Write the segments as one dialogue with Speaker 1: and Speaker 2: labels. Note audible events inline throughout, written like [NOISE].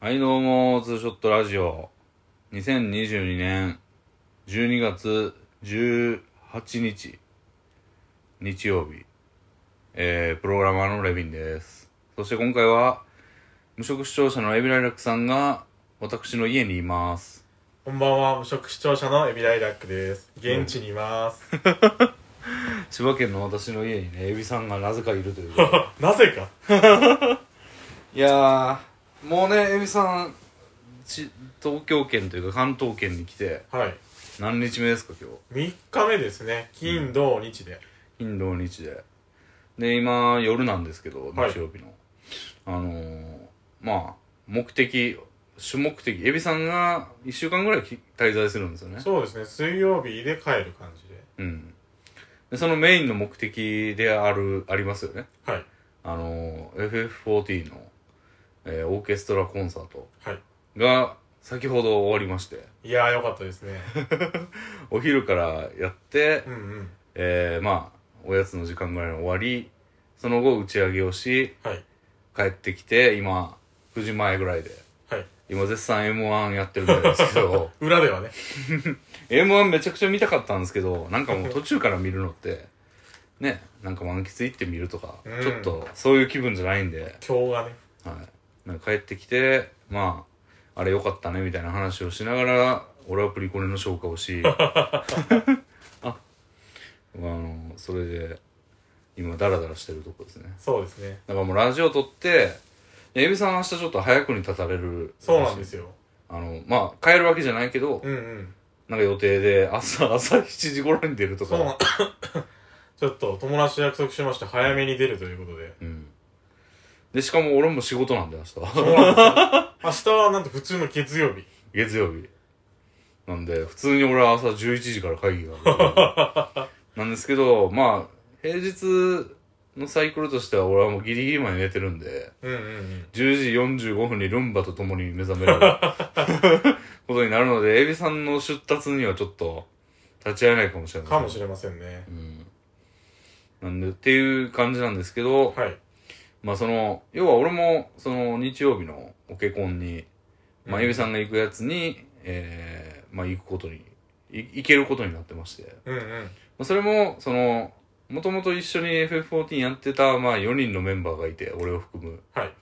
Speaker 1: はい、どうも、ツーショットラジオ。2022年12月18日、日曜日。えー、プログラマーのレビンです。そして今回は、無職視聴者のエビライラックさんが、私の家にいます。
Speaker 2: こんばんは、無職視聴者のエビライラックです。現地にいます。 [LAUGHS]
Speaker 1: 千葉県の私の家にね、エビさんがなぜかいるということで。
Speaker 2: なぜか。
Speaker 1: [LAUGHS] いやー、もうね、エビさん、ち東京圏というか関東圏に来て、
Speaker 2: はい。
Speaker 1: 何日目ですか、今日。
Speaker 2: 3日目ですね。金、土、日で。
Speaker 1: 金土日でで今夜なんですけど
Speaker 2: はい
Speaker 1: 日曜日の、あのーまあ目的主目的エビさんが1週間ぐらいき滞在するんですよね
Speaker 2: そうですね。水曜日で帰る感じで。
Speaker 1: うんでそのメインの目的であるありますよね
Speaker 2: はい。
Speaker 1: あのー FF14 の、えーオーケストラコンサート
Speaker 2: は
Speaker 1: が先ほど終わりまして
Speaker 2: い。いやー、よかったです [LAUGHS] ね。
Speaker 1: お昼からやって、
Speaker 2: うんうん。
Speaker 1: えーまあおやつの時間ぐらいに終わりその後打ち上げをし
Speaker 2: はい。
Speaker 1: 帰ってきて今9時前ぐらいで
Speaker 2: はい。
Speaker 1: 今絶賛 m 1やってるみたいですけ
Speaker 2: [LAUGHS]
Speaker 1: ど
Speaker 2: 裏ではね。
Speaker 1: m 1めちゃくちゃ見たかったんですけどなんかもう途中から見るのってねなんか満喫行って見るとか、
Speaker 2: うん
Speaker 1: ちょっとそういう気分じゃないんで、
Speaker 2: 今日がね。
Speaker 1: はい、なんか帰ってきてまああれ良かったねみたいな話をしながら俺はプリコネの消化をしああのそれで今ダラダラしてるとこですね
Speaker 2: そうですね。
Speaker 1: だからもうラジオ撮って、エビさん明日ちょっと早くに立たれる。
Speaker 2: そうなんです
Speaker 1: よ。
Speaker 2: よ。
Speaker 1: あの、まあ、帰るわけじゃないけど、
Speaker 2: うんうん。
Speaker 1: なんか予定で朝、朝7時頃に出るとか。
Speaker 2: そうな、 [COUGHS] ちょっと友達と約束しまして、早めに出るということで。
Speaker 1: うん。で、しかも俺も仕事なんで明
Speaker 2: そう [LAUGHS]
Speaker 1: 日。
Speaker 2: なん [LAUGHS] ですよ。明日はなんと普通の月曜日。
Speaker 1: 月曜日。なんで、普通に俺は朝11時から会議があ
Speaker 2: [LAUGHS]
Speaker 1: る。なんですけど、まあ、平日のサイクルとしては俺はもうギリギリまで寝てるんで、
Speaker 2: うんうんうん。
Speaker 1: 10時45分にルンバと共に目覚める
Speaker 2: [LAUGHS]
Speaker 1: ことになるので、エビさんの出立にはちょっと立ち会えないかもしれない。
Speaker 2: かもしれませんね。
Speaker 1: うん。なんで、っていう感じなんですけど、
Speaker 2: はい。
Speaker 1: まあその、要は俺も、その日曜日のオケコンに、まあ
Speaker 2: うん
Speaker 1: エビさんが行くやつに、えー、まあ行くことに、い行けることになってまして。
Speaker 2: うんうん。
Speaker 1: まあ、それも、その、もともと一緒に FF14 やってた、まあ4人のメンバーがいて、俺を含む。
Speaker 2: はい。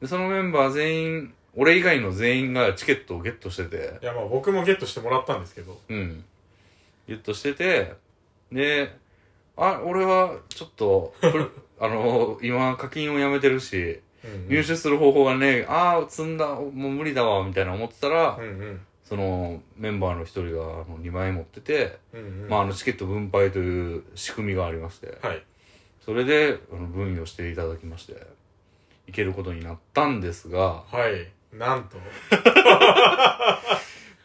Speaker 1: で、そのメンバー全員、俺以外の全員がチケットをゲットしてて、
Speaker 2: いや、まあ僕もゲットしてもらったんですけど。
Speaker 1: うん。ゲットしてて、で、あ、俺はちょっと、プル [LAUGHS] あの、今課金をやめてるし、
Speaker 2: うんうん
Speaker 1: 入手する方法がね、ああ、積んだ、もう無理だわ、みたいな思ってたら、
Speaker 2: うんうん
Speaker 1: そのメンバーの一人があの2枚持ってて、
Speaker 2: うんうん
Speaker 1: まああのチケット分配という仕組みがありまして、
Speaker 2: はい
Speaker 1: それであの分与していただきまして、いけることになったんですが、
Speaker 2: はいなんと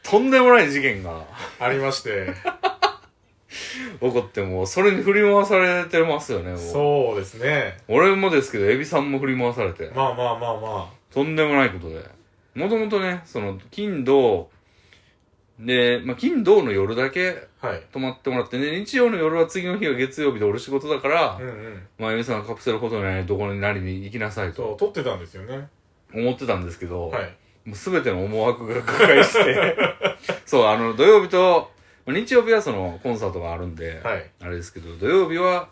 Speaker 1: とんでもない事件が、
Speaker 2: ありまして
Speaker 1: 起こってもうそれに振り回されてますよねもう
Speaker 2: [LAUGHS] そうですね
Speaker 1: 俺もですけどエビさんも振り回されて、
Speaker 2: まあまあまあま
Speaker 1: とんでもないことでもともとねその金土で、まあ、金土の夜だけ
Speaker 2: あはい
Speaker 1: 泊まってもらってね日曜の夜は次の日が月曜日で俺仕事だから、
Speaker 2: うんうん
Speaker 1: まあエビさんがカプセルホテルなりどこになりに行きなさいと
Speaker 2: そう撮ってたんですよね
Speaker 1: 思ってたんですけど、
Speaker 2: はい
Speaker 1: もう全ての思惑が崩壊して
Speaker 2: [LAUGHS]
Speaker 1: そうあの土曜日とまあ日曜日はそのコンサートがあるんで、
Speaker 2: はい
Speaker 1: あれですけど土曜日は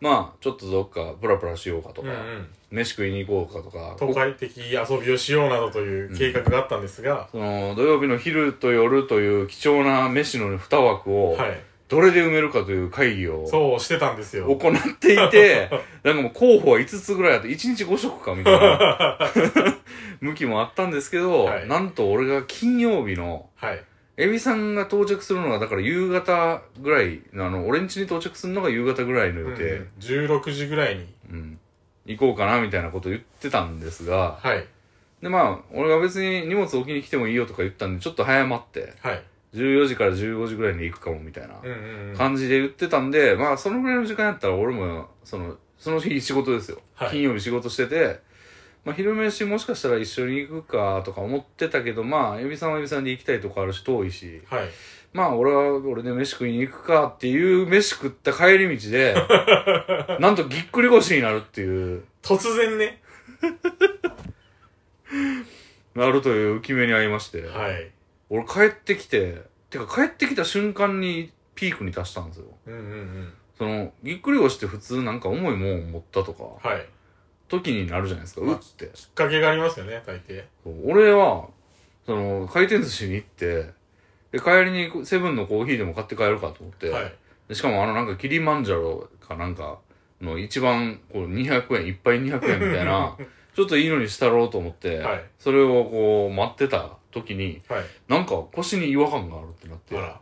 Speaker 1: まあちょっとどっかプラプラしようかと
Speaker 2: うん
Speaker 1: か、
Speaker 2: うん
Speaker 1: 飯食いに行こうかとか
Speaker 2: 都会的遊びをしようなどという計画があったんですが、
Speaker 1: その土曜日の昼と夜という貴重な飯の2枠を
Speaker 2: はい
Speaker 1: どれで埋めるかという会議を
Speaker 2: そうしてたんです
Speaker 1: 行
Speaker 2: よ
Speaker 1: ってい
Speaker 2: [LAUGHS]
Speaker 1: てなんかもう候補は5つぐらいあって1日5食かみたいな
Speaker 2: [LAUGHS]
Speaker 1: 向きもあったんですけど、
Speaker 2: はい
Speaker 1: なんと俺が金曜日の
Speaker 2: はい
Speaker 1: エビさんが到着するのがだから夕方ぐらいのあの俺ん家に到着するのが夕方ぐらいの
Speaker 2: うんう
Speaker 1: 予定、
Speaker 2: ん16時ぐらいに
Speaker 1: うん、行こうかなみたいなこと言ってたんですが、
Speaker 2: はい
Speaker 1: でまあ、俺が別に荷物置きに来てもいいよとか言ったんで、ちょっと早まって、
Speaker 2: はい
Speaker 1: 14時から15時ぐらいに行くかもみたいな
Speaker 2: うんうんうん
Speaker 1: 感じで言ってたんで、まあ、そのぐらいの時間やったら俺も、その、その日仕事ですよ。
Speaker 2: はい
Speaker 1: 金曜日仕事してて、まあ、昼飯もしかしたら一緒に行くかとか思ってたけど、まあ、エビさんはエビさんで行きたいとこあるし、遠いし、
Speaker 2: はい
Speaker 1: まあ俺は俺で飯食いに行くかっていう飯食った帰り道
Speaker 2: [LAUGHS]
Speaker 1: で、なんとぎっくり腰になるっていう。
Speaker 2: 突然ね
Speaker 1: なるという浮き目にあいまして、
Speaker 2: はい。
Speaker 1: 俺帰ってきて、てか帰ってきた瞬間にピークに達したんですよ。
Speaker 2: うんうんうん。
Speaker 1: その、ぎっくり腰って普通なんか重いもん持ったとか、
Speaker 2: はい。
Speaker 1: 時になるじゃないですか、うっって。
Speaker 2: きっかけがありますよね、大抵。
Speaker 1: そう俺は、その、回転寿司に行って、で、帰りにセブンのコーヒーでも買って帰るかと思って、
Speaker 2: はい。
Speaker 1: でしかもあのなんかキリマンジャロかなんかの一番こう200円、いっぱい200円みたい
Speaker 2: [LAUGHS]
Speaker 1: な、ちょっといいのにしたろうと思って、
Speaker 2: はい
Speaker 1: それをこう待ってた時に、
Speaker 2: はい。
Speaker 1: なんか腰に違和感があるってなって、
Speaker 2: ほら。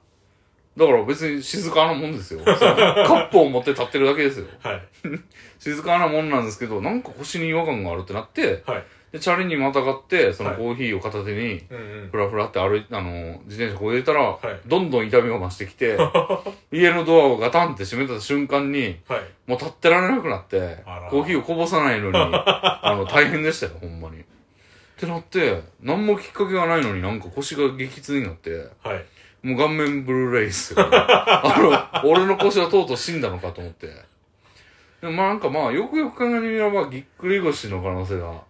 Speaker 1: だから別に静かなもんですよ。
Speaker 2: [LAUGHS]
Speaker 1: そのカップを持って立ってるだけですよ。
Speaker 2: はい。
Speaker 1: 静かなもんなんですけど、なんか腰に違和感があるってなって、
Speaker 2: はい。
Speaker 1: で、チャリにまたがって、その
Speaker 2: はい
Speaker 1: コーヒーを片手に、
Speaker 2: うんうん
Speaker 1: ふ。らふらって歩いて、あの、自転車こいでたら、
Speaker 2: い
Speaker 1: どんどん痛みが増してき
Speaker 2: [LAUGHS]
Speaker 1: て、家のドアをガタンって閉めた瞬間に、
Speaker 2: はい。
Speaker 1: もう立ってられなくなって
Speaker 2: あら、
Speaker 1: コーヒーをこぼさない
Speaker 2: [LAUGHS]
Speaker 1: のに、あの、大変でしたよ、ほんまに。ってなって、何もきっかけがないのになんか腰が激痛になって、
Speaker 2: はい。
Speaker 1: もう顔面ブルーレイっすよ。 [LAUGHS] あの、俺の腰はとうとう死んだのかと思って。でもまあなんかまあ、よくよく考えてみれば、ぎっくり腰の可能性が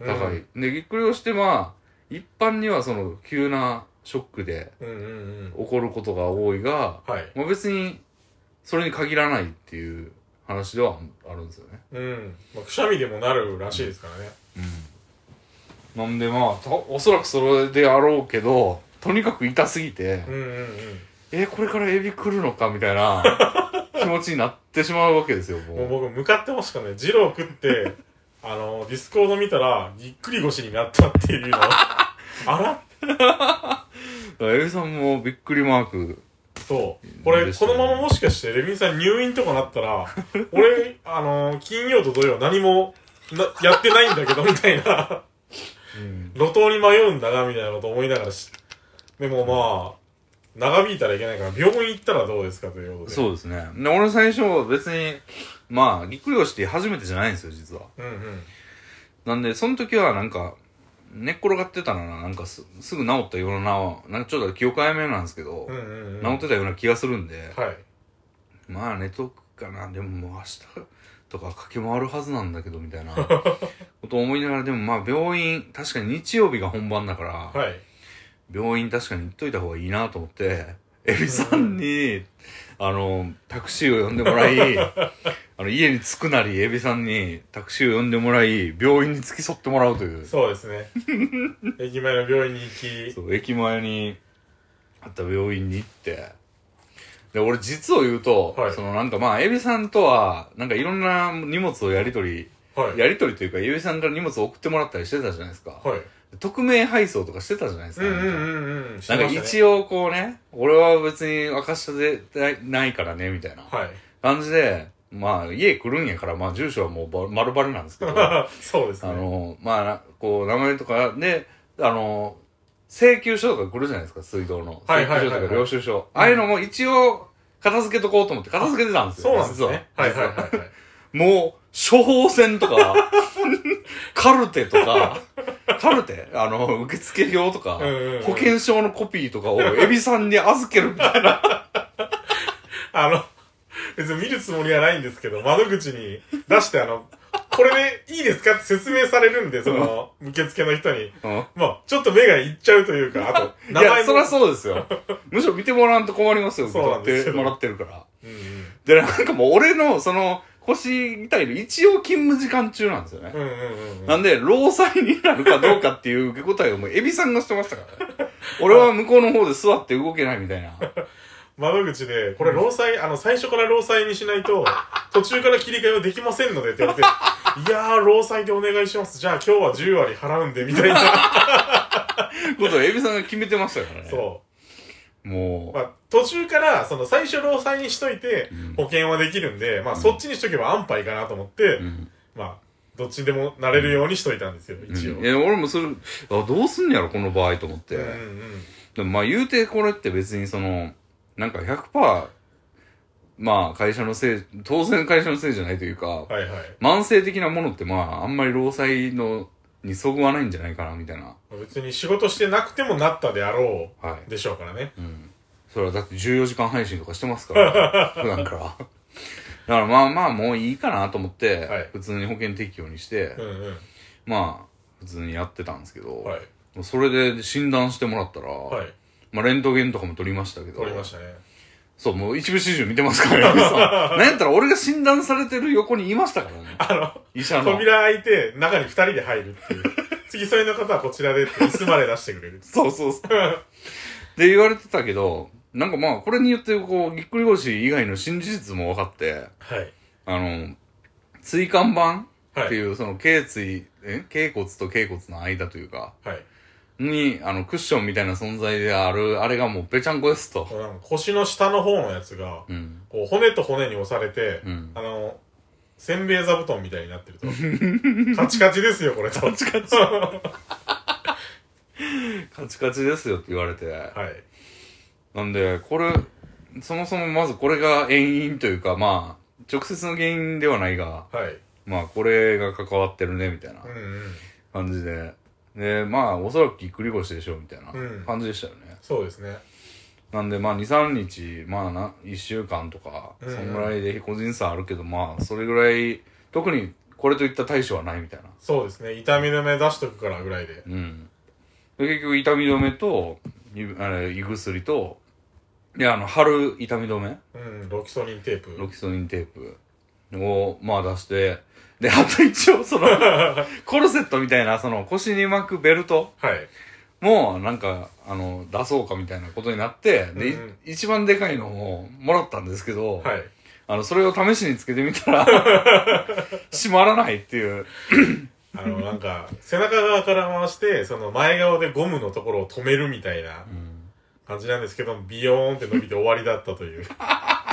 Speaker 1: 高い。で、ぎっくり腰ってまあ、一般にはその、急なショックで
Speaker 2: うんうんうん。
Speaker 1: 起こることが多いが、
Speaker 2: はい。
Speaker 1: まあ別に、それに限らないっていう話ではあるんですよね。
Speaker 2: うん。まあ、くしゃみでもなるらしいですからね。
Speaker 1: うん。なんでまあ、たおそらくそれであろうけど、とにかく痛すぎて、
Speaker 2: うんうんうん。
Speaker 1: えこれからエビ来るのかみたい [LAUGHS] な気持ちになってしまうわけですよ、もう。
Speaker 2: もう僕向かってましたからね、ジロー食って、あの、ディスコード見たら、ぎっくり腰になったってい
Speaker 1: [LAUGHS]
Speaker 2: うの。あら
Speaker 1: だからエビさんもびっくりマーク。
Speaker 2: そう。これ、
Speaker 1: でし
Speaker 2: こ
Speaker 1: たね
Speaker 2: のままもしかして、レミンさん入院とかなったら、 [LAUGHS] 俺、あの、金曜と土曜何も、な、やってないんだけど、みたいな。路頭に迷うんだな、みたいなこと思いながらし、でもまあ、長引いたらいけないから、病院行ったらどうですかということで。う。
Speaker 1: そうですね。で、俺最初は別に、まあ、ぎっくり腰って初めてじゃないんですよ、実は。
Speaker 2: うんうん。
Speaker 1: なんで、その時はなんか、寝っ転がってたらな、なんかすすぐ治ったような、なんかちょっと記憶曖昧なんですけど、
Speaker 2: うんうんうん。
Speaker 1: 治ってたような気がするんで、
Speaker 2: はい。
Speaker 1: まあ寝とくかな、でももう明日とか駆け回るはずなんだけど、みたいなことを思いながら、でもまあ病院、確かに日曜日が本番だから、
Speaker 2: はい。
Speaker 1: 病院確かに行っといた方がいいなと思って、エビさんに、あの、タクシーを呼んでもら
Speaker 2: [LAUGHS]
Speaker 1: い、あの、家に着くなり、エビさんにタクシーを呼んでもらい、病院に付き添ってもらうという、
Speaker 2: そうです
Speaker 1: [LAUGHS]
Speaker 2: ね。駅前の病院に行き、
Speaker 1: そう、駅前にあった病院に行って、で、俺実を言うと、
Speaker 2: はい
Speaker 1: そのなんかまあ、エビさんとは、なんかいろんな荷物をやり取
Speaker 2: はい。
Speaker 1: り、やり取りというか、エビさんから荷物を送ってもらったりしてたじゃないですか。
Speaker 2: はい。
Speaker 1: 匿名配送とかしてたじゃないです
Speaker 2: う
Speaker 1: か。
Speaker 2: んうんうんうん。
Speaker 1: なんか
Speaker 2: 応。
Speaker 1: 一応こうね、俺は別に明かしてないからね、みたいな
Speaker 2: はい。 [LAUGHS]
Speaker 1: 感じで、まあ家来るんやから、まあ住所はもうば丸バレなんですけど、
Speaker 2: [LAUGHS]
Speaker 1: あ
Speaker 2: そうですね。
Speaker 1: の、まあな、こう名前とかで、あの、請求書とか来るじゃないですか、水道の。
Speaker 2: は
Speaker 1: 請
Speaker 2: いはいはいはい
Speaker 1: 求書とか領収書。ああいうのも一応、片付けとこうと思って片付けてたんですよ。
Speaker 2: そうなんですね。
Speaker 1: 実は
Speaker 2: はいはいはいはい。
Speaker 1: もう、処方箋とか、 [LAUGHS] カルテとか、カルテあの、受付表とか、
Speaker 2: うんうんうん
Speaker 1: 保険証のコピーとかをエビさんに預けるみた
Speaker 2: [LAUGHS]
Speaker 1: いな。
Speaker 2: あの、別に見るつもりはないんですけど、窓口に出して、あの、これでいいですかって説明されるんで、その、受付の人に。
Speaker 1: うん
Speaker 2: まあ、ちょっと目がいっちゃうというか、あと、
Speaker 1: [LAUGHS] い
Speaker 2: 名前
Speaker 1: や、
Speaker 2: も。
Speaker 1: そりゃそうですよ。むしろ見てもらわんと困りますよ、受
Speaker 2: そうなん
Speaker 1: け
Speaker 2: で
Speaker 1: 取っ
Speaker 2: す
Speaker 1: て
Speaker 2: よ
Speaker 1: もらってるから。
Speaker 2: うんうん
Speaker 1: で、なんかもう俺の、その、腰痛いの一応勤務時間中なんですよね。
Speaker 2: うんうんうん。
Speaker 1: なんで、労災になるかどうかっていう受け答えをもうエビさんがしてましたからね。俺は向こうの方で座って動けないみたいな。
Speaker 2: 窓口で、これ労災、あの、最初から労災にしないと、途中から切り替えはできませんのでって言われて、いやー、労災でお願いします。じゃあ今日は10割払うんで、みた
Speaker 1: [LAUGHS]
Speaker 2: いな。
Speaker 1: ことをエビさんが決めてましたからね。
Speaker 2: そう。
Speaker 1: も
Speaker 2: まあ、途中から、その最初労災にしといて
Speaker 1: ん、
Speaker 2: 保険はできるんで、まあ、そっちにしとけば安牌かなと思って、
Speaker 1: う。うん
Speaker 2: まあ、どっちでもなれるようにしといたんですよ、一応。
Speaker 1: うんいや俺もそれあどうすんねやろこの場合と思って、
Speaker 2: うんうん
Speaker 1: でもまあ言うてこれって別にそのなんか100%まあ会社のせい当然会社のせいじゃないというか、
Speaker 2: はいはい。
Speaker 1: 慢性的なものってまああんまり労災のにそぐわないんじゃないかなみたいな
Speaker 2: 別に仕事してなくてもなったであろ
Speaker 1: は
Speaker 2: う、でしょうからね。
Speaker 1: い、うん、それはだって14時間配信とかしてますから
Speaker 2: [LAUGHS]
Speaker 1: 普段からだからまあまあもういいかなと思って、
Speaker 2: はい
Speaker 1: 普通に保険適用にして、
Speaker 2: うんうん。
Speaker 1: まあ普通にやってたんですけど、
Speaker 2: はい
Speaker 1: それで診断してもらったら、
Speaker 2: はい
Speaker 1: まあ、レントゲンとかも取りましたけど
Speaker 2: 撮りましたね
Speaker 1: そうもう一部始終見てますから [LAUGHS] ねさなんやったら俺が診断されてる横にいましたからね
Speaker 2: あの
Speaker 1: 医者の
Speaker 2: 扉開いて中に2人で入る
Speaker 1: [LAUGHS]
Speaker 2: っていう次それの方はこちらでって椅子まで出してくれる
Speaker 1: そうそうそう。で言われてたけど、なんかまあ、これによって、こう、ぎっくり腰以外の新事実も分かって、
Speaker 2: はい
Speaker 1: あの、椎間板って
Speaker 2: はい
Speaker 1: いう、その、頸椎、え頸骨と頸骨の間というか、
Speaker 2: はい
Speaker 1: に、あの、クッションみたいな存在である、あれがもう、ぺちゃんこですと
Speaker 2: こ。うなんか腰の下の方のやつが
Speaker 1: うん。
Speaker 2: こう骨と骨に押されて、
Speaker 1: うん
Speaker 2: あのせんべい座布団みたいになってると [LAUGHS] カチカチですよこれとカチカチ [LAUGHS] は
Speaker 1: カチカチですよって言われて。
Speaker 2: い
Speaker 1: なんで、これ、そもそもまずこれが遠因というか、まあ、直接の原因ではないが、
Speaker 2: はい
Speaker 1: まあ、これが関わってるね、みたいな
Speaker 2: うん。うん
Speaker 1: 感じで。で、まあ、おそらくぎっくり腰でしょうみたいな
Speaker 2: うん
Speaker 1: 感じでしたよね。
Speaker 2: そうですね
Speaker 1: なんで、まあ、2、3日、まあな、1週間とか、
Speaker 2: うんうん
Speaker 1: そんぐらいで個人差あるけど、まあ、それぐらい、特にこれといった対処はないみたいな。
Speaker 2: そうですね痛み止め出しとくからぐらいで
Speaker 1: うん。で、結局、痛み止めと、いあれ胃薬と、で、あの、貼る痛み止め、
Speaker 2: うんロキソニンテープ
Speaker 1: ロキソニンテープを、まあ、出して、で、あと一応、
Speaker 2: [LAUGHS]
Speaker 1: その、コルセットみたいな、その、腰に巻くベルト
Speaker 2: はい
Speaker 1: もうなんか、あの、出そうかみたいなことになって、で、い
Speaker 2: うんうん
Speaker 1: 一番でかいのをもらったんですけど、
Speaker 2: はい
Speaker 1: あの、それを試しにつけてみたら、閉まらないっていう。
Speaker 2: あのなんか背中側から回してその前側でゴムのところを止めるみたいな感じなんですけどビヨーンって伸びて終わりだったという [LAUGHS]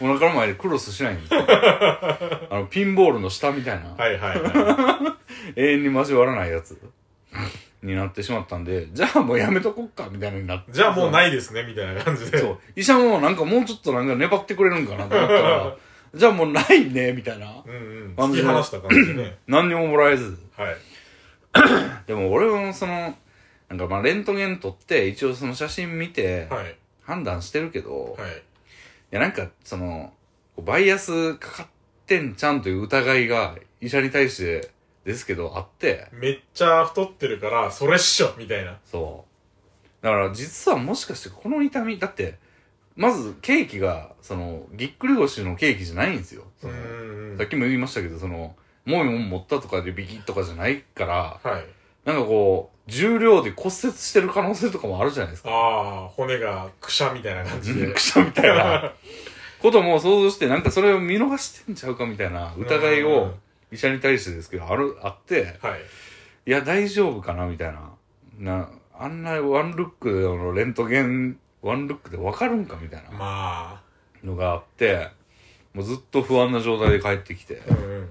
Speaker 1: お腹の前でクロスしないんですよ。あの、ピンボールの下みたいな、
Speaker 2: はいはいは
Speaker 1: 永遠に交わらないやつになってしまったんで、じゃあもうやめとこっか、みたいなになって。
Speaker 2: いじゃあもう
Speaker 1: い。
Speaker 2: ないですねみたいな感じで
Speaker 1: そう。医者もなんかもうちょっとなんか粘ってくれるんかなと思ったら、じゃあもうないね、みたいな。
Speaker 2: うんうん
Speaker 1: 感
Speaker 2: 突
Speaker 1: じ
Speaker 2: き
Speaker 1: の
Speaker 2: 放した感 [LAUGHS] じでね
Speaker 1: 何にももらえず。
Speaker 2: はい
Speaker 1: でも俺もその、なんかまあレントゲン撮って、一応その写真見て、
Speaker 2: はい
Speaker 1: 判断してるけど、い、
Speaker 2: はい
Speaker 1: やなんかその、こうバイアスかかってんちゃんという疑いが医者に対してですけどあって、
Speaker 2: めっちゃ太ってるからそれっしょみたいな
Speaker 1: そう。だから実はもしかしてこの痛み、だって、まずケーキが、その、ぎっくり腰のケーキじゃないんですよ。
Speaker 2: う
Speaker 1: そ
Speaker 2: ん
Speaker 1: の
Speaker 2: うんうん
Speaker 1: さっきも言いましたけど、その、もみもみ持ったとかでビキッとかじゃないから、
Speaker 2: はい
Speaker 1: なんかこう、重量で骨折してる可能性とかもあるじゃないですか。
Speaker 2: ああ骨がくしゃみたいな感じで
Speaker 1: くしゃみたい
Speaker 2: [LAUGHS]
Speaker 1: なことも想像して、なんかそれを見逃してんちゃうかみたいな疑い
Speaker 2: うん
Speaker 1: を医者に対してですけど、ある、あって、
Speaker 2: はい
Speaker 1: いや、大丈夫かなみたいな。な、あんなワンルックのレントゲン、ワンルックでわかるんかみたいな
Speaker 2: ま
Speaker 1: のがあって、もうずっと不安な状態で帰ってきて、
Speaker 2: あうんうん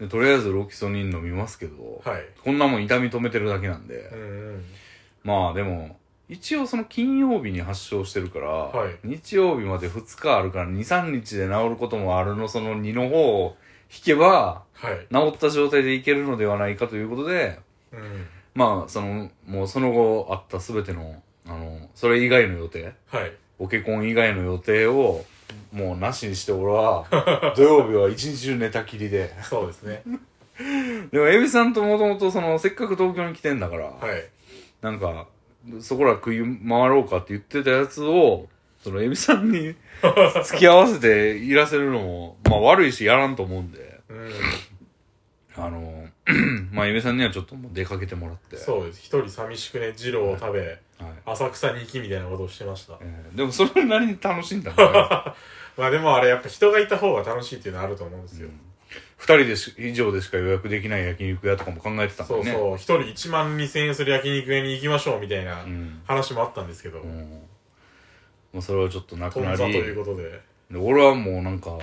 Speaker 1: でとりあえずロキソニン飲みますけど、
Speaker 2: はい
Speaker 1: こんなもん痛み止めてるだけなんで
Speaker 2: う、んうん
Speaker 1: まあでも、一応その金曜日に発症してるから、
Speaker 2: はい
Speaker 1: 日曜日まで2日あるから2、3日で治ることもあるの、その2の方を引けば、
Speaker 2: はい
Speaker 1: 治った状態でいけるのではないかということで、
Speaker 2: うん
Speaker 1: まあ、その、もうその後あったすべての、あの、それ以外の予定、
Speaker 2: はい
Speaker 1: お結婚以外の予定を、もうなしにして俺
Speaker 2: [LAUGHS]
Speaker 1: は、土曜日は一日中寝たきりで。
Speaker 2: そうですね
Speaker 1: でも、エビさんともともとその、せっかく東京に来てんだから、
Speaker 2: はい
Speaker 1: なんか、そこら食い回ろうかって言ってたやつを、そのエビさん
Speaker 2: [LAUGHS]
Speaker 1: に付き合わせていらせるのも、まあ悪いしやらんと思うんで、
Speaker 2: うん
Speaker 1: あの、 [CLEARS THROAT] まあエビさんにはちょっともう出かけてもらって。
Speaker 2: そうです一人寂しくね二郎を食べ
Speaker 1: はい。
Speaker 2: 浅草に行きみたいなことをしてました
Speaker 1: えーでもそれなりに楽しんだん
Speaker 2: [LAUGHS]
Speaker 1: だ
Speaker 2: まあでもあれやっぱ人がいた方が楽しいっていうのはあると思うんですよ、
Speaker 1: 二人でし以上でしか予約できない焼肉屋とかも考えてたんだ
Speaker 2: そ
Speaker 1: よ
Speaker 2: う
Speaker 1: ね。
Speaker 2: そう一人1万2000円する焼肉屋に行きましょうみたいな
Speaker 1: うん。
Speaker 2: 話もあったんですけど、
Speaker 1: うん。もうそれはちょっとなく
Speaker 2: 頓
Speaker 1: な
Speaker 2: 挫という
Speaker 1: り、
Speaker 2: ことで
Speaker 1: で俺はもうなんか、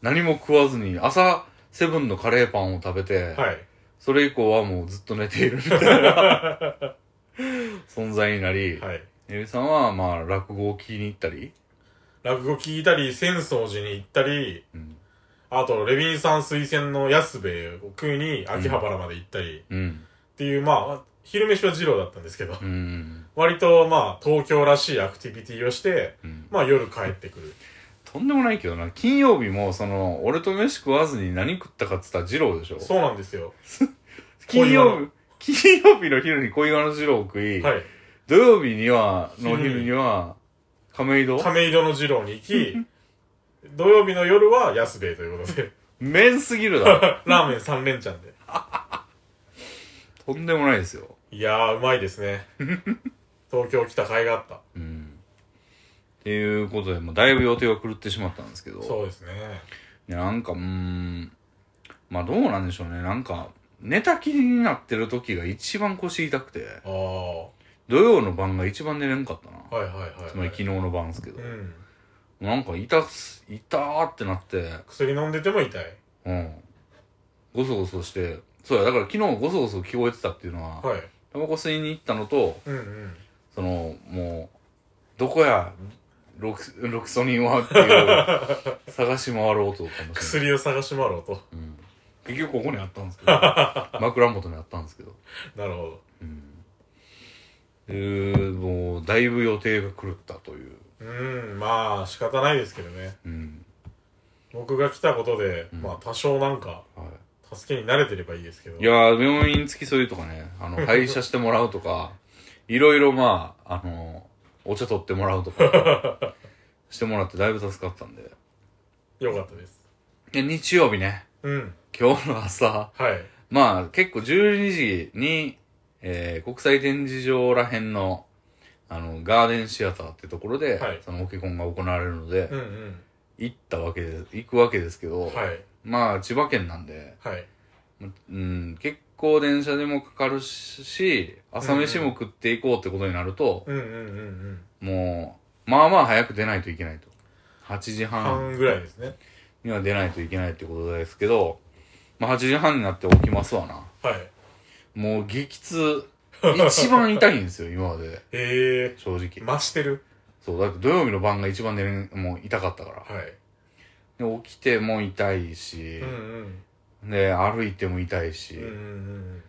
Speaker 1: 何も食わずに、朝、セブンのカレーパンを食べて、
Speaker 2: はい
Speaker 1: それ以降はもうずっと寝ているみたいな
Speaker 2: [LAUGHS]
Speaker 1: 存在になり、
Speaker 2: はい
Speaker 1: エビさんはまあ落語を聞きに行ったり、
Speaker 2: 落語聞いたり浅草寺に行ったり
Speaker 1: うん。
Speaker 2: あとレビンさん推薦の安兵衛を食いに秋葉原まで行ったりっ
Speaker 1: うん。
Speaker 2: ていう、まあ昼飯は二郎だったんですけど、
Speaker 1: うん。
Speaker 2: 割とまあ東京らしいアクティビティをして
Speaker 1: うん
Speaker 2: まあ夜帰ってくる
Speaker 1: とんでもないけどな、金曜日もその、俺と飯食わずに何食ったかっつったら二郎でしょ
Speaker 2: そうなんですよ
Speaker 1: 金
Speaker 2: 小岩
Speaker 1: 曜
Speaker 2: の
Speaker 1: 日、金曜日の昼に小岩の汁を食い、
Speaker 2: はい。
Speaker 1: 土曜日には、の昼には、亀戸
Speaker 2: 亀戸の二郎に行き、土曜日の夜は安兵衛ということで、 [LAUGHS]
Speaker 1: 麺すぎるだろ。
Speaker 2: ラーメン三連チャンで。
Speaker 1: とんでもないですよ。
Speaker 2: いやー、うまいで
Speaker 1: [LAUGHS]
Speaker 2: すね。東京来た甲斐があった。
Speaker 1: うん。っていうことで、まあ、だいぶ予定は狂ってしまったんですけど、
Speaker 2: そうですね。
Speaker 1: ねなんか、うーん、まあどうなんでしょうね。なんか、寝たきりになってる時が一番腰痛くて、
Speaker 2: あー、は
Speaker 1: 土曜の晩が一番寝れんかったな。
Speaker 2: いはいはい、はい。
Speaker 1: つまり昨日の晩ですけど
Speaker 2: う。ん。
Speaker 1: なんか痛す、痛ーってなって、
Speaker 2: 薬飲んでても痛い。
Speaker 1: うん。ごそごそして、そうや、だから昨日ごそごそ聞こえてたっていうのは、
Speaker 2: はい。
Speaker 1: タバコ吸いに行ったのと、
Speaker 2: うんうん。
Speaker 1: その、もう、どこや、ロクロキソニンはっていう、探し回ろうとかもしれない。
Speaker 2: 薬を探し回ろうと。 [LAUGHS]
Speaker 1: うん。結局ここにあったんですけど、枕元にあったんですけど、
Speaker 2: なるほ
Speaker 1: うん。えー、もう、だいぶ予定が狂ったという、
Speaker 2: ど。うん、まあ仕方ないですけどね。
Speaker 1: うん。
Speaker 2: 僕が来たことで、
Speaker 1: うん
Speaker 2: まあ多少なんか、
Speaker 1: は
Speaker 2: 助けに慣れてればいいですけど。
Speaker 1: い。いやー、病院付き添いとかね、あ
Speaker 2: [LAUGHS]
Speaker 1: の、廃車してもらうとか、いろいろまあ、あの、お茶取ってもらうとか、
Speaker 2: [LAUGHS]
Speaker 1: してもらってだいぶ助かったんで。
Speaker 2: よかったです。
Speaker 1: で、日曜日ね、
Speaker 2: うん。
Speaker 1: 今日の朝、
Speaker 2: はい。
Speaker 1: まあ結構12時に、えー、国際展示場らへんの、あの、ガーデンシアターってところで、
Speaker 2: はい
Speaker 1: そのオケコンが行われるので、
Speaker 2: うんうん。
Speaker 1: 行ったわけで、行くわけですけど、
Speaker 2: はい。
Speaker 1: まあ千葉県なんで、
Speaker 2: はい。
Speaker 1: うん、結構電車でもかかるし、朝飯も食っていこうってことになると、
Speaker 2: うんうんうんうん。
Speaker 1: もう、まあまあ早く出ないといけないと。8時半
Speaker 2: 半ぐらいですね。
Speaker 1: には出ないといけないってことですけど、まあ8時半になって起きますわな。
Speaker 2: はい。
Speaker 1: もう激痛。一番痛いんですよ、 [LAUGHS] 今まで。
Speaker 2: え
Speaker 1: 正
Speaker 2: えー。
Speaker 1: 直。
Speaker 2: 増してる。
Speaker 1: そう、だって土曜日の晩が一番寝れん、もう痛かったか
Speaker 2: はい。
Speaker 1: ら。で、起きても痛いし
Speaker 2: うん、うん。
Speaker 1: で、歩いても痛いし、
Speaker 2: うんうんう
Speaker 1: っ
Speaker 2: ん。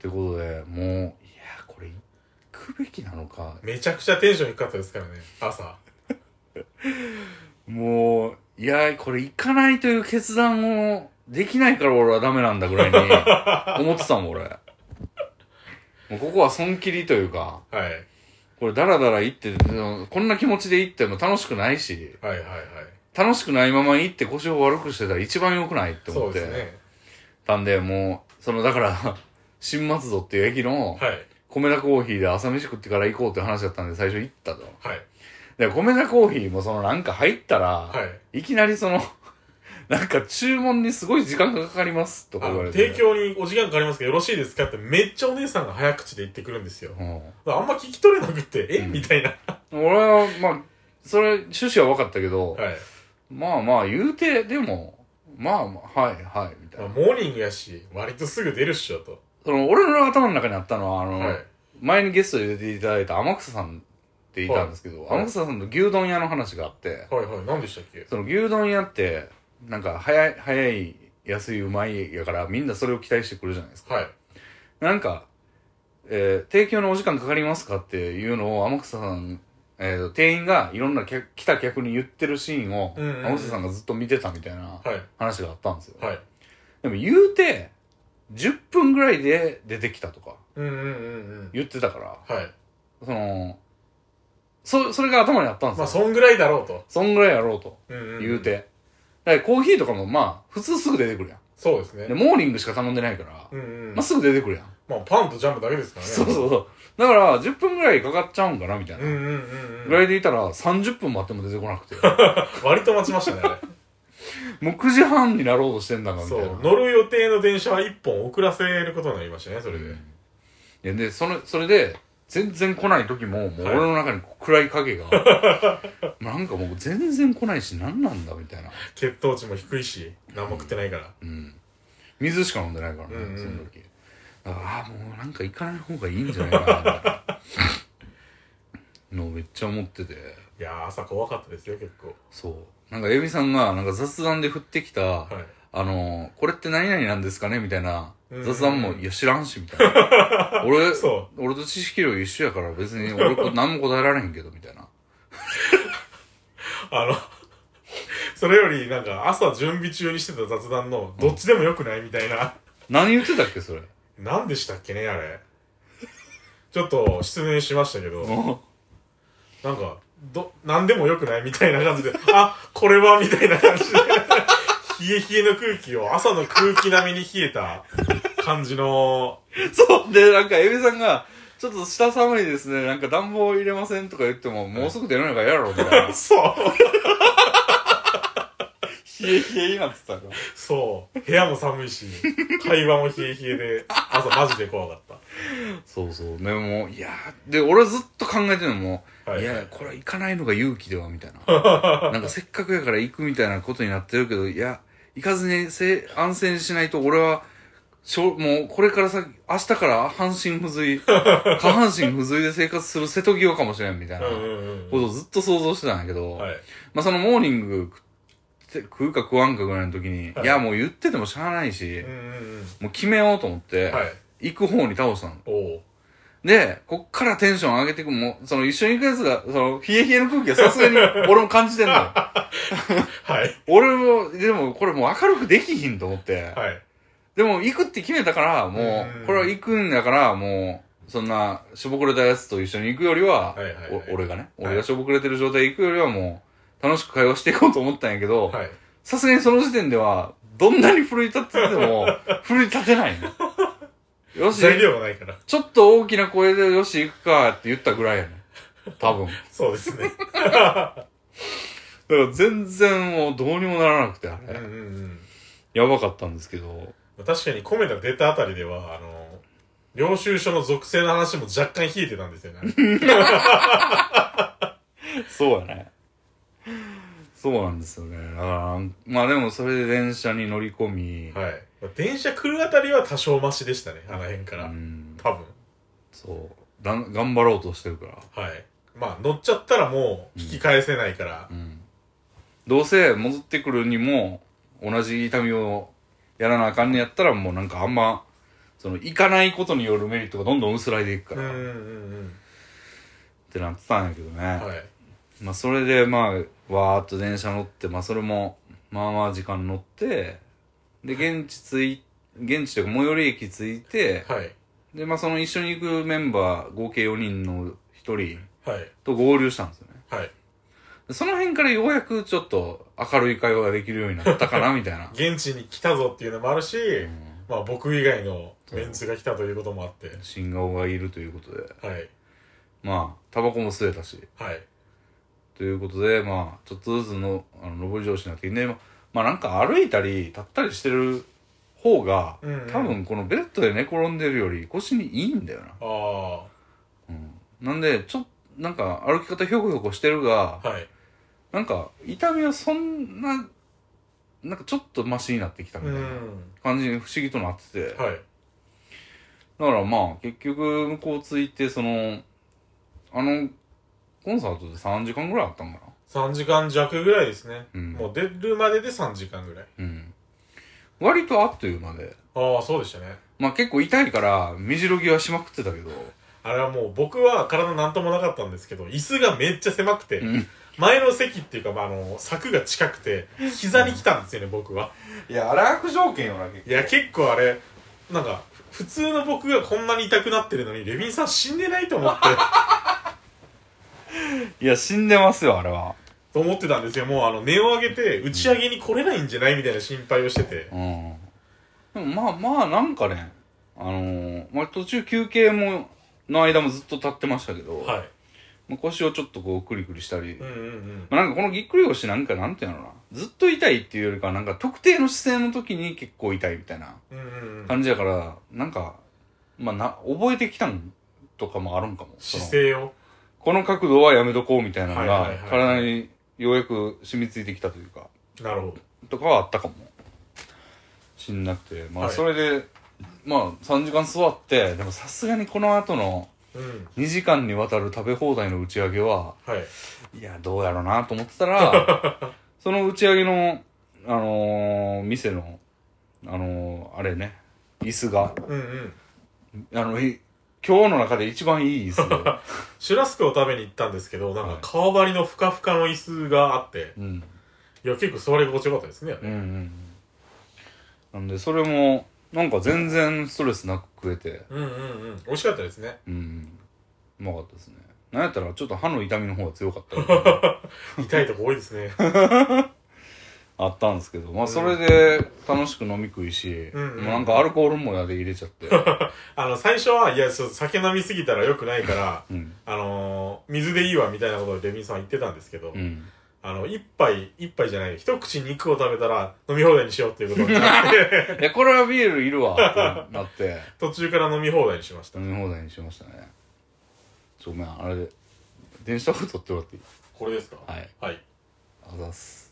Speaker 1: てことで、もう、いや、これ、行くべきなのか。
Speaker 2: めちゃくちゃテンション低かったですからね。朝。
Speaker 1: もう、いや、これ行かないという決断をできないから俺はダメなんだぐらいに
Speaker 2: [LAUGHS]
Speaker 1: 思ってたもん、俺。もうここは損切りというか、
Speaker 2: はい。
Speaker 1: これダラダラ行って、そのこんな気持ちで行っても楽しくないし、
Speaker 2: はいはいはい。
Speaker 1: 楽しくないまま行って腰を悪くしてたら一番良くないって
Speaker 2: そ
Speaker 1: 思
Speaker 2: う
Speaker 1: っ
Speaker 2: です
Speaker 1: て
Speaker 2: ね。
Speaker 1: たんで、もう、そのだから、 [LAUGHS] 新松戸っていう駅の
Speaker 2: はい。
Speaker 1: 米田コーヒーで朝飯食ってから行こうって話だったんで最初行ったと。
Speaker 2: はい。
Speaker 1: で、米田コーヒーもそのなんか入ったら、
Speaker 2: はい。
Speaker 1: い、きなりその、 [LAUGHS] なんか注文にすごい時間がかかりますとか
Speaker 2: あ
Speaker 1: 言わ
Speaker 2: の
Speaker 1: れて。
Speaker 2: 提供にお時間かかりますけどよろしいですかってめっちゃお姉さんが早口で言ってくるんですよ。
Speaker 1: うん
Speaker 2: あんま聞き取れなくて、え
Speaker 1: うん
Speaker 2: みたいな。
Speaker 1: 俺は、まあ、それ趣旨は分かったけど、
Speaker 2: はい。
Speaker 1: まあまあ言うて、でも、まあまあ、はいはい、みたい
Speaker 2: ま
Speaker 1: な
Speaker 2: あ、。モーニングやし、割とすぐ出るっしょと。
Speaker 1: その、俺の頭の中にあったのは、あの、
Speaker 2: はい。
Speaker 1: 前にゲストで出ていただいた天草さんっていたんですけど、
Speaker 2: はい
Speaker 1: 天草さんの牛丼屋の話があって、
Speaker 2: はいはい。何でしたっけ
Speaker 1: その牛丼屋って、なんか早い、早い、安い、うまいやから、みんなそれを期待してくるじゃないですか。
Speaker 2: はい。
Speaker 1: なんか、えー提供のお時間かかりますかっていうのを天草さん、えー店員がいろんな客来た客に言ってるシーンを、
Speaker 2: うんうんうん
Speaker 1: 天草さんがずっと見てたみたいな
Speaker 2: はい。
Speaker 1: 話があったんですよ。
Speaker 2: はい。
Speaker 1: でも言うて、10分ぐらいで出てきたとか
Speaker 2: うんうんうん
Speaker 1: 言ってたから、
Speaker 2: うん。はい。
Speaker 1: その、そ、それが頭にあったんですよ。
Speaker 2: まあ、そんぐらいだろうと。
Speaker 1: そんぐらいやろうと
Speaker 2: うんうんん
Speaker 1: 言う。て。だからコーヒーとかもまあ、普通すぐ出てくるやん。
Speaker 2: そうです
Speaker 1: で、
Speaker 2: ね。
Speaker 1: モーニングしか頼んでないから、
Speaker 2: うんうん。
Speaker 1: まあ
Speaker 2: ます
Speaker 1: ぐ出てくるやん。
Speaker 2: あ、パンとジャムだけですからね。
Speaker 1: そうそうそう。だから、10分ぐらいかかっちゃうんかな、みたいな。
Speaker 2: うんうんうん
Speaker 1: ぐ
Speaker 2: う
Speaker 1: ら
Speaker 2: ん。
Speaker 1: いでいたら、30分待っても出てこなくて。
Speaker 2: 割と待ちましたね、あ
Speaker 1: [LAUGHS] もう9時半になろうとしてんだか
Speaker 2: れ。
Speaker 1: ら、み
Speaker 2: そ。
Speaker 1: たいうな。
Speaker 2: 乗る予定の電車は1本遅らせることになりましたね、それで。
Speaker 1: うんいや、で、その、それで、全然来ない時も、もう俺の中に暗い影
Speaker 2: [LAUGHS]
Speaker 1: が、なんかもう全然来ないし、何なんだ、みたいな。
Speaker 2: 血糖値も低いし、何も食ってないから。
Speaker 1: うん。水しか飲んでないからね、
Speaker 2: うんうん
Speaker 1: その時。だからああ、もうなんか行かない方がいいんじゃないかなみたい
Speaker 2: [LAUGHS]
Speaker 1: な、のをめっちゃ思ってて、
Speaker 2: いやー、朝怖かったですよ、結構。
Speaker 1: そう。なんか、エビさんが、なんか雑談で振ってきた、
Speaker 2: はい。
Speaker 1: あのー、これって何々なんですかねみたいな
Speaker 2: うん
Speaker 1: 雑談も、いや、知らんし、みたい [LAUGHS] な。俺、
Speaker 2: そ
Speaker 1: 俺と知識量一緒やから別に俺こ何も答えられへんけど、みたいな。
Speaker 2: あの、 [LAUGHS] それよりなんか朝準備中にしてた雑談のどっちでもよくないみたいな。
Speaker 1: [LAUGHS] 何言ってたっけ、それ。
Speaker 2: 何でしたっけねあれちょっと失念しましたけど
Speaker 1: も
Speaker 2: なんかど何でもよくないみたいな感じであこれはみたいな感じで [LAUGHS] 冷え冷えの空気を朝の空気並みに冷えた感じの。
Speaker 1: う、そう、で、なんか、エビさんが、ちょっと下寒いですね、なんか暖房入れませんとか言っても、もうすぐ出るのが嫌やろ、みた [LAUGHS] いな
Speaker 2: そう
Speaker 1: 冷え冷えになってたから。
Speaker 2: そう部屋も寒いし会話も冷え冷えで朝マジで怖かっ
Speaker 1: そうそう。でも、いやー、で、俺ずっと考えてるのも、、
Speaker 2: た、はいい、
Speaker 1: や、これは行かないのが勇気では、みたい
Speaker 2: [LAUGHS]
Speaker 1: な。なんかせっかくやから行くみたいなことになってるけど、いや、行かずにせ安静にしないと俺は、しょもうこれから先、明日から半身不
Speaker 2: [LAUGHS]
Speaker 1: 随、下半身不随で生活する瀬戸際かもしれんみたいな
Speaker 2: うん
Speaker 1: こ
Speaker 2: うん
Speaker 1: と
Speaker 2: う
Speaker 1: をずっと想像してたんやけど、
Speaker 2: んはい
Speaker 1: まあそのモーニング食って食うか食わんかぐらいの時に、
Speaker 2: はい
Speaker 1: い、やもう言っててもしゃあないし、
Speaker 2: うんうん
Speaker 1: もう決めようと思って、
Speaker 2: うんはい
Speaker 1: 行く方に倒したの。
Speaker 2: おお
Speaker 1: で、こっからテンション上げていくもう、その一緒に行くやつが、その、冷え冷えの空気がさすがに、俺も感じてんの
Speaker 2: [LAUGHS]
Speaker 1: よ。
Speaker 2: はい
Speaker 1: 俺も、でもこれもう明るくできひんと思って。
Speaker 2: はい
Speaker 1: でも行くって決めたから、も
Speaker 2: うん
Speaker 1: う、これは行くんだから、もう、そんな、しょぼくれたやつと一緒に行くよりは、
Speaker 2: はいはいはい
Speaker 1: お俺がね、
Speaker 2: はい
Speaker 1: 俺がしょぼくれてる状態で行くよりはもう、楽しく会話していこうと思ったんやけど、
Speaker 2: はい
Speaker 1: さすがにその時点では、どんなに奮い立ってて
Speaker 2: [LAUGHS]
Speaker 1: も、奮い立てないの。よし、
Speaker 2: [LAUGHS] 材料がないから
Speaker 1: ちょっと大きな声で、よし、行くかって言ったぐらいやね。多分。
Speaker 2: そうですね
Speaker 1: だから全然もうどうにもならなくて、あ
Speaker 2: うんう
Speaker 1: れ。
Speaker 2: んうん
Speaker 1: やばかったんですけど。
Speaker 2: 確かにコメダ出たあたりではあの領収書の属性の話も若干冷えてたんですよね [LAUGHS]
Speaker 1: そうやね。そうなんですよね。だから、まあでもそれで電車に乗り込み、
Speaker 2: はいまあ電車来るあたりは多少マシでしたねあの辺か
Speaker 1: う
Speaker 2: ら、
Speaker 1: ん、
Speaker 2: 多分
Speaker 1: そうだん。頑張ろうとしてるから。
Speaker 2: はいまあ乗っちゃったらもう引き返せないから、
Speaker 1: うん。どうせ戻ってくるにも、同じ痛みをやらなあかんねやったら、もうなんかあんま、その、行かないことによるメリットがどんどん薄らいでいくか
Speaker 2: うん
Speaker 1: ら、
Speaker 2: う
Speaker 1: っ
Speaker 2: んうん
Speaker 1: てなってたんやけどね。
Speaker 2: うんはい
Speaker 1: まあそれでまあわーっと電車乗ってまあそれもまあまあ時間乗ってで現地つい現地というか最寄り駅着いて
Speaker 2: はい
Speaker 1: でまあその一緒に行くメンバー合計4人の1人
Speaker 2: はい
Speaker 1: と合流したんですよね
Speaker 2: はい
Speaker 1: でその辺からようやくちょっと明るい会話ができるようになったかなみたい
Speaker 2: [LAUGHS]
Speaker 1: な、
Speaker 2: 現地に来たぞっていうのもあるし、
Speaker 1: うん
Speaker 2: まあ僕以外のメンツが来たということもあって
Speaker 1: 新顔がいるということで
Speaker 2: はい
Speaker 1: まあタバコも吸えたし
Speaker 2: はい
Speaker 1: ということでまあちょっとずつのあの上り調子になってきてでままあなんか歩いたり立ったりしてる方が
Speaker 2: うんうん
Speaker 1: 多分このベッドで寝転んでるより腰にいいんだよな、
Speaker 2: あ
Speaker 1: うん、なんでちょっとなんか歩き方ひょこひょこしてるが
Speaker 2: あはい
Speaker 1: なんか痛みはそんななんかちょっとマシになってきたみ
Speaker 2: う
Speaker 1: たいなん感じに不思議となっててだか
Speaker 2: はい
Speaker 1: らまあ結局向こう着いてそのあのコンサートで3時間ぐらいあったんかな
Speaker 2: 3時間弱ぐらいですね、
Speaker 1: うん
Speaker 2: もう出るまでで3時間ぐらい
Speaker 1: うん割とあっという間で
Speaker 2: ああそうでしたね
Speaker 1: まあ結構痛いから、目白際しまくってたけど、
Speaker 2: あれはもう僕は体なんともなかったんですけど椅子がめっちゃ狭くて、
Speaker 1: うん
Speaker 2: 前の席っていうか、まあ、あの柵が近くて膝に来たんですよね、僕はい
Speaker 1: や、あれ悪条件よな、結
Speaker 2: いや結構あれなんか普通の僕がこんなに痛くなってるのにレビンさん死んでないと
Speaker 1: [LAUGHS]
Speaker 2: 思って
Speaker 1: いや、死んでますよ、あれは。
Speaker 2: と思ってたんですよもうあの値を上げて打ち上げに来れないんじゃないみたいな心配をしてて
Speaker 1: うん。でもまあまあ、なんかね、あのー、まあ途中休憩も、の間もずっと立ってましたけど、
Speaker 2: は
Speaker 1: まあ腰をちょっとこう、クリクリしたり、
Speaker 2: いうんうんうん
Speaker 1: まあなんかこのぎっくり腰なんか、なんていうのかな、ずっと痛いっていうよりかは、なんか特定の姿勢の時に結構痛いみたいな
Speaker 2: うんうんうん
Speaker 1: 感じやから、なんか、まあな、覚えてきたんとかもあるんかも。その
Speaker 2: 姿勢を
Speaker 1: この角度はやめとこうみたいなの
Speaker 2: はいは
Speaker 1: が
Speaker 2: いはい
Speaker 1: 体にようやく染みついてきたというか
Speaker 2: なるほど
Speaker 1: とかはあったかもしんなくてま
Speaker 2: は
Speaker 1: あ
Speaker 2: い
Speaker 1: それで、まあ3時間座ってでもさすがにこの後の
Speaker 2: うん
Speaker 1: 2時間にわたる食べ放題の打ち上げは
Speaker 2: はい
Speaker 1: いやどうやろうなと思ってたら
Speaker 2: [LAUGHS]
Speaker 1: その打ち上げのあのー店のあのーあれね椅子が
Speaker 2: うんうん
Speaker 1: あのい今日の中で一番いい椅子で、
Speaker 2: [LAUGHS] シュラスクを食べに行ったんですけどなん
Speaker 1: は
Speaker 2: か
Speaker 1: い
Speaker 2: 顔張りのふかふかの椅子があって
Speaker 1: うん
Speaker 2: いや結構座り心地よかったですね
Speaker 1: うんうんうんなんでそれもなんか全然ストレスなく食えて
Speaker 2: うんうんうん美味しかったですね
Speaker 1: うんうまかったですねなんやったらちょっと歯の痛みの方が強かったよね
Speaker 2: [LAUGHS] 痛いとこ多いですね [LAUGHS]
Speaker 1: あったんですけどまあそれで楽しく飲み食いし、
Speaker 2: うんうん
Speaker 1: もなんかアルコールもやで入れちゃ
Speaker 2: [LAUGHS]
Speaker 1: って、
Speaker 2: あの最初はいやちょっと酒飲みすぎたら良くないから
Speaker 1: うん
Speaker 2: あのー、水でいいわみたいなことをレビンさんは言ってたんですけど、
Speaker 1: うん、
Speaker 2: あの一杯一杯じゃない一口肉を食べたら飲み放題にしようっていうことにな [LAUGHS] って
Speaker 1: えこれはビールいるわってなって
Speaker 2: 途中から飲み放題にしました
Speaker 1: 飲み放題にしましたねちょごめんあれで電子タバコ取ってもらっていい
Speaker 2: これですか
Speaker 1: はい
Speaker 2: はい
Speaker 1: あざっす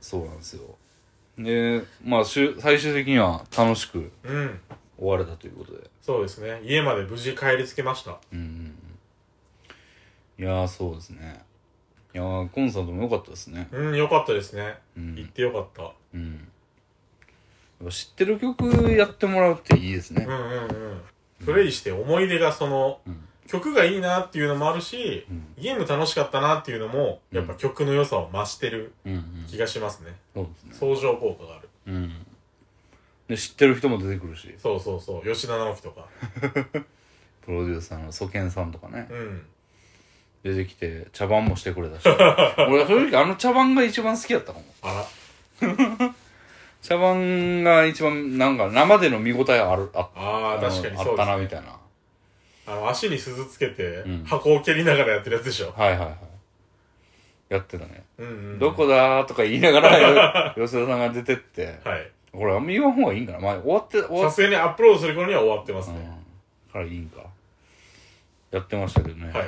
Speaker 1: そうなんですよでまあしゅ最終的には楽しく
Speaker 2: うん
Speaker 1: 終われたということで
Speaker 2: そうですね家まで無事帰りつけました
Speaker 1: うんうんうんいやーそうですねいやーコンサートも良かったですね
Speaker 2: うんよかったですね
Speaker 1: うん
Speaker 2: 行ってよかった
Speaker 1: うんやっぱ知ってる曲やってもらうっていいですね
Speaker 2: うんうんうんプレイして思い出がその、
Speaker 1: うん
Speaker 2: 曲がいいなっていうのもあるし、
Speaker 1: うん
Speaker 2: ゲーム楽しかったなっていうのも、
Speaker 1: うん
Speaker 2: やっぱ曲の良さを増してる
Speaker 1: うんうん
Speaker 2: 気がしますね。
Speaker 1: そうですね
Speaker 2: 相乗効果がある。
Speaker 1: うんで知ってる人も出てくるし
Speaker 2: そうそうそう、吉田直樹とか。
Speaker 1: プロデューサーの蘇健さんとかね
Speaker 2: うん。
Speaker 1: 出てきて茶番もしてくれ
Speaker 2: [LAUGHS]
Speaker 1: たし俺は正直あの茶番が一番好きだったかも
Speaker 2: あ
Speaker 1: 茶番が一番なんか生での見応えあるあっ
Speaker 2: ら。ああ、確かに
Speaker 1: あ
Speaker 2: そ
Speaker 1: っ
Speaker 2: う
Speaker 1: た
Speaker 2: で
Speaker 1: な
Speaker 2: す
Speaker 1: み
Speaker 2: ね。
Speaker 1: たいな
Speaker 2: あの、足に鈴つけて、
Speaker 1: うん
Speaker 2: 箱を蹴りながらやってるやつでしょ。
Speaker 1: はいはいはいやってたね、
Speaker 2: うんうん。
Speaker 1: どこだーとか言いながら [LAUGHS] 吉田さんが出てって
Speaker 2: はい。
Speaker 1: これあんま言わん方がいいんかな、まあ、終わって終わ
Speaker 2: さ
Speaker 1: っ
Speaker 2: すがにアップロードする頃には終わってます
Speaker 1: う
Speaker 2: ね。
Speaker 1: んからいいんかやってましたけどね、
Speaker 2: はい。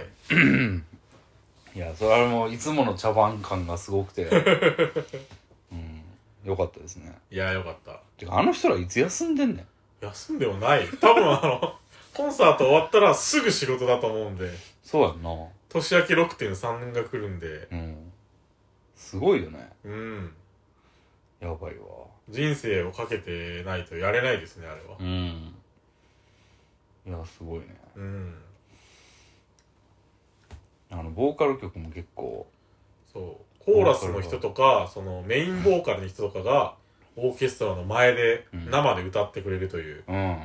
Speaker 1: いやそれはもういつもの茶番感がすごく [LAUGHS] てうんよかったですね
Speaker 2: いやーよかった。
Speaker 1: てかあの人らいつ休んでんねん
Speaker 2: 休んでもない。多分あの、コンサート終わったらすぐ仕事だと思うんで、
Speaker 1: そうやんな
Speaker 2: 年明け6.3が来るんで、
Speaker 1: うんすごいよね
Speaker 2: うん。
Speaker 1: やばいわ
Speaker 2: 人生をかけてないとやれないですねあれは
Speaker 1: うんいやすごいね
Speaker 2: うん
Speaker 1: あのボーカル曲も結構
Speaker 2: そうコーラスの人とかそのメインボーカルの人とかがオーケストラの前で
Speaker 1: うん
Speaker 2: 生で歌ってくれるという
Speaker 1: うん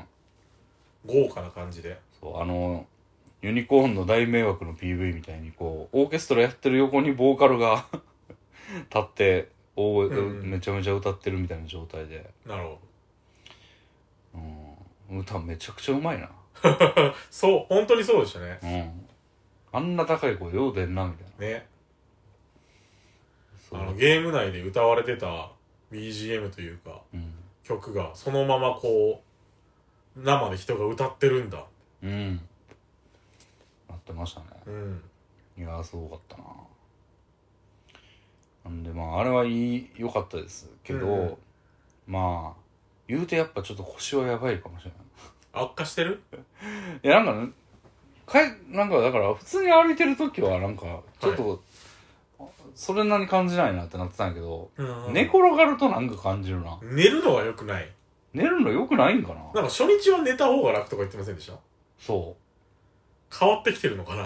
Speaker 2: 豪華な感じで
Speaker 1: そうあのユニコーンの大迷惑の PV みたいにこうオーケストラやってる横にボーカルが [LAUGHS] 立って大声で
Speaker 2: うんうん
Speaker 1: めちゃめちゃ歌ってるみたいな状態で、
Speaker 2: なるほど
Speaker 1: うん、歌めちゃくちゃうまいな
Speaker 2: そう本当にそうでしたね
Speaker 1: うんあんな高い声よう出んなみたいな
Speaker 2: ね
Speaker 1: そ
Speaker 2: あ
Speaker 1: う
Speaker 2: のゲーム内で歌われてた BGM というか
Speaker 1: うん
Speaker 2: 曲がそのままこう生で人が歌ってるんだ
Speaker 1: うんなってましたね
Speaker 2: うん
Speaker 1: いやーすごかったななんでまああれはいい良かったですけど、
Speaker 2: うんうん
Speaker 1: まあ言うてやっぱちょっと腰はやばいかもしれな
Speaker 2: 悪化してる
Speaker 1: いいやなんかねかいなんかだから普通に歩いてる時はなんかちょっと、それなりに感じないなってなってたんやけど、
Speaker 2: うんうん
Speaker 1: 寝転がるとなんか感じるな
Speaker 2: 寝るのは良くない
Speaker 1: 寝るの良くないんかな
Speaker 2: なんか初日は寝た方が楽とか言ってませんでした
Speaker 1: そ
Speaker 2: 変わってきてるのかな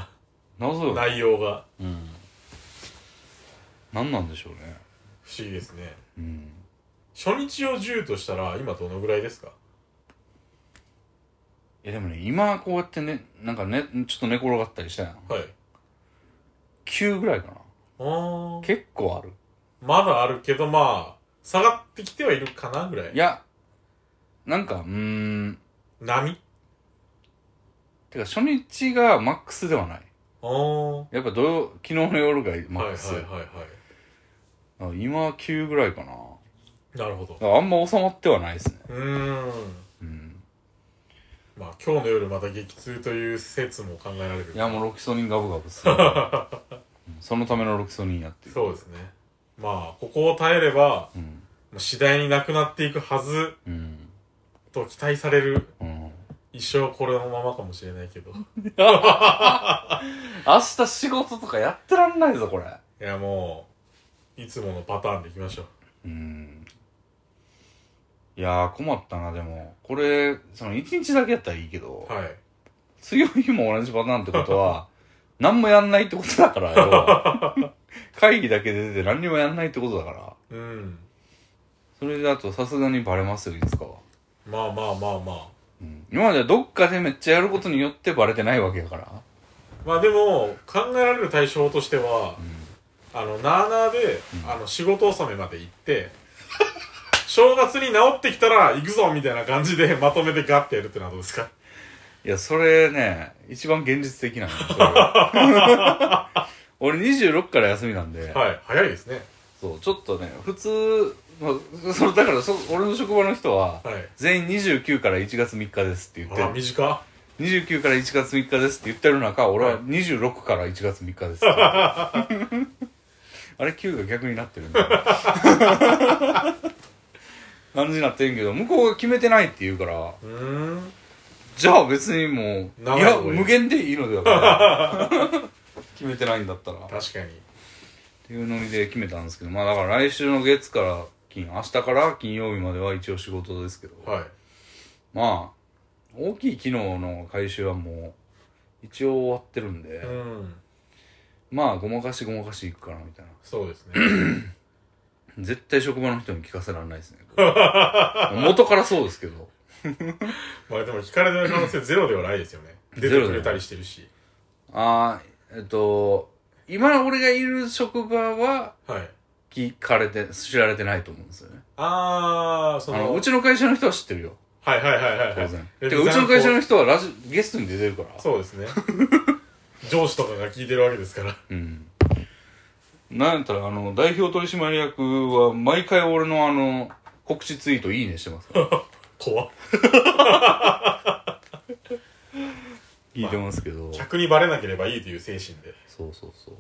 Speaker 1: う謎よ
Speaker 2: 内容が
Speaker 1: うん何なんでしょうね
Speaker 2: 不思議ですね
Speaker 1: うん
Speaker 2: 初日を10としたら今どのぐらいですか
Speaker 1: いやでもね今こうやってねなんかねちょっと寝転がったりしたやん
Speaker 2: はい
Speaker 1: 9ぐらいかな
Speaker 2: あー
Speaker 1: 結構ある
Speaker 2: まだあるけどまあ下がってきてはいるかなぐらい
Speaker 1: いやなんかうーん
Speaker 2: 波
Speaker 1: てか初日がマックスではない
Speaker 2: ああは
Speaker 1: やっぱ土曜昨日の夜が
Speaker 2: い
Speaker 1: マ
Speaker 2: はい
Speaker 1: ッ
Speaker 2: はい
Speaker 1: クス、
Speaker 2: は
Speaker 1: あ今9ぐらいかなだ
Speaker 2: いなるほど
Speaker 1: からあんま収まってはないですね
Speaker 2: うーん
Speaker 1: うん
Speaker 2: まあ今日の夜また激痛という説も考えられる
Speaker 1: いやもうロキソニンガブガブするうんそのためのロキソニンやってる
Speaker 2: そうですねまあここを耐えれば
Speaker 1: うん
Speaker 2: まあ次第になくなっていくはず
Speaker 1: うん
Speaker 2: と期待される
Speaker 1: うん
Speaker 2: 一生これのままかもしれないけど
Speaker 1: 明日仕事とかやってらんないぞこれ
Speaker 2: いやもういつものパターンでいきましょう
Speaker 1: うんいやー困ったなでもこれその1日だけやったらいいけど、
Speaker 2: はい
Speaker 1: 次の日も同じパターンってことは [LAUGHS] 何もやんないってことだから [LAUGHS] 要は会議だけ出て何にもやんないってことだから
Speaker 2: うん
Speaker 1: それだとさすがにバレますよいつかは
Speaker 2: まあまあまあまあ。
Speaker 1: うん今までどっかでめっちゃやることによってバレてないわけやから
Speaker 2: まあでも、考えられる対象としては、あの、なあなあで、あの、仕事納めまで行って、 [LAUGHS] 正月に治ってきたら行くぞみたいな感じでまとめてガッてやるってのはどうですか
Speaker 1: いやそれね一番現実的なのよそれが [LAUGHS] 俺26から休みなんで、
Speaker 2: はい、早いですね。
Speaker 1: そうちょっとね普通、まあ、そのだからそ俺の職場の人は
Speaker 2: はい。
Speaker 1: 全員29から1月3日ですって言って
Speaker 2: あ、
Speaker 1: る
Speaker 2: 短っ
Speaker 1: 29から1月3日ですって言ってる中俺は
Speaker 2: はい
Speaker 1: 26から1月3日ですって
Speaker 2: [LAUGHS]
Speaker 1: あれ9が逆になってるんだよ感じになってんけど向こうが決めてないって言うから
Speaker 2: うーん。
Speaker 1: じゃあ別にもうい
Speaker 2: 長い
Speaker 1: や
Speaker 2: 方がいい
Speaker 1: 無限でいいのではから
Speaker 2: [LAUGHS]
Speaker 1: 決めてないんだったら
Speaker 2: 確かに。
Speaker 1: っていうのみで決めたんですけど、まあだから来週の月から金、明日から金曜日までは一応仕事ですけど、
Speaker 2: はい。
Speaker 1: まあ、大きい機能の回収はもう、一応終わってるんで、
Speaker 2: うん。
Speaker 1: まあ、ごまかしごまかしいくかな、みたいな。
Speaker 2: そうですね。
Speaker 1: 絶対職場の人に聞かせられない
Speaker 2: [LAUGHS]
Speaker 1: ですね。元からそうですけど、
Speaker 2: まあでも、聞かれてる可能性ゼロではないですよね。出てくれたりしてるし。
Speaker 1: あー、えっと、今俺がいる職場は、
Speaker 2: はい。
Speaker 1: 聞かれて、知られてないと思うんですよね。
Speaker 2: あー、そ
Speaker 1: あの、
Speaker 2: の
Speaker 1: う、ちの会社の人は知ってるよ、
Speaker 2: はいはいはいはいは
Speaker 1: 当
Speaker 2: い。
Speaker 1: 然。
Speaker 2: え
Speaker 1: てか、うちの会社の人はラジ、ゲストに出てるから。
Speaker 2: そうです
Speaker 1: [LAUGHS]
Speaker 2: ね。上司とかが聞いてるわけですから。
Speaker 1: うん。なんやったら、あの、代表取締役は、毎回俺のあの、告知ツイートいいねしてます
Speaker 2: [LAUGHS]
Speaker 1: から。
Speaker 2: 怖っ
Speaker 1: 聞いてますけど。
Speaker 2: 客にバレなければいいという精神で。
Speaker 1: そうそうそう。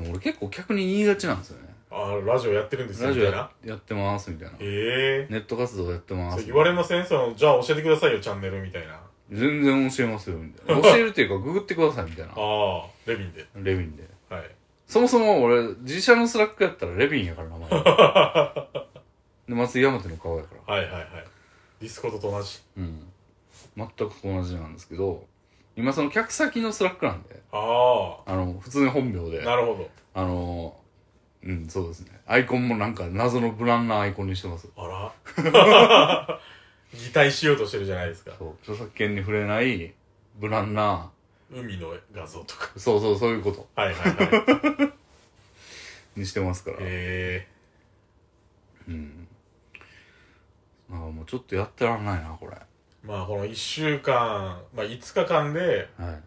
Speaker 1: でも俺結構客に言いがちなんですよね。
Speaker 2: ああ、ラジオやってるんですよ、
Speaker 1: ラ
Speaker 2: み
Speaker 1: ジ
Speaker 2: た
Speaker 1: オ
Speaker 2: い
Speaker 1: や
Speaker 2: な。
Speaker 1: やってます、みたいな。
Speaker 2: ええ
Speaker 1: ネット活動やってま
Speaker 2: そ
Speaker 1: す
Speaker 2: う。言われませんその、じゃあ教えてくださいよ、チャンネルみたいな。
Speaker 1: 全然教えますよ、みたいな。 [LAUGHS] 教えるっていうか、ググってください、みたいな
Speaker 2: あ。あ、レビンで。
Speaker 1: レビンで。
Speaker 2: はい。
Speaker 1: そもそも俺、自社のスラックやったらレビンやから、名前。
Speaker 2: [LAUGHS]
Speaker 1: で、松井山手の顔やから。
Speaker 2: はいはいはい。ディスコードと同じ。
Speaker 1: うん。全く同じなんですけど、今その客先のスラックなんで、
Speaker 2: あ
Speaker 1: あの、普通に本名
Speaker 2: あ、
Speaker 1: で、
Speaker 2: なるほ
Speaker 1: あの、うん、そうですね。アイコンもなんか謎の無難なアイコンにしてます。
Speaker 2: ど。あら。 [LAUGHS] 擬態しようとしてるじゃないですか。
Speaker 1: そう、著作権に触れない、無難な、
Speaker 2: 海の画像とか。
Speaker 1: そうそう、そういうこと
Speaker 2: はいはいはい。
Speaker 1: にしてますから。
Speaker 2: え
Speaker 1: うん。なんかもうちょっとやってらんないな、これ。
Speaker 2: えまあこの1週間、まあ5日間で
Speaker 1: はい。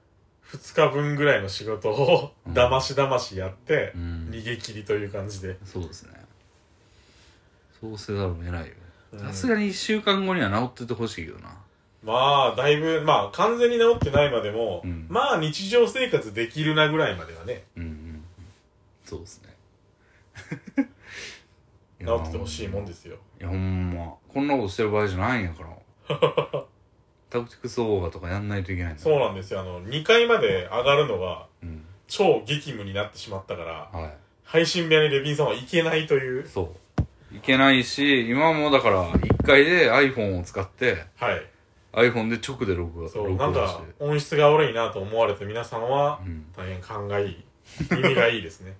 Speaker 2: 2日分ぐらいの仕事を
Speaker 1: うん
Speaker 2: だましだましやって
Speaker 1: う、ん。
Speaker 2: 逃げ切りという感じで。
Speaker 1: そうですね。そうせざるを得ないよ。
Speaker 2: うん
Speaker 1: さすがに一週間後には治っててほしいけどな。
Speaker 2: まあ、だいぶ、まあ、完全に治ってないまでも、
Speaker 1: うん
Speaker 2: まあ、日常生活できるなぐらいまではね、
Speaker 1: うんうんうんそうですね [LAUGHS] いや
Speaker 2: 治っててほしいもんですよ。
Speaker 1: いやほんまこんなことしてる場合じゃないんやから
Speaker 2: [LAUGHS]
Speaker 1: タクティクスオーガとかやんないといけないんだ
Speaker 2: そうなんですよ。あの、2階まで上がるのが、
Speaker 1: うん
Speaker 2: 超激務になってしまったから、
Speaker 1: は
Speaker 2: 配信部屋にレビンさんは行けないとい、
Speaker 1: いうそういけないし今もだから1回で iPhone を使って
Speaker 2: はい。
Speaker 1: iPhone で直で録画
Speaker 2: そう、
Speaker 1: 録
Speaker 2: なん
Speaker 1: 画
Speaker 2: か
Speaker 1: して、
Speaker 2: 音質が悪いなと思われて皆さんは
Speaker 1: う、ん、
Speaker 2: 大変勘がいい。耳がい
Speaker 1: [LAUGHS]
Speaker 2: いですね。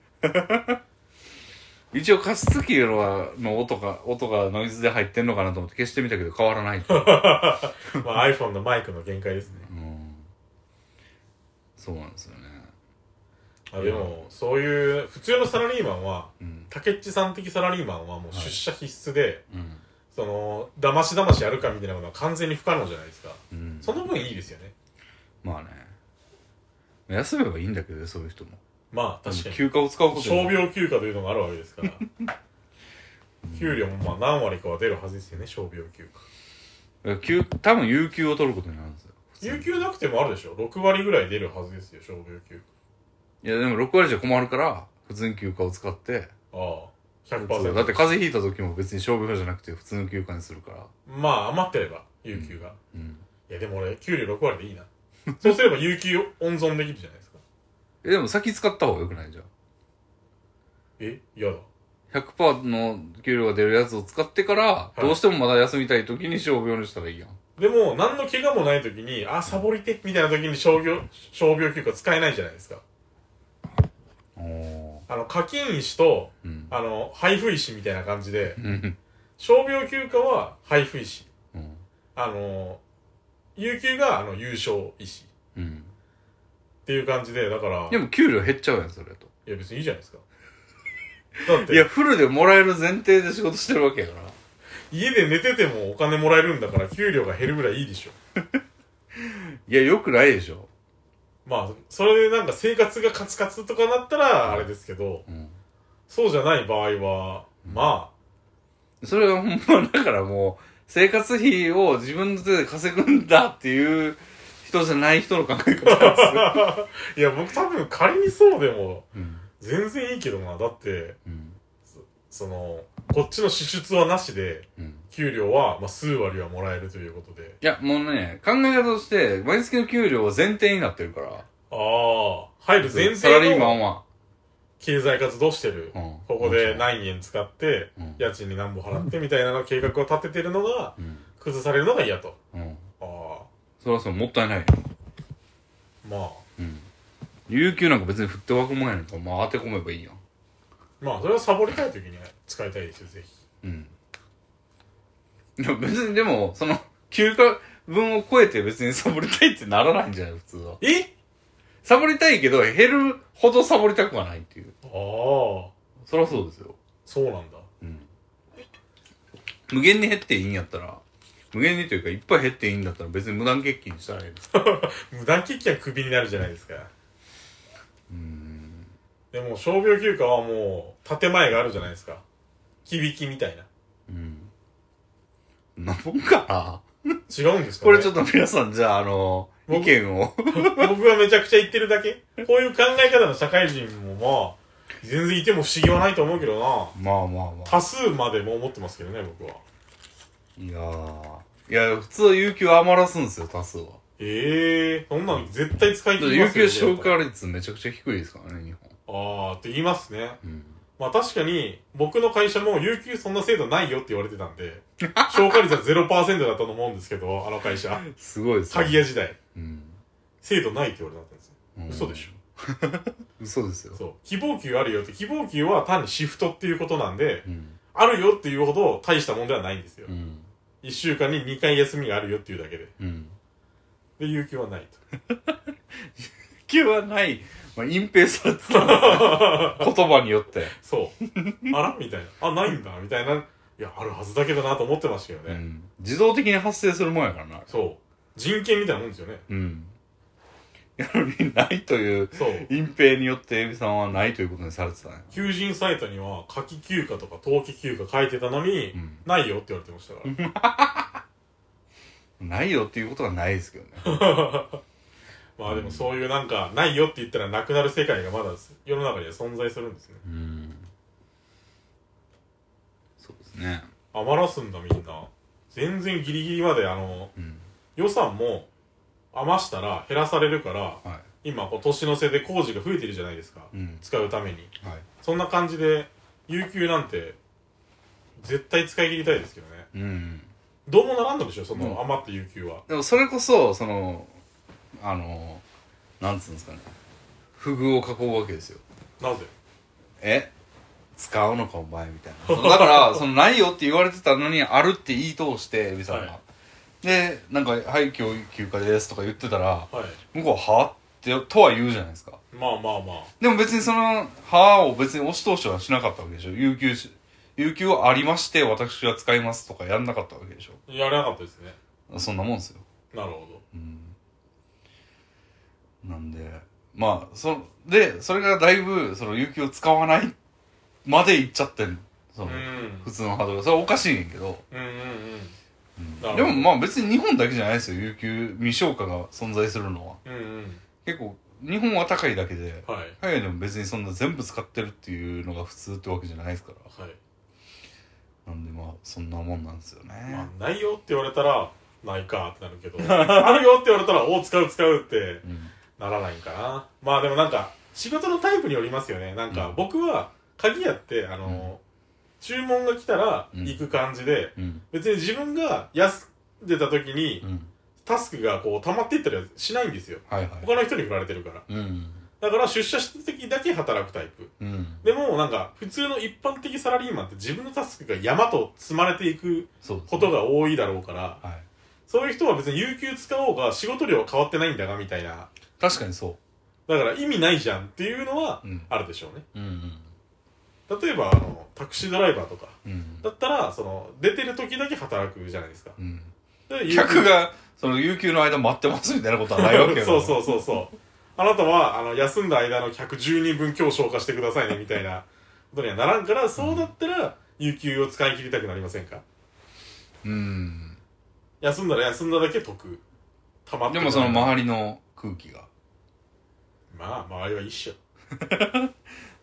Speaker 1: 一応加湿器はの音が音がノイズで入ってんのかなと思って消してみたけど変わらない
Speaker 2: [LAUGHS] まあ、iPhone のマイクの限界ですね。
Speaker 1: うんそうなんですよね
Speaker 2: あでも、そういう、普通のサラリーマンは、
Speaker 1: うん
Speaker 2: 竹内さん的サラリーマンはもう出社必須で、
Speaker 1: うん
Speaker 2: その、だましだましやるかみたいなことは完全に不可能じゃないですか。
Speaker 1: うん
Speaker 2: その分いいですよね。
Speaker 1: まあね休めばいいんだけどねそういう人も
Speaker 2: まあ、確かに。
Speaker 1: 休暇を使うこと
Speaker 2: 傷病休暇というのがあるわけです
Speaker 1: [LAUGHS]
Speaker 2: から。給料もまあ何割かは出るはずですよね、傷病休
Speaker 1: 病休多分有給を取ることになるんですよ普
Speaker 2: 暇。
Speaker 1: 通
Speaker 2: 有給なくてもあるでしょ ?6 割ぐらい出るはずですよ、傷病休
Speaker 1: いやでも6割じゃ困るから普通に休暇を使って
Speaker 2: 暇。ああ、
Speaker 1: だって
Speaker 2: 100%。
Speaker 1: 風邪ひいた時も別に傷病じゃなくて普通の休暇にするから
Speaker 2: まあ余ってれば、有給が。
Speaker 1: うん
Speaker 2: いや、でも俺、給料6割でいいな。そうすれば有給温存できるじゃないですか。
Speaker 1: えでも先使った方がよくないじゃん
Speaker 2: え嫌だ。
Speaker 1: 100%の給料が出るやつを使ってから、
Speaker 2: い
Speaker 1: どうしてもまだ休みたい時に傷病にしたらいいやん
Speaker 2: でも、何の怪我もない時に、あ、サボりて、みたいな時に傷病、傷病休暇使えないじゃないですか。
Speaker 1: お
Speaker 2: あの、課金石と、
Speaker 1: うん
Speaker 2: あの、配布石みたいな感じで、
Speaker 1: うん
Speaker 2: 傷病休暇は配布医師。
Speaker 1: うん
Speaker 2: あの、有給があの優勝医師
Speaker 1: うん
Speaker 2: っていう感じで、だから、い
Speaker 1: でも給料減っちゃうやんそれだと
Speaker 2: や別にいいじゃないですか。だっ
Speaker 1: いや
Speaker 2: て、
Speaker 1: フルでもらえる前提で仕事してるわけやから
Speaker 2: 家で寝ててもお金もらえるんだから、給料が減るぐらいいいでしょ。
Speaker 1: いやよくないでしょ、
Speaker 2: まあ、それでなんか生活がカツカツとかなったら、あれですけど、
Speaker 1: うん、
Speaker 2: そうじゃない場合は、ま
Speaker 1: それはほんまだからもう生活費を自分の手で稼ぐんだっていう人じゃない人の考え方なんですよ、
Speaker 2: あ、いや、僕多分仮にそうでも、
Speaker 1: うん
Speaker 2: 全然いいけどな。だって、
Speaker 1: うん
Speaker 2: その、こっちの支出はなしで、
Speaker 1: うん
Speaker 2: 給料は、まあ、数割はもらえるということで。
Speaker 1: いや、もうね、考え方として、毎月の給料を前提になってるから。
Speaker 2: ああ、入る前
Speaker 1: サラリ
Speaker 2: 提
Speaker 1: ーマ
Speaker 2: の
Speaker 1: ンは。
Speaker 2: 経済活動してる。
Speaker 1: こ
Speaker 2: ここで何円使って、
Speaker 1: うん。
Speaker 2: 家賃に何本払ってみたいなの計画を立ててるのが、
Speaker 1: うん。
Speaker 2: 崩されるのが嫌と。
Speaker 1: うん。
Speaker 2: ああ、
Speaker 1: それはそう、もったいない。
Speaker 2: まあ、
Speaker 1: うん。有給なんか別に振って湧くもんやねんから、まあ当て込めばいいやん。
Speaker 2: まあ、それはサボりたい時に使いたいですよ、ぜひ。
Speaker 1: うん。いや、別にでも、その、休暇分を超えて別にサボりたいってならないんじゃない普通は。
Speaker 2: え
Speaker 1: サボりたいけど、減るほどサボりたくはないっていう。
Speaker 2: ああ、
Speaker 1: そりゃそうですよ。
Speaker 2: そうなんだ。
Speaker 1: うん。無限に減っていいんやったら、無限にというか、いっぱい減っていいんだったら別に無断欠勤したらいいです。
Speaker 2: 無断欠勤はクビになるじゃないですか。
Speaker 1: うん。
Speaker 2: でも、傷病休暇はもう、建前があるじゃないですか。響きみたいな。
Speaker 1: うん。なもんかな
Speaker 2: 違うんですか、
Speaker 1: こ
Speaker 2: ね、
Speaker 1: れちょっ
Speaker 2: と。
Speaker 1: と皆さん、じゃあ、あの、意
Speaker 2: 僕
Speaker 1: 見を。
Speaker 2: 僕がめちゃくちゃ言ってるだけこういう考え方の社会人もまあ、全然いても不思議はないと思うけどな。
Speaker 1: まあまあまあ。
Speaker 2: 多数までも思ってますけどね、僕は。
Speaker 1: いやー。いや、普通は有給余らすんですよ、多数は。
Speaker 2: ええー、そんなの絶対使い
Speaker 1: だ
Speaker 2: 切
Speaker 1: って
Speaker 2: りま
Speaker 1: 有
Speaker 2: す
Speaker 1: 給
Speaker 2: よ。
Speaker 1: 消
Speaker 2: 僕だっ
Speaker 1: 化率めちゃくちゃ低いですからね、日本。
Speaker 2: たらあーって言いますね。
Speaker 1: うん。
Speaker 2: まあ確かに、僕の会社も有給そんな制度ないよって言われてたん
Speaker 1: [LAUGHS]
Speaker 2: で、消化率は0%だったと思うんですけど、あの会社。
Speaker 1: すごいですよ
Speaker 2: 鍵屋時代。
Speaker 1: うん。
Speaker 2: 制度ないって言われたんですよ。
Speaker 1: うん
Speaker 2: 嘘でしょ。
Speaker 1: [LAUGHS] 嘘ですよ。
Speaker 2: そう。希望給あるよって、希望給は単にシフトっていうことなんで、
Speaker 1: うん。
Speaker 2: あるよっていうほど大したもんではないんですよ
Speaker 1: う。ん。
Speaker 2: 一週間に2回休みがあるよっていうだけで。
Speaker 1: うん。
Speaker 2: で、有給はないと。
Speaker 1: 有給はない。まあ、隠蔽されてたんですよ言葉によ
Speaker 2: [LAUGHS]
Speaker 1: って。 [LAUGHS]
Speaker 2: そう。あらみたいな。あ、ないんだ。みたいな。いや、あるはずだけどなと思ってましたけど
Speaker 1: う
Speaker 2: ね。
Speaker 1: ん。自動的に発生するもんやからな。
Speaker 2: そう。人権みたいなもんですよね。
Speaker 1: うん。 [LAUGHS] やのに、ないという、
Speaker 2: そう。
Speaker 1: 隠蔽によってエビさんはないということにされてたね。
Speaker 2: 求人サイトには、夏季休暇とか冬季休暇書いてたのに、
Speaker 1: うん。
Speaker 2: ないよって言われてました
Speaker 1: [LAUGHS]
Speaker 2: から。
Speaker 1: ないよっていうことはないですけどね。
Speaker 2: まあでもそういうなんか、ないよって言ったらなくなる世界がまだ世の中には存在するんですね。
Speaker 1: うん。そうですね。
Speaker 2: 余らすんだみんな。全然ギリギリまであの、
Speaker 1: うん。
Speaker 2: 予算も余したら減らされるから、
Speaker 1: は
Speaker 2: 今こう年の瀬で工事が増えてるじゃないですか。
Speaker 1: い。うん。
Speaker 2: 使うために。
Speaker 1: はい。
Speaker 2: そんな感じで、有給なんて、絶対使い切りたいですけどね。
Speaker 1: うん。
Speaker 2: どうもならんのでしょ、そ
Speaker 1: うん
Speaker 2: の余った有給は。
Speaker 1: でもそれこそ、その、あの、なんつうんですかね。不遇を囲うわけですよ。
Speaker 2: なぜ
Speaker 1: え使うのかお前みたいな [LAUGHS] だからそのないよって言われてたのにあるって言い通してエビさんが、
Speaker 2: は
Speaker 1: でなんか「はい今日休暇です」とか言ってたら
Speaker 2: はい。
Speaker 1: 向こうは「は?」ってとは言うじゃないですか
Speaker 2: まあまあまあ。
Speaker 1: でも別にその「は?」を別に押し通しはしなかったわけでしょ有給し有給はありまして私は使いますとかやんなかったわけでしょ
Speaker 2: やれなかったですね。
Speaker 1: そんなもんですよ
Speaker 2: なるほど。
Speaker 1: うんなんでまあそでそれがだいぶその有給を使わないまでいっちゃってんその、
Speaker 2: うん
Speaker 1: 普。通のハードルそれはおかしいねんけど、
Speaker 2: うんうんうん。なるほど
Speaker 1: でもまあ別に日本だけじゃないですよ有給未消化が存在するのは
Speaker 2: うんうん。
Speaker 1: 結構日本は高いだけで
Speaker 2: はい。
Speaker 1: 海外でも別にそんな全部使ってるっていうのが普通ってわけじゃないですか
Speaker 2: はい。
Speaker 1: らなんでまあそんなもんなんですよね、
Speaker 2: まあ、ないよって言われたら、ないかってなるけど、 [LAUGHS] あるよって言われたら、おう、使う使うって
Speaker 1: うん
Speaker 2: ならないんかな。まあでもなんか、仕事のタイプによりますよね。なん
Speaker 1: う
Speaker 2: か
Speaker 1: ん、
Speaker 2: 僕は、鍵屋って、あの、
Speaker 1: うん
Speaker 2: 注文が来たら、
Speaker 1: うん
Speaker 2: 行く感じで、
Speaker 1: うん
Speaker 2: 別に自分が休んでた時に
Speaker 1: う、ん
Speaker 2: タスクがこう、溜まっていったりはしないんですよ。
Speaker 1: はいはい
Speaker 2: 他の人に振られてるから。
Speaker 1: うん
Speaker 2: だから出社した時だけ働くタイプ。
Speaker 1: うん
Speaker 2: でもなんか普通の一般的サラリーマンって自分のタスクが山と積まれていく
Speaker 1: そうです
Speaker 2: こ
Speaker 1: ね
Speaker 2: とが多いだろうから、
Speaker 1: はい
Speaker 2: そういう人は別に有給使おうが仕事量は変わってないんだがみたいな。
Speaker 1: 確かにそ
Speaker 2: だから意味ないじゃんっていうのは
Speaker 1: ううん
Speaker 2: あるでしょうね。
Speaker 1: うんうん
Speaker 2: 例えばあの、タクシードライバーとか。
Speaker 1: うん
Speaker 2: だったら、その、出てる時だけ働くじゃないですか。
Speaker 1: うん
Speaker 2: で
Speaker 1: 客がその有給の間待ってますみたいなことはないわけよ
Speaker 2: [LAUGHS] そうそうそうそうあなたはあの休んだ間の110人分今日消化してくださいねみたいなことにはならんからそうだったら有給を使い切りたくなりませんか
Speaker 1: うん
Speaker 2: 休んだら休んだだけ得たまっ
Speaker 1: で
Speaker 2: てない
Speaker 1: もその周りの空気が
Speaker 2: まあ周りは一緒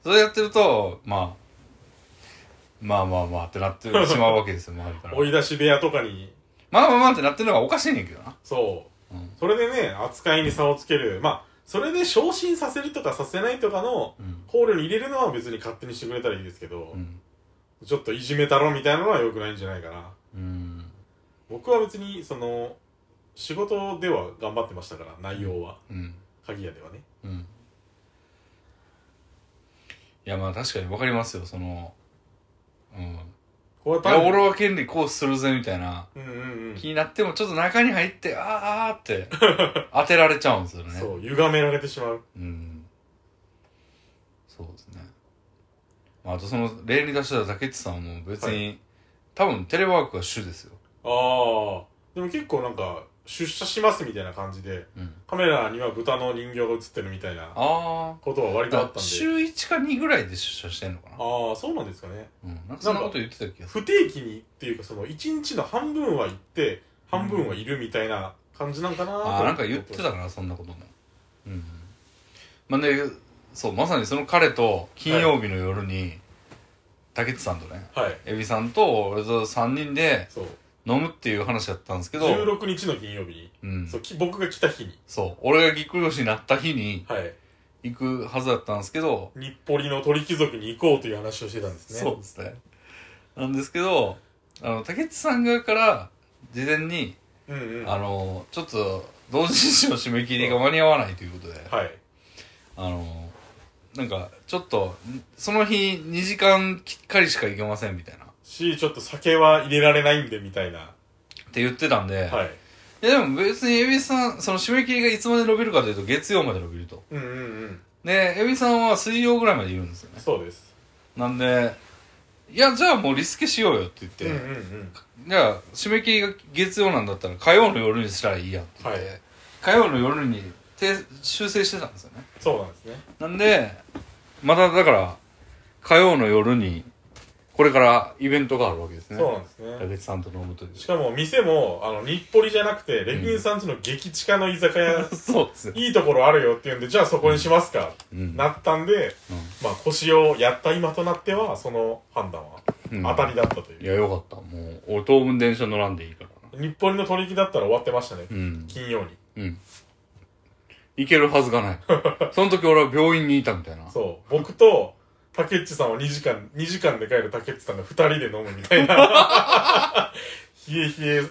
Speaker 1: それやってるとまあまあまあまあってなってしまうわけですよ周り
Speaker 2: [LAUGHS]
Speaker 1: から
Speaker 2: 追い出し部屋とかに
Speaker 1: まあまあまあってなってるのがおかしいねんけどな
Speaker 2: そう、
Speaker 1: うん
Speaker 2: それでね扱いに差をつけるまあそれで昇進させるとかさせないとかの
Speaker 1: うん
Speaker 2: 考慮に入れるのは別に勝手にしてくれたらいいですけど
Speaker 1: う、ん
Speaker 2: ちょっといじめたろみたいなのは良くないんじゃないかな
Speaker 1: うん
Speaker 2: 僕は別にその仕事では頑張ってましたから内容は
Speaker 1: うん
Speaker 2: 鍵屋ではね
Speaker 1: うんいやまあ確かにわかりますよそのうん
Speaker 2: こうやっ
Speaker 1: い
Speaker 2: た
Speaker 1: や俺は権利行使するぜみたいな
Speaker 2: うんうんうん、
Speaker 1: 気になってもちょっと中に入ってあーあーって
Speaker 2: [LAUGHS]
Speaker 1: 当てられちゃうんですよね
Speaker 2: そう歪められてしまう
Speaker 1: うんそうですね、まあ、あとその例に出した竹内さんはもう別に、
Speaker 2: は
Speaker 1: 多分テレワークが主ですよ、
Speaker 2: ああでも結構なんか出社しますみたいな感じで
Speaker 1: うん、
Speaker 2: カメラには豚の人形が映ってるみたいな
Speaker 1: あ
Speaker 2: ことは割
Speaker 1: あだか
Speaker 2: とあった
Speaker 1: ら
Speaker 2: んで
Speaker 1: 週1か2ぐらいで出社してんのかな
Speaker 2: ああそうなんですかね
Speaker 1: うん、なんかそんなこと言ってた気がする
Speaker 2: 不定期にっていうかその一日の半分は行って半分はいるみたいな感じなんかなと
Speaker 1: ああなんか言ってた
Speaker 2: は
Speaker 1: かなそんなこともうんまあねそうまさにその彼と金曜日の夜に竹内さんとね
Speaker 2: い
Speaker 1: エビさんと俺と3人で
Speaker 2: そう
Speaker 1: 飲むっていう話だったんですけど、
Speaker 2: 16日の金曜日
Speaker 1: うん
Speaker 2: に、そうき僕が来た日に
Speaker 1: そう俺がぎっくり腰になった日に
Speaker 2: はい
Speaker 1: 行くはずだったんですけど、
Speaker 2: 日暮里の鳥貴族に行こうという話をしてたんですね
Speaker 1: そうですね。なんですけど、あの、竹内さん側から、事前に、
Speaker 2: うんうん
Speaker 1: あの、ちょっと、同人誌の締め切りが間に合わないということで、
Speaker 2: はい
Speaker 1: あの、なんか、ちょっと、んその日2時間きっかりしか行けませんみたいな、っ
Speaker 2: しちょっと酒は入れられないんでみたいな
Speaker 1: て言ってたんで、い、
Speaker 2: はい
Speaker 1: やでも別に、エビさん、その締め切りがいつまで伸びるかというと、月曜まで伸びると。
Speaker 2: うんうんうん
Speaker 1: で、エビさんは水曜ぐらいまでいるんですよね。
Speaker 2: そうです
Speaker 1: なんで、いや、じゃあもうリスケしようよって言って、
Speaker 2: うんうんうん
Speaker 1: じゃあ締め切りが月曜なんだったら火曜の夜にしたらいいやって言って、
Speaker 2: は
Speaker 1: 火曜の夜にて修正してたんですよね
Speaker 2: そうなんですね
Speaker 1: なんでまただから火曜の夜にこれからイベントがあるわけですね
Speaker 2: そうなんです
Speaker 1: 竹
Speaker 2: ね
Speaker 1: 内さんと飲むという
Speaker 2: [LAUGHS] しかも店もあの日暮里じゃなくてレビンさんちの激地下の居
Speaker 1: [LAUGHS]
Speaker 2: 酒屋
Speaker 1: そうですね
Speaker 2: いいところあるよって言うんでじゃあそこにしますか、
Speaker 1: うん
Speaker 2: なったんでまあ腰をやった今となってはその判断は
Speaker 1: うん
Speaker 2: 当たりだったという、
Speaker 1: いやよかったもう俺当分電車乗らんでいいからな
Speaker 2: 日暮里の取引だったら終わってましたね、
Speaker 1: うん
Speaker 2: 金曜に
Speaker 1: うん行けるはずがない
Speaker 2: [LAUGHS]
Speaker 1: その時俺は病院にいたみたいな
Speaker 2: そう。僕と、竹内さんを2時間、2時間で帰る竹内さんが2人で飲むみたいな。
Speaker 1: [LAUGHS]
Speaker 2: [LAUGHS] 冷え冷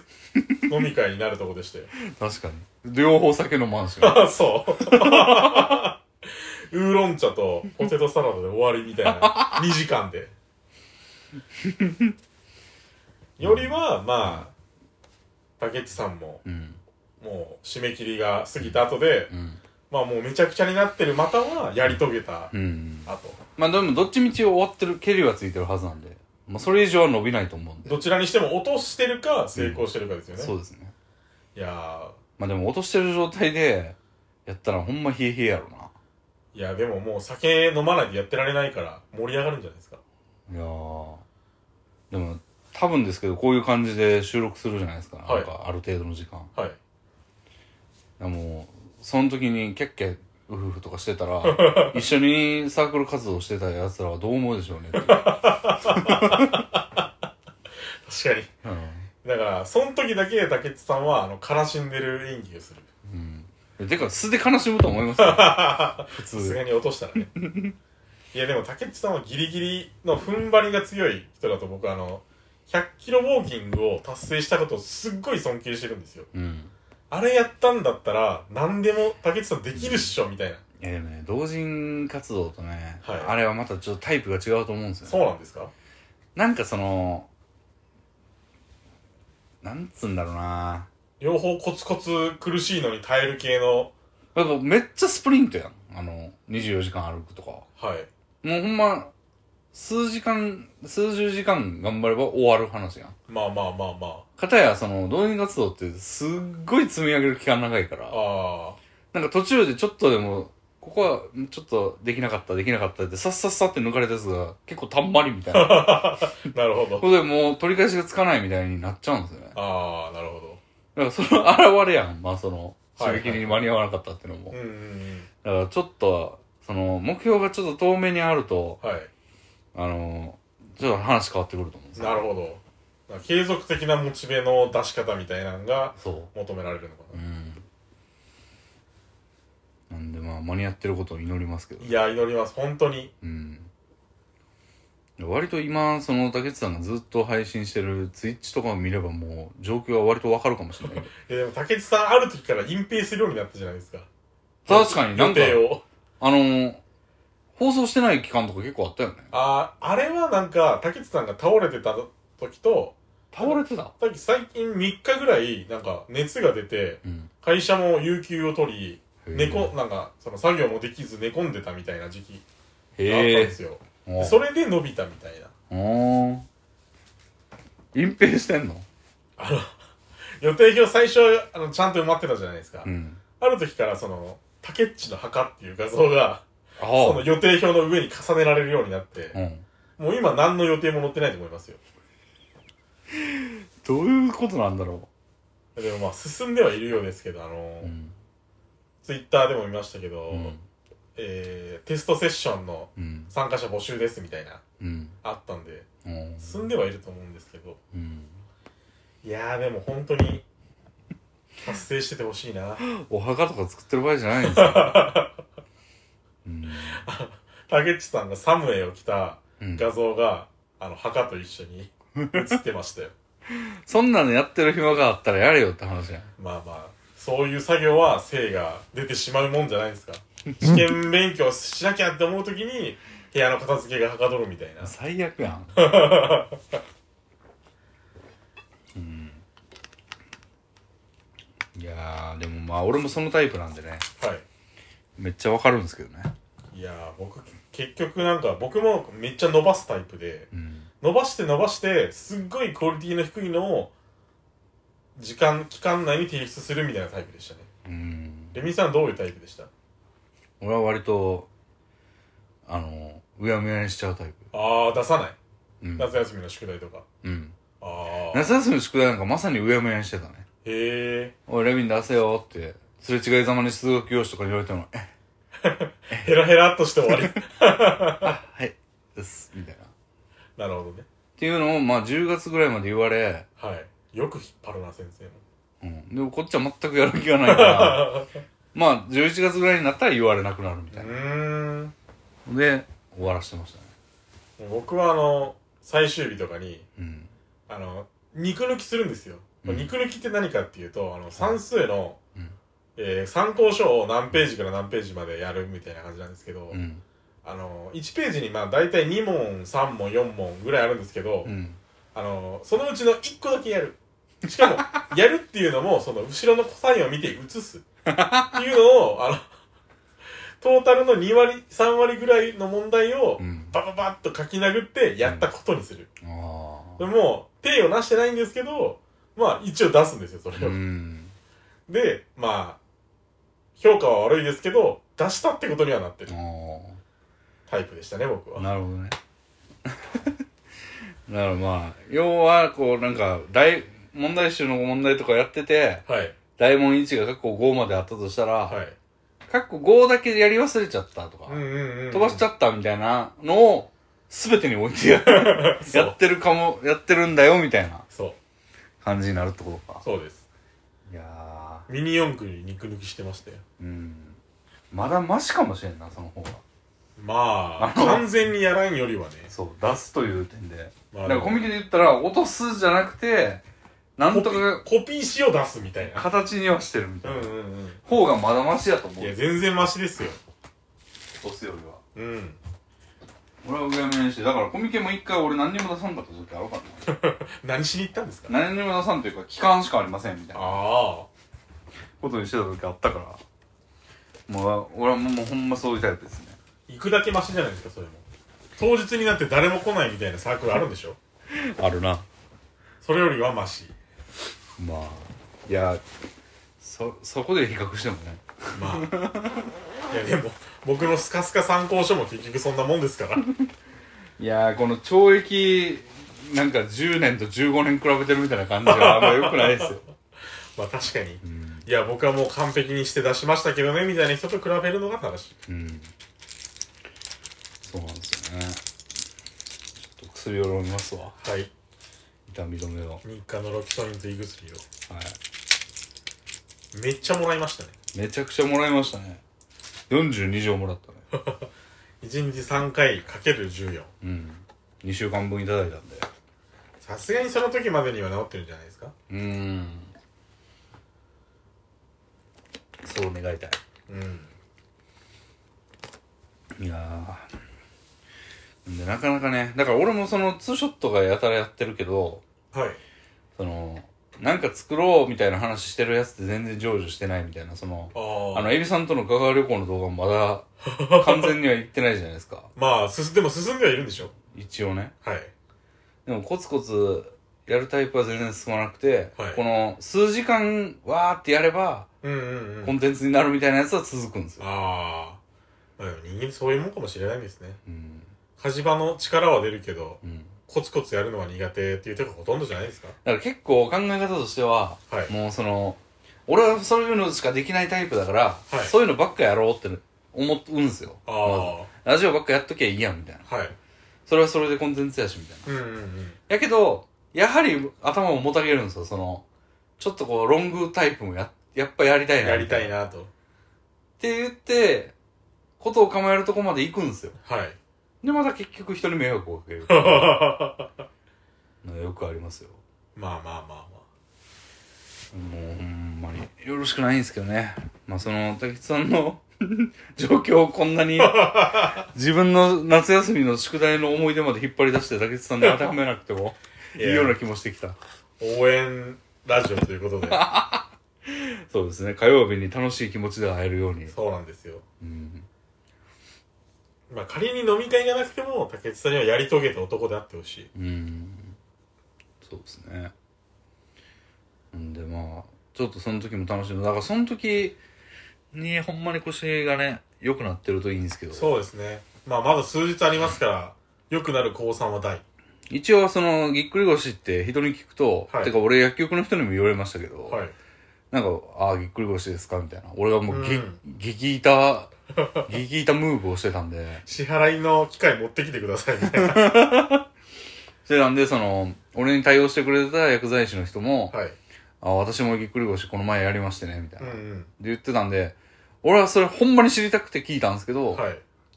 Speaker 2: え飲み会になるとこでしたよ。
Speaker 1: 確かに両方酒飲ま
Speaker 2: [LAUGHS]
Speaker 1: んし
Speaker 2: あそう。ウーロン茶とポテトサラダで終わりみたいな。2時間で。よりは、まあ、竹内さんも、
Speaker 1: うん
Speaker 2: もう締め切りが過ぎた後で、
Speaker 1: うん
Speaker 2: まあもうめちゃくちゃになってる、またはやり遂げた
Speaker 1: うん
Speaker 2: 後。
Speaker 1: まあでもどっちみち終わってる、ケリはついてるはずなんで、まあそれ以上は伸びないと思うんで。
Speaker 2: どちらにしても落としてるか成功してるかですよね。
Speaker 1: そうですね。
Speaker 2: いや
Speaker 1: まあでも落としてる状態で、やったらほんま冷え冷えやろ
Speaker 2: ー、いやでももう酒飲まないでやってられないから盛り上がるんじゃないですか。
Speaker 1: な。いやー。でも、多分ですけど、こういう感じで収録するじゃないですか。
Speaker 2: はい
Speaker 1: なんか、ある程度の時間。
Speaker 2: はい。
Speaker 1: でも、その時にキャッキャ、ウフフとかしてた
Speaker 2: [LAUGHS]
Speaker 1: ら、一緒にサークル活動してた奴らはどう思うでしょうねっていう。
Speaker 2: 確かに。だから、その時だけ竹内さんは、あの、悲しんでる演技をする。
Speaker 1: うん。うん。てか、素で悲しむと思い
Speaker 2: [LAUGHS]
Speaker 1: ますよ。普
Speaker 2: さす
Speaker 1: 通。
Speaker 2: がに落としたら
Speaker 1: [LAUGHS]
Speaker 2: ね。いやでも竹内さんはギリギリの踏ん張りが強い人だと僕あの、100キロウォーキングを達成したことをすっごい尊敬してるんですよ。
Speaker 1: うん。
Speaker 2: あれやったんだったら、何でも竹内さんできるっしょ、みたいな。
Speaker 1: いやでもね同人活動とね、
Speaker 2: はい
Speaker 1: あれはまたちょっとタイプが違うと思うんですよね
Speaker 2: そうなんですか
Speaker 1: なんかそのなんつうんだろうな
Speaker 2: 両方コツコツ苦しいのに耐える系の、
Speaker 1: やっぱめっちゃスプリントやんあの24時間歩くとか
Speaker 2: はい。
Speaker 1: もうほんま数時間数十時間頑張れば終わる話やん
Speaker 2: まあまあまあま
Speaker 1: かたやその同人活動ってすっごい積み上げる期間長いか
Speaker 2: あ。
Speaker 1: ら
Speaker 2: ああ。
Speaker 1: なんか途中でちょっとでもここはちょっとできなかったできなかったってさっさっさって抜かれたやつが結構たんまりみたいな
Speaker 2: なるほど。
Speaker 1: これでもう取り返しがつかないみたいになっちゃうんですよね
Speaker 2: ああ、なるほど。
Speaker 1: だからその現れやんまあその
Speaker 2: はいはい
Speaker 1: 締め切りに間に合わなかったっていうのも、
Speaker 2: うんうんうん。
Speaker 1: だからちょっとその目標がちょっと遠目にあると
Speaker 2: はい。
Speaker 1: あのちょっと話変わってくると思うんですよ
Speaker 2: なるほど。なんか継続的なモチベの出し方みたいなのが
Speaker 1: そ
Speaker 2: 求められるのか
Speaker 1: ううんなんでまあ間に合ってることを祈りますけど
Speaker 2: な。いや、祈ります。本当に。
Speaker 1: うん割と今その竹内さんがずっと配信してるツイッチとかを見ればもう状況は割とわかるかもしれない
Speaker 2: [LAUGHS] いや、でも竹内さんある時から隠蔽するようになったじゃないですか。
Speaker 1: 確かになん
Speaker 2: 予
Speaker 1: か
Speaker 2: 定を。
Speaker 1: あの放送してない期間とか結構あったよね
Speaker 2: ああ、あれはなんか、竹内さんが倒れてた時と、
Speaker 1: 倒れてた
Speaker 2: さっき最近3日ぐらい、なんか熱が出て、
Speaker 1: うん
Speaker 2: 会社も有給を取り、寝
Speaker 1: へ
Speaker 2: こ、なんか、その作業もできず寝込んでたみたいな時期があったん
Speaker 1: え
Speaker 2: ですよ。
Speaker 1: お
Speaker 2: でそれで伸びたみたいな。
Speaker 1: おー隠蔽してんの
Speaker 2: あの、予定表最初、あの、ちゃんと埋まってたじゃないですか。
Speaker 1: うん
Speaker 2: ある時からその、竹っちの墓っていう画像が、
Speaker 1: あ
Speaker 2: その
Speaker 1: あ
Speaker 2: 予定表の上に重ねられるようになって、
Speaker 1: うん
Speaker 2: もう今何の予定も載ってないと思いますよ。
Speaker 1: どういうことなんだろ
Speaker 2: でもまあ進んではいるようですけど、あの
Speaker 1: う、うん
Speaker 2: ツイッターでも見ましたけど、
Speaker 1: うん
Speaker 2: えー、テストセッションの
Speaker 1: うん
Speaker 2: 参加者募集ですみたいな、
Speaker 1: うん
Speaker 2: あったんで、
Speaker 1: うん
Speaker 2: 進んではいると思うんですけど、
Speaker 1: うん
Speaker 2: いやーでも本当に、達成しててほしいな。
Speaker 1: お墓とか作ってる場合じゃないんですようん
Speaker 2: 竹内さんがサムエを着た
Speaker 1: うん
Speaker 2: 画像が、あの、墓と一緒に写ってましたよ。
Speaker 1: そんなのやってる暇があったらやれよって話やん
Speaker 2: まあまあ、そういう作業は性が出てしまうもんじゃないですか。試験勉強しなきゃって思うときに、部屋の片付けがはかどるみたいな。
Speaker 1: 最悪やん [LAUGHS] うんいやーでもまあ俺もそのタイプなんでね
Speaker 2: は
Speaker 1: めっちゃわかるんですけどね
Speaker 2: い。いやー、僕、結局なんか、僕もめっちゃ伸ばすタイプで、
Speaker 1: うん
Speaker 2: 伸ばして伸ばして、すっごいクオリティの低いのを、時間、期間内に提出するみたいなタイプでしたね。
Speaker 1: うん
Speaker 2: レミさんどういうタイプでした
Speaker 1: 俺は割とあのうやむやにしちゃうタイ
Speaker 2: あー、出さない。
Speaker 1: プうん、
Speaker 2: 夏休みの宿題とか。
Speaker 1: うん、
Speaker 2: あー。
Speaker 1: 夏休みの宿題なんかまさにうやむやにしてたね
Speaker 2: へー。
Speaker 1: 「おいレミン出せよ」ってすれ違いざまに数学教師とかに言われても「え
Speaker 2: ヘラヘラっとして終わり。 [LAUGHS]
Speaker 1: はいです」みたいなっ
Speaker 2: なるほどね。
Speaker 1: ていうのをまあ10月ぐらいまで言われ、
Speaker 2: はい。よく引っ張るな、先生も。
Speaker 1: うん、でもこっちは全くやる気がないから
Speaker 2: [LAUGHS]
Speaker 1: まあ11月ぐらいになったら言われなくなるみ
Speaker 2: う
Speaker 1: たいな
Speaker 2: ーん。
Speaker 1: で終わらしてましたね
Speaker 2: 僕はあの、最終日とかに、
Speaker 1: うん
Speaker 2: あの、肉抜きするんですよ。
Speaker 1: うん
Speaker 2: 肉抜きって何かっていうと、あの、算数の、
Speaker 1: うん
Speaker 2: えー参考書を何ページから何ページまでやるみたいな感じなんですけど、
Speaker 1: うん
Speaker 2: あの、1ページにまあ大体2問、3問、4問ぐらいあるんですけど、
Speaker 1: うん
Speaker 2: あの、そのうちの1個だけやる。しかも、
Speaker 1: [LAUGHS]
Speaker 2: やるっていうのも、その後ろのコサインを見て写す。っていうのを、あの、トータルの2割、3割ぐらいの問題を
Speaker 1: う、ん
Speaker 2: バババッと書き殴って、やったことにする。
Speaker 1: あ
Speaker 2: で
Speaker 1: あ
Speaker 2: も、手をなしてないんですけど、まあ、一応出すんですよ、それ
Speaker 1: う
Speaker 2: を。
Speaker 1: ん
Speaker 2: で、まあ、評価は悪いですけど、出したってことにはなって
Speaker 1: あ
Speaker 2: る
Speaker 1: あ
Speaker 2: タイプでしたね、僕は。
Speaker 1: なるほどねだからまあ要はこうなんか大問題集の問題とかやってて
Speaker 2: はい。
Speaker 1: 大問1が括弧5まであったとしたら
Speaker 2: はい。
Speaker 1: 括弧5だけやり忘れちゃったとか、
Speaker 2: うんうんうん。
Speaker 1: 飛ばしち
Speaker 2: ゃ
Speaker 1: ゃったみたいなのを全てに置いてやる
Speaker 2: う。 [LAUGHS] そ
Speaker 1: や
Speaker 2: う
Speaker 1: っ。てるかもやってるんだよみたいな
Speaker 2: そう。
Speaker 1: 感じになるってことか
Speaker 2: そうです。
Speaker 1: いや
Speaker 2: ミニ四駆に肉抜きしてましたよ。
Speaker 1: ーうんまだマシかもしれんなその方が
Speaker 2: まあ、
Speaker 1: あの
Speaker 2: 完全にやらんよりはね。
Speaker 1: そう出すという点で
Speaker 2: ま
Speaker 1: だ
Speaker 2: あ、
Speaker 1: からコミケで言ったら落とすじゃなくてなんとかが
Speaker 2: コピーしを出すみたいな。
Speaker 1: 形にはしてるみた
Speaker 2: うん
Speaker 1: いな
Speaker 2: うんうん。
Speaker 1: 方がまだマシやと思
Speaker 2: いや、
Speaker 1: う
Speaker 2: 全然マシですよ。
Speaker 1: 落とすよりは
Speaker 2: うん
Speaker 1: 俺はうやむやにしてだからコミケも一回俺何にも出さんかった時あろうか
Speaker 2: 何しに行ったんですか
Speaker 1: な何にも出さんというか期間しかありませんみたいな
Speaker 2: あ
Speaker 1: ことにしてた時あったからもう俺はもうもうほんまそういうタイプですね
Speaker 2: 行くだけマシじゃないですかそれも当日になって誰も来ないみたいなサークルあるんでしょ
Speaker 1: あるな
Speaker 2: それよりはマシ
Speaker 1: まあいやそそこで比較してもね
Speaker 2: まあいやでも僕のスカスカ参考書も結局そんなもんですから
Speaker 1: いやーこの懲役なんか10年と15年比べてるみたいな感じはあんま良くないですよ、
Speaker 2: まあ確かに
Speaker 1: うん
Speaker 2: いや僕はもう完璧にして出しましたけどねみたいな人と比べるのが正しい
Speaker 1: うん、 [LAUGHS] そうなんですよねちょっと薬を飲みますわ
Speaker 2: はい
Speaker 1: 痛み止めをは
Speaker 2: 日課のロキソニンと胃薬を
Speaker 1: い
Speaker 2: めっちゃもらいましたね
Speaker 1: めちゃくちゃもらいましたね42錠もらったね
Speaker 2: 1日3回かける14
Speaker 1: うん2週間分いただいたんで
Speaker 2: さすがにその時までには治ってるんじゃないですか
Speaker 1: うーんそう願いたい
Speaker 2: うん
Speaker 1: いやーでなかなかねだから俺もそのツーショットがやたらやってるけど
Speaker 2: はい
Speaker 1: そのなんか作ろうみたいな話してるやつって全然成就してないみたいなその
Speaker 2: あ
Speaker 1: あの
Speaker 2: あ
Speaker 1: エビさんとのガガ旅行の動画もまだ完全には行ってないじゃないですか
Speaker 2: まあ進んでも進んではいるんでしょ
Speaker 1: 一応ね
Speaker 2: はい
Speaker 1: でもコツコツやるタイプは全然進まなくて、
Speaker 2: はい
Speaker 1: この数時間わーってやれば
Speaker 2: うんうんう
Speaker 1: コ
Speaker 2: ん
Speaker 1: ンテンツになるみたいなやつは続くんですよ、
Speaker 2: ああまあ人間そういうもんかもしれないんですね
Speaker 1: うん
Speaker 2: 火事場の力は出るけど
Speaker 1: うん、
Speaker 2: コツコツやるのは苦手っていう人がほとんどじゃないですか
Speaker 1: だから結構考え方としては、
Speaker 2: はい
Speaker 1: もうその俺はそういうのしかできないタイプだから、
Speaker 2: はい
Speaker 1: そういうのばっかやろうって思うんですよ
Speaker 2: あ
Speaker 1: まずラジオばっかやっときゃいいやんみたいな
Speaker 2: あはい
Speaker 1: それはそれでコンテンツやしみたいな
Speaker 2: うんうんうん
Speaker 1: やけどやはり頭をもたげるんですよそのちょっとこうロングタイプもややっぱやりたいな
Speaker 2: やりたい
Speaker 1: っ
Speaker 2: なと
Speaker 1: て言ってことを構えるとこまで行くんですよ
Speaker 2: はい
Speaker 1: でまた結局人に迷惑をかけるよくありますよ
Speaker 2: まあまあまあま
Speaker 1: もうほんまによろしくないんですけどねまあその竹内さんの [LAUGHS] 状況をこんなに自分の夏休みの宿題の思い出まで引っ張り出して竹内さんに当てはめなくてもいい
Speaker 2: いや
Speaker 1: ような気もしてきた
Speaker 2: あ応援ラジオというこ
Speaker 1: [LAUGHS]
Speaker 2: とで
Speaker 1: そうですね火曜日に楽しい気持ちで会えるように
Speaker 2: そうなんですよ
Speaker 1: うん
Speaker 2: まあ仮に飲み会がなくても竹内さんにはやり遂げた男であってほしい
Speaker 1: うんそうですねんでまあちょっとその時も楽しみだからその時にほんまに腰がね良くなってるといいんですけど
Speaker 2: そうですねまあまだ数日ありますから良くなる高三は大
Speaker 1: 一応そのぎっくり腰って人に聞くと、
Speaker 2: はい
Speaker 1: てか俺薬局の人にも言われましたけど、
Speaker 2: はい
Speaker 1: なんか「ああぎっくり腰ですか?」みたいな俺がもうぎ、
Speaker 2: うん
Speaker 1: 激
Speaker 2: [LAUGHS]
Speaker 1: 痛激痛ムーブをしてたんで
Speaker 2: 支払いの機械持ってきてくださいみ
Speaker 1: [LAUGHS]
Speaker 2: たいな
Speaker 1: してたんでその俺に対応してくれた薬剤師の人も「
Speaker 2: はい
Speaker 1: あ私もぎっくり腰この前やりましてね」みたいうな、
Speaker 2: ん
Speaker 1: で
Speaker 2: うん
Speaker 1: 言ってたんで俺はそれほんまに知りたくて聞いたんですけど、
Speaker 2: は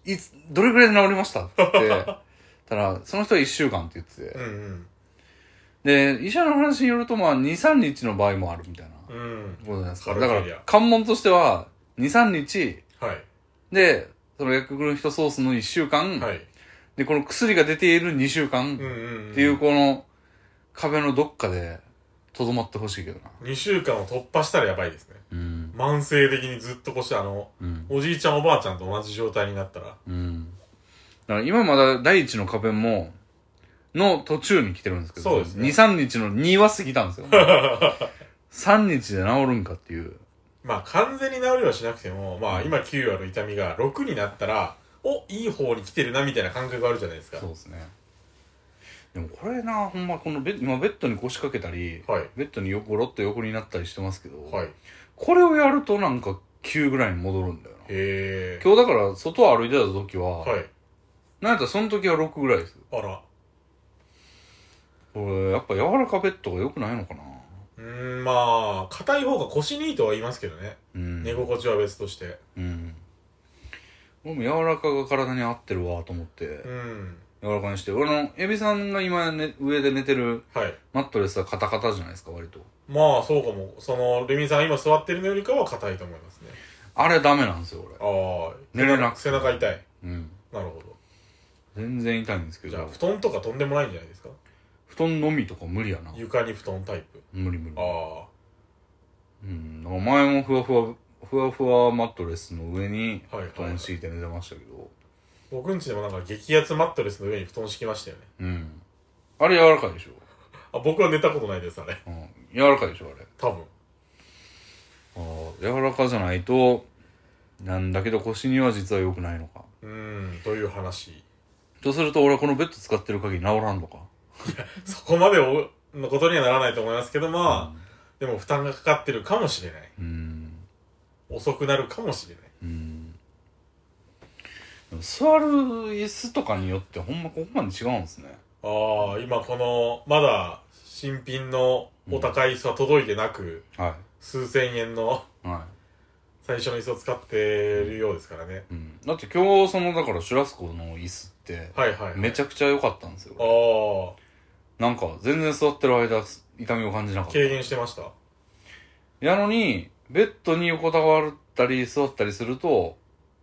Speaker 2: い
Speaker 1: い、つどれくらいで治りましたって言ってたらその人は1週間って言ってて
Speaker 2: うんうん
Speaker 1: で医者の話によるとまあ23日の場合もあるみたいな、
Speaker 2: うん
Speaker 1: ことじゃないですか。
Speaker 2: 軽
Speaker 1: だ
Speaker 2: く
Speaker 1: から
Speaker 2: やりゃ、
Speaker 1: 関門としては、2、3日、
Speaker 2: はい
Speaker 1: で、その薬局の人ソースの1週間、
Speaker 2: はい
Speaker 1: で、この薬が出ている2週間、
Speaker 2: うん
Speaker 1: っ
Speaker 2: うんん
Speaker 1: ていうこの壁のどっかで、とどまってほしいけどな。
Speaker 2: 2週間を突破したらやばいですね
Speaker 1: うん。
Speaker 2: 慢性的にずっと腰あの
Speaker 1: うん。
Speaker 2: おじいちゃんおばあちゃんと同じ状態になったら
Speaker 1: うん。だから今まだ第一の壁も、の途中に来てるんですけど、
Speaker 2: そうですね
Speaker 1: 2、3日の2は過ぎたん
Speaker 2: [LAUGHS]
Speaker 1: ですよ。3日で治るんかっていう。
Speaker 2: まあ完全に治りはしなくてもまあ今9割の痛みが6になったらおいい方に来てるなみたいな感覚があるじゃないですか
Speaker 1: そうですね。でもこれな、ほんまこのベッ今ベッドに腰掛けたり、
Speaker 2: はい
Speaker 1: ベッドに横ゴロッと横になったりしてますけど、
Speaker 2: はいへ
Speaker 1: これをやるとなんか急ぐらいに戻るんだよな
Speaker 2: え
Speaker 1: 今日だから外を歩いてた時は、
Speaker 2: はい
Speaker 1: なんやったらその時は6ぐらいですよ
Speaker 2: あら
Speaker 1: これやっぱ柔らかベッドが良くないのかな
Speaker 2: うーんまあ硬い方が腰にいいとは言いますけどね
Speaker 1: うん
Speaker 2: 寝心地は別として
Speaker 1: うん俺も柔らかが体に合ってるわと思って、
Speaker 2: うん
Speaker 1: 柔らかにして俺のエビさんが今、ね、上で寝てる
Speaker 2: はい
Speaker 1: マットレスはカタカタじゃないですか割と
Speaker 2: まあそうかもそのレミさん今座ってるのよりかは硬いと思いますね
Speaker 1: あれダメなんですよ俺
Speaker 2: ああ
Speaker 1: 寝れなくて
Speaker 2: 背中痛い
Speaker 1: うん
Speaker 2: なるほど
Speaker 1: 全然痛いんですけ
Speaker 2: じゃあ
Speaker 1: ど
Speaker 2: 布団とかとんでもないんじゃないですか
Speaker 1: 布団のみとか無理やな
Speaker 2: 床に布団タイプ
Speaker 1: 無理無理
Speaker 2: あ
Speaker 1: うんだから前もふわふわふわふわマットレスの上に
Speaker 2: あはい
Speaker 1: 布
Speaker 2: はい
Speaker 1: 団敷いて寝てましたけど
Speaker 2: 僕んちでもなんか激アツマットレスの上に布団敷きましたよね
Speaker 1: うんあれ柔らかいでしょ
Speaker 2: あ僕は寝たことないですあれ
Speaker 1: うん柔らかいでしょあれ
Speaker 2: 多分
Speaker 1: あー柔らかじゃないとなんだけど腰には実は良くないのか
Speaker 2: うーんという話
Speaker 1: とすると俺はこのベッド使ってる限り治らんのか
Speaker 2: そこまでおのことにはならないと思いますけどまあ、でも負担がかかってるかもしれない
Speaker 1: うん
Speaker 2: 遅くなるかもしれない
Speaker 1: うんでも座る椅子とかによってほんまここまで違うんですね
Speaker 2: ああ今このまだ新品のお高い椅子は届いてなく、
Speaker 1: は
Speaker 2: 数千円の
Speaker 1: いは
Speaker 2: 最初の椅子を使ってるようですからね
Speaker 1: い、うん、だって今日そのだからシュラスコの椅子って
Speaker 2: はいはい
Speaker 1: めち
Speaker 2: ゃ
Speaker 1: ゃくちゃ良かったんですよ
Speaker 2: ああ
Speaker 1: なんか全然座ってる間痛みを感じなかった
Speaker 2: 軽減してました
Speaker 1: やのにベッドに横たわったり座ったりすると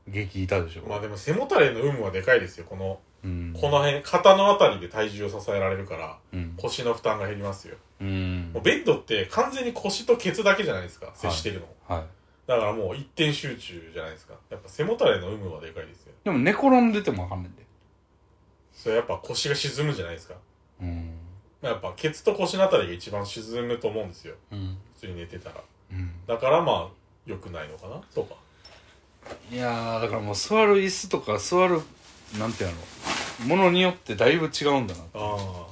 Speaker 1: 激痛でしょ
Speaker 2: まあでも背もたれの有無はでかいですよこの
Speaker 1: うん
Speaker 2: この辺肩のあたりで体重を支えられるから
Speaker 1: うん
Speaker 2: 腰の負担が減りますよ
Speaker 1: うん
Speaker 2: もうベッドって完全に腰とケツだけじゃないですか接してるの、
Speaker 1: はい
Speaker 2: だからもう一点集中じゃないですかやっぱ背もたれの有無はでかいですよ
Speaker 1: でも寝転んでてもわかんないんで
Speaker 2: それやっぱ腰が沈むじゃないですか
Speaker 1: うん
Speaker 2: やっぱケツと腰のあたりが一番沈むと思うんですよ
Speaker 1: うん
Speaker 2: 普通に寝てたら
Speaker 1: うん
Speaker 2: だからまあ良くないのかなとか
Speaker 1: いやーだからもう座る椅子とか座るなんていうのものによってだいぶ違うんだな
Speaker 2: ああ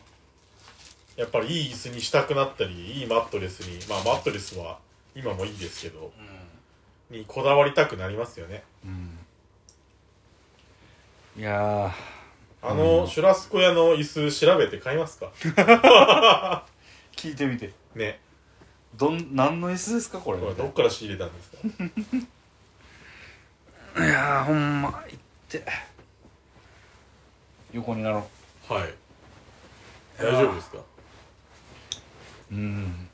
Speaker 2: やっぱりいい椅子にしたくなったりいいマットレスにまあマットレスは今もいいですけどにこだわりたくなりますよね
Speaker 1: うん、いや
Speaker 2: あの、
Speaker 1: うん
Speaker 2: シュラスコ屋の椅子調べて買い [LAUGHS] ますか
Speaker 1: ー聞いてみて
Speaker 2: ね
Speaker 1: どん何の椅子ですかこれ
Speaker 2: これどっから仕入れたんですか
Speaker 1: いやーほんま行って横になろう
Speaker 2: はい大丈夫ですか
Speaker 1: うん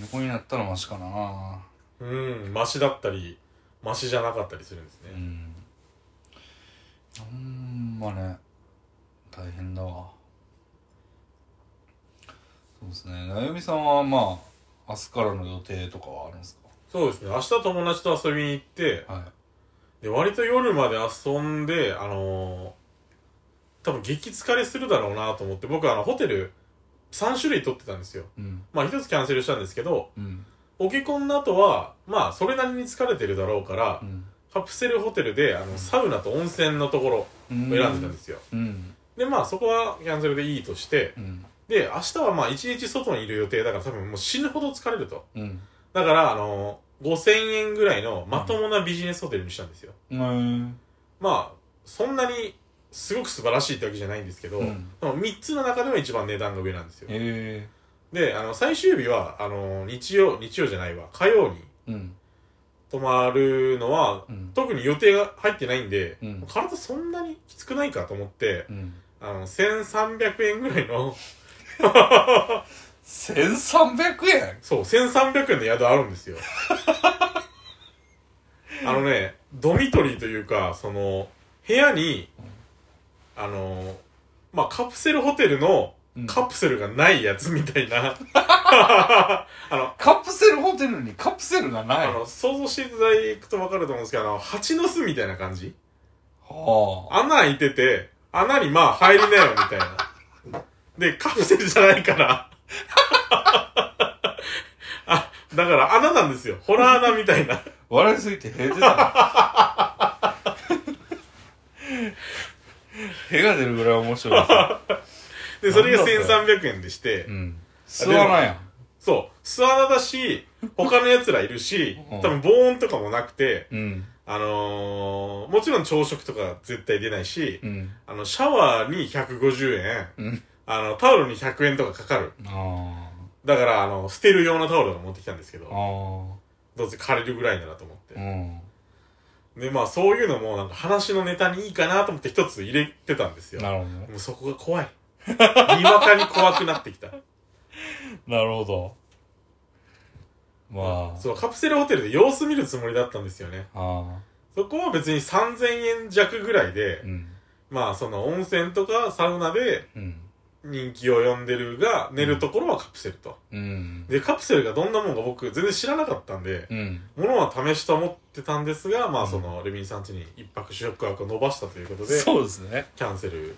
Speaker 1: 横になったらマシかな
Speaker 2: うんマシだったりマシじゃなかったりするんです
Speaker 1: う
Speaker 2: ね、
Speaker 1: んほんまね大変だわそうですねなゆみさんはまあ明日からの予定とかはあるんです
Speaker 2: そうですね明日友達と遊びに行って
Speaker 1: かは
Speaker 2: で割と夜まで遊んであのー多分激疲れするだろうなと思って僕はあのホテル3種類取ってたんですよ
Speaker 1: いうん
Speaker 2: まあ1つキャンセルしたんですけど
Speaker 1: うん
Speaker 2: オケコンの後はまあそれなりに疲れてるだろうから
Speaker 1: うん
Speaker 2: カプセルホテルであのサウナと温泉のところを
Speaker 1: 選
Speaker 2: 選んでたんですよ
Speaker 1: うん
Speaker 2: でまあそこはキャンセルでいいとして
Speaker 1: うん
Speaker 2: で明日はまあ1日外にいる予定だから多分もう死ぬほど疲れると
Speaker 1: うん
Speaker 2: だから、あの5000円ぐらいのまともなビジネスホテルにしたんですよ。
Speaker 1: うん
Speaker 2: まあ、そんなに、すごく素晴らしいってわけじゃないんですけど、
Speaker 1: うん
Speaker 2: でも3つの中では一番値段が上なんですよ。
Speaker 1: え
Speaker 2: で、あの、最終日は、あの日曜、日曜じゃないわ、火曜に
Speaker 1: えうん
Speaker 2: 泊まるのは、
Speaker 1: うん
Speaker 2: 特に予定が入ってないんで、
Speaker 1: うん
Speaker 2: 体そんなにきつくないかと思って、
Speaker 1: うん
Speaker 2: あの、1300円ぐらいの、
Speaker 1: 1300円
Speaker 2: そう、1300円の宿ある
Speaker 1: [LAUGHS]
Speaker 2: んですよ。あのね、ドミトリーというか、その、部屋に、あの、まあ、カプセルホテルの
Speaker 1: うん
Speaker 2: カプセルがないやつみたいな、
Speaker 1: カプセルホテルにカプセルがない
Speaker 2: あの、想像していただくとわかると思うんですけど、あの、蜂の巣みたいな感じ
Speaker 1: はあ
Speaker 2: 穴開いてて、穴にまあ入りなよみたいな。で、カプセルじゃないから。 [LAUGHS] あ、だから穴なんですよ。ホラー穴みたいな。
Speaker 1: 笑いすぎて屁出た屁が出るぐらい面白いですね [LAUGHS]
Speaker 2: で、それが
Speaker 1: なんだそ
Speaker 2: 1300円でして、
Speaker 1: うん吸わないやん
Speaker 2: そう、素穴だし、他の奴らいるし
Speaker 1: う、ん
Speaker 2: 多分防音とかもなくて、
Speaker 1: うん
Speaker 2: あのー、もちろん朝食とか絶対出ないし、
Speaker 1: うん
Speaker 2: あの、シャワーに150円、
Speaker 1: うん
Speaker 2: あの、タオルに100円とかかかる。
Speaker 1: あ
Speaker 2: だから、あの、捨てる用のタオルとか持ってきたんですけ
Speaker 1: あ
Speaker 2: ど、
Speaker 1: あ
Speaker 2: どうせ借りるぐらいならと思っ
Speaker 1: あう
Speaker 2: て。
Speaker 1: ん
Speaker 2: で、まあそういうのもなんか話のネタにいいかなと思って一つ入れてたんですよ。
Speaker 1: なるほどね
Speaker 2: もうそこが怖い。にわかに怖くなってきた。
Speaker 1: なるほどま [LAUGHS] あ
Speaker 2: そうカプセルホテルで様子見るつもりだったんですよね
Speaker 1: あ
Speaker 2: そこは別に3000円弱ぐらいで
Speaker 1: あうん
Speaker 2: まあその温泉とかサウナで
Speaker 1: うん
Speaker 2: 人気を呼んでるが寝るところはカプセルと
Speaker 1: うん
Speaker 2: でカプセルがどんなもんか僕全然知らなかったんで
Speaker 1: うん
Speaker 2: 物は試しと思ってたんですがまあ
Speaker 1: うん
Speaker 2: そのレミンさん家に一泊主役枠を伸ばしたということで
Speaker 1: そうですね
Speaker 2: キャンセル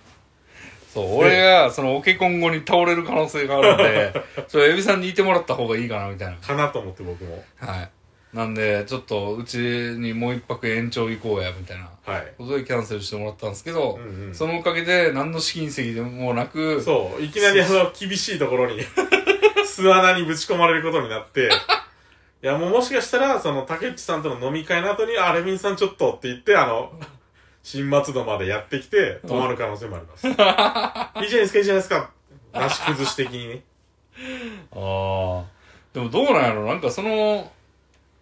Speaker 1: そう俺がそのオケコン後に倒れる可能性があるん
Speaker 2: [LAUGHS]
Speaker 1: でちょっとエビさんにいてもらった方がいいかなみたい
Speaker 2: かなと思って僕も
Speaker 1: なはいなんでちょっとうちにもう一泊延長行こうやみたいな
Speaker 2: はい
Speaker 1: ことでキャンセルしてもらったんですけど、
Speaker 2: うんうん
Speaker 1: そのおかげで何の試金石でもなく
Speaker 2: そう、いきなりあの、厳しいところに、 [LAUGHS] 巣穴にぶち込まれることになって、いや、もうもしかしたら、その、竹内さんとの飲み会の後に、あ、レミンさんちょっとって言って、あの、新松戸までやってきて、泊まる可能性もあります。いいじゃないですか、いいじゃないですか。なし崩し的にね。
Speaker 1: ああ。でもどうなんやろなんかその、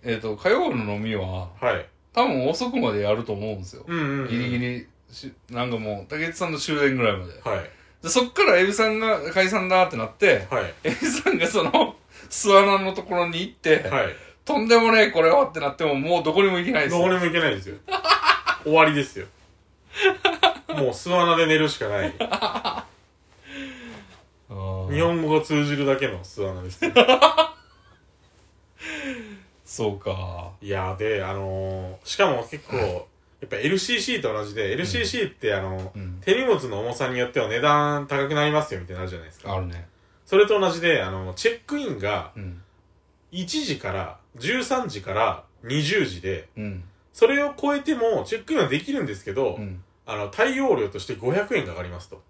Speaker 1: えっ、と、火曜の飲みは、
Speaker 2: はい。
Speaker 1: 多分遅くまでやると思うんですよ。
Speaker 2: うんうん、うん。
Speaker 1: ギリギリし、なんかもう、竹内さんの終電ぐらいまで。
Speaker 2: はい。
Speaker 1: でそっからエビさんが解散だってなって、
Speaker 2: はい。
Speaker 1: エビさんがその、 [LAUGHS] 巣穴のところに行って、
Speaker 2: はい。
Speaker 1: とんでもねえこれはってなっても、もうどこにも行けないです
Speaker 2: どこ
Speaker 1: よ。
Speaker 2: にも行けないですよ。 [LAUGHS] 終わりですよ。もう巣穴で寝るしかない。
Speaker 1: あー
Speaker 2: 日本語が通じるだけの巣穴ですよ。
Speaker 1: そうか。
Speaker 2: いやーで、あのー、しかも結構、やっぱ LCC と同じで、LCC ってあの、
Speaker 1: うん。
Speaker 2: 手荷物の重さによっては値段高くなりますよみたいなのあるじゃないですか。
Speaker 1: あるね。
Speaker 2: それと同じで、あの、チェックインが
Speaker 1: うん。
Speaker 2: 1時から、13時から20時で、
Speaker 1: うん。
Speaker 2: それを超えてもチェックインはできるんですけど、
Speaker 1: うん。
Speaker 2: あの、対応料として500円かかりますと。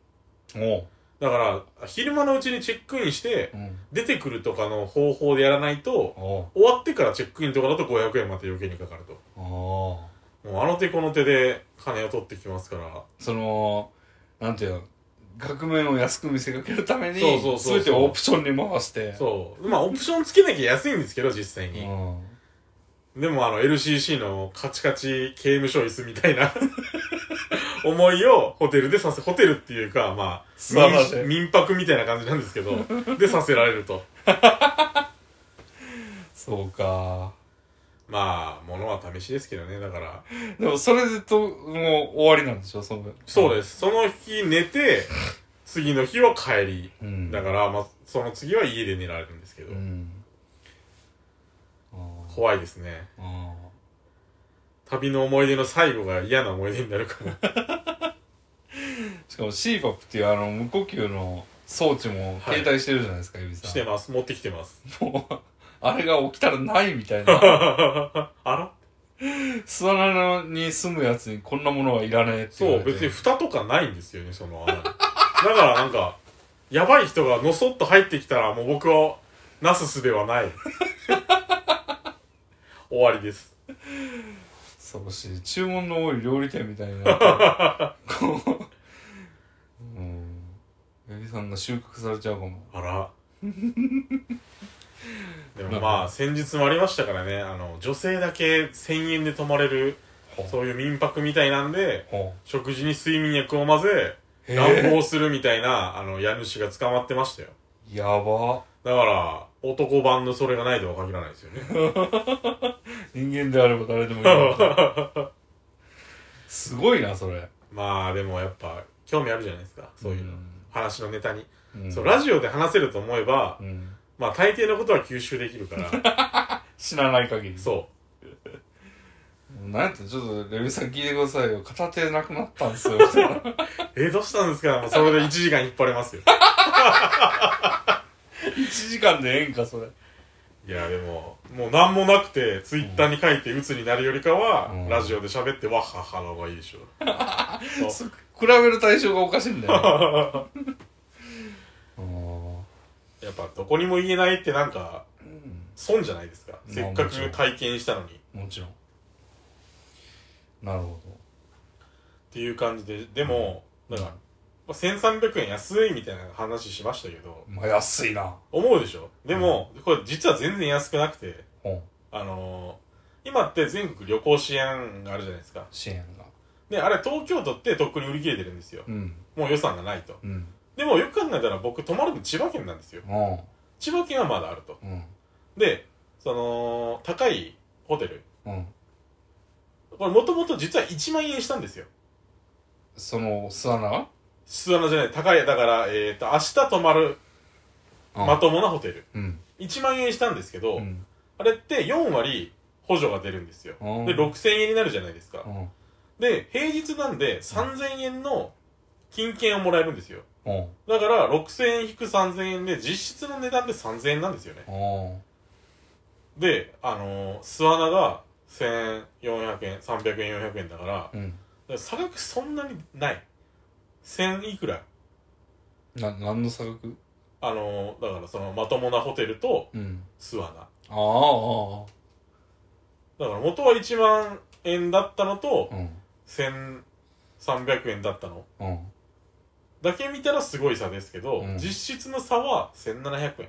Speaker 1: おう。
Speaker 2: だから、昼間のうちにチェックインして、
Speaker 1: うん。
Speaker 2: 出てくるとかの方法でやらないと、
Speaker 1: おう。
Speaker 2: 終わってからチェックインとかだと500円また余計にかかると。
Speaker 1: ああ。
Speaker 2: もうあの手この手で金を取ってきますから。
Speaker 1: そのなんていうの額面を安く見せかけるために
Speaker 2: そうそうそうそう
Speaker 1: 全てをオプションに回して
Speaker 2: そう。まあ、オプションつけなきゃ安いんですけど、実際
Speaker 1: う
Speaker 2: に。
Speaker 1: ん、
Speaker 2: でも、あの、LCC のカチカチ刑務所椅子みたいな、 [LAUGHS] 思いをホテルでさせ、ホテルっていうか、まあ、
Speaker 1: 素晴らしい
Speaker 2: 民民泊みたいな感じなんですけど、でさせられると。
Speaker 1: そうか
Speaker 2: まあ、ものは試しですけどね、だから。
Speaker 1: でもそれでともう終わりなんでしょその
Speaker 2: そう
Speaker 1: す、
Speaker 2: です。その日寝て、次の日は帰り。
Speaker 1: うん、
Speaker 2: だから、まあ、その次は家で寝られるんですけど
Speaker 1: う、んあー
Speaker 2: 怖いですね。
Speaker 1: あ
Speaker 2: 旅の思い出の最後が嫌な思い出になるかも。
Speaker 1: ーしかも CPAP っていうあの無呼吸の装置も
Speaker 2: はい
Speaker 1: 携帯してるじゃないですか、指さん
Speaker 2: してます。持ってきてます。 [LAUGHS]
Speaker 1: もうあれが起きたらないみたいな
Speaker 2: あら
Speaker 1: 巣穴に住むやつにこんなものはいらねえって言
Speaker 2: そ
Speaker 1: わ
Speaker 2: う、
Speaker 1: れて
Speaker 2: 別に蓋とかないんですよね、その穴に。だからなんか、やばい人がのそっと入ってきたら、もう僕は、なすすべ
Speaker 1: [LAUGHS]
Speaker 2: はない。終わりです。
Speaker 1: そうし注文の多い料理店みたいにな
Speaker 2: [LAUGHS]
Speaker 1: ってるこううんエビさんが収穫されちゃうかも
Speaker 2: あら。 [LAUGHS] でもまあ、先日もありましたからね、あの、女性だけ1000円で泊まれる、そういう民泊みたいなんで、
Speaker 1: ほ
Speaker 2: 食事に睡眠薬を混ぜ、
Speaker 1: うへ
Speaker 2: 乱
Speaker 1: え
Speaker 2: 暴するみたいな、あの、家主が捕まってましたよ。
Speaker 1: やば
Speaker 2: だから、男版のそれがないとは限らないですよね。
Speaker 1: [LAUGHS] 人間であれば誰でもいいよみたいな
Speaker 2: [LAUGHS]
Speaker 1: すごいなそれ
Speaker 2: まあでもやっぱ興味あるじゃないですかそういうの、
Speaker 1: ん
Speaker 2: 話のネタに、
Speaker 1: うん
Speaker 2: そうラジオで話せると思えば
Speaker 1: うん
Speaker 2: まあ大抵のことは吸収できるから
Speaker 1: [LAUGHS] 死なない限り
Speaker 2: そ
Speaker 1: なんやってちょっとレビさん聞いてくださいよ片手なくなったんですよみたいな
Speaker 2: うえどうしたんですかもうそれで1時間引っ張れますよ
Speaker 1: 1時間でええんかそれ
Speaker 2: いやでももう何もなくてツイッターに書いて鬱になるよりかは、
Speaker 1: うん
Speaker 2: ラジオで喋ってわっはっはの方がいいでしょうそう
Speaker 1: そ比べる対象がおかしいんだよあー
Speaker 2: やっぱどこにも言えないってなんか
Speaker 1: うん
Speaker 2: 損じゃないですか、
Speaker 1: まあ
Speaker 2: せっか
Speaker 1: もちろん
Speaker 2: く体験したのにっ
Speaker 1: もちろん。なるほ
Speaker 2: ていう感じででも、
Speaker 1: ど。
Speaker 2: だから、まあ、1300円安いみたいな話しましたけど、
Speaker 1: まあ、安いな。
Speaker 2: 思うでしょでも、これ実は全然安くなくて、
Speaker 1: うん。
Speaker 2: あのー、今って全国旅行支援があるじゃないですか。
Speaker 1: 支援が。
Speaker 2: で、あれ東京都ってとっくに売り切れてるんですよ。
Speaker 1: うん。
Speaker 2: もう予算がないと。
Speaker 1: うん。
Speaker 2: でもよく考えたら僕泊まるの千葉県なんですよ。
Speaker 1: うん。
Speaker 2: 千葉県はまだあると。
Speaker 1: うん。
Speaker 2: で、そその、高いホテル。
Speaker 1: うん。
Speaker 2: これもともと実は1万円したんですよ。
Speaker 1: その、巣穴が
Speaker 2: 質穴じゃない、高い、だから、えっ、と、明日泊まる
Speaker 1: うん
Speaker 2: まともなホテル。
Speaker 1: うん。
Speaker 2: 1万円したんですけど、
Speaker 1: うん。
Speaker 2: あれって4割補助が出るんですよ。
Speaker 1: う
Speaker 2: で、
Speaker 1: ん
Speaker 2: 6000円になるじゃないですか
Speaker 1: う。ん。
Speaker 2: で、平日なんで3000円の金券をもらえるんですよ。
Speaker 1: うん。
Speaker 2: だから、6000円引く3000円で、実質の値段で3000円なんですよね。
Speaker 1: うん。
Speaker 2: で、あのー、巣穴が1400円、300円、400円だから、
Speaker 1: うん。
Speaker 2: 差額そんなにない。1000いくら。
Speaker 1: な、何の差額
Speaker 2: あのー、だからそのまともなホテルと
Speaker 1: うん。
Speaker 2: 巣穴。だか
Speaker 1: ああ。
Speaker 2: ら元は1万円だったのと、
Speaker 1: うん。
Speaker 2: 1300円だったの。
Speaker 1: うん。
Speaker 2: だけ見たらすごい差ですけど、
Speaker 1: うん
Speaker 2: 実質の差は1700円。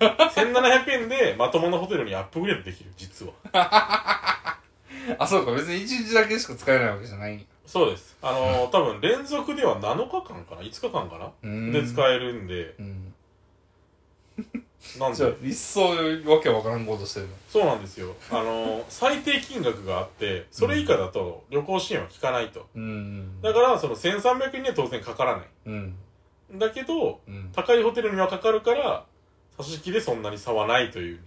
Speaker 2: 1700円でまともなホテルにアップグレードできる、実は。
Speaker 1: あ、そうか。別に一日だけしか使えないわけじゃない。
Speaker 2: そうです。あのー、多分連続では7日間かな ?5 日間かな、
Speaker 1: うん
Speaker 2: で使えるんで、
Speaker 1: うん。
Speaker 2: なん
Speaker 1: じゃあ
Speaker 2: で、、
Speaker 1: 一層わけわからんことしてる
Speaker 2: そうなんですよ。あのー、最低金額があって、それ以下だと旅行支援は効かないと。
Speaker 1: の。うん。
Speaker 2: だから、その1300円には当然かからない。
Speaker 1: うん。
Speaker 2: だけど、
Speaker 1: うん。
Speaker 2: 高いホテルにはかかるから、差し引きでそんなに差はないという。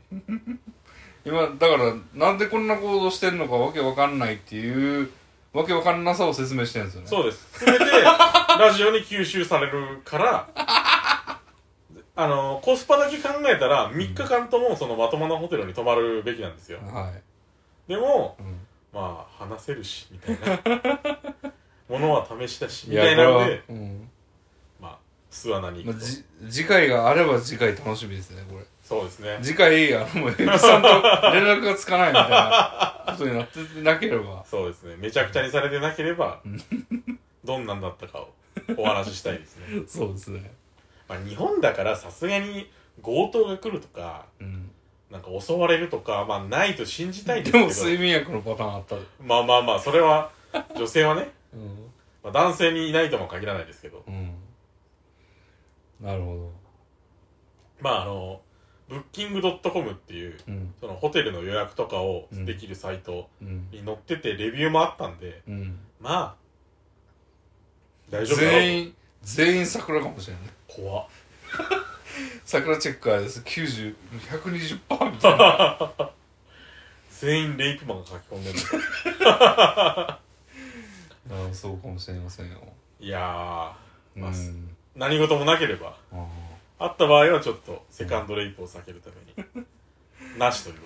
Speaker 1: 今、だから、なんでこんな行動してんのかわけわかんないっていう、わけわかんなさを説明してるんですよね。
Speaker 2: そうです。すべて、ラジオに吸収されるから、あの、コスパだけ考えたら、3日間ともそのまともなホテルに泊まるべきなんですよ。
Speaker 1: はい。
Speaker 2: でも、
Speaker 1: うん。
Speaker 2: まあ、話せるし、みたいな。 [LAUGHS] ものは試しだし、みたいな
Speaker 1: こ
Speaker 2: の
Speaker 1: れは
Speaker 2: で、
Speaker 1: うん。
Speaker 2: まあ、巣穴に
Speaker 1: ま
Speaker 2: 行
Speaker 1: あ
Speaker 2: くと。
Speaker 1: じ、次回があれば次回楽しみですね、これ。
Speaker 2: そうですね。
Speaker 1: 次回、あの、もう、エビさんと連絡がつかないみたいなことになってなければ。
Speaker 2: そうですね。めちゃくちゃにされてなければ、どんなんだったかをお話ししたいです
Speaker 1: [LAUGHS]
Speaker 2: ね。
Speaker 1: そうですね。
Speaker 2: まあ、日本だからさすがに強盗が来るとか、
Speaker 1: うん。
Speaker 2: なんか襲われるとか、まあないと信じたいです
Speaker 1: で
Speaker 2: け
Speaker 1: も、
Speaker 2: ど。
Speaker 1: 睡眠薬のパターンあったで。
Speaker 2: まあまあまあ、それは、女性はね、
Speaker 1: うん。
Speaker 2: まあ、男性にいないとも限らないですけど、
Speaker 1: うん。なるほど。
Speaker 2: まああの、ブッキングドットコムっていう、
Speaker 1: うん。
Speaker 2: そのホテルの予約とかを
Speaker 1: うん
Speaker 2: できるサイト
Speaker 1: うん。
Speaker 2: に載ってて、レビューもあったんで、
Speaker 1: うん。
Speaker 2: まあ、大丈夫だろう
Speaker 1: 全員、全員桜かもしれない。
Speaker 2: 怖っ
Speaker 1: 桜チェッカーです。90、120%みたいな。
Speaker 2: 全員レイプマンが書き込んでる。
Speaker 1: うんそうかもしれませんよ。
Speaker 2: いや
Speaker 1: う
Speaker 2: まあ
Speaker 1: ん。
Speaker 2: ー、何事もなければ、
Speaker 1: ああ
Speaker 2: あった場合はちょっと、セカンドレイプを避けるために、なしというこ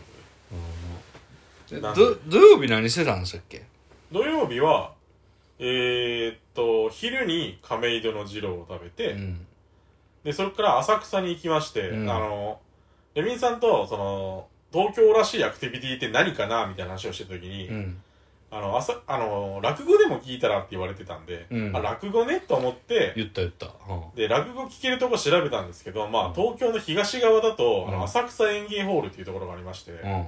Speaker 2: と
Speaker 1: う
Speaker 2: で。
Speaker 1: ん
Speaker 2: なんで
Speaker 1: ど、土曜日何してたんでしたっけ
Speaker 2: 土曜日は、えー、っと、昼に亀戸の二郎を食べて、
Speaker 1: うん。
Speaker 2: で、それから浅草に行きまして、
Speaker 1: うん
Speaker 2: あの、レミンさんと、その、東京らしいアクティビティって何かなみたいな話をしてた時に、
Speaker 1: うん。
Speaker 2: あの、朝、あの、落語でも聞いたらって言われてたんで、
Speaker 1: うん
Speaker 2: あ、落語ねと思って、
Speaker 1: 言った言った。うん
Speaker 2: で、落語聞けるとこ調べたんですけど、ま
Speaker 1: う
Speaker 2: あ、
Speaker 1: ん
Speaker 2: 東京の東側だと、あ
Speaker 1: うん
Speaker 2: の、浅草園芸ホールっていうところがありまして、
Speaker 1: うん。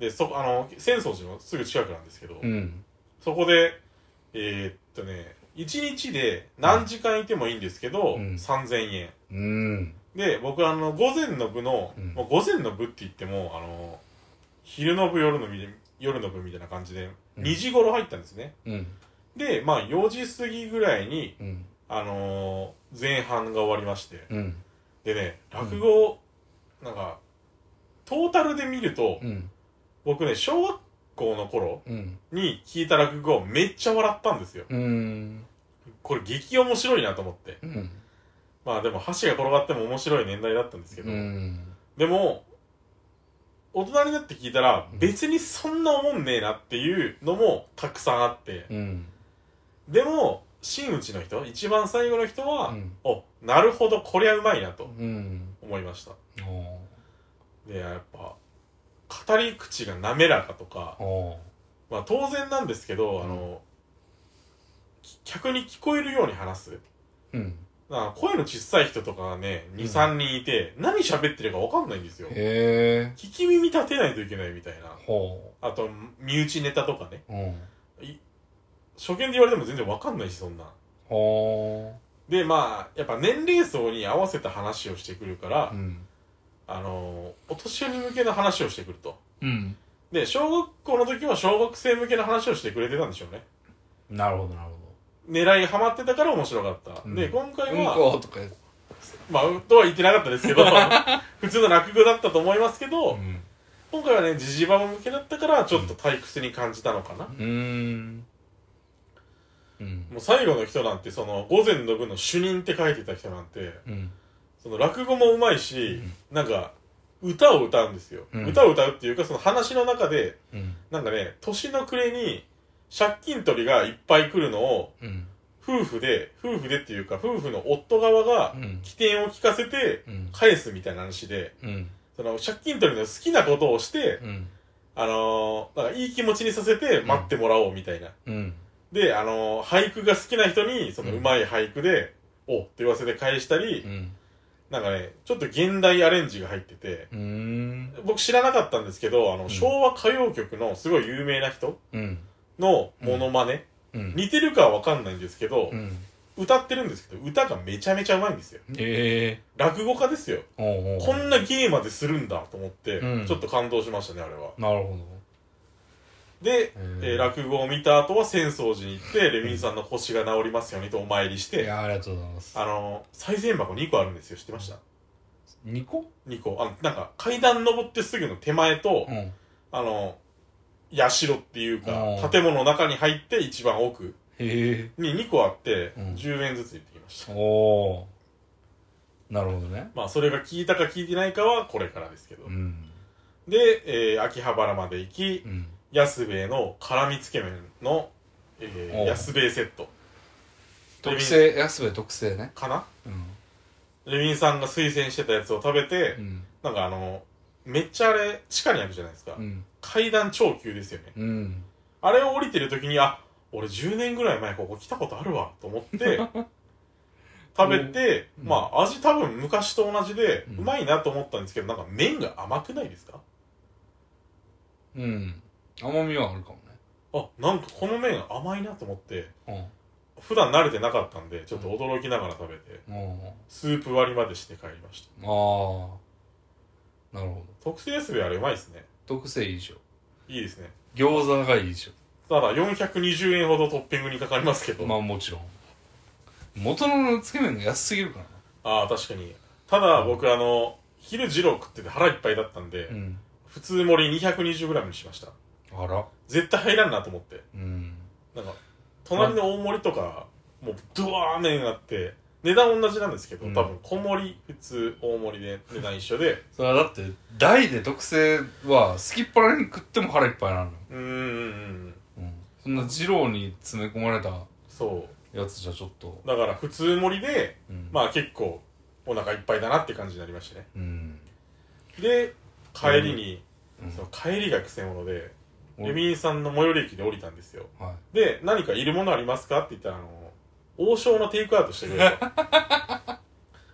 Speaker 2: で、そこ、あの、浅草寺のすぐ近くなんですけど、
Speaker 1: うん。
Speaker 2: そこで、えーっとね、1日で何時間いてもいいんですけど、
Speaker 1: うん
Speaker 2: 3000円。
Speaker 1: うん。
Speaker 2: で、僕あの、午前の部の、
Speaker 1: うん
Speaker 2: もう午前の部って言っても、あの、昼の部、夜の部、夜の部みたいな感じで、
Speaker 1: うん
Speaker 2: 2時頃入ったんですね。
Speaker 1: うん。
Speaker 2: で、まあ4時過ぎぐらいに、
Speaker 1: うん。
Speaker 2: あのー前半が終わりまして。
Speaker 1: うん。
Speaker 2: でね、落語、なんか、トータルで見ると、
Speaker 1: うん。
Speaker 2: 僕ね、小学校の頃
Speaker 1: うん。
Speaker 2: に聞いた落語めっちゃ笑ったんですよ。
Speaker 1: うん。
Speaker 2: これ激面白いなと思って。
Speaker 1: うん。
Speaker 2: まあでも箸が転がっても面白い年代だったんですけど、
Speaker 1: うん。
Speaker 2: でも、大人になって聞いたら
Speaker 1: うん
Speaker 2: 別にそんな思んねえなっていうのもたくさんあって、
Speaker 1: うん。
Speaker 2: でも、真打ちの人、一番最後の人は、
Speaker 1: うん
Speaker 2: お、なるほど、こりゃうまいなと
Speaker 1: うん。
Speaker 2: 思いました。
Speaker 1: お
Speaker 2: で、やっぱ、語り口が滑らかとか
Speaker 1: ー、お
Speaker 2: まあ当然なんですけど、あの、き客に聞こえるように話す。
Speaker 1: ーうん。
Speaker 2: なんか声の小さい人とかがね、2、
Speaker 1: うん
Speaker 2: 3人いて、何喋ってるか分かんないんですよ。
Speaker 1: へえ。
Speaker 2: 聞き耳立てないといけないみたいな。
Speaker 1: ほ
Speaker 2: あと、身内ネタとかね。
Speaker 1: う。うん。
Speaker 2: 初見で言われても全然分かんないし、そんな。
Speaker 1: ほ
Speaker 2: で、まあ、やっぱ年齢層に合わせた話をしてくるから、
Speaker 1: う。うん。
Speaker 2: あのお年寄り向けの話をしてくると
Speaker 1: うん。
Speaker 2: で小学校の時は小学生向けの話をしてくれてたんでしょうね
Speaker 1: なるほど、なるほ
Speaker 2: 狙いハマってたから面白かった、
Speaker 1: うん
Speaker 2: で今
Speaker 1: ど。
Speaker 2: 回
Speaker 1: うん
Speaker 2: は、
Speaker 1: ことかやって。
Speaker 2: まあ、とは言ってなかったですけど、 [LAUGHS] 普通の落語だったと思いますけど、
Speaker 1: うん。
Speaker 2: 今回はね、ジジババ向けだったから、ちょっと退屈に感じたのかな。
Speaker 1: うーん。うん。
Speaker 2: もう最後の人なんて、その、午前の部の主任って書いてた人なんて、
Speaker 1: うん。
Speaker 2: その落語もうまいし、なんか、歌を歌うんですよ。
Speaker 1: うん
Speaker 2: 歌を歌うっていうか、その話の中で、
Speaker 1: うん。
Speaker 2: なんかね、年の暮れに、借金取りがいっぱい来るのを、
Speaker 1: うん。
Speaker 2: 夫婦で、夫婦でっていうか、夫婦の夫側が
Speaker 1: う、ん。
Speaker 2: 起点を聞かせて、
Speaker 1: うん。
Speaker 2: 返すみたいな話で、
Speaker 1: うん。
Speaker 2: その借金取りの好きなことをして、
Speaker 1: うん。
Speaker 2: あのー、なんかいい気持ちにさせて待ってもらおうみたいな。
Speaker 1: うん。
Speaker 2: で、あのー、俳句が好きな人に、その
Speaker 1: うん
Speaker 2: うまい俳句で、おって言わせて返したり、
Speaker 1: うん。
Speaker 2: なんかね、ちょっと現代アレンジが入ってて、
Speaker 1: うーん。
Speaker 2: 僕知らなかったんですけど、あの、
Speaker 1: ん
Speaker 2: 昭和歌謡曲のすごい有名な人
Speaker 1: うん。
Speaker 2: のモノマネ、
Speaker 1: うん。
Speaker 2: 似てるかはわかんないんですけど、
Speaker 1: うん。
Speaker 2: 歌ってるんですけど、歌がめちゃめちゃうまいんですよ。
Speaker 1: ええ。
Speaker 2: 落語家ですよ。
Speaker 1: おうおう
Speaker 2: こんな芸までするんだと思って、
Speaker 1: うん
Speaker 2: ちょっと感動しましたね、あれは。
Speaker 1: なるほど。
Speaker 2: で、
Speaker 1: うん
Speaker 2: えー落語を見た後は浅草寺に行って、レミンさんの腰が治りますようにとお参りし
Speaker 1: い
Speaker 2: て、
Speaker 1: や、ありがとうございます。
Speaker 2: あのー、再銭箱2個あるんですよ。知ってました
Speaker 1: 2個
Speaker 2: ?2 個。あの、なんか、階段登ってすぐの手前と、
Speaker 1: うん。
Speaker 2: あのー、社っていう
Speaker 1: う
Speaker 2: か、
Speaker 1: ん
Speaker 2: 建物の中に入って一番奥
Speaker 1: へ
Speaker 2: に2個あって、
Speaker 1: うん
Speaker 2: 10円ずつ行ってきました。
Speaker 1: え。おお。なるほどね。
Speaker 2: まあ、それが効いたか効いてないかはこれからですけど
Speaker 1: う。ん。
Speaker 2: で、えー秋葉原まで行き
Speaker 1: う、ん。
Speaker 2: 安兵衛の辛味つけ麺の、えー
Speaker 1: おう
Speaker 2: 安兵衛セット
Speaker 1: 特製、安部特製ね。
Speaker 2: かな
Speaker 1: うん。
Speaker 2: レミンさんが推薦してたやつを食べて、
Speaker 1: うん。
Speaker 2: なんかあの、めっちゃあれ、地下にあるじゃないですか。
Speaker 1: うん。
Speaker 2: 階段超急ですよね。
Speaker 1: うん。
Speaker 2: あれを降りてる時に、あ、俺10年ぐらい前ここ来たことあるわ、と
Speaker 1: [LAUGHS]
Speaker 2: 思って、食べて、
Speaker 1: うん
Speaker 2: まあ味多分昔と同じで、
Speaker 1: うん
Speaker 2: うまいなと思ったんですけど、なんか麺が甘くないですか
Speaker 1: うん。甘みはあるかも
Speaker 2: あ、なんかこの麺甘いなと思って、
Speaker 1: ね。
Speaker 2: 普段慣れてなかったんで、ちょっと驚きながら食べて、
Speaker 1: うん。うん。
Speaker 2: スープ割りまでして帰りまし
Speaker 1: あ
Speaker 2: た。
Speaker 1: あ。なるほど。
Speaker 2: 特製スベあれうまいですね。
Speaker 1: 特製いいでしょ。
Speaker 2: いいですね。
Speaker 1: 餃子がいいでし
Speaker 2: ただ420円ほどトッピングにかかりますけ
Speaker 1: ょ。
Speaker 2: ど。
Speaker 1: まあもちろん。元のつけ麺が安すぎるから
Speaker 2: ああ、確かに。ただ、僕、あの、昼二郎食ってて腹いっぱいだったんで、
Speaker 1: な。うん。
Speaker 2: 普通盛り 220g にしました。
Speaker 1: あら。
Speaker 2: 絶対入らんなと思って。
Speaker 1: うん。
Speaker 2: なんか、隣の大盛りとか、もう、ドワー麺あって、値段同じなんですけど、
Speaker 1: うん
Speaker 2: 多分、小盛り、普通、大盛りで値段一緒で、
Speaker 1: それはだって、大で特製は、すきっ腹に食っても腹いっぱいになるの。
Speaker 2: うーん、
Speaker 1: うん。そんな二郎に詰め込まれた
Speaker 2: そ
Speaker 1: やつじゃちょっと。
Speaker 2: う。だから、普通盛りで、
Speaker 1: うん。
Speaker 2: まあ結構、お腹いっぱいだなって感じになりましたね。
Speaker 1: うん。
Speaker 2: で、帰りに、
Speaker 1: うん
Speaker 2: その帰りがくせ者で、
Speaker 1: うん
Speaker 2: レミンさんの最寄り駅で降りたんですよ。
Speaker 1: は
Speaker 2: で、何かいるものありますかって言ったら、あの、王将のテイクアウトしてくれ
Speaker 1: [LAUGHS]
Speaker 2: と。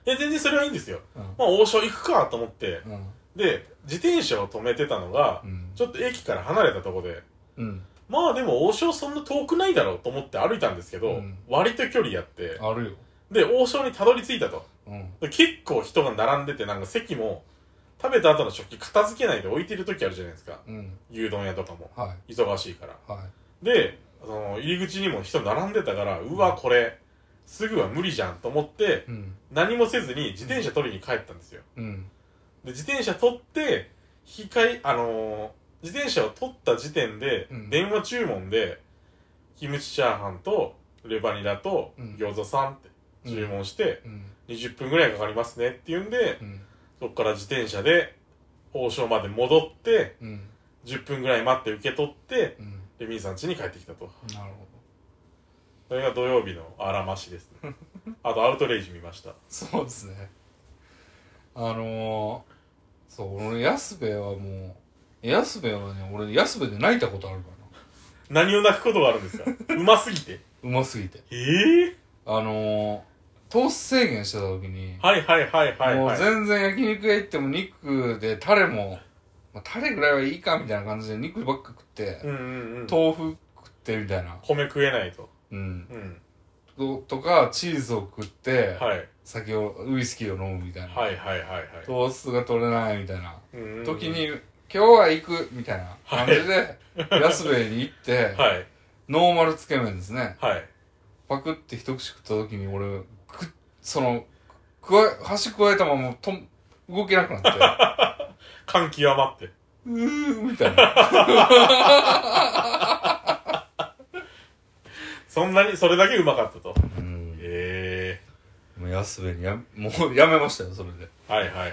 Speaker 2: え、全然それはいいんですよ。
Speaker 1: い。うん
Speaker 2: まあ、王将行くかと思って、
Speaker 1: うん。
Speaker 2: で、自転車を止めてたのが
Speaker 1: う、ん。
Speaker 2: ちょっと駅から離れたとこで、
Speaker 1: うん。
Speaker 2: まあでも王将そんな遠くないだろうと思って歩いたんですけど、
Speaker 1: うん
Speaker 2: 割と距離やって、
Speaker 1: あるよ。
Speaker 2: で、王将にたどり着いたと。
Speaker 1: うん。
Speaker 2: で結構人が並んでて、なんか席も、食べた後の食器片付けないで置いてる時あるじゃないですか。
Speaker 1: うん。
Speaker 2: 牛丼屋とかも。
Speaker 1: はい。
Speaker 2: 忙しいから。
Speaker 1: は
Speaker 2: で、その入り口にも人並んでたから、うわ、これ、すぐは無理じゃんと思って、
Speaker 1: い。うん。
Speaker 2: 何もせずに自転車取りに帰ったんですよ。
Speaker 1: うん。
Speaker 2: で、自転車取って、引き換え、あのー自転車を取った時点で、
Speaker 1: うん
Speaker 2: 電話注文で、キムチチャーハンと、レバニラと
Speaker 1: うん、
Speaker 2: 餃子さんって注文して、
Speaker 1: うん。
Speaker 2: 20分ぐらいかかりますねって言うんで、
Speaker 1: うん。
Speaker 2: そこから自転車で、王将まで戻って、
Speaker 1: うん。
Speaker 2: 10分ぐらい待って受け取って、
Speaker 1: うん。
Speaker 2: レミンさん家に帰ってきたと。
Speaker 1: なるほど。
Speaker 2: それが土曜日のあらましです [LAUGHS] ねあとアウトレイジ見ました
Speaker 1: そうですね。あのー、そう、俺、安部はもう、安部はね、俺、安部で泣いたことあるからな。
Speaker 2: 何を泣くことがあるんですかうますぎて
Speaker 1: うますぎて。
Speaker 2: ええ
Speaker 1: あのー、糖質制限してた時に、
Speaker 2: はいはいはいはい
Speaker 1: も
Speaker 2: は
Speaker 1: う
Speaker 2: い
Speaker 1: 全然焼肉屋行っても肉で、タレも、まあ、タレぐらいはいいかみたいな感じで肉ばっか食って、
Speaker 2: うんうんうん
Speaker 1: 豆腐食ってみたいな。
Speaker 2: 米食えないと
Speaker 1: うん。
Speaker 2: うん
Speaker 1: ととかチーズを食って、
Speaker 2: はい
Speaker 1: 酒をウイスキーを飲むみたいな、
Speaker 2: はいはいはいはい
Speaker 1: 糖質が取れないみたいな
Speaker 2: うんうんうん
Speaker 1: 時に、今日は行くみたいな感じ
Speaker 2: [LAUGHS]
Speaker 1: で、安兵衛に行って、
Speaker 2: はい
Speaker 1: ノーマルつけ麺ですね
Speaker 2: はい
Speaker 1: パクって一口食った時に俺くそのくわ箸加えたままとん動けなくなって
Speaker 2: [LAUGHS] 感極まって
Speaker 1: うーみたいな
Speaker 2: そんなにそれだけうまかったと
Speaker 1: うん
Speaker 2: へ
Speaker 1: もう安部にやもうやめましたよそれで
Speaker 2: えはいはいはいはい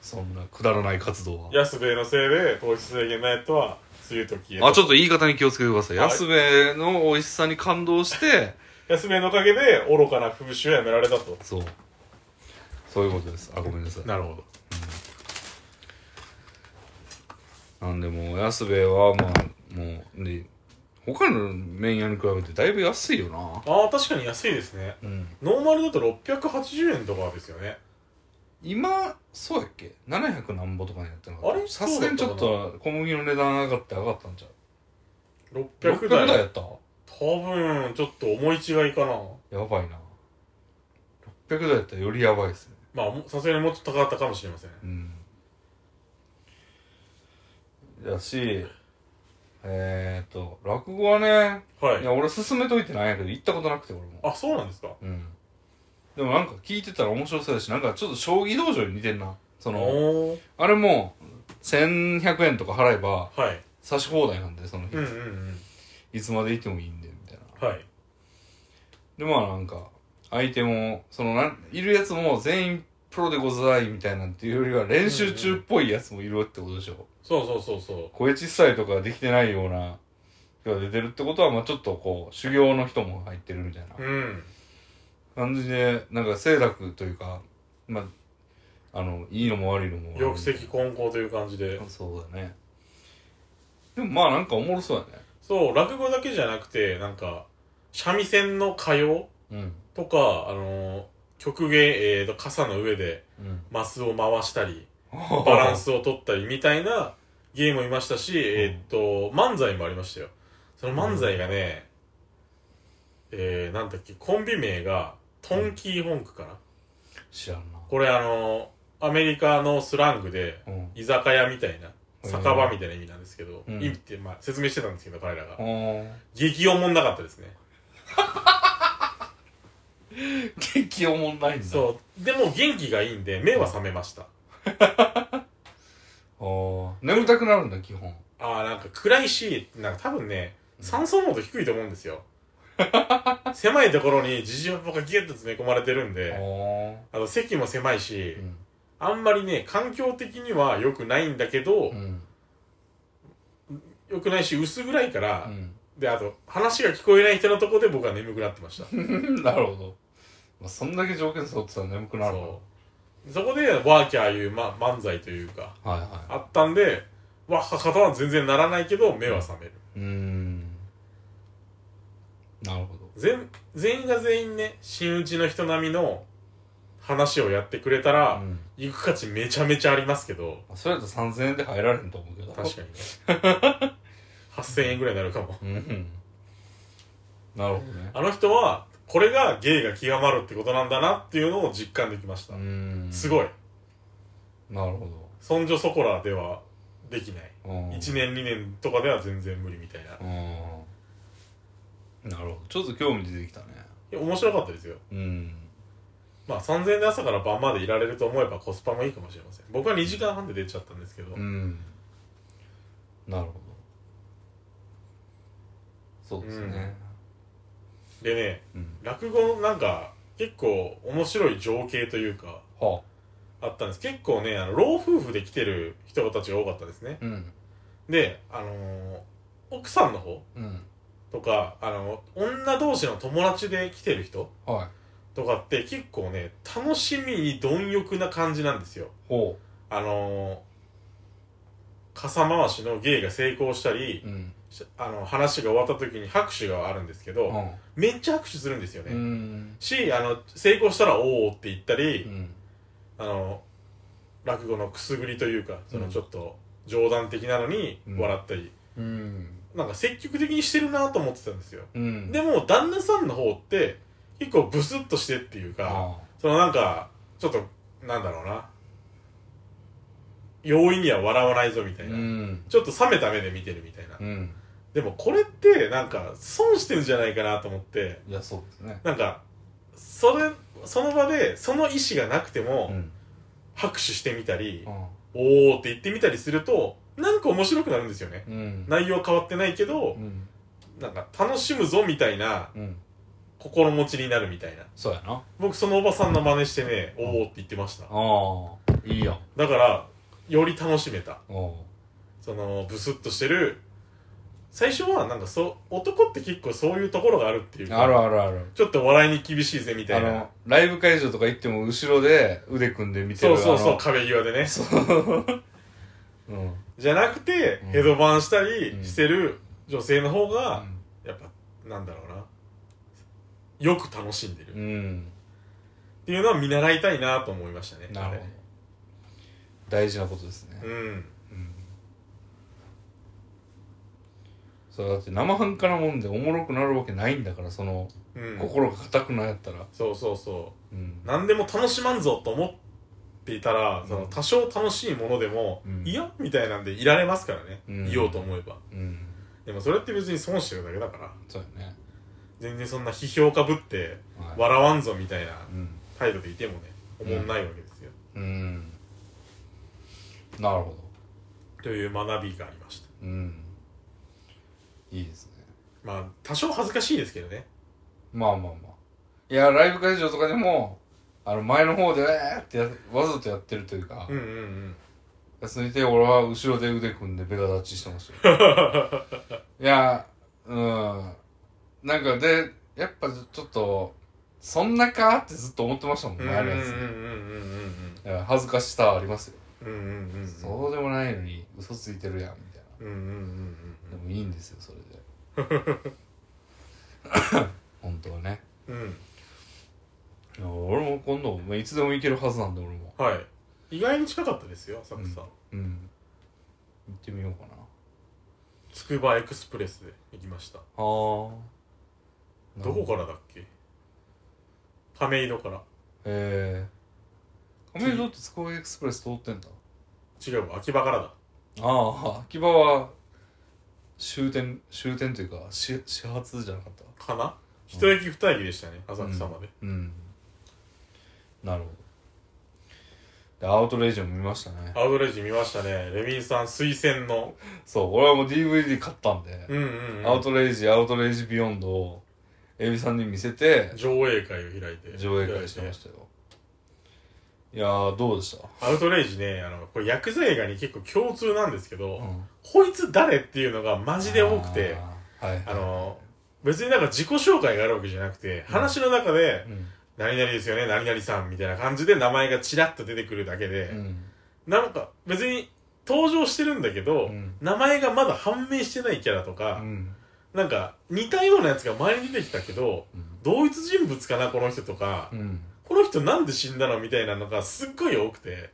Speaker 1: そんなくだらない活動は
Speaker 2: 安兵衛のせいで糖質制限ないとは梅雨と消え
Speaker 1: あ、ち
Speaker 2: ょ
Speaker 1: ょっと言い方に気をつけてください。
Speaker 2: はい
Speaker 1: 安部の美味しさに感動して、
Speaker 2: 安兵衛のおかげで愚かな風習はやめられたと
Speaker 1: そう。そういうことです。あ、ごめんなさい。
Speaker 2: なるほど
Speaker 1: なんでもう、安部は、まあ、もう、で、他の麺屋に比べてだいぶ安いよな。
Speaker 2: ああ確かに安いですね
Speaker 1: うん。
Speaker 2: ノーマルだと680円とかですよね
Speaker 1: 今、そうやっけ ?700 何ぼとかにやってなかった。
Speaker 2: あれ
Speaker 1: さすがにちょっと小麦の値段上がって上がったんちゃう
Speaker 2: 600
Speaker 1: 600台
Speaker 2: 台
Speaker 1: やった
Speaker 2: 多分ちょっと思い違いかな
Speaker 1: やばいな。600台やったらよりやばいですね。
Speaker 2: まあもさすがにもうちょっと高かったかもしれません
Speaker 1: うん。だし、えーっと、落語はね、
Speaker 2: はいい
Speaker 1: や、俺勧めといてないんやけど、行ったことなくて、俺も。
Speaker 2: あそうなんですか
Speaker 1: うん。でもなんか聞いてたら面白そうだし、なんかちょっと将棋道場に似てんな。その、
Speaker 2: おー
Speaker 1: あれも、1100円とか払えば、
Speaker 2: はい
Speaker 1: 差し放題なんで、その日
Speaker 2: うんうんうん
Speaker 1: いつまでいてもいいんで、みたいな。
Speaker 2: はい
Speaker 1: で、まあなんか、相手も、そのなん、いるやつも全員プロでございみたいなんていうよりは、練習中っぽいやつもいるってことでしょ。
Speaker 2: そうそうそうそう
Speaker 1: 声小さいとかできてないような人が出てるってことは、まあちょっとこう、修行の人も入ってるみたいな
Speaker 2: うん
Speaker 1: 感じで、なんか清濁というか、まああの、いいのも悪いのも悪い。
Speaker 2: 玉石混交という感じで
Speaker 1: そうだね。でもまあなんかおもろそうだね。
Speaker 2: そう落語だけじゃなくてなんか三味線の歌謡
Speaker 1: うん。
Speaker 2: とかあのー曲芸、えー、と傘の上で
Speaker 1: うん。
Speaker 2: マスを回したりバラン。スを取ったりみたいなゲームもいましたし、えーっと漫才もありましたよその漫才がね、えー、なんだっけコンビ名がトンキーホンクかな、
Speaker 1: 知らんな。
Speaker 2: これあのアメリカのスラングで
Speaker 1: うん。
Speaker 2: 居酒屋みたいな酒場みたいな意味なんですけど、
Speaker 1: うん
Speaker 2: 意味って、まあ、説明してたんですけど彼らが、
Speaker 1: あー。
Speaker 2: 激おもんなかったですね、
Speaker 1: 激おもんないんだ。う。
Speaker 2: そうでも元気がいいんで目は覚めました、
Speaker 1: ああ。眠たくなるんだ、基本。
Speaker 2: ああなんか暗いしなんか多分ね酸素濃度低いと思うんで
Speaker 1: [LAUGHS]
Speaker 2: すよ狭いところにジジババがギュッと詰め込まれてるん
Speaker 1: ああ。
Speaker 2: であと席も狭いし、
Speaker 1: うん。
Speaker 2: あんまりね環境的には良くないんだけど、
Speaker 1: うん。
Speaker 2: 良くないし薄暗いから、
Speaker 1: うん。
Speaker 2: であと話が聞こえない人のとこで僕は眠くなってました
Speaker 1: なるほど。まあ、そんだけ条件揃ってたら眠 [LAUGHS] くなる
Speaker 2: そ。うそこでワーキャーいう、ま、漫才というか
Speaker 1: はいは
Speaker 2: あったんでわっは肩は全然ならないけど目は覚める
Speaker 1: い。うーん。なるほど。
Speaker 2: 全全員が全員ね真打ちの人並みの話をやってくれたら、
Speaker 1: うん。
Speaker 2: 行く価値めちゃめちゃありますけど
Speaker 1: まあそれだと3000円で入られんと思うけど。
Speaker 2: 確かにね
Speaker 1: [LAUGHS]
Speaker 2: 8000円ぐらいになるかも
Speaker 1: に。うん。なるほどね。
Speaker 2: あの人はこれが芸が極まるってことなんだなっていうのを実感できまし
Speaker 1: う
Speaker 2: た、
Speaker 1: ーん。
Speaker 2: すごい
Speaker 1: なるほ
Speaker 2: そんじょそこらではできない、
Speaker 1: ど。うん。
Speaker 2: 1年2年とかでは全然無理みたいな
Speaker 1: うん。なるほど。ちょっと興味出てきたね。
Speaker 2: いや面白かったですよ
Speaker 1: うん。
Speaker 2: まあ3000円で朝から晩までいられると思えばコスパもいいかもしれません僕は2時間半で出ちゃったんですけど、
Speaker 1: うん。なるほど。そうですね。
Speaker 2: でね
Speaker 1: うん。
Speaker 2: 落語なんか結構面白い情景というか
Speaker 1: は
Speaker 2: あったんです結構ねあの老夫婦で来てる人たちが多かったですね
Speaker 1: あ。うん。
Speaker 2: であのー奥さんの方
Speaker 1: うん。
Speaker 2: とかあの女同士の友達で来てる人
Speaker 1: はい。
Speaker 2: とかって結構ね楽しみに貪欲な感じなんですよ
Speaker 1: ほ
Speaker 2: あのー傘回しの芸が成功したり
Speaker 1: う。うん。
Speaker 2: しあの話が終わった時に拍手があるんですけど、
Speaker 1: うん。
Speaker 2: めっちゃ拍手するんですよね、
Speaker 1: うん。
Speaker 2: しあの成功したら「おお」って言ったり、
Speaker 1: うん。
Speaker 2: あの落語のくすぐりというかその
Speaker 1: うん
Speaker 2: ちょっと冗談的なのに
Speaker 1: うん
Speaker 2: 笑ったり、
Speaker 1: うん。
Speaker 2: なんか積極的にしてるなと思ってたんですよ、
Speaker 1: うん。
Speaker 2: でも旦那さんの方って結構ブスッとしてっていうか、
Speaker 1: あ
Speaker 2: そのなんか、ちょっと、なんだろうな。容易には笑わないぞみた
Speaker 1: う
Speaker 2: いな。
Speaker 1: ん
Speaker 2: ちょっと冷めた目で見てるみたいな。
Speaker 1: うん
Speaker 2: でもこれって、なんか、損してんじゃないかなと思って、
Speaker 1: いやそうですね
Speaker 2: なんか、それ、その場で、その意思がなくても、
Speaker 1: うん
Speaker 2: 拍手してみたり
Speaker 1: う、ん
Speaker 2: おーって言ってみたりすると、なんか面白くなるんですよね。
Speaker 1: うん
Speaker 2: 内容変わってないけど
Speaker 1: う、ん
Speaker 2: なんか楽しむぞみたいな
Speaker 1: うん
Speaker 2: 心持ちになるみたいな。
Speaker 1: そうやなあ
Speaker 2: 僕そのおばさんの真似してね、おーって言ってました。
Speaker 1: あいいやん
Speaker 2: だから、より楽しめた。
Speaker 1: おう
Speaker 2: その、ブスッとしてる。最初はなんかそう、男って結構そういうところがあるっていうか、
Speaker 1: あるあるある
Speaker 2: ちょっと笑いに厳しいぜみた
Speaker 1: あ
Speaker 2: いな
Speaker 1: の。ライブ会場とか行っても後ろで腕組んで見て
Speaker 2: そ
Speaker 1: る
Speaker 2: うそう
Speaker 1: あ
Speaker 2: そう、
Speaker 1: の
Speaker 2: 壁際でね。
Speaker 1: うん
Speaker 2: じゃなくて
Speaker 1: うん、
Speaker 2: ヘドバンしたり
Speaker 1: うん
Speaker 2: してる女性の方が、
Speaker 1: う
Speaker 2: やっぱ、なんだろうな。よく楽しんでる。っ
Speaker 1: ん
Speaker 2: ていうのは見習いたいなと思いましたね。
Speaker 1: なるほ
Speaker 2: あ
Speaker 1: ど大事なことですね
Speaker 2: れうん。
Speaker 1: そうだって生半可なもんでおもろくなるわけないんだからその
Speaker 2: うん。
Speaker 1: 心が固くなやったら
Speaker 2: そうそうそう。
Speaker 1: うん
Speaker 2: 何でも楽しまんぞと思っていたら、
Speaker 1: ん
Speaker 2: その多少楽しいものでも、
Speaker 1: うん
Speaker 2: いやみたいなんでいられますからね、
Speaker 1: うん
Speaker 2: いようと思えば
Speaker 1: うん
Speaker 2: でもそれって別に損してるだけだから
Speaker 1: そうやね
Speaker 2: 全然そんな批評家ぶって
Speaker 1: はい
Speaker 2: 笑わんぞみたいな
Speaker 1: うん
Speaker 2: 態度でいてもねおもんないわけですよ、
Speaker 1: うんなるほ
Speaker 2: という学びがありました
Speaker 1: どうんいいですね
Speaker 2: まあ多少恥ずかしいですけどね
Speaker 1: まあまあまあいやライブ会場とかでもあの前の方でえーってやわざとやってるというか、
Speaker 2: うんうんうん
Speaker 1: 休みて俺は後ろで腕組んでベタ立ちしてましたよ
Speaker 2: [LAUGHS]
Speaker 1: いやうんなんかでやっぱちょっとそんなかってずっと思ってましたもん
Speaker 2: うん
Speaker 1: 前
Speaker 2: うん
Speaker 1: の
Speaker 2: うんうんうん
Speaker 1: やついや恥ずかしさはありますよ、
Speaker 2: うんうんうんうん
Speaker 1: そうでもないのに嘘ついてるやんみたい
Speaker 2: うんうんうんうん
Speaker 1: なでもいいんですよそれで
Speaker 2: [LAUGHS]
Speaker 1: 本当はね
Speaker 2: うんうん
Speaker 1: いや俺も今度まあいつでも行けるはずなんで俺も
Speaker 2: はい意外に近かったですよ浅草、
Speaker 1: うん行ってみようかな
Speaker 2: つくばエクスプレスで行きました
Speaker 1: ああ
Speaker 2: どこからだっけ亀戸から
Speaker 1: ええー、亀戸ってスコアエクスプレス通ってんだ
Speaker 2: 違うわ秋葉からだ
Speaker 1: ああ秋葉は終点終点というか始始発じゃなかった
Speaker 2: かな一駅二駅でしたね浅草まで
Speaker 1: うんなるほどでアウトレイジも見ましたね
Speaker 2: アウトレイジ見ましたねレミンさん推薦の
Speaker 1: そう俺はもう DVD 買ったんで、
Speaker 2: うんうん、うん、
Speaker 1: アウトレイジアウトレイジビヨンドをエビさんに見せて
Speaker 2: 上映会を開いて
Speaker 1: 上映会してましたよいやーどうでした
Speaker 2: アウトレイジねあのこれヤクザ映画に結構共通なんですけど、
Speaker 1: ん
Speaker 2: こいつ誰っていうのがマジで多くて
Speaker 1: あーはい
Speaker 2: あの別になんか自己紹介があるわけじゃなくて、話の中で
Speaker 1: う、ん
Speaker 2: 何々ですよね、何々さんみたいな感じで名前がチラッと出てくるだけで、
Speaker 1: うん
Speaker 2: なんか別に登場してるんだけど、
Speaker 1: うん
Speaker 2: 名前がまだ判明してないキャラと
Speaker 1: う
Speaker 2: か、
Speaker 1: ん
Speaker 2: なんか似たようなやつが前に出てきたけど、
Speaker 1: うん
Speaker 2: 同一人物かなこの人とか、
Speaker 1: うん
Speaker 2: この人なんで死んだのみたいなのがすっごい多
Speaker 1: [LAUGHS]
Speaker 2: くて、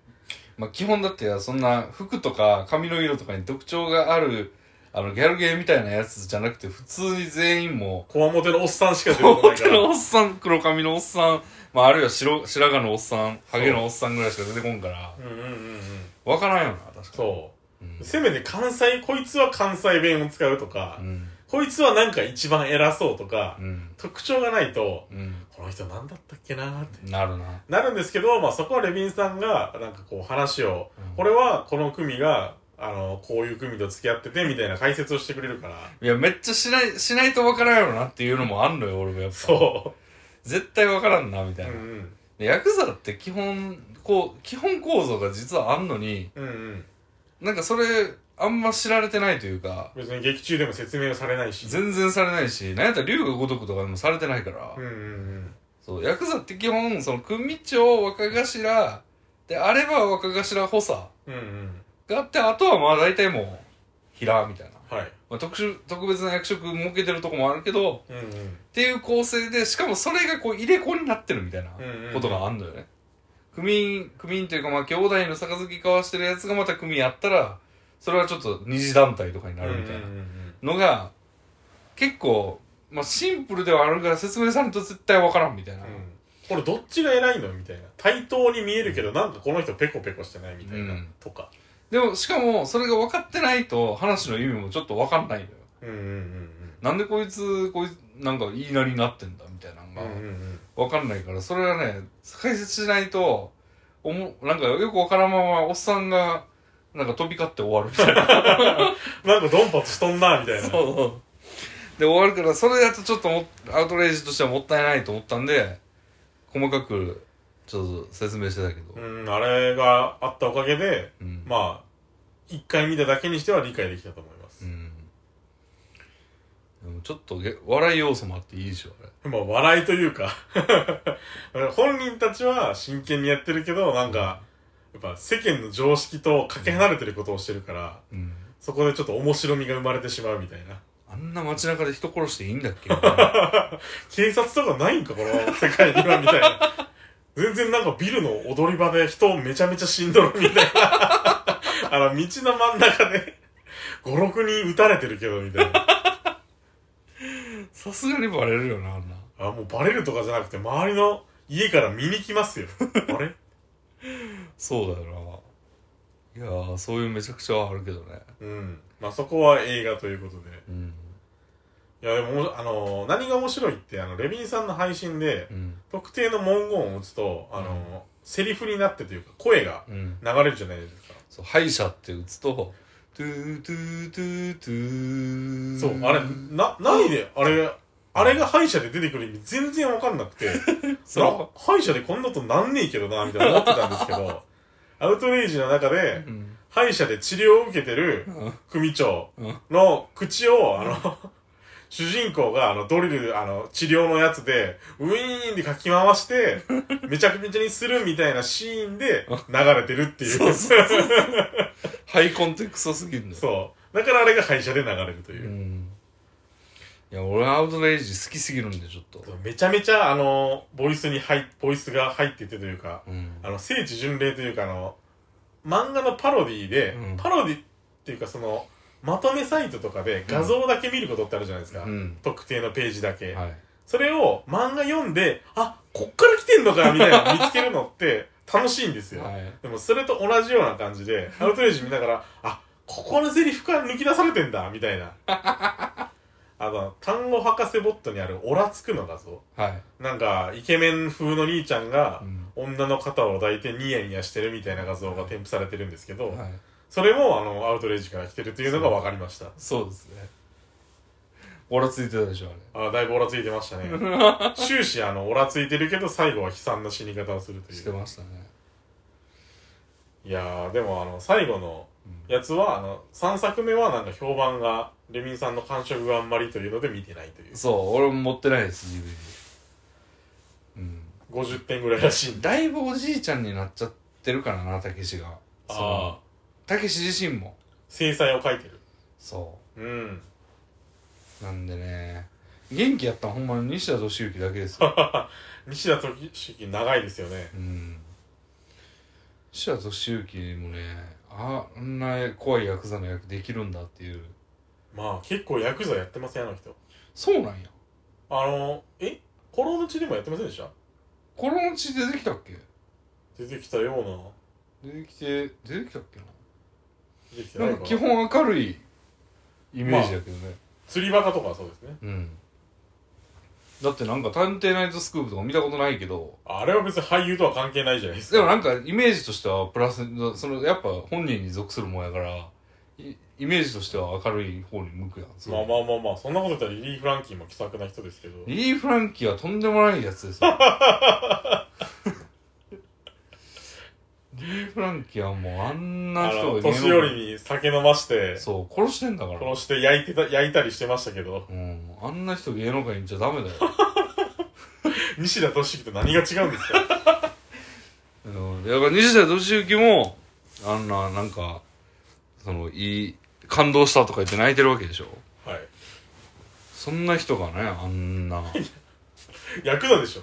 Speaker 1: まあ基本だってそんな服とか髪の色とかに特徴があるあのギャルゲーみたいなやつじゃなくて普通に全員も
Speaker 2: こわもてのおっさんしか出てこない
Speaker 1: 表
Speaker 2: から
Speaker 1: の。おっさん黒髪のおっさんまああるいは白白髪のおっさんハゲのおっさんぐらいしか出てこんから
Speaker 2: うんうんうんうん。
Speaker 1: わからんよな確かに
Speaker 2: そう。
Speaker 1: うん
Speaker 2: せめて関西、こいつは関西弁を使うとか、
Speaker 1: うん
Speaker 2: こいつはなんか一番偉そうとか、
Speaker 1: うん
Speaker 2: 特徴がないと、
Speaker 1: うん
Speaker 2: この人なんだったっけなーって。
Speaker 1: なるな
Speaker 2: なるんですけど、まあそこはレビンさんが、なんかこう話を、
Speaker 1: うん
Speaker 2: これはこの組が、あの、こういう組と付き合ってて、みたいな解説をしてくれるから。
Speaker 1: いやめっちゃしないしないとわからんよなっていうのもあんのよ俺もやっぱ
Speaker 2: そ
Speaker 1: 絶対わからんなみ
Speaker 2: う。
Speaker 1: た
Speaker 2: う
Speaker 1: い
Speaker 2: ん
Speaker 1: な
Speaker 2: う、ん。
Speaker 1: でヤクザって基本こう基本構造が実はあんのに
Speaker 2: うんうん。
Speaker 1: なんかそれあんま知られてないというか
Speaker 2: 別に劇中でも説明をされないし。
Speaker 1: 全然されないしなんやったら龍が如くとかでもされてないから、
Speaker 2: うんうんうん。
Speaker 1: そうヤクザって基本その組長若頭であれば若頭補佐
Speaker 2: うんうん。
Speaker 1: があってあとはまあ大体もう平みたいな、
Speaker 2: はい。
Speaker 1: まあ、特殊特別な役職設けてるとこもあるけど
Speaker 2: うんうん。
Speaker 1: っていう構成でしかもそれがこう入れ子になってるみたいな
Speaker 2: うんうん
Speaker 1: ことがあんのよね、組員組員というかまあ兄弟の杯交わしてるやつがまた組やったらそれはちょっと二次団体とかになるみたいな、
Speaker 2: うんうんうん
Speaker 1: のが結構まあシンプルではあるから説明されると絶対わからんみたいな、
Speaker 2: うんこれどっちが偉いのみたいな対等に見えるけどなんかこの人ペコペコしてないみたいな、
Speaker 3: うん
Speaker 2: とか
Speaker 1: でもしかもそれが分かってないと話の意味もちょっと分かんないのよ
Speaker 2: うんうん
Speaker 1: なんでこいつこいつなんか言いなりになってんだみたいなの
Speaker 2: う
Speaker 1: が
Speaker 2: んうんうんうん
Speaker 1: 分かんないからそれはね解説しないとおもなんかよく分からんままおっさんがなんか飛び交って終わるみたいな
Speaker 2: なんかドンパチしとんなみたい
Speaker 1: そ
Speaker 2: な
Speaker 1: うそう [LAUGHS] で終わるからそれだとちょっともアウトレイジとしてはもったいないと思ったんで細かくちょっと説明してたけど、
Speaker 2: うんあれがあったおかげで
Speaker 1: うん
Speaker 2: まあ一回見ただけにしては理解できたと思います
Speaker 1: う、んでもちょっとげ笑い要素もあっていいでしょあれ
Speaker 2: まあ笑いというか [LAUGHS] 本人たちは真剣にやってるけどなんかやっぱ世間の常識とかけ離れてることをしてるから
Speaker 1: うん
Speaker 2: そこでちょっと面白みが生まれてしまうみたいな
Speaker 1: あんな街中で人殺していいんだっけ [LAUGHS]
Speaker 2: 警察とかないんかこの世界にはみたいな全然なんかビルの踊り場で人めちゃめちゃ死んどるみたいなあの道の真ん中で56人撃たれてるけどみたいな
Speaker 1: さすがにバレるよなあんな
Speaker 2: あもうバレるとかじゃなくて周りの家から見に来ますよあれ
Speaker 1: そうだよないやーそういうめちゃくちゃはあるけどね
Speaker 2: うんまあそこは映画ということで
Speaker 1: うん
Speaker 2: いやでももあのー何が面白いってあのレビンさんの配信で
Speaker 1: うん
Speaker 2: 特定の文言を打つとあのー、セリフになってというか声が
Speaker 1: うん
Speaker 2: 流れるじゃないですか
Speaker 1: そう歯医者って打つとトゥートゥートゥートゥー
Speaker 2: そう、あれ、な、何で、あれ、あれが歯医者で出てくる意味全然わかんなくて、
Speaker 1: [LAUGHS] そ
Speaker 2: な歯医者でこんなことなんねえけどな、みたいな思ってたんですけど、アウトレイジの中で
Speaker 1: う、うん
Speaker 2: 歯医者で治療を受けてる
Speaker 1: うん
Speaker 2: 組長
Speaker 1: うん
Speaker 2: の口を、あの、主人公が、あの、ドリル、あの、治療のやつで、ウィーンでかき回
Speaker 1: [LAUGHS]
Speaker 2: して、めちゃくちゃにするみたいなシーンで流れてるっていう。
Speaker 1: そうそうそうハイコンテクストすぎるんだよ
Speaker 2: [LAUGHS] そう。だからあれが歯医者で流れるという
Speaker 1: う。んいや俺アウトレイジ好きすぎるんでちょっと
Speaker 2: めちゃめちゃあのボイスに入ボイスが入っててというか
Speaker 1: うん
Speaker 2: あの聖地巡礼というかあの漫画のパロディで、
Speaker 1: うん
Speaker 2: パロディっていうかそのまとめサイトとかで画像だけ見ることってあるじゃないですか、
Speaker 1: うん
Speaker 2: 特定のページだけ、
Speaker 1: はい
Speaker 2: それを漫画読んであこっから来てんのかみ
Speaker 1: [LAUGHS]
Speaker 2: たいなの見つけるのって楽しいんですよ、
Speaker 1: はい
Speaker 2: でもそれと同じような感じで、アウトレイジ見ながら、あ、ここのセリフから抜き出されてんだ、みた
Speaker 1: [LAUGHS]
Speaker 2: いな。あの、単語博士ボットにあるオラつくの画像。
Speaker 1: はい
Speaker 2: なんか、イケメン風の兄ちゃんが
Speaker 1: う、ん
Speaker 2: 女の肩を抱いてニヤニヤしてるみたいな画像が添付されてるんですけど、
Speaker 1: はい
Speaker 2: それもあの、アウトレイジから来てるというのが分かりました。
Speaker 1: そうですねオラついてたでしょあれ
Speaker 2: あだいぶオラついて
Speaker 1: [LAUGHS]
Speaker 2: ましたね。終始あの、オラついてるけど、最後は悲惨な死に方をするとい
Speaker 1: して
Speaker 2: う。
Speaker 1: ましたね
Speaker 2: いやー、でもあの、最後の、
Speaker 1: うん
Speaker 2: やつはあの3作目はなんか評判がレミンさんの感触があんまりというので見てないという
Speaker 1: そう俺も持ってないです DVD うん
Speaker 2: 50点ぐらいらしいんだ
Speaker 1: だいぶおじいちゃんになっちゃってるからなたけしが
Speaker 2: あ
Speaker 1: そうたけし自身も
Speaker 2: 制裁を書いてる
Speaker 1: そ
Speaker 2: うん
Speaker 1: うなんでね元気やったのほんまに西田敏行だけですよ
Speaker 2: 西田敏行長いですよね
Speaker 1: うん西田敏行もねあんな怖いヤクザの役できるんだっていう
Speaker 2: まあ結構ヤクザやってませんあの人
Speaker 1: そうなんや
Speaker 2: あのえコロの地でもやってませんでした
Speaker 1: このうち出てきたっけ
Speaker 2: 出てきたよう
Speaker 1: 出てきて出てきたっけ
Speaker 2: な出てきて
Speaker 1: な
Speaker 2: ない
Speaker 1: なん
Speaker 2: か
Speaker 1: か
Speaker 2: な
Speaker 1: 基本明るいイメージだけどね、
Speaker 2: 釣りバカとかはそうですね
Speaker 1: うんだってなんか「探偵ナイトスクープ」とか見たことないけど
Speaker 2: あれは別に俳優とは関係ないじゃないですか
Speaker 1: でもなんかイメージとしてはプラスそのやっぱ本人に属するもんやからいイメージとしては明るい方に向くやんそう
Speaker 2: まあまあまあまあそんなこと言ったらリリー・フランキーも気さくな人ですけど
Speaker 1: リー・フランキーはとんでもないやつ
Speaker 2: [LAUGHS]
Speaker 1: ですよリー・フランキーはもうあんな
Speaker 2: あ
Speaker 1: 人
Speaker 2: の
Speaker 1: が芸能
Speaker 2: 年寄りに酒飲まして
Speaker 1: そう殺してんだから
Speaker 2: 殺して焼いてた、焼いたりしてましたけど、
Speaker 1: うん、あんな人芸能界にいちゃダメだよ、
Speaker 2: 西田敏行と何が違うんです
Speaker 1: [LAUGHS]
Speaker 2: か
Speaker 1: うん、やっぱ西田敏行もあんななんかそのいい感動したとか言って泣いてるわけでしょ
Speaker 2: はい。
Speaker 1: そんな人がねあんな
Speaker 2: ヤクザでしょ。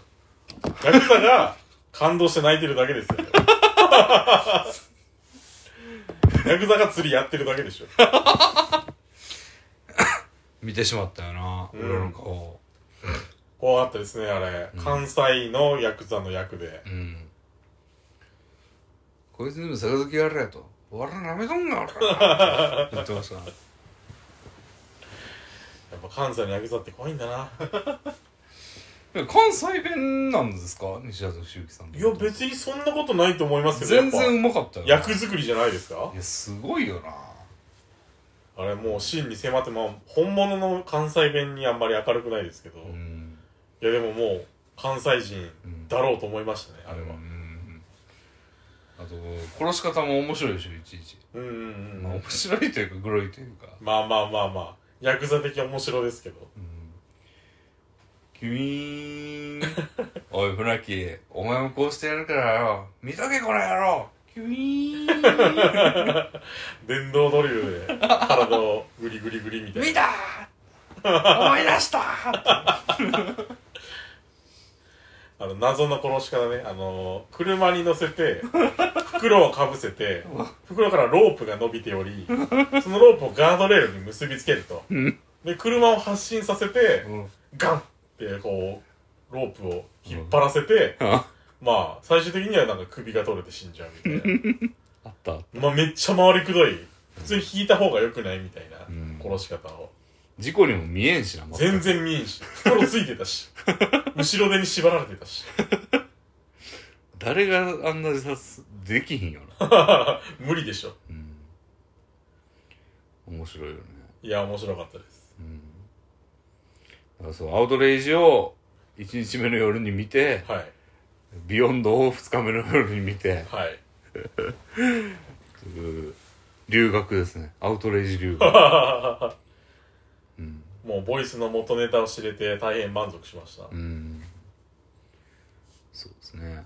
Speaker 2: ヤクザが感動して泣いてるだけ
Speaker 1: [LAUGHS]
Speaker 2: ですよ。ヤクザが釣りやってるだけでしょ。
Speaker 1: 見てしまったよな、
Speaker 2: うん
Speaker 1: 俺の顔
Speaker 2: 怖かったですね、あれ。
Speaker 1: うん
Speaker 2: 関西のヤクザの役で。
Speaker 1: うんこいつにも杯やれやと「俺らなめとんな俺ら」
Speaker 2: [LAUGHS]
Speaker 1: 言ってました
Speaker 2: やっぱ関西のヤクザって怖いんだな。
Speaker 1: いや関西弁なんですか西田敏行さんって
Speaker 2: いや、別にそんなことないと思いますけど、
Speaker 1: 全
Speaker 2: やっ
Speaker 1: 然うまかったよ
Speaker 2: ぱ役作りじゃないですか
Speaker 1: いやすごいよな
Speaker 2: あれもう真に迫って、まあ、本物の関西弁にあんまり明るくないですけ
Speaker 1: う
Speaker 2: ど、い
Speaker 1: ん
Speaker 2: やでももう関西人
Speaker 1: うん
Speaker 2: だろうと思いましたね、あれ
Speaker 1: う
Speaker 2: は。
Speaker 1: んあと殺し方も面白いでしょいちいち、
Speaker 2: うんうん
Speaker 1: まあ、
Speaker 2: うん。
Speaker 1: 面白いというかグロいというか、
Speaker 2: まあまあまあまあ、ヤクザ的面白ですけど。
Speaker 1: うん、君おい船木お前もこうしてやるからよ見とけこの野郎キュイーン
Speaker 2: 電動ドリルで体をグリグリグリみたい
Speaker 1: 見
Speaker 2: な。
Speaker 1: た思い出した
Speaker 2: あの、謎の殺し方ね、あのー車に乗せて、袋をかぶせて、袋からロープが伸びており、そのロープをガードレールに結びつけると。で、車を発進させて、
Speaker 1: うん
Speaker 2: ガンってこう、ロープを引っ張らせて、まあ、最終的にはなんか首が取れて死んじゃうみたい
Speaker 1: あった
Speaker 2: な。まあ、めっちゃ回りくどい。普通に引いた方が良くないみたいな
Speaker 1: うん
Speaker 2: 殺し方を。
Speaker 1: 事故にも見えんしな、全
Speaker 2: 全然見えんし。袋ついてたし。後ろ手に縛られてたし。 [LAUGHS]
Speaker 1: 誰があんな自殺できひんよな、
Speaker 2: 無理でしょ。
Speaker 1: うん、面白いよね
Speaker 2: いや、面白かったです。
Speaker 1: うんだからそうアウトレイジを1日目の夜に見て
Speaker 2: はい。
Speaker 1: ビヨンドを2日目の夜に見て
Speaker 2: はい。
Speaker 1: うん留学ですねアウトレイジ留学うん
Speaker 2: もうボイスの元ネタを知れて大変満足しました。
Speaker 1: うんそうですね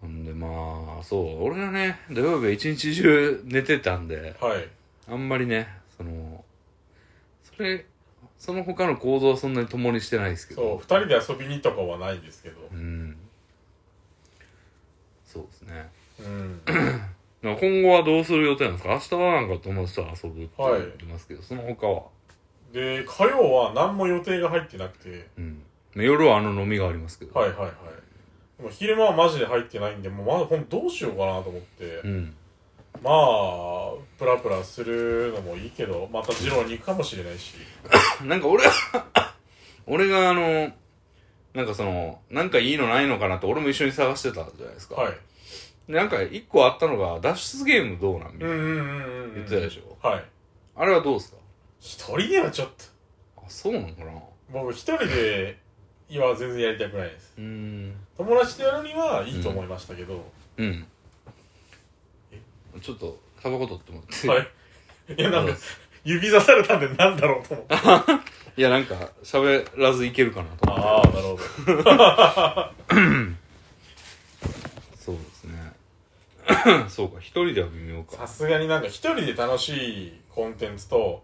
Speaker 1: ほんでまあそう俺がね土曜日は一日中寝てたんで
Speaker 2: はい。
Speaker 1: あんまりねそのそれその他の行動はそんなに共にしてないですけ
Speaker 2: そう、
Speaker 1: ど
Speaker 2: 二人で遊びにとかはないんですけど。
Speaker 1: うんそうですね
Speaker 2: うん。
Speaker 1: なんか今後はどうする予定なんですか明日はなんか友達と遊ぶって言ってますけど、その他は
Speaker 2: で、火曜は何も予定が入ってなくて、
Speaker 1: うんまあ夜はあの飲みがありますけど
Speaker 2: はいはいはい。でも昼間はマジで入ってないんで、もうまだほんとどうしようかなと思って、
Speaker 1: うん
Speaker 2: まあ、プラプラするのもいいけど、また二郎に行くかもしれないし。
Speaker 1: なんか俺は [LAUGHS] 俺があのなんかそのなんかいいのないのかなって俺も一緒に探してたじゃないですか、
Speaker 2: はい。
Speaker 1: でなんか一個あったのが脱出ゲームどうなんみた
Speaker 2: う
Speaker 1: い
Speaker 2: ん
Speaker 1: な、
Speaker 2: うんうんうん。
Speaker 1: 言ってたでしょ
Speaker 2: はい。
Speaker 1: あれはどうですか
Speaker 2: 一人ではちょっと。
Speaker 1: あそうなのかな
Speaker 2: 僕一人で、いや、全然やりたくないです。
Speaker 1: うーん
Speaker 2: 友達とやるにはいいと思いましたけど、
Speaker 1: うんちょっとタバコ取ってもらって
Speaker 2: はい。 [LAUGHS] いや、なんか、指さされたんでなんだろうと思って。
Speaker 1: [LAUGHS] いやなんか喋らずいけるかなと思って
Speaker 2: ああ、なるほど。
Speaker 1: そうですね [CLEARS THROAT] そうか一人では微妙
Speaker 2: さ
Speaker 1: か
Speaker 2: すがになんか一人で楽しいコンテンツと、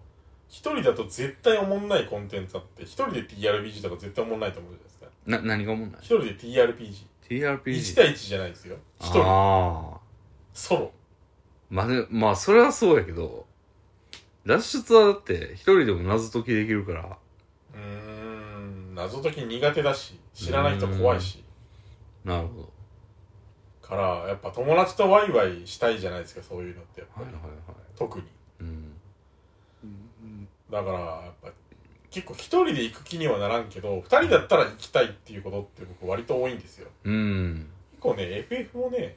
Speaker 2: 一人だと絶対おもんないコンテンツあって、一人で TRPG とか絶対おもんないと思うじゃないですか。
Speaker 1: な何がおもんない
Speaker 2: 一人で TRPG。1
Speaker 1: TRPG
Speaker 2: 対1じゃないですよ。一人。
Speaker 1: ああ
Speaker 2: ソロ。
Speaker 1: まあね、まあ、それはそうやけど、脱出はだって、一人でも謎解きできるから、
Speaker 2: うーん、謎解き苦手だし、知らない人怖いし。
Speaker 1: なるほど。
Speaker 2: から、やっぱ友達とワイワイしたいじゃないですか、そういうのってやっぱ
Speaker 1: はい
Speaker 2: り。
Speaker 1: はいはい。
Speaker 2: 特に。
Speaker 1: うん。
Speaker 2: だから、やっぱ、結構一人で行く気にはならんけど、二人だったら行きたいっていうことって僕割と多いんですよ。
Speaker 1: うん。
Speaker 2: 結構ね、FF もね、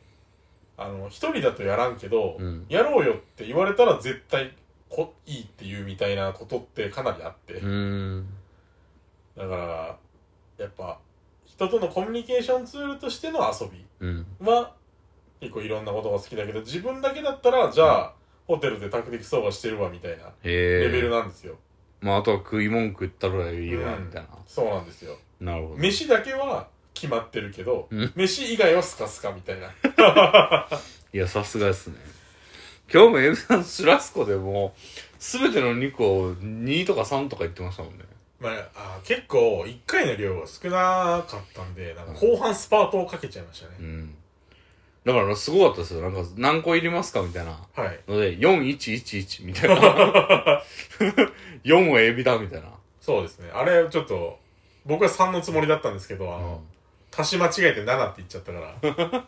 Speaker 2: あの、一人だとやらんけど、
Speaker 1: うん
Speaker 2: やろうよって言われたら絶対こいいっていうみたいなことってかなりあって、
Speaker 1: うん。
Speaker 2: だから、やっぱ、人とのコミュニケーションツールとしての遊び
Speaker 1: うん。
Speaker 2: は、結構いろんなことが好きだけど、自分だけだったら、じゃあ、ホテルで宅的相場してるわみたいな
Speaker 1: へえ。
Speaker 2: レベルなんですよ。
Speaker 1: まあ、あとは食い文句言ったらいいわ、
Speaker 2: うん
Speaker 1: みたいな。
Speaker 2: そうなんですよ。
Speaker 1: なるほど。
Speaker 2: 飯だけは決まってるけど、
Speaker 1: うん
Speaker 2: 飯以外はスカスカみたいな。 [LAUGHS]
Speaker 1: いや、さすがですね。今日もエビさん、シュラスコでもう、すべての肉を2とか3とか言ってましたもんね。
Speaker 2: まあ、あー結構1回の量は少なかったんでなんか後半スパートをかけちゃいましたね
Speaker 1: う、ん。だから、すごかったですよ。なんか、何個いりますかみたいな。
Speaker 2: はい [LAUGHS]
Speaker 1: ので、4111みたいな。4はエビだみたいな。
Speaker 2: そうですね。あれ、ちょっと、僕は3のつもりだったんですけど、あ
Speaker 4: うん
Speaker 2: の、足し間違えて7って言っちゃった
Speaker 1: [LAUGHS]
Speaker 2: から、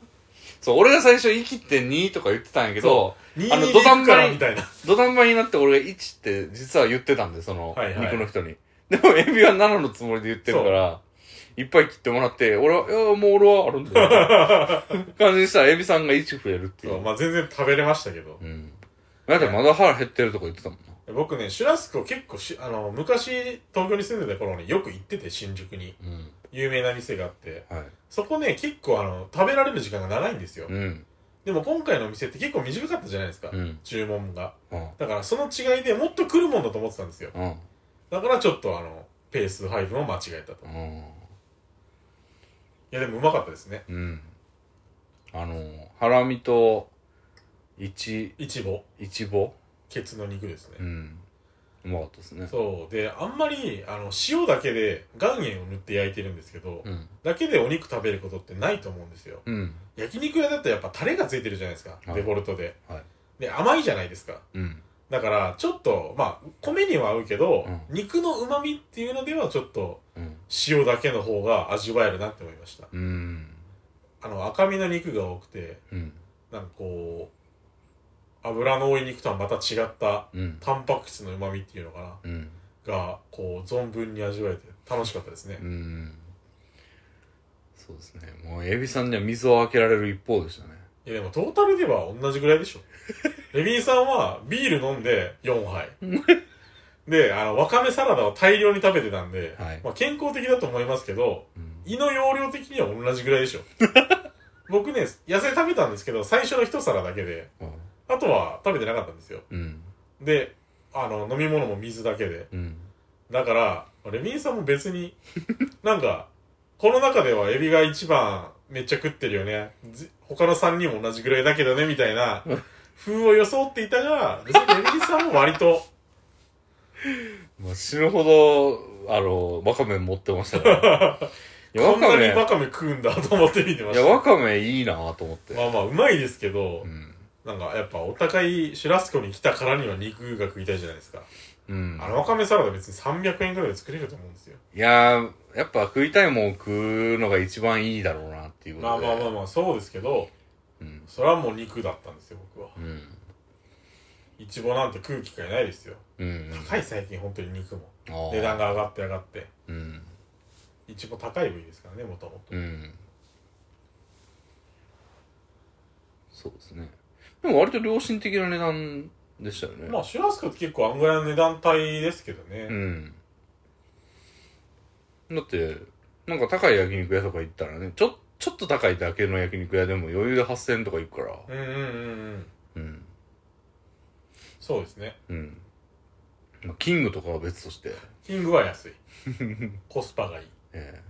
Speaker 1: そう、俺が最初、生きて2とか言ってたんやけど
Speaker 2: そ、2
Speaker 1: あの
Speaker 2: に行くからみたいな。
Speaker 1: 土壇場になって俺が1って実は言ってたんで、その、
Speaker 2: はいはい
Speaker 1: 肉の人に。でも、エビは7のつもりで言ってるから、いっぱい切ってもらって、俺は、いや、もう俺はあるんだよ。
Speaker 2: [LAUGHS]
Speaker 1: 感じにしたら、エビさんが1増えるってい。
Speaker 2: そううまあ全然食べれましたけど
Speaker 1: う。ん。だってまだ腹減ってるとか言ってたもんな。
Speaker 2: 僕ね、シュラスコ結構し、あの、昔、東京に住んでた頃によく行ってて、新宿に。
Speaker 1: うん。
Speaker 2: 有名な店があって。
Speaker 1: はい。
Speaker 2: そこね、結構あの、食べられる時間が長いんですよ。
Speaker 1: うん。
Speaker 2: でも今回のお店って結構短かったじゃないですか。
Speaker 1: うん。
Speaker 2: 注文が。
Speaker 1: うん。
Speaker 2: だからその違いでもっと来るもんだと思ってたんですよ。
Speaker 1: うん。
Speaker 2: だからちょっとあの、ペース配分を間違えたと。い
Speaker 1: うん。
Speaker 2: やでもうまかったですね。
Speaker 1: うん。あの、ハラミと、いち、
Speaker 2: イチボ、
Speaker 1: いちぼ
Speaker 2: ケツの肉ですね
Speaker 1: う。ん。うまかったですね。
Speaker 2: そう。で、あんまり、あの、塩だけで岩塩を塗って焼いてるんですけど、
Speaker 1: うん。
Speaker 2: だけでお肉食べることってないと思うんですよ。
Speaker 1: うん。
Speaker 2: 焼肉屋だとやっぱタレがついてるじゃないですか。
Speaker 1: はい
Speaker 2: デフォルトで。
Speaker 1: はい
Speaker 2: で、甘いじゃないですか。
Speaker 1: うん。
Speaker 2: だから、ちょっと、まあ、米には合うけど、
Speaker 1: うん
Speaker 2: 肉の旨味っていうのではちょっと、
Speaker 1: うん。
Speaker 2: 塩だけの方が味わえるなって思いました。
Speaker 1: うん。
Speaker 2: あの、赤身の肉が多くて、
Speaker 1: うん。
Speaker 2: なんかこう、脂の多い肉とはまた違った、
Speaker 1: うん。
Speaker 2: タンパク質の旨味っていうのかな。
Speaker 1: うん。
Speaker 2: が、こう、存分に味わえて、楽しかったですね
Speaker 1: う。ん。そうですね。もう、エビさんには水を開けられる一方でしたね。
Speaker 2: いやでもトータルでは同じぐらいでしょ。レビンさんはビール飲んで4杯。で、あの、わかめサラダを大量に食べてたんで、
Speaker 1: はい
Speaker 2: まあ健康的だと思いますけど、
Speaker 1: うん。
Speaker 2: 胃の容量的には同じぐらいでしょ。僕ね、野菜食べたんですけど、最初の一皿だけで、あとは食べてなかったんですよ。
Speaker 1: うん。
Speaker 2: で、あの、飲み物も水だけで。
Speaker 1: うん。
Speaker 2: だから、レミンさんも
Speaker 1: [LAUGHS]
Speaker 2: 別に、なんか、この中ではエビが一番めっちゃ食ってるよね。ず他の3人も同じぐらいだけどね、みたいな風を装っていたが、別にレミンさんも割と、
Speaker 1: まあ、死ぬほど、あの、わかめ持ってましたから。 [LAUGHS] いや、
Speaker 2: こ
Speaker 1: わ
Speaker 2: んな
Speaker 1: かめ、
Speaker 2: にワ
Speaker 1: い
Speaker 2: カメ食うんだと思って見てまし
Speaker 1: や、
Speaker 2: た。
Speaker 1: わかめいいなと思って。
Speaker 2: まあまあ、うまいですけど
Speaker 1: う、ん。
Speaker 2: なんかやっぱお互いシュラスコに来たからには肉が食いたいじゃないですか。
Speaker 1: うん。
Speaker 2: あのワカメサラダ別に300円ぐらいで作れると思うんですよ。
Speaker 1: いやー、やっぱ食いたいもん食うのが一番いいだろうなっていうこと
Speaker 2: まあ
Speaker 1: で。
Speaker 2: まあまあまあ、そうですけど、
Speaker 1: うん。
Speaker 2: それはもう肉だったんですよ、僕は。
Speaker 1: うん。
Speaker 2: イチボなんて食う機会ないですよ。
Speaker 1: うん。
Speaker 2: 高い最近本当に肉も
Speaker 1: あー
Speaker 2: 値段が上がって上がって
Speaker 1: うん。
Speaker 2: いちご高い部位ですからねもともと
Speaker 1: うん。そうですね。でも割と良心的な値段でしたよね。
Speaker 2: まあシュラスコって結構あんぐらいの値段帯ですけどね、
Speaker 1: うん。だって、なんか高い焼肉屋とか行ったらね、ちょ、ちょっと高いだけの焼肉屋でも余裕で8000円とか行くから。
Speaker 2: うん、うんうんうん
Speaker 1: うん。
Speaker 2: そうですね
Speaker 1: うん。まあ、キングとかは別として、
Speaker 2: キングは
Speaker 1: [LAUGHS]
Speaker 2: 安いコスパがいい
Speaker 1: ええ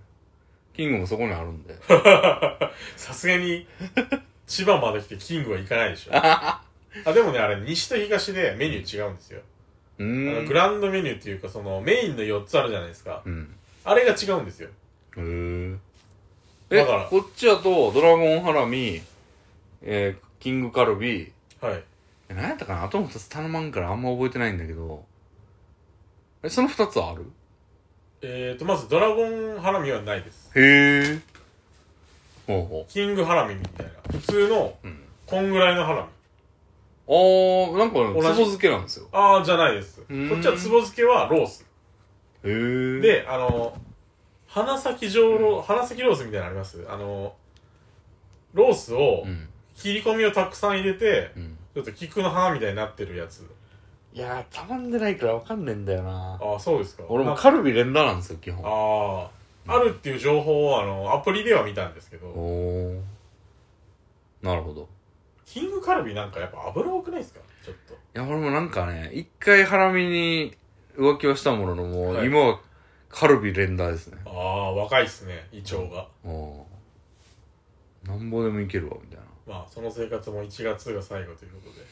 Speaker 1: キングもそこにあるん [LAUGHS] で。
Speaker 2: さすが
Speaker 1: [LAUGHS]
Speaker 2: に千葉まで来てキングは行かないでしょあでもねあれ西と東でメニュー違うんですよ、
Speaker 1: う
Speaker 2: あの
Speaker 1: ー
Speaker 2: グ
Speaker 1: ん。
Speaker 2: ランドメニューっていうかそのメインの4つあるじゃないですか
Speaker 1: うん。
Speaker 2: あれが違うんですよ
Speaker 1: へーえ。
Speaker 2: だから
Speaker 1: こっちやと、ドラゴンハラミ、えー、キングカルビ、
Speaker 2: はい
Speaker 1: え何やったかなあとの2つ頼まんからあんま覚えてないんだけど。え、その2つはある
Speaker 2: えーとまずドラゴンハラミはないです
Speaker 1: へえ。ほうほ
Speaker 2: キングハラミみたいな普通の
Speaker 1: う。うん。
Speaker 2: こんぐらいのハラミ
Speaker 1: あー、なんか、
Speaker 2: 同
Speaker 1: ね、
Speaker 2: じ
Speaker 1: 壺漬けなんですよ。
Speaker 2: ああ、じゃないです。こ
Speaker 1: ーん
Speaker 2: っちは壺漬けはロース。
Speaker 1: へえ。、
Speaker 2: で、あの、花咲上ロー、花咲ロースみたいなのありますあの、ロースを
Speaker 1: う、ん。
Speaker 2: 切り込みをたくさん入れて、
Speaker 1: うん。
Speaker 2: ちょっと菊の花みたいになってるやつ。
Speaker 1: いやー、たまんでないからわかんねえんだよな。
Speaker 2: ああ、そうですか。
Speaker 1: 俺も
Speaker 2: なんか
Speaker 1: カルビ連打なんですよ、基本。
Speaker 2: ああ、あるっていう情報を、あの、アプリでは見たんですけ
Speaker 1: お
Speaker 2: ど、
Speaker 1: お。なるほど。
Speaker 2: キングカルビなんかやっぱ油多くないですかちょっと。
Speaker 1: いや、俺もなんかね、一回ハラミに浮気をしたものの、もう、
Speaker 2: はい
Speaker 1: 今はカルビ連打ですね。
Speaker 2: ああ、若いっすね、胃腸が。
Speaker 1: おーなんぼでもいけるわ、みたいな。
Speaker 2: まあ、その生活も1月が最後ということで。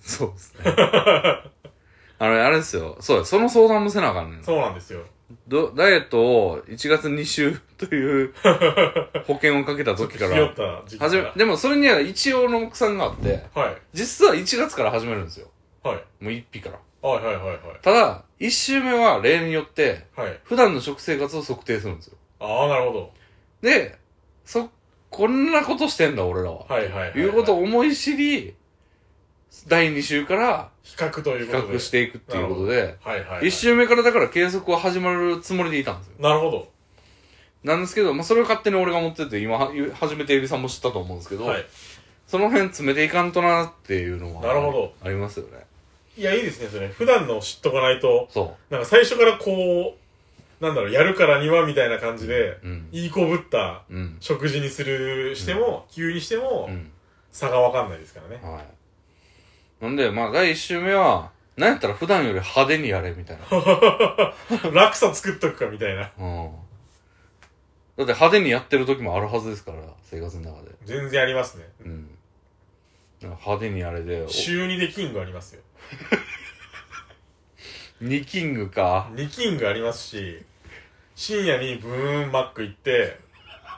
Speaker 1: そうですね。 [LAUGHS] あれ、あれですよ。そうやその相談もせなあかんねん。
Speaker 2: そうなんですよ。
Speaker 1: どダイエットを1月2週 [LAUGHS] という保険をかけた時か
Speaker 2: ひよっ
Speaker 1: ら、
Speaker 2: た時期か
Speaker 1: 始め
Speaker 2: ら、。
Speaker 1: でもそれには一応の目算があって、
Speaker 2: はい。
Speaker 1: 実は1月から始めるんですよ。
Speaker 2: はい。
Speaker 1: もう1匹から。
Speaker 2: はいはいはいはい。
Speaker 1: ただ、1 1周目は例によって、
Speaker 2: はい。
Speaker 1: 普段の食生活を測定するんですよ。
Speaker 2: ああ、なるほど。
Speaker 1: で、そ、こんなことしてんだ、俺らは。
Speaker 2: はいはいはい、はい。
Speaker 1: いうことを思い知り、第2週から
Speaker 2: 比較とい
Speaker 1: 比
Speaker 2: うことで。
Speaker 1: 較していくっていうことで、
Speaker 2: はいはい、はい。
Speaker 1: 1周目からだから計測は始まるつもりでいたんですよ。
Speaker 2: なるほど。
Speaker 1: なんですけど、まあ、それを勝手に俺が持ってて、今は、初めてエビさんも知ったと思うんですけど、
Speaker 2: はい。
Speaker 1: その辺詰めていかんとなっていうのは、
Speaker 2: なるほど。
Speaker 1: ありますよね。
Speaker 2: いや、いいですね、それ。普段の知っとかないと、
Speaker 1: そ
Speaker 2: なんか最初からこう、なんだろう、やるからにはみたいな感じで、
Speaker 1: う。うん。
Speaker 2: いい子ぶった
Speaker 1: うん。
Speaker 2: 食事にする、しても、急にしても
Speaker 1: う、ん。
Speaker 2: 差がわかんないですから
Speaker 1: [LAUGHS]
Speaker 2: ね。
Speaker 1: はい。なんで、まあ、第1週目は、なんやったら普段より派手にやれ、みたいな。
Speaker 2: 落差作っとくかみたいな。
Speaker 1: うん。だって派手にやってる時もあるはずですから、生活の中で。
Speaker 2: 全然ありますね。
Speaker 1: うん。なんか派手にやれで、
Speaker 2: 週2でキングありますよ。
Speaker 1: 2キングか。
Speaker 2: 2キングありますし、深夜にブーンマック行って、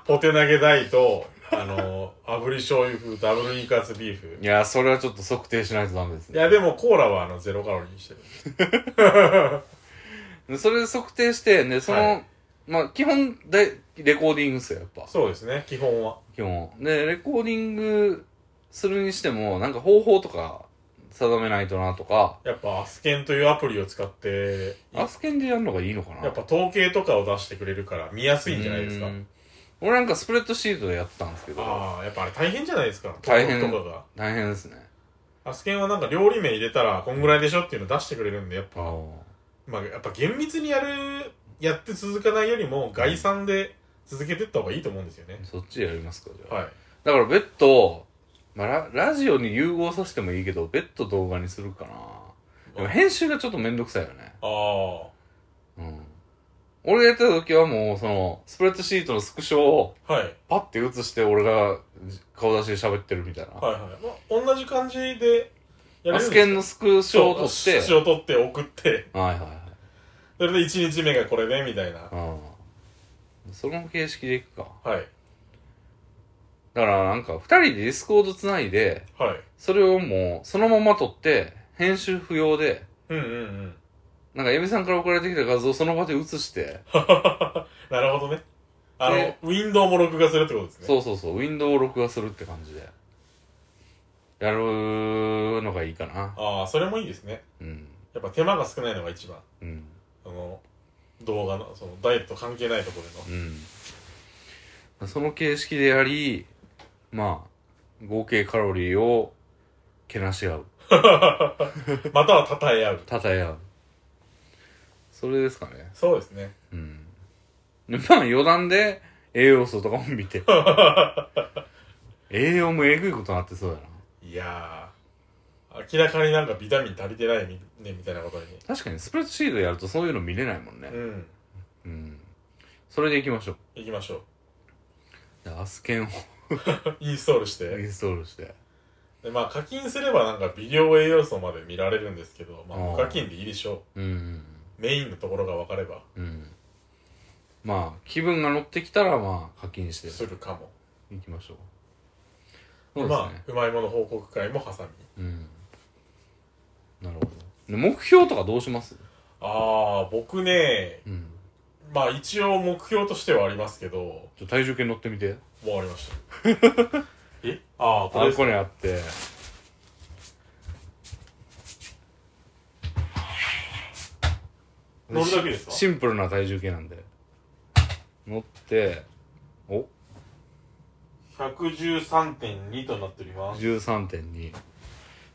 Speaker 2: ポテ投げ大と、あの、炙り醤油風ダブルイカツビーフ。
Speaker 1: いや、それはちょっと測定しないとダメです
Speaker 2: い
Speaker 1: ね。
Speaker 2: や、でもコーラはあの、ゼロカロリーにしてる。
Speaker 1: でそれで測定して、ね、その、
Speaker 2: は
Speaker 1: まあ、基本で、レコーディングっすよ、やっぱ。
Speaker 2: そうですね、基本は。
Speaker 1: 基本。で、レコーディングするにしても、なんか方法とか定めないとなとか、
Speaker 2: やっぱ、アスケンというアプリを使って、
Speaker 1: アスケンでやるのがいいのかな
Speaker 2: やっぱ統計とかを出してくれるから見やすいんじゃないですか
Speaker 1: う。ん俺なんかスプレッドシートでやったんですけど、
Speaker 2: ああ、やっぱあれ大変じゃないですか。
Speaker 1: 大変
Speaker 2: 登録とか
Speaker 1: 大変ですね。
Speaker 2: が。アスケンはなんか料理名入れたらこんぐらいでしょっていうの出してくれるんで、やっぱ、
Speaker 1: ああ。
Speaker 2: まあ、やっぱ厳密にやる、やって続かないよりも概算で続けてった方がいいと思うんですよね。
Speaker 1: そっちでやりますか、じゃあ。
Speaker 2: はい。
Speaker 1: だから別途、まあラ、ラジオに融合させてもいいけど、別途動画にするかな。でも編集がちょっとめんどくさいよね。
Speaker 2: あ
Speaker 1: うん。俺がやってた時はもう、その、スプレッドシートのスクショを
Speaker 2: あ。はい。
Speaker 1: パッて写して俺が顔出しで喋ってるみたいな。
Speaker 2: はいはい。まあ、同じ感じでや
Speaker 1: アスケンのスクショを撮って、
Speaker 2: そうを取って送って、
Speaker 1: はいはいはい。
Speaker 2: それで1日目がこれで、みたいな。
Speaker 1: うん。その形式でいくか。
Speaker 2: はい。
Speaker 1: だからなんか、二人でディスコードつないで、
Speaker 2: はい。
Speaker 1: それをもう、そのまま撮って、編集不要で、
Speaker 2: うんうんうん。
Speaker 1: なんか、エビさんから送られてきた画像をその場で写して、
Speaker 2: なるほどね。あの
Speaker 1: で、
Speaker 2: ウィンドウも録画するってことですね。
Speaker 1: そうそうそう、ウィンドウを録画するって感じで、やるのがいいかな。
Speaker 2: ああ、それもいいですね。
Speaker 1: うん。
Speaker 2: やっぱ手間が少ないのが一番。
Speaker 1: うん。
Speaker 2: その、動画の、その、ダイエット関係ないところでの。
Speaker 1: うん。その形式であり、まあ、合計カロリーをけなし合う。
Speaker 2: [LAUGHS] または称え合う。
Speaker 1: たたえ合う。それですかね。
Speaker 2: そうですね。
Speaker 1: うん。でまあ余談で栄養素とかも見て。栄養もえぐいことになってそうだな。
Speaker 2: いやー、明らかになんかビタミン足りてないみ,、ね、みたいなことに。
Speaker 1: 確かにスプレッドシートやるとそういうの見れないもんね
Speaker 2: う。ん。
Speaker 1: うん。それで行きましょう。
Speaker 2: 行きましょ
Speaker 1: じゃあアスケンを
Speaker 2: う。インストールし
Speaker 1: イ
Speaker 2: て。
Speaker 1: ンストールして。
Speaker 2: でまあ課金すればなんか微量栄養素まで見られるんですけど、まあ
Speaker 1: あー
Speaker 2: 無課金でいいでしょ
Speaker 1: うん。
Speaker 2: う。メインのところが分かれば
Speaker 1: うん。まあ、気分が乗ってきたら、まあ、課金して
Speaker 2: するかも。
Speaker 1: 行きましょう。そうです
Speaker 2: ま
Speaker 1: ね。
Speaker 2: あ、うまいもの報告会も挟み。
Speaker 1: うん。なるほど。で目標とかどうします
Speaker 2: あー、僕ね、
Speaker 1: うん。
Speaker 2: まあ一応目標としてはありますけど、
Speaker 1: ちょ、体重計乗ってみて。
Speaker 2: わかりました。
Speaker 1: [LAUGHS]
Speaker 2: えああ、こ
Speaker 1: あ
Speaker 2: れ
Speaker 1: ん
Speaker 2: です
Speaker 1: こにあって。
Speaker 2: 乗るだけですか
Speaker 1: シンプルな体重計なんで。乗って、お
Speaker 2: ?113.2 となっております。
Speaker 1: ?13.2。ちょ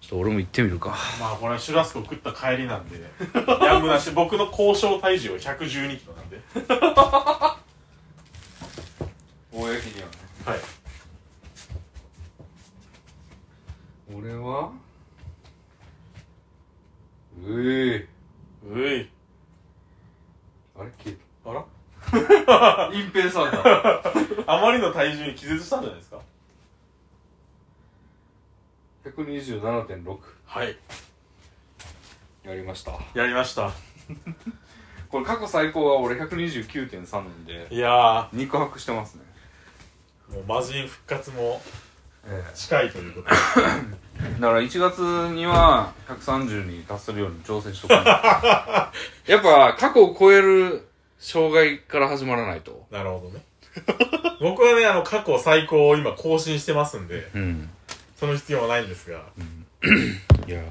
Speaker 1: っと俺も行ってみるか。
Speaker 2: まあこれはシュラスコ食った帰りなんで、 [LAUGHS] やむなし、僕の交渉体重は112キロなんで。
Speaker 1: 公にはね。
Speaker 2: はい。
Speaker 1: 俺はうえ
Speaker 2: うい。
Speaker 1: あれ消え
Speaker 2: あら
Speaker 1: た。隠蔽さんだ。 [LAUGHS]
Speaker 2: あまりの体重に気絶したんじゃないですか
Speaker 1: 127.6。
Speaker 2: はい。
Speaker 1: やりました。
Speaker 2: やりました。
Speaker 1: これ過去最高は俺129.3なんで、
Speaker 2: いや
Speaker 1: 肉薄してますね。
Speaker 2: ー、もう魔人復活も
Speaker 1: ええ
Speaker 2: 近いということで。
Speaker 1: だから1月には130に達するように調整しとかない [LAUGHS] やっぱ過去を超える障害から始まらないと。
Speaker 2: [LAUGHS] なるほどね。 [LAUGHS] 僕はね、あの、過去最高を今更新してますんで、
Speaker 1: うん。
Speaker 2: その必要はないんですが。
Speaker 1: いや、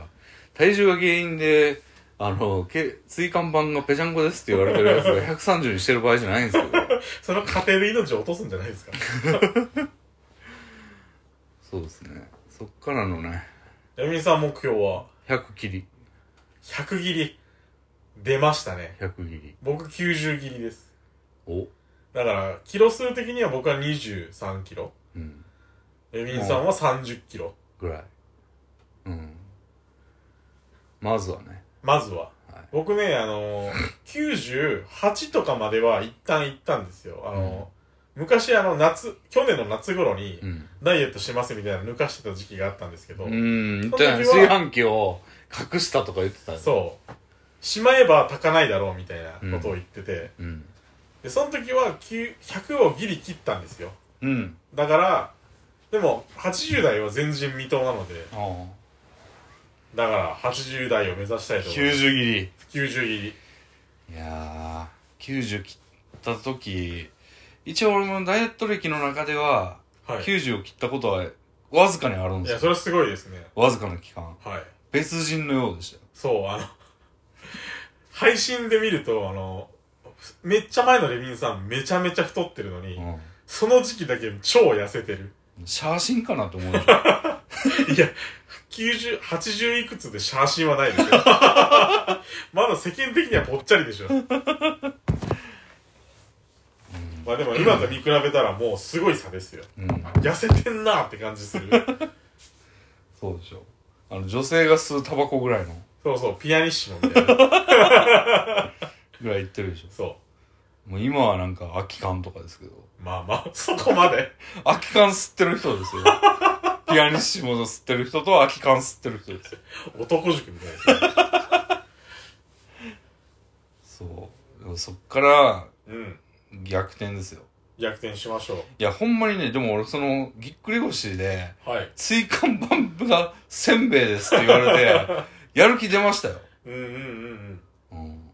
Speaker 1: 体重が原因で、あの、け椎間板がぺちゃんこですって言われてるやつが130にしてる場合じゃないんですけど。
Speaker 2: その過程で命を落とすんじゃないですか。
Speaker 1: そうですね。そっからのね、
Speaker 2: 闇井さん目標は、
Speaker 1: 100切り、
Speaker 2: 100切り。出ましたね。
Speaker 1: 100切り。
Speaker 2: 僕90切りです。
Speaker 1: お
Speaker 2: だから、キロ数的には僕は23キロ。
Speaker 1: うん。
Speaker 2: エミンさんは30キロ。
Speaker 1: ぐらい。うん。まずはね。
Speaker 2: まずは。
Speaker 1: はい
Speaker 2: 僕ね、あのー、98とかまでは一旦行ったんですよ。あのー昔あの夏、去年の夏頃に
Speaker 1: うん。
Speaker 2: ダイエットしますみたいなの抜かしてた時期があったんですけど、
Speaker 1: うん。
Speaker 2: その時は
Speaker 1: 炊飯器を隠したとか言ってたね
Speaker 2: そう。しまえば炊かないだろうみたいなことを言ってて、
Speaker 1: うん。
Speaker 2: で、その時は9 100をギリ切ったんですよ。
Speaker 1: うん。
Speaker 2: だから、でも80代は前人未到なので、
Speaker 1: ああ。
Speaker 2: だから80代を目指したいと思いま
Speaker 1: 90
Speaker 2: す。
Speaker 1: 切り。
Speaker 2: 90切り。
Speaker 1: いやー、90切った時、一応俺もダイエット歴の中では、
Speaker 2: はい。
Speaker 1: 90を切ったことはわずかにあるん
Speaker 2: い
Speaker 1: です
Speaker 2: や、
Speaker 1: よ。
Speaker 2: それはすごいですね。
Speaker 1: わずかな期間。
Speaker 2: はい。
Speaker 1: 別人のようでしたよ。
Speaker 2: そう、あの、 [LAUGHS] 配信で見ると、あの、めっちゃ前のレビンさんめちゃめちゃ太ってるのに、
Speaker 1: う
Speaker 2: その時期だけ超痩せてる。
Speaker 1: ん。写真かなって思うでしょ。
Speaker 2: いや、90、80いくつで写真はないですよ。 [LAUGHS] まだ世間的にはぽっちゃりでしょ。まあでも今と見比べたらもうすごい差ですよ。
Speaker 1: うん。
Speaker 2: 痩せてんなって感じする。
Speaker 1: そうでしょ。あの、女性が吸うタバコぐらいの、
Speaker 2: そうそう、ピアニッシモみたいな。
Speaker 1: ぐらいいってるでし
Speaker 2: そ
Speaker 1: ょ。もう今はなんか空き缶とかですけど。
Speaker 2: う。まあまあ、 [LAUGHS] そこまで。
Speaker 1: 空き缶吸ってる人ですよ。ピアニッシモ吸ってる人と空き缶吸ってる人ですよ。
Speaker 2: 男塾みたいですね。
Speaker 1: そう。でもそっから
Speaker 2: うん。
Speaker 1: 逆転ですよ。
Speaker 2: 逆転しましょ
Speaker 1: いや、ほんまにね、でも俺その、ぎっくり腰で、
Speaker 2: う。はい。
Speaker 1: 椎間板がせんべいですって言われて、やる気出ましたよ。
Speaker 2: うんうんうんうん。
Speaker 1: うん。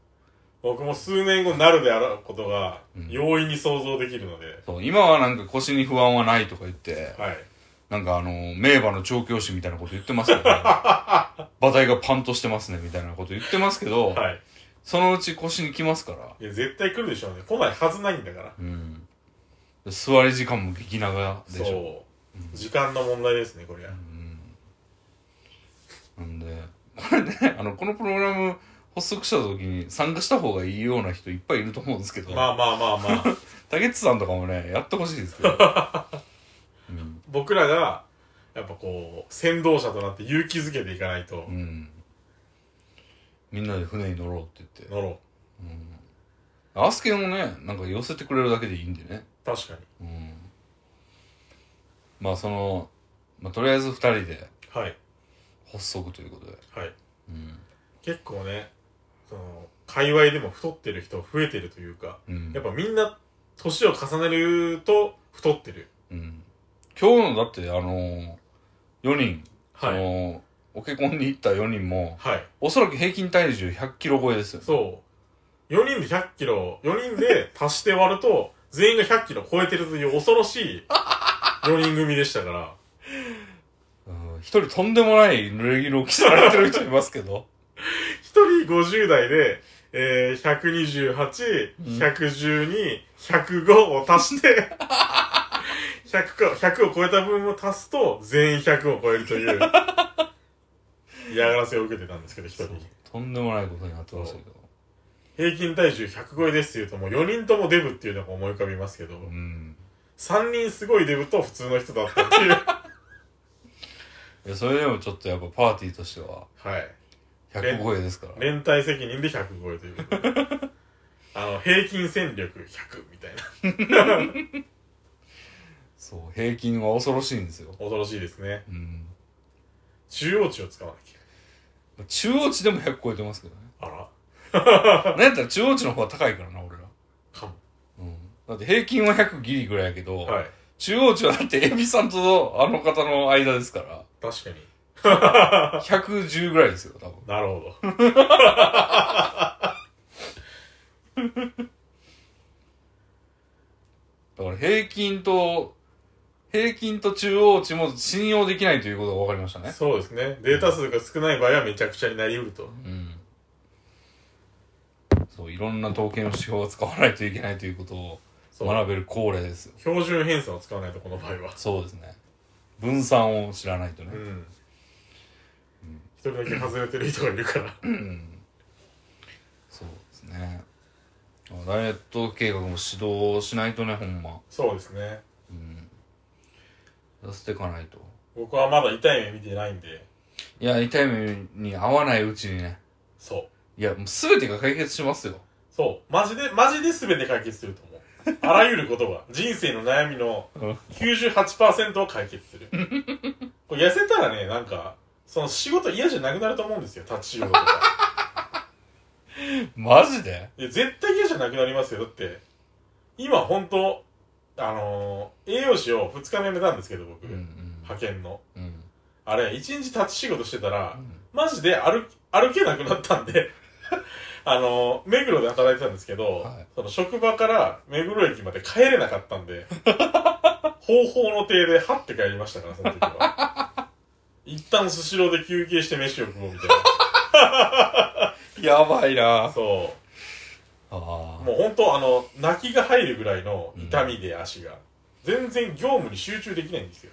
Speaker 2: 僕も数年後になるであろうことが
Speaker 1: うん
Speaker 2: 容易に想像できるので、
Speaker 1: そう、今はなんか腰に不安はないとか言って、
Speaker 2: はい。
Speaker 1: なんかあの、名馬の調教師みたいなこと言ってますけど、ね、
Speaker 2: [LAUGHS]
Speaker 1: 馬体がパンとしてますねみたいなこと言ってますけど、
Speaker 2: はい。
Speaker 1: そのうち腰に来ますから、
Speaker 2: いや、絶対来るでしょうね。来ないはずないんだから。
Speaker 1: うん。座り時間も激長でしょ。
Speaker 2: そう、時間の問題ですね、こりゃ。
Speaker 1: なんで、これね、あの、このプログラム発足した時に参加した方がいいような人いっぱいいると思うんですけど、
Speaker 2: まあまあまあま
Speaker 1: [LAUGHS]
Speaker 2: あ。
Speaker 1: 竹内さんとかもね、やってほしいですけど。
Speaker 2: [LAUGHS]
Speaker 1: うん。
Speaker 2: 僕らが、やっぱこう、先導者となって勇気づけていかないと
Speaker 1: う、ん。みんなで船に乗ろうって言って。
Speaker 2: 乗ろ
Speaker 1: アスケンをね、なんか寄せてくれるだけでいいんでね。
Speaker 2: う。確かに。
Speaker 1: うん。まあその、まあとりあえず二人で
Speaker 2: はい。
Speaker 1: 発足ということで。
Speaker 2: はい。
Speaker 1: うん。
Speaker 2: 結構ね、その、界隈でも太ってる人増えてるというか、
Speaker 1: うん。
Speaker 2: やっぱみんな、年を重ねると太ってる。
Speaker 1: うん。今日のだって、あの4人、そ
Speaker 2: はい。
Speaker 1: の、おけこんに行った4人も、
Speaker 2: はい。
Speaker 1: おそらく平均体重100キロ超えですよ。
Speaker 2: そう。4人で100キロ、4人で足して割ると、全員が100キロ超えてるという恐ろし
Speaker 1: [LAUGHS]
Speaker 2: い4人組でしたから、
Speaker 1: うん一人とんでもない濡れ衣を着せられてる人いますけど。 [LAUGHS]
Speaker 2: 1人50代で、えー、128、
Speaker 1: うん
Speaker 2: 112、105を
Speaker 1: [LAUGHS]
Speaker 2: 足して、100か、100を超えた分を足すと、全員100を超える
Speaker 1: [LAUGHS]
Speaker 2: という、嫌がらせを受けてたんですけど、1人。
Speaker 1: とんでもないことになってましたけど。
Speaker 2: 平均体重100超えですって言うと、もう4人ともデブっていうのが思い浮かびますけど、
Speaker 1: うん。
Speaker 2: 3人すごいデブと普通の人だった [LAUGHS] っていう。
Speaker 1: いや、それでもちょっとやっぱパーティーとしては、
Speaker 2: はい。
Speaker 1: 100超えですから。
Speaker 2: 連帯責任で100超えということであの、平均戦力100みたいな。
Speaker 1: そう、平均は恐ろしいんですよ。
Speaker 2: 恐ろしいですね。
Speaker 1: うん。
Speaker 2: 中央値を使わなき
Speaker 1: 中央値でも100超えてますけどね。
Speaker 2: ゃ。あ
Speaker 1: [LAUGHS] な
Speaker 2: ら
Speaker 1: んやったら中央値の方が高いからな、俺ら。
Speaker 2: かも。
Speaker 1: うん。だって平均は100ギリぐらいやけど、
Speaker 2: はい。
Speaker 1: 中央値はだってエビさんとあの方の間ですから。
Speaker 2: 確かに。
Speaker 1: 110ぐらいですよ、多分。
Speaker 2: なるほど。
Speaker 1: だから平均と、平均と中央値も信用できないということが分かりましたね。
Speaker 2: [LAUGHS] そうですね。データ数が少ない場合はめちゃくちゃになりうると。
Speaker 1: うん。そう、いろんな統計の手法を使わないといけないということを
Speaker 2: そう。
Speaker 1: 学べる恒例ですよ。
Speaker 2: 標準偏差を使わないと、この場合は。
Speaker 1: そうですね。分散を知らないとね
Speaker 2: う。ん。一人だけ外れてる人がいるから。
Speaker 1: そうですね。ダイエット計画も指導しないとね、ほんま。
Speaker 2: [LAUGHS] そうですね。
Speaker 1: うん。出していかないと。
Speaker 2: 僕はまだ痛い目見てないんで、
Speaker 1: いや、痛い目に合わないうちにね。
Speaker 2: そう。
Speaker 1: いや、もう全てが解決しますよ。
Speaker 2: そう。マジで、マジで全て解決すると思う。あらゆること
Speaker 1: [LAUGHS]
Speaker 2: が、人生の悩みの
Speaker 1: うん
Speaker 2: 98%を解決する。これ痩せたらね、なんか、その仕事嫌じゃなくなると思うんですよ、立ち仕事と
Speaker 1: [LAUGHS]
Speaker 2: か。
Speaker 1: マジで
Speaker 2: いや、絶対嫌じゃなくなりますよ。だって、今ほんと、あのー、栄養士を2日目辞めたんですけど、僕、
Speaker 1: うんうん。
Speaker 2: 派遣の。
Speaker 1: うん。
Speaker 2: あれ、1日立ち仕事してたら、マジで歩き歩けなくなったんで [LAUGHS] あの目黒で働いてたんですけど、
Speaker 1: はい
Speaker 2: その職場から目黒駅まで帰れなかった
Speaker 1: [LAUGHS]
Speaker 2: んで方法の手ではって帰りましたからその時は一旦スシローで休憩して飯を食おうみたい
Speaker 1: やばい
Speaker 2: な
Speaker 1: な
Speaker 2: そ
Speaker 1: あ
Speaker 2: う
Speaker 1: ー
Speaker 2: もう本当あの泣きが入るぐらいの痛みで足が、全然業務に集中できないんですよ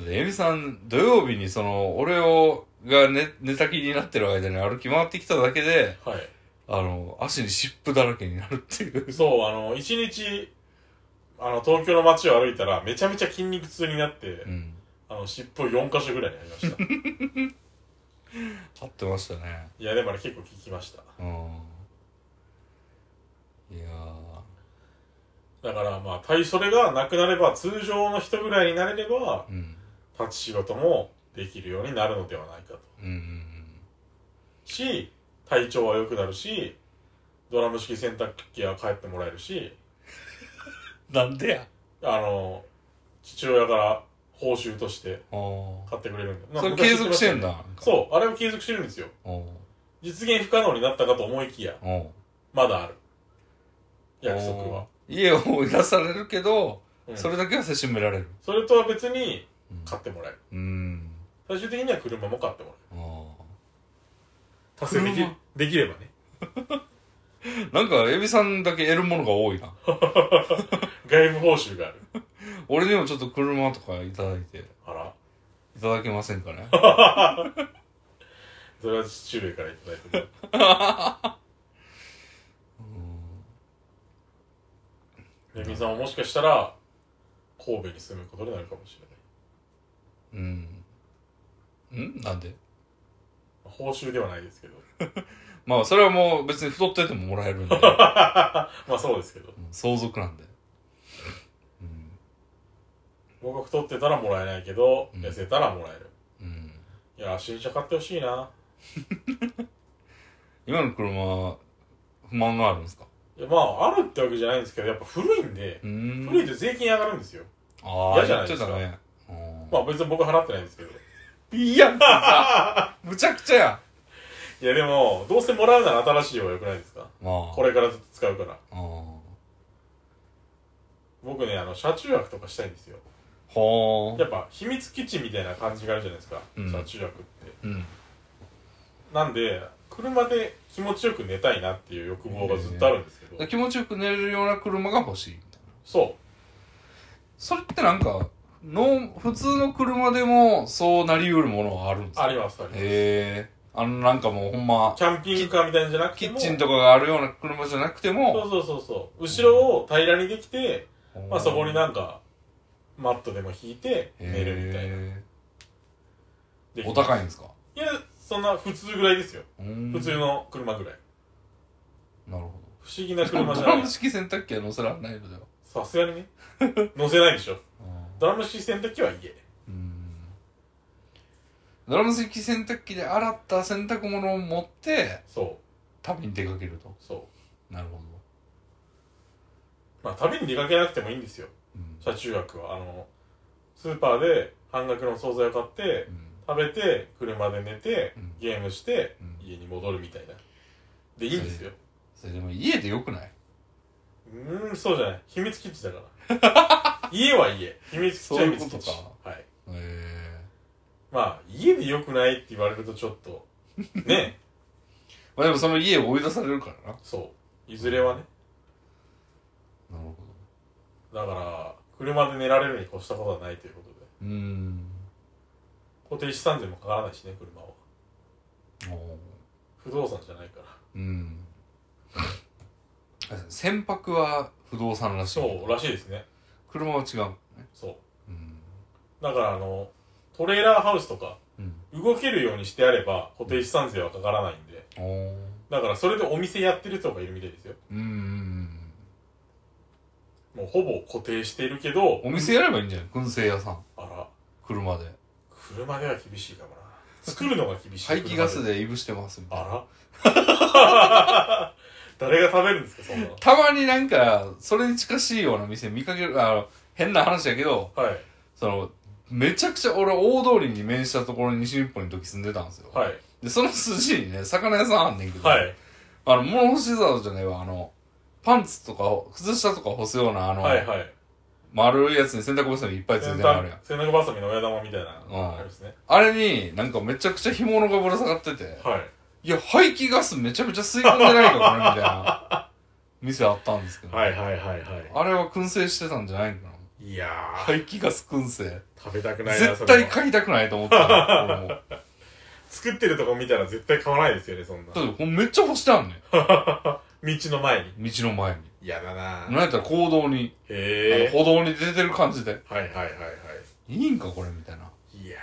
Speaker 1: エビさん、土曜日にその、俺を、が寝、寝たきりになってる間に歩き回ってきただけで、
Speaker 2: はい
Speaker 1: あの、足に湿布だらけになるっていう。
Speaker 2: そうあの一日あの東京の街を歩いたらめちゃめちゃ筋肉痛になって、
Speaker 1: うん。
Speaker 2: あの、尻尾4箇所ぐらいにありました。 [LAUGHS] い
Speaker 1: 合ってましたね。
Speaker 2: や、でもあれ結構効きました。
Speaker 1: うん。いや
Speaker 2: だからまあ、対それがなくなれば、通常の人ぐらいになれれば
Speaker 1: ー、、うん。
Speaker 2: 立ち仕事もできるようになるのではないかと。
Speaker 1: うんうんうん。
Speaker 2: し、体調は良くなるし、ドラム式洗濯機は帰ってもらえるし、
Speaker 1: なんでや
Speaker 2: あの、父親から報酬として
Speaker 1: ああ。
Speaker 2: 買ってくれるんで。
Speaker 1: それ
Speaker 2: なんか昔
Speaker 1: 継続してんだ。
Speaker 2: そう、あれを継続してるんですよ。
Speaker 1: う。おう
Speaker 2: 実現不可能になったかと思いきや、
Speaker 1: おう
Speaker 2: まだある。約束は。。
Speaker 1: 家を追い出されるけど、
Speaker 2: うん
Speaker 1: それだけはせしめられる。
Speaker 2: それとは別に、買ってもらえる。
Speaker 1: うん。
Speaker 2: 最終的には車も買ってもら
Speaker 1: ああ。
Speaker 2: う達成でき
Speaker 1: 車
Speaker 2: できればね
Speaker 1: なんか、エビさんだけ得るものが多いな。
Speaker 2: 外部報酬がある
Speaker 1: 俺にもちょっと車とかいただいて、い
Speaker 2: あら
Speaker 1: ただけませんか
Speaker 2: [LAUGHS]
Speaker 1: ね。
Speaker 2: それは父上からいただいてるレミさんはもしかしたら神戸に住むことになるかもしれな
Speaker 1: う
Speaker 2: い
Speaker 1: ん。んなんで
Speaker 2: まあ報酬ではないですけど
Speaker 1: まあ、それはもう別に太っててももらえる
Speaker 2: [LAUGHS]
Speaker 1: んで、
Speaker 2: まあそうですけど
Speaker 1: うん相続なんで。うん。
Speaker 2: 僕が太ってたらもらえないけど、
Speaker 1: うん
Speaker 2: 痩せたらもらえる
Speaker 1: うん。
Speaker 2: いや新車買ってほしいな
Speaker 1: 今の車、不満があるんですか
Speaker 2: いやまああるってわけじゃないんですけどやっぱ古いんで
Speaker 1: う、ーん。
Speaker 2: 古いと税金上がるんですよ
Speaker 1: ああ、
Speaker 2: 嫌じゃ
Speaker 1: や
Speaker 2: な
Speaker 1: っ
Speaker 2: い
Speaker 1: て
Speaker 2: です
Speaker 1: た
Speaker 2: か
Speaker 1: ね。うん
Speaker 2: まあ別に僕払ってないんですけど
Speaker 1: いや、もうさ [LAUGHS] むちゃくちゃや。
Speaker 2: いやでもどうせもらうなら新しい方が良くないですか
Speaker 1: まあ。
Speaker 2: こ。れからずっと使うから
Speaker 1: ああ。
Speaker 2: 僕ねあの車中泊とかしたいんですよ
Speaker 1: ほー
Speaker 2: やっぱ秘密基地みたいな感じがあるじゃないですか、
Speaker 1: うん
Speaker 2: 車中泊って
Speaker 1: うん。
Speaker 2: なんで車で気持ちよく寝たいなっていう欲望がずっとあるんですけど、
Speaker 1: で気持ちよく寝れるような車が欲しいみたいな。
Speaker 2: そ
Speaker 1: それってなんか、の、普通の車でもそうなり得るものはあるんです
Speaker 2: う
Speaker 1: か
Speaker 2: ありますあります、
Speaker 1: へえ。あの、なんかもうほんま
Speaker 2: キ、ャンピングカーみたいなんじゃなく
Speaker 1: キ
Speaker 2: て
Speaker 1: ッ
Speaker 2: も
Speaker 1: チンとかがあるような車じゃなくて
Speaker 2: そ
Speaker 1: も、
Speaker 2: うそうそうそう後ろを平らにできて、まあ、そこに
Speaker 1: な
Speaker 2: なんかマットでも引いて寝るみたいなで
Speaker 1: お高いんですか
Speaker 2: いやそんな普通ぐらいですよ、
Speaker 1: 普
Speaker 2: 普通。の車ぐらい
Speaker 1: なるほ
Speaker 2: 不思議な
Speaker 1: ど。
Speaker 2: 車じ
Speaker 1: ド
Speaker 2: ゃな
Speaker 1: ラ [LAUGHS]
Speaker 2: い
Speaker 1: ム式洗濯機は乗せられないのでは。
Speaker 2: さすがにね乗せないでしょ
Speaker 1: うん
Speaker 2: ドラム式洗濯機は家
Speaker 1: うんドラム式洗濯機で洗った洗濯物を持って
Speaker 2: そう
Speaker 1: 旅に出かけると
Speaker 2: そう
Speaker 1: なるほど、
Speaker 2: まあ旅に出かけなくてもいいんですよ
Speaker 1: うん
Speaker 2: 車中泊はあのスーパーで半額の惣菜を買って
Speaker 1: うん
Speaker 2: 食べて車で寝て
Speaker 1: うん
Speaker 2: ゲームして
Speaker 1: うん
Speaker 2: 家に戻るみたいなでいいんですよ
Speaker 1: それでも家でよくないう
Speaker 2: ーんそうじゃない秘密基地だか
Speaker 1: [LAUGHS]
Speaker 2: ら家は家秘密基地は秘密基地
Speaker 1: そういうこ
Speaker 2: はい
Speaker 1: へえ
Speaker 2: まあ家でよくないって言われるとちょっとね [LAUGHS]
Speaker 1: まあでもその家を追い出されるからな
Speaker 2: そういずれはね
Speaker 1: なるほど
Speaker 2: だから車で寝られるに越したことはないということで
Speaker 1: うーん
Speaker 2: 固定資産税もかからないしね車は
Speaker 1: おー
Speaker 2: 不動産じゃないから
Speaker 1: うん船舶は不動産らしい
Speaker 2: そうらしいですね
Speaker 1: 車は違う
Speaker 2: そう
Speaker 1: うん
Speaker 2: だからあのトレーラーハウスとか
Speaker 1: うん
Speaker 2: 動けるようにしてあれば固定資産税はかからないんで
Speaker 1: おー
Speaker 2: だからそれでお店やってる人がいるみたいですよ
Speaker 1: うんうんうん
Speaker 2: もうほぼ固定してるけど
Speaker 1: お店やればいいんじゃない燻製屋さん
Speaker 2: あら
Speaker 1: 車で
Speaker 2: 車では厳しいかもな作るのが厳しい
Speaker 1: 排気ガス
Speaker 2: 車
Speaker 1: でいぶしてますみたいな
Speaker 2: あら [LAUGHS] 誰が食べるんですかそんなの
Speaker 1: たまになんかそれに近しいような店見かけるあの変な話やけど
Speaker 2: はい
Speaker 1: そのめちゃくちゃ俺大通りに面したところに西日本に時住んでたんですよ、
Speaker 2: はい
Speaker 1: でその筋にね魚屋さんあんねんけど、
Speaker 2: はい
Speaker 1: あの物干し竿じゃないわあのパンツとか靴下とか干すようなあの、
Speaker 2: はいはい
Speaker 1: 丸いやつに洗濯バサミいっぱいついて
Speaker 2: 洗
Speaker 1: るのあるやん
Speaker 2: 濯洗濯バサミの親玉みたいな
Speaker 1: うん
Speaker 2: あれですね
Speaker 1: あれになんかめちゃくちゃ干物がぶら下がってて
Speaker 2: はい
Speaker 1: いや排気ガスめちゃめちゃ吸い込んでないかこれみたいな店あったんですけど、
Speaker 2: はいはいはいは
Speaker 1: あれは燻製してたんじゃないのか
Speaker 2: [LAUGHS]
Speaker 1: ない
Speaker 2: いやー
Speaker 1: 排気ガス燻製
Speaker 2: 食べたくないな
Speaker 1: 絶対
Speaker 2: それは
Speaker 1: 買いたくないと思ったの俺も [LAUGHS]
Speaker 2: 作ってるとこ見たら絶対買わないですよねそんな
Speaker 1: だってほんめっちゃ干してあんね
Speaker 2: 道の前に
Speaker 1: ん道の前に
Speaker 2: 嫌だな
Speaker 1: なんやったら行動に、あ
Speaker 2: へえ
Speaker 1: の歩道に出てる感じで
Speaker 2: はいはいはいはい
Speaker 1: いんかこれみたいない
Speaker 2: いや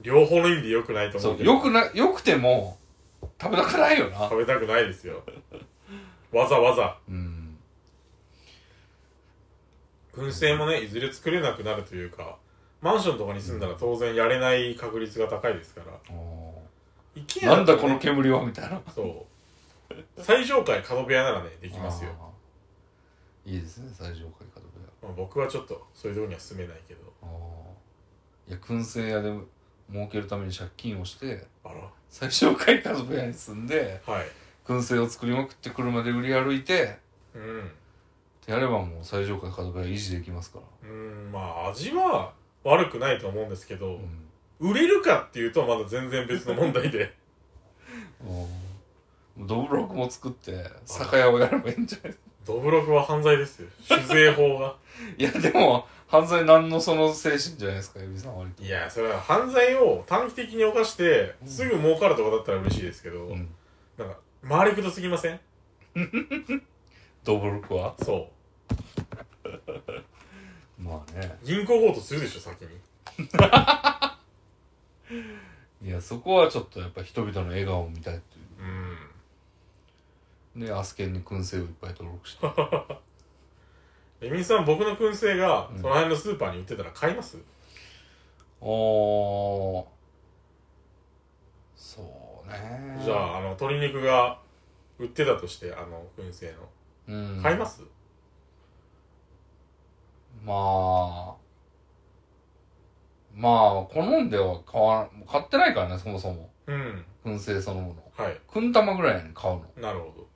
Speaker 2: ー両方の意味で良くないと思
Speaker 1: そうう
Speaker 2: けど
Speaker 1: よくなよくても食べたくないよな
Speaker 2: 食べたくないですよわざわざ
Speaker 1: うん
Speaker 2: 燻製もねいずれ作れなくなるというかマンションとかに住んだら当然やれない確率が高いですから
Speaker 1: お
Speaker 2: 一軒
Speaker 1: ー
Speaker 2: 家
Speaker 1: なんだ
Speaker 2: と
Speaker 1: こ
Speaker 2: ね
Speaker 1: の煙はみたいな
Speaker 2: そう最上階角部屋ならねできますよ
Speaker 1: あーいいですね最上階かどうか
Speaker 2: まあ、僕はちょっとそういうとこには住めないけど
Speaker 1: あーいや燻製屋で儲けるために借金をして
Speaker 2: あら
Speaker 1: 最上階家族屋に住んで
Speaker 2: はい
Speaker 1: 燻製を作りまくって車で売り歩いて
Speaker 2: うん
Speaker 1: ってやればもう最上階角部屋維持できますから、
Speaker 2: うんまあ味は悪くないと思うんですけど、
Speaker 1: うん、
Speaker 2: 売れるかっていうとまだ全然別の問題で [LAUGHS]
Speaker 1: ドブロクも作って酒屋をやればいいんじゃない
Speaker 2: ドブロクは犯罪ですよ酒税法が
Speaker 1: いやでも犯罪なんのその精神じゃないですかエビさんは割と
Speaker 2: いやそれは犯罪を短期的に犯してすぐ儲かるとかだったら嬉しいですけど、
Speaker 1: うん、
Speaker 2: なんか回りくどすぎません
Speaker 1: ドブロクは
Speaker 2: そ
Speaker 1: まあね
Speaker 2: う銀行強盗するでしょ先に
Speaker 1: いやそこはちょっとやっぱ人々の笑顔を見たいっていう
Speaker 2: うん
Speaker 1: で、アスケンに燻製をいっぱい登録
Speaker 2: [LAUGHS]
Speaker 1: して。
Speaker 2: レミさん僕の燻製が
Speaker 1: うん
Speaker 2: その辺のスーパーに売ってたら買います、
Speaker 1: おー。そうね。
Speaker 2: じゃああの鶏肉が売ってたとしてあの燻製の
Speaker 1: うん。
Speaker 2: 買います、
Speaker 1: まあ。まあ、好んでは買わ、買ってないからね、そもそも。
Speaker 2: うん。
Speaker 1: 燻製そのもの。
Speaker 2: はい。
Speaker 1: 燻玉ぐらいやねん買うの。
Speaker 2: なるほ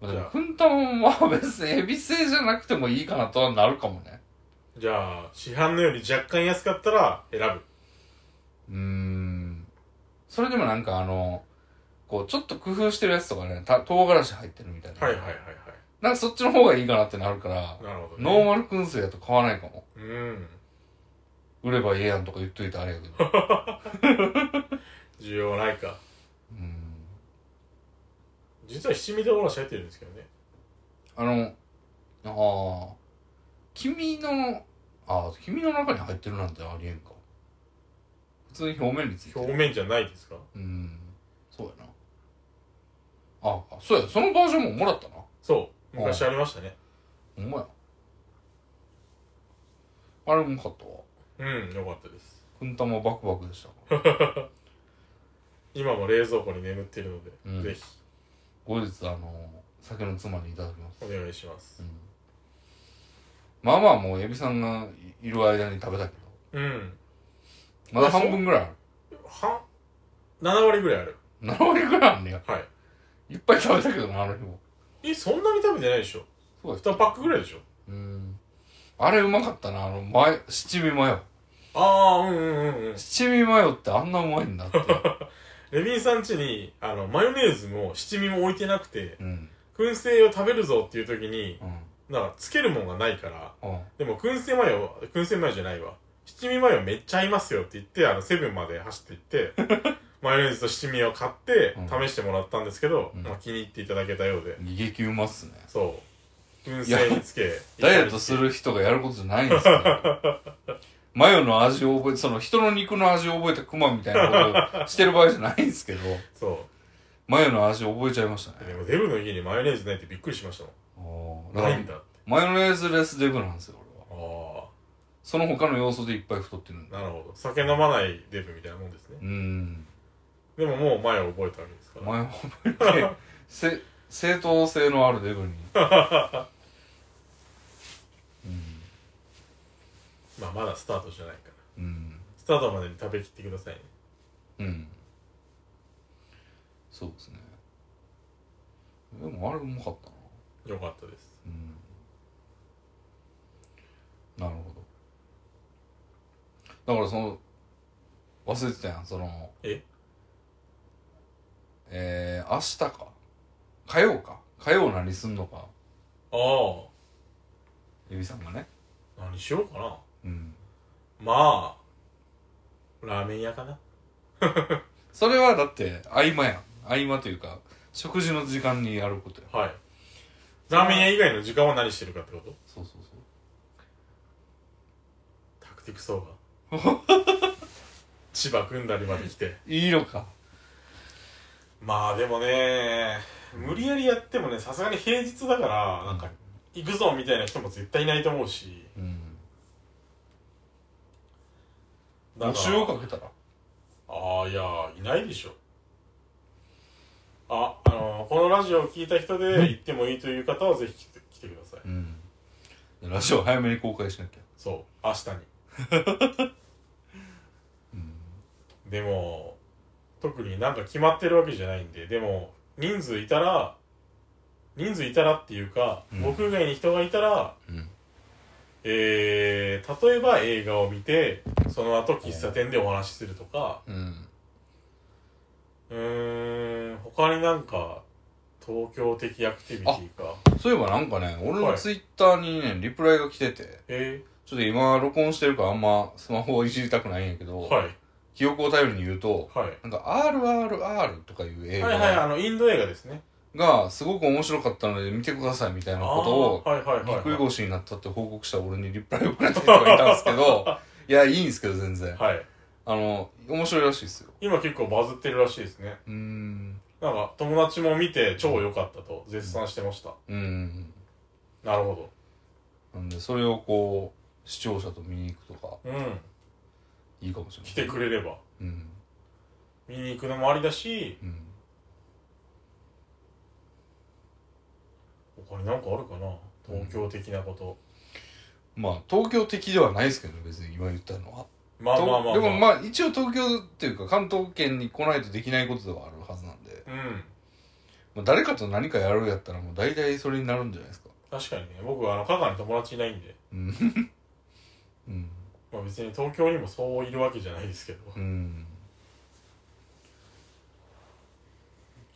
Speaker 1: まあで
Speaker 2: じゃ
Speaker 1: も、
Speaker 2: あ
Speaker 1: 燻玉は別にエビ製じゃなくてもいいかなとはなるかもね。
Speaker 2: ど。じゃあ、市販のより若干安かったら選ぶ。
Speaker 1: うーん。それでもなんかあの、こう、ちょっと工夫してるやつとかね、た唐辛子入ってるみたいな。
Speaker 2: はいはいはいは
Speaker 1: なんかそっちの方がいいかなってなるから
Speaker 2: い。、なるほど、
Speaker 1: ノー
Speaker 2: ね。
Speaker 1: マル燻製やと買わないかも。
Speaker 2: うん。
Speaker 1: 売ればええやんとか言っといてあれやけど。
Speaker 2: [LAUGHS] 需要ないか。
Speaker 1: うん。
Speaker 2: 実は七味唐辛子入ってるんですけどね。
Speaker 1: あの、ああ、君の、ああ、君の中に入ってるなんてありえんか。普通に表面について
Speaker 2: 表
Speaker 1: る。
Speaker 2: 面じゃないですか
Speaker 1: うん。そうやな。ああ、そうや、そのバージョンももらったな。
Speaker 2: そう。昔ありましたね。
Speaker 1: ほんまや。あれも買ったわ。
Speaker 2: うん、よかったです。
Speaker 1: くん玉バクバクでしたから。
Speaker 2: 今も冷蔵庫に眠ってるので、
Speaker 1: うん
Speaker 2: ぜひ、
Speaker 1: 後日、あの、酒のつまにいただきます。
Speaker 2: お願いします
Speaker 1: う。んまあまあもうエビさんがいいる間に食べたけど
Speaker 2: うん。
Speaker 1: まだ半分ぐらいある。
Speaker 2: は7割ぐらいある
Speaker 1: 7割ぐらいあんねや。
Speaker 2: はい
Speaker 1: いっぱい食べたけどな、あの日も。
Speaker 2: えそんなに食べてないでしょ
Speaker 1: そうです。
Speaker 2: 2パックぐらいでしょ
Speaker 1: うん。あれうまかったな、あの、マヨ、七味マヨ。
Speaker 2: ああうんうんうんうん
Speaker 1: 七味マヨってあんなうまいんだって。
Speaker 2: レビンさん家にあのマヨネーズも七味も置いてなくて
Speaker 1: うん。
Speaker 2: 燻製を食べるぞっていう時に
Speaker 1: うん。
Speaker 2: なんかつけるもんがないから
Speaker 1: うん。
Speaker 2: でも燻製マヨ燻製マヨじゃないわ七味マヨめっちゃ合いますよって言ってあのセブンまで走っていって
Speaker 1: [LAUGHS]
Speaker 2: マヨネーズと七味を買って
Speaker 1: うん
Speaker 2: 試してもらったんですけど、
Speaker 1: うん
Speaker 2: まあ、気に入っていただけたようで
Speaker 1: 逃げ切うまっすね。
Speaker 2: そう燻製につけ
Speaker 1: ダイエットする人がやることじゃないん
Speaker 2: [LAUGHS]
Speaker 1: ですよ。マヨの味を覚えて、その人の肉の味を覚えたクマみたいなことをしてる場合じゃないんですけど、
Speaker 2: そ
Speaker 1: マヨの味を覚えちゃいました
Speaker 2: うで
Speaker 1: ね。
Speaker 2: もデブの家にマヨネーズないってびっくりしました
Speaker 1: おー
Speaker 2: もん
Speaker 1: だか
Speaker 2: ない
Speaker 1: ら
Speaker 2: んだって
Speaker 1: マヨネーズレスデブなんですよ、俺は。
Speaker 2: ああ
Speaker 1: その他の要素でいっぱい太ってるんだ。
Speaker 2: [LAUGHS] なるほど酒飲まないデブみたいなもんですね
Speaker 1: うん。
Speaker 2: でももう前を覚えたわけですから
Speaker 1: 前を覚えて、 [LAUGHS] せ、正当性のある
Speaker 2: [LAUGHS]
Speaker 1: デブに。
Speaker 2: まあまだスタートじゃないから
Speaker 1: うん。うん。
Speaker 2: スタートまでに食べきってくださいね
Speaker 1: うん。そうですね。でもあれうまかったな。
Speaker 2: よかったです
Speaker 1: うん。なるほど。だからその、忘れてたやん、その、
Speaker 2: え
Speaker 1: えー、明日か。火曜か。火曜何すんのか。
Speaker 2: あ
Speaker 1: ゆびさんがね。
Speaker 2: あ何しようかな
Speaker 1: うん。
Speaker 2: まあラーメン屋かな
Speaker 1: それはだって合間やん合間というか食事の時間にやることや
Speaker 2: はいラーメン屋以外の時間は何してるかってこと
Speaker 1: そうそうそう
Speaker 2: タクティクソーが千葉組んだりまで来て
Speaker 1: いいのか
Speaker 2: まあでもね無理やりやってもねさすがに平日だからなんか行くぞみたいな人も絶対いないと思うし
Speaker 1: うん
Speaker 2: だから
Speaker 1: 募集をかけたら
Speaker 2: ああいやーいないでしょああのーこのラジオを聞いた人で行ってもいいという方はぜひ来て来てください
Speaker 1: うんラジオ早めに公開しなきゃ
Speaker 2: そう明日に
Speaker 1: [LAUGHS] うん
Speaker 2: でも特になんか決まってるわけじゃないんででも人数いたら人数いたらっていうか、
Speaker 1: うん
Speaker 2: 僕以外に人がいたら
Speaker 1: うん
Speaker 2: えー、例えば映画を見てその後喫茶店でお話しするとか
Speaker 1: うん
Speaker 2: うーん他になんか東京的アクティビティか
Speaker 1: そういえばなんかね俺
Speaker 2: は
Speaker 1: の
Speaker 2: い
Speaker 1: ツイッターにねリプライが来てて
Speaker 2: え
Speaker 1: ちょっと今録音してるからあんまスマホをいじりたくないんやけど、
Speaker 2: ー、はい
Speaker 1: 記憶を頼りに言うと
Speaker 2: はい
Speaker 1: なんか RRR とかいう映
Speaker 2: はいはい、あ
Speaker 1: 画
Speaker 2: の、インド映画ですね。
Speaker 1: がすごく面白かったので見てくださいみたいなことを
Speaker 2: あーはいはい
Speaker 1: ぎっ
Speaker 2: はい、
Speaker 1: くり
Speaker 2: は
Speaker 1: 腰になったって報告した俺にリプライをくれた人がいたんですけど、いや、いいんですけど、全然。
Speaker 2: い。 [LAUGHS] はい。
Speaker 1: あの、面白いらしいですよ。
Speaker 2: 今結構バズってるらしいですね。
Speaker 1: うーん。
Speaker 2: なんか、友達も見て超良かったと絶賛してました。
Speaker 1: うん。
Speaker 2: なるほ
Speaker 1: なんで、それをこう、視聴者と見に行くとか、
Speaker 2: ど。うん。
Speaker 1: いいかもしれない。
Speaker 2: 来てくれれば。
Speaker 1: うん。
Speaker 2: 見に行くのもありだし、
Speaker 1: うん。
Speaker 2: 他になんかあるかな東京的なこと。
Speaker 1: まあ、東京的ではないですけど、別に今言ったのは。
Speaker 2: まあまあまあ、まあ、
Speaker 1: とでもまあ、一応東京っていうか、関東圏に来ないとできないことではあるはずなんで、
Speaker 2: うん。
Speaker 1: まあ、誰かと何かやるやったら、もう大体それになるんじゃないですか。
Speaker 2: 確かにね、僕はあの、香川に友達いないんで、
Speaker 1: うん。 [LAUGHS] うん。
Speaker 2: まあ別に東京にもそういるわけじゃないですけど。
Speaker 1: うん。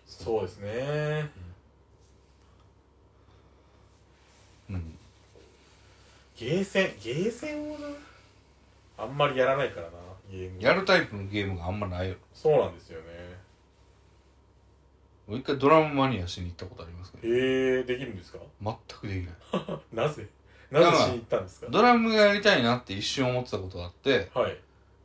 Speaker 2: そうですね。
Speaker 1: 何
Speaker 2: ゲーセン、ゲーセンをな、あんまりやらないからな、ゲーム。
Speaker 1: やるタイプのゲームがあんまないよ
Speaker 2: そうなんですよね。
Speaker 1: もう一回ドラムマニアしに行ったことありますけど
Speaker 2: えー、できるんですか
Speaker 1: 全くできない
Speaker 2: なぜなぜしに行ったんですか
Speaker 1: ドラムがやりたいなって一瞬思ってたことがあって
Speaker 2: はい。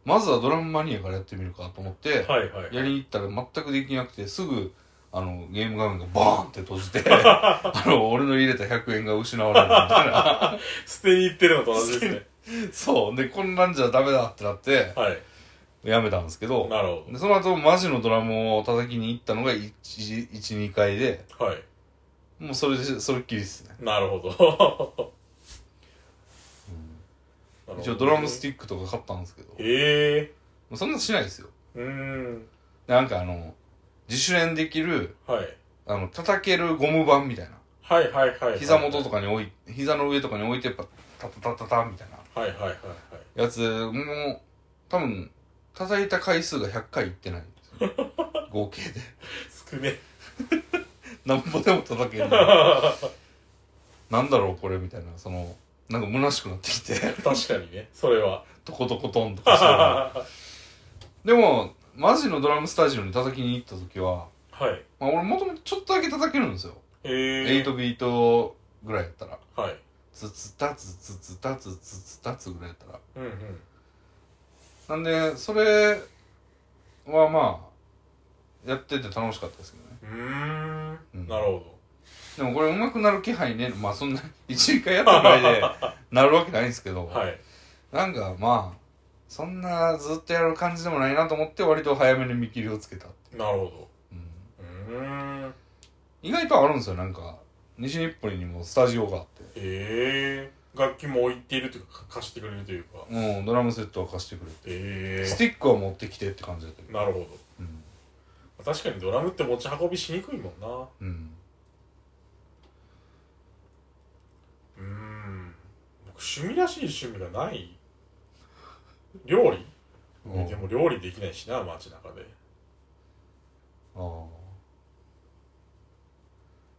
Speaker 1: まずはドラムマニアからやってみるかと思って
Speaker 2: はいはい。
Speaker 1: やりに行ったら全くできなくてすぐあのゲーム画面がバーンって閉じ
Speaker 2: [LAUGHS]
Speaker 1: てあの俺の入れた100円が失われるみたい
Speaker 2: [LAUGHS]
Speaker 1: な
Speaker 2: 捨てに行ってるのと同じですね。
Speaker 1: そうでこんなんじゃダメだってなって
Speaker 2: はい。
Speaker 1: やめたんですけど
Speaker 2: なるほ
Speaker 1: でその後マジのドラムを叩きに行ったのが12回で
Speaker 2: ど。はい。
Speaker 1: もうそれでそれっきりですね
Speaker 2: なるほど。 [LAUGHS]
Speaker 1: 一応ドラムスティックとか買ったんですけど
Speaker 2: え
Speaker 1: うそんなしないですよ。
Speaker 2: うーん。
Speaker 1: なんかあの、自主練できる、
Speaker 2: はい。
Speaker 1: あの、叩けるゴム板みたいな。
Speaker 2: はいはいはいはい。
Speaker 1: 膝元とかに置い、膝の上とかに置いて、パタタタタタみたいな
Speaker 2: はいはいはいはい。
Speaker 1: やつも、多分、叩いた回数が100回いってないんですよ。
Speaker 2: [LAUGHS]
Speaker 1: 合計で。
Speaker 2: 少ね。
Speaker 1: なんぼでも叩
Speaker 2: [LAUGHS]
Speaker 1: ける。なんだろうこれみたいな、その、なんか虚しくなってきて、
Speaker 2: 確かにね。それは。
Speaker 1: トコトコトンとかしてる。でも、マジのドラムスタジオに叩きに行った時は、
Speaker 2: [LAUGHS] はい。
Speaker 1: まあ俺もともとちょっとだけ叩けるんですよ。
Speaker 2: えー。
Speaker 1: 8ビートぐらいやったら。
Speaker 2: はい。
Speaker 1: つつたつつつたつつつたつぐらいやったら。
Speaker 2: うんうん。
Speaker 1: なんで、それはまあ、やってて楽しかったですけどね。
Speaker 2: うー
Speaker 1: うん
Speaker 2: ん。なるほど。
Speaker 1: でもこれ上手くなる気配ね、まあそんな、 [LAUGHS] 一時間やったぐらい
Speaker 2: [LAUGHS]
Speaker 1: で、なるわけないんですけど、
Speaker 2: はい。
Speaker 1: なんかまあ、そんなずっとやる感じでもないなと思って割と早めに見切りをつけた。
Speaker 2: なるほ
Speaker 1: うん
Speaker 2: ど。うーん。
Speaker 1: 意外とあるんですよ、なんか。西日暮里にもスタジオがあって。
Speaker 2: えー。楽器も置いているというか、貸してくれるというか。
Speaker 1: うん、ドラムセットは貸してくれて。
Speaker 2: え
Speaker 1: ス
Speaker 2: ー。
Speaker 1: ティックは持ってきてって感じだったけど。
Speaker 2: なるほど。
Speaker 1: うん。
Speaker 2: 確かにドラムって持ち運びしにくいもんなう
Speaker 1: うん。
Speaker 2: ーん僕趣味らしい趣味がない料理
Speaker 1: うん
Speaker 2: でも料理できないしな街中で
Speaker 1: ああ。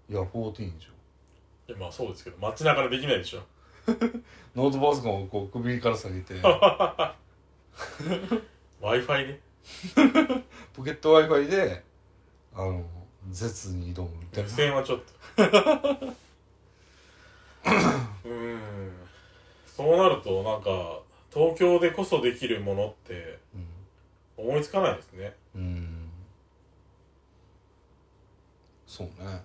Speaker 1: いや、14でしょ。
Speaker 2: いやまあそうですけど街中でできないでしょ
Speaker 1: ノートパソコンをこう首から下げ
Speaker 2: [LAUGHS]
Speaker 1: て、
Speaker 2: w i f i ね
Speaker 1: ポケット Wi-Fi で、あの、絶に挑むみたい
Speaker 2: 無
Speaker 1: な。
Speaker 2: 線はちょっ
Speaker 1: [LAUGHS]
Speaker 2: とうーんそうなるとなんか東京でこそできるものって
Speaker 1: うん
Speaker 2: 思いつかないですね
Speaker 1: うーんそうね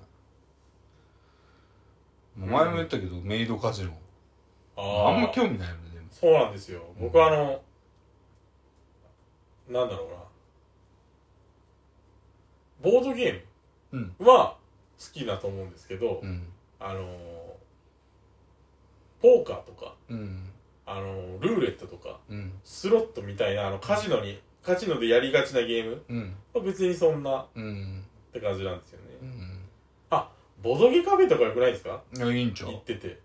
Speaker 1: 前も言ったけど、メイドカジノ
Speaker 2: あ
Speaker 1: あ
Speaker 2: ー
Speaker 1: んま興味ないよねでも
Speaker 2: そうなんですよ。僕はあの、なんだろうな。ボードゲームは好きだと思うんですけど、
Speaker 1: うん
Speaker 2: あのー、ポーカーとか、
Speaker 1: うん
Speaker 2: あのー、ルーレットとか、
Speaker 1: うん
Speaker 2: スロットみたいな、あの、カジノに、カジノでやりがちなゲーム
Speaker 1: うん
Speaker 2: は別にそんなっ
Speaker 1: うん
Speaker 2: て感じなんですよね。
Speaker 1: うん
Speaker 2: ボドゲカフェとか良くないですか
Speaker 1: いやいいんちゃ
Speaker 2: 行っ
Speaker 1: う
Speaker 2: てて。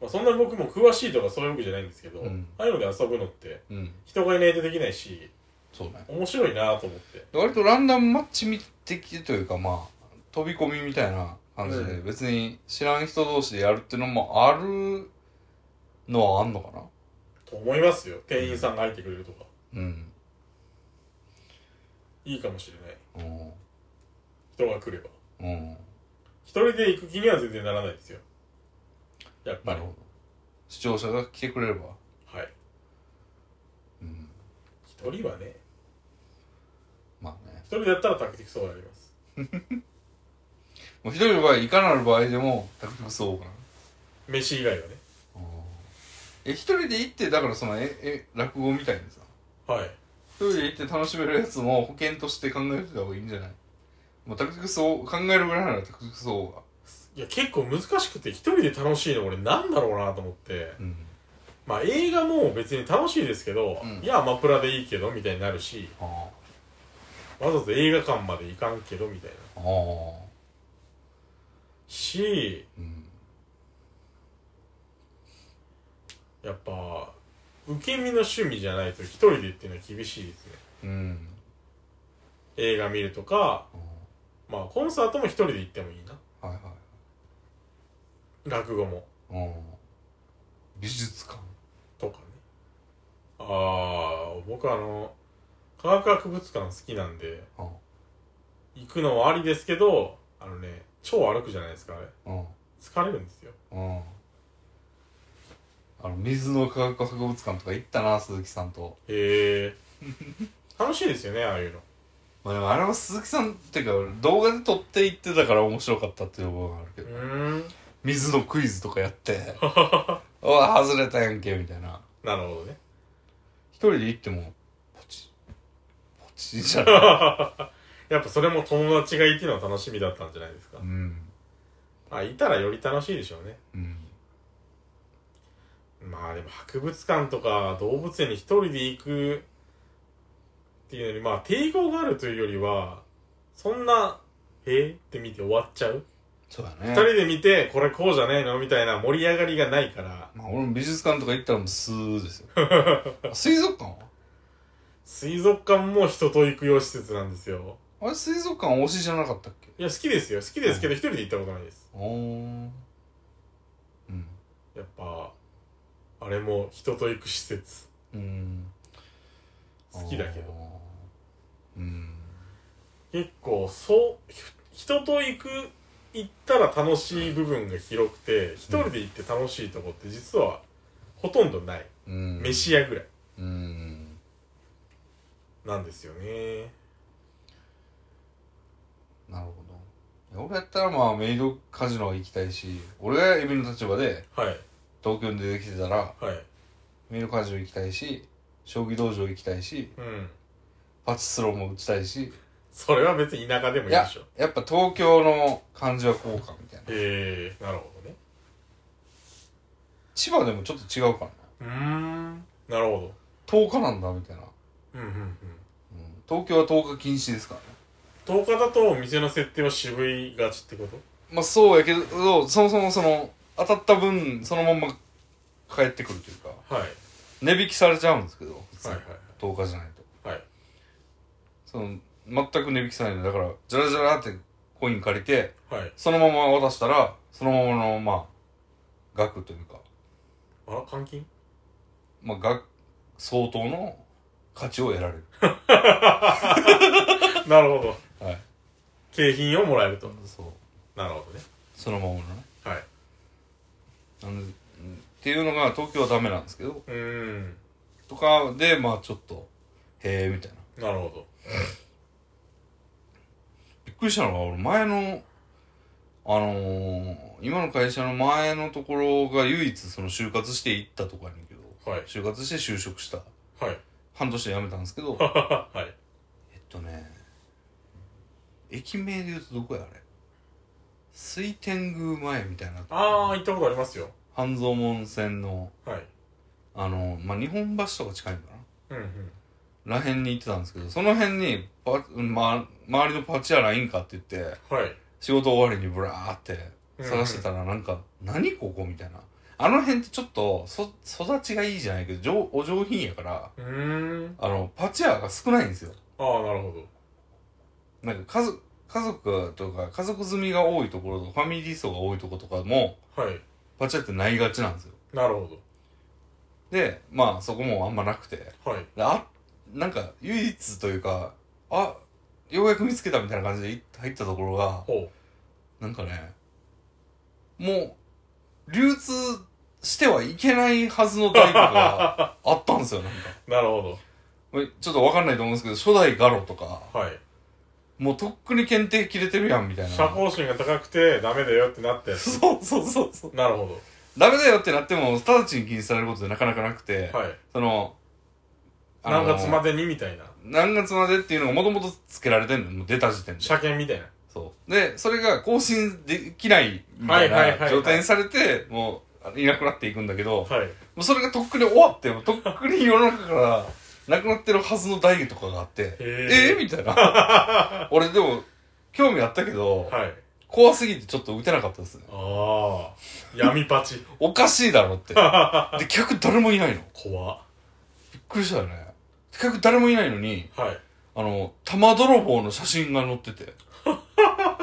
Speaker 2: まあ、そんな僕も詳しいとかそういうわけじゃないんですけど、
Speaker 1: うん
Speaker 2: ああいうので遊ぶのって
Speaker 1: うん
Speaker 2: 人がいないとできないし、
Speaker 1: そうね
Speaker 2: 面白いなと思って
Speaker 1: で割とランダムマッチ見てきてというかまあ飛び込みみたいな感じで、
Speaker 2: うん
Speaker 1: 別に知らん人同士でやるっていうのもあるのはあんのかな
Speaker 2: と思いますよ店員さんが入ってくれるとか
Speaker 1: うん、
Speaker 2: いいかもしれない
Speaker 1: うん
Speaker 2: 人が来れば
Speaker 1: うん
Speaker 2: 一人で行く気には全然ならないですよやっぱ
Speaker 1: なる
Speaker 2: り
Speaker 1: ほど視聴者が来てくれれば
Speaker 2: はい
Speaker 1: うん
Speaker 2: 一人はね
Speaker 1: まあね
Speaker 2: 一人だったらタクティクスをやります
Speaker 1: もう一人の場合、いかなる場合でも、タクタクそうかな。
Speaker 2: 飯以外はね
Speaker 1: え、一人で行って、だからその、え、 [LAUGHS] え、落語みたいにさ、
Speaker 2: はい
Speaker 1: 一人で行って楽しめるやつも保険として考えてた方がいいんじゃないもうタクタクそう、考えるぐらいならタクタクそうが。
Speaker 2: いや結構難しくて一人で楽しいの俺なんだろうなと思って
Speaker 1: うん。
Speaker 2: まあ映画も別に楽しいですけど、
Speaker 1: うん
Speaker 2: いやアマプラでいいけどみたいになるし
Speaker 1: あ
Speaker 2: わざわざ映画館まで行かんけどみたいな
Speaker 1: あ。ああ。
Speaker 2: し
Speaker 1: うん。
Speaker 2: やっぱ受け身の趣味じゃないと一人でっていうのは厳しいですね
Speaker 1: うん。
Speaker 2: 映画見るとかまあコンサートも一人で行ってもいい
Speaker 1: はいはい。
Speaker 2: な落語も
Speaker 1: うん。美術館。
Speaker 2: とかねああ僕あの科学博物館好きなんで
Speaker 1: あ
Speaker 2: 行くのはありですけどあのね超歩くじゃないですかあれ
Speaker 1: うん。
Speaker 2: 疲れるんですよ
Speaker 1: うん。あの、水の科学博物館とか行ったな、鈴木さんと。
Speaker 2: へ [LAUGHS] え楽しいですよねああいうの
Speaker 1: まあでもあれは鈴木さんっていうか動画で撮っていってたから面白かったっていう部分があるけ
Speaker 2: う
Speaker 1: ど
Speaker 2: ーん
Speaker 1: 水のクイズとかやって
Speaker 2: [LAUGHS]
Speaker 1: うわ外れたやんけみたいな
Speaker 2: なるほどね
Speaker 1: 一人で行ってもポチポチじゃない
Speaker 2: やっぱそれも友達がいての楽しみだったんじゃないですか
Speaker 1: うん
Speaker 2: あいたらより楽しいでしょうね
Speaker 1: うん
Speaker 2: まあでも博物館とか動物園に一人で行くっていうよりまあ抵抗があるというよりはそんな「えーって見て終わっちゃう、
Speaker 1: そうや
Speaker 2: 二
Speaker 1: ね
Speaker 2: 人で見てこれこうじゃねえのみたいな盛り上がりがないから
Speaker 1: まあ俺も美術館とか行ったらもうスーですよあ水族館は
Speaker 2: 水族館も人と行く用施設なんですよ
Speaker 1: あれ水族館推しじゃなかったっけ
Speaker 2: いや好きですよ好きですけど一人で行ったことないです
Speaker 1: おーうん
Speaker 2: やっぱあれも人と行く施設
Speaker 1: うん
Speaker 2: 好きだけど
Speaker 1: あーうん
Speaker 2: 結構そうひ人と行く行ったら楽しい部分が広くて一人で行って楽しいとこって実はほとんどない、
Speaker 1: うん
Speaker 2: 飯屋ぐらい
Speaker 1: うん
Speaker 2: なんですよね
Speaker 1: なるほどいや俺やったらまあメイドカジノ行きたいし俺がエビの立場で
Speaker 2: はい
Speaker 1: 東京に出てきてたら
Speaker 2: はい
Speaker 1: メイドカジノ行きたいし将棋道場行きたいし
Speaker 2: うん
Speaker 1: パチスローも打ちたいし
Speaker 2: それは別に田舎で
Speaker 1: い
Speaker 2: もいいで
Speaker 1: や
Speaker 2: しょ
Speaker 1: やっぱ東京の感じはこうかみたいな
Speaker 2: へえなるほどね
Speaker 1: 千葉でもちょっと違うかな
Speaker 2: うーんなるほ
Speaker 1: 10日なんだみたいな、
Speaker 2: どうんうんうん
Speaker 1: うん、東京は10日禁止ですからね
Speaker 2: 10日だとお店の設定は渋いがちってこと
Speaker 1: まあそうやけどそもそもその当たった分そのまんま帰ってくるというか
Speaker 2: はい
Speaker 1: 値引きされちゃうんですけど普通
Speaker 2: はい
Speaker 1: 10日じゃないと
Speaker 2: はいはい
Speaker 1: その全く値引きされないだからジャラジャラってコイン借りて
Speaker 2: はい
Speaker 1: そのまま渡したらそのままのまあ額というか
Speaker 2: あら監禁
Speaker 1: まあ額相当の価値を得られる
Speaker 2: [LAUGHS] なるほど
Speaker 1: はい
Speaker 2: 景品をもらえると
Speaker 1: そう
Speaker 2: なるほどね
Speaker 1: そのままのね
Speaker 2: はい
Speaker 1: なんでうんっていうのが東京はダメなんですけど
Speaker 2: うーん
Speaker 1: とかでまあちょっとへえみたいな
Speaker 2: なるほ
Speaker 1: びっくりしたのが俺前のあのー今の会社の前のところが唯一その就活していったとこやねんけど
Speaker 2: どはい
Speaker 1: 就活して就職した
Speaker 2: はい [LAUGHS]
Speaker 1: 半年で辞めたんですけど
Speaker 2: はい
Speaker 1: えっとね駅名で言うとどこやあれ水天宮前みたいな
Speaker 2: ああ行ったことありますよ
Speaker 1: 半蔵門線の
Speaker 2: はい
Speaker 1: あのまあ日本橋とか近いのかな
Speaker 2: うんうん
Speaker 1: ら辺に行ってたんですけど、その辺にパ、ま、周りのパチ屋ないんかって言って、
Speaker 2: はい
Speaker 1: 仕事終わりにブラーって探してたら、なんか、何ここみたいな。あの辺ってちょっと、そ、育ちがいいじゃないけど、上お上品やから、
Speaker 2: うーん
Speaker 1: あの、パチ屋が少ないんですよ。
Speaker 2: ああなるほど
Speaker 1: なんか、家族、家族とか、家族住みが多いところとか、ファミリー層が多いところとかも、
Speaker 2: はい
Speaker 1: パチ屋ってないがちなんですよ。
Speaker 2: なるほ
Speaker 1: で、まあ、そこもあんまなくて。
Speaker 2: どはい
Speaker 1: であなんか唯一というかあようやく見つけたみたいな感じでい入ったところが
Speaker 2: ほ
Speaker 1: なんかねもう流通してはいけないはずの大工
Speaker 2: [LAUGHS]
Speaker 1: があったんですよなんか
Speaker 2: うなるほ
Speaker 1: これちょっとわかんないと思うんですけど初代ガロとか
Speaker 2: どはい
Speaker 1: もうとっくに検定切れてるやんみたいな
Speaker 2: 社交心が高くてダメだよってなって
Speaker 1: そうそうそうそう
Speaker 2: なるほ
Speaker 1: ダメだよってなっても直ちに禁止されることでなかなかなくて、
Speaker 2: どはい
Speaker 1: そのあの
Speaker 2: 何月までにみたいな
Speaker 1: 何月までっていうのがもともとつけられてんのもう出た時点で
Speaker 2: 車検みたいな
Speaker 1: そう。で、それが更新できないみたい
Speaker 2: はいはいはいは
Speaker 1: ない状態にされて、もういなくなっていくんだけど、も
Speaker 2: はいう
Speaker 1: それがとっくに終わって、もうとっくに世の中からなくなってるはずの代議とかがあって、
Speaker 2: へー
Speaker 1: えーみたいな。
Speaker 2: [LAUGHS]
Speaker 1: 俺でも、興味あったけど、
Speaker 2: はい
Speaker 1: 怖すぎてちょっと打てなかったですね。
Speaker 2: ああ闇パチ
Speaker 1: おかしいだろ
Speaker 2: [LAUGHS]
Speaker 1: って。で、客誰もいないの。
Speaker 2: 怖は
Speaker 1: びっくりしたよね。客誰もいないのに、
Speaker 2: い
Speaker 1: あの、玉泥棒の写真が載って
Speaker 2: [LAUGHS]
Speaker 1: て、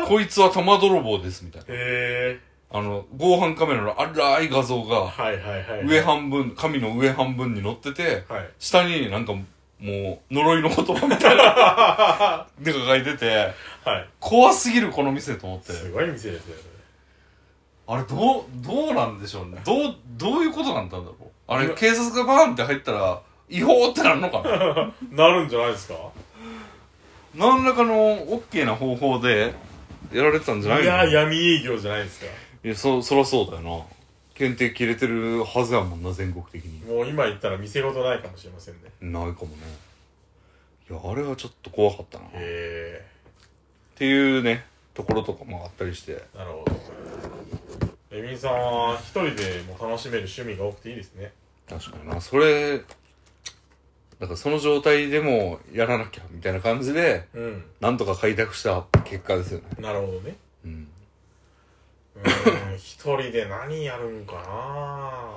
Speaker 1: こいつは玉泥棒です、みたいな。
Speaker 2: へえ
Speaker 1: あの、合板カメラの荒い画像が、
Speaker 2: はいはいはい
Speaker 1: 上半分、紙の上半分に載ってて、
Speaker 2: はい
Speaker 1: 下になんかもう、呪いの言葉みたいな、でか書いてて、
Speaker 2: はい
Speaker 1: 怖すぎるこの店と思って。
Speaker 2: すごい店ですよね
Speaker 1: あれ、どう、どうなんでしょうね。どう、どういうことなんだろう。あ
Speaker 2: う
Speaker 1: れ、
Speaker 2: わ
Speaker 1: 警察がバーンって入ったら、違法ってなるのかな
Speaker 2: なるんじゃないですか
Speaker 1: 何らかの、オッケーな方法で、やられてたん
Speaker 2: い
Speaker 1: じゃないの
Speaker 2: や闇営業じゃないですか
Speaker 1: いや、そ、そらそうだよな。検定切れてるはずやもんな、全国的に。
Speaker 2: もう今言ったら店ごとないかもしれませんね
Speaker 1: ないかもねいやあれはちょっと怖かったなっ
Speaker 2: へ
Speaker 1: ていうねところとかもあったりして
Speaker 2: えなるほどエミンさんは一人でも楽しめる趣味が多くていいですね
Speaker 1: 確かになそれだからその状態でもやらなきゃみたいな感じで
Speaker 2: うん。
Speaker 1: なんとか開拓した結果ですよね
Speaker 2: なるほどね。
Speaker 1: うん
Speaker 2: うーん一人で何やるんか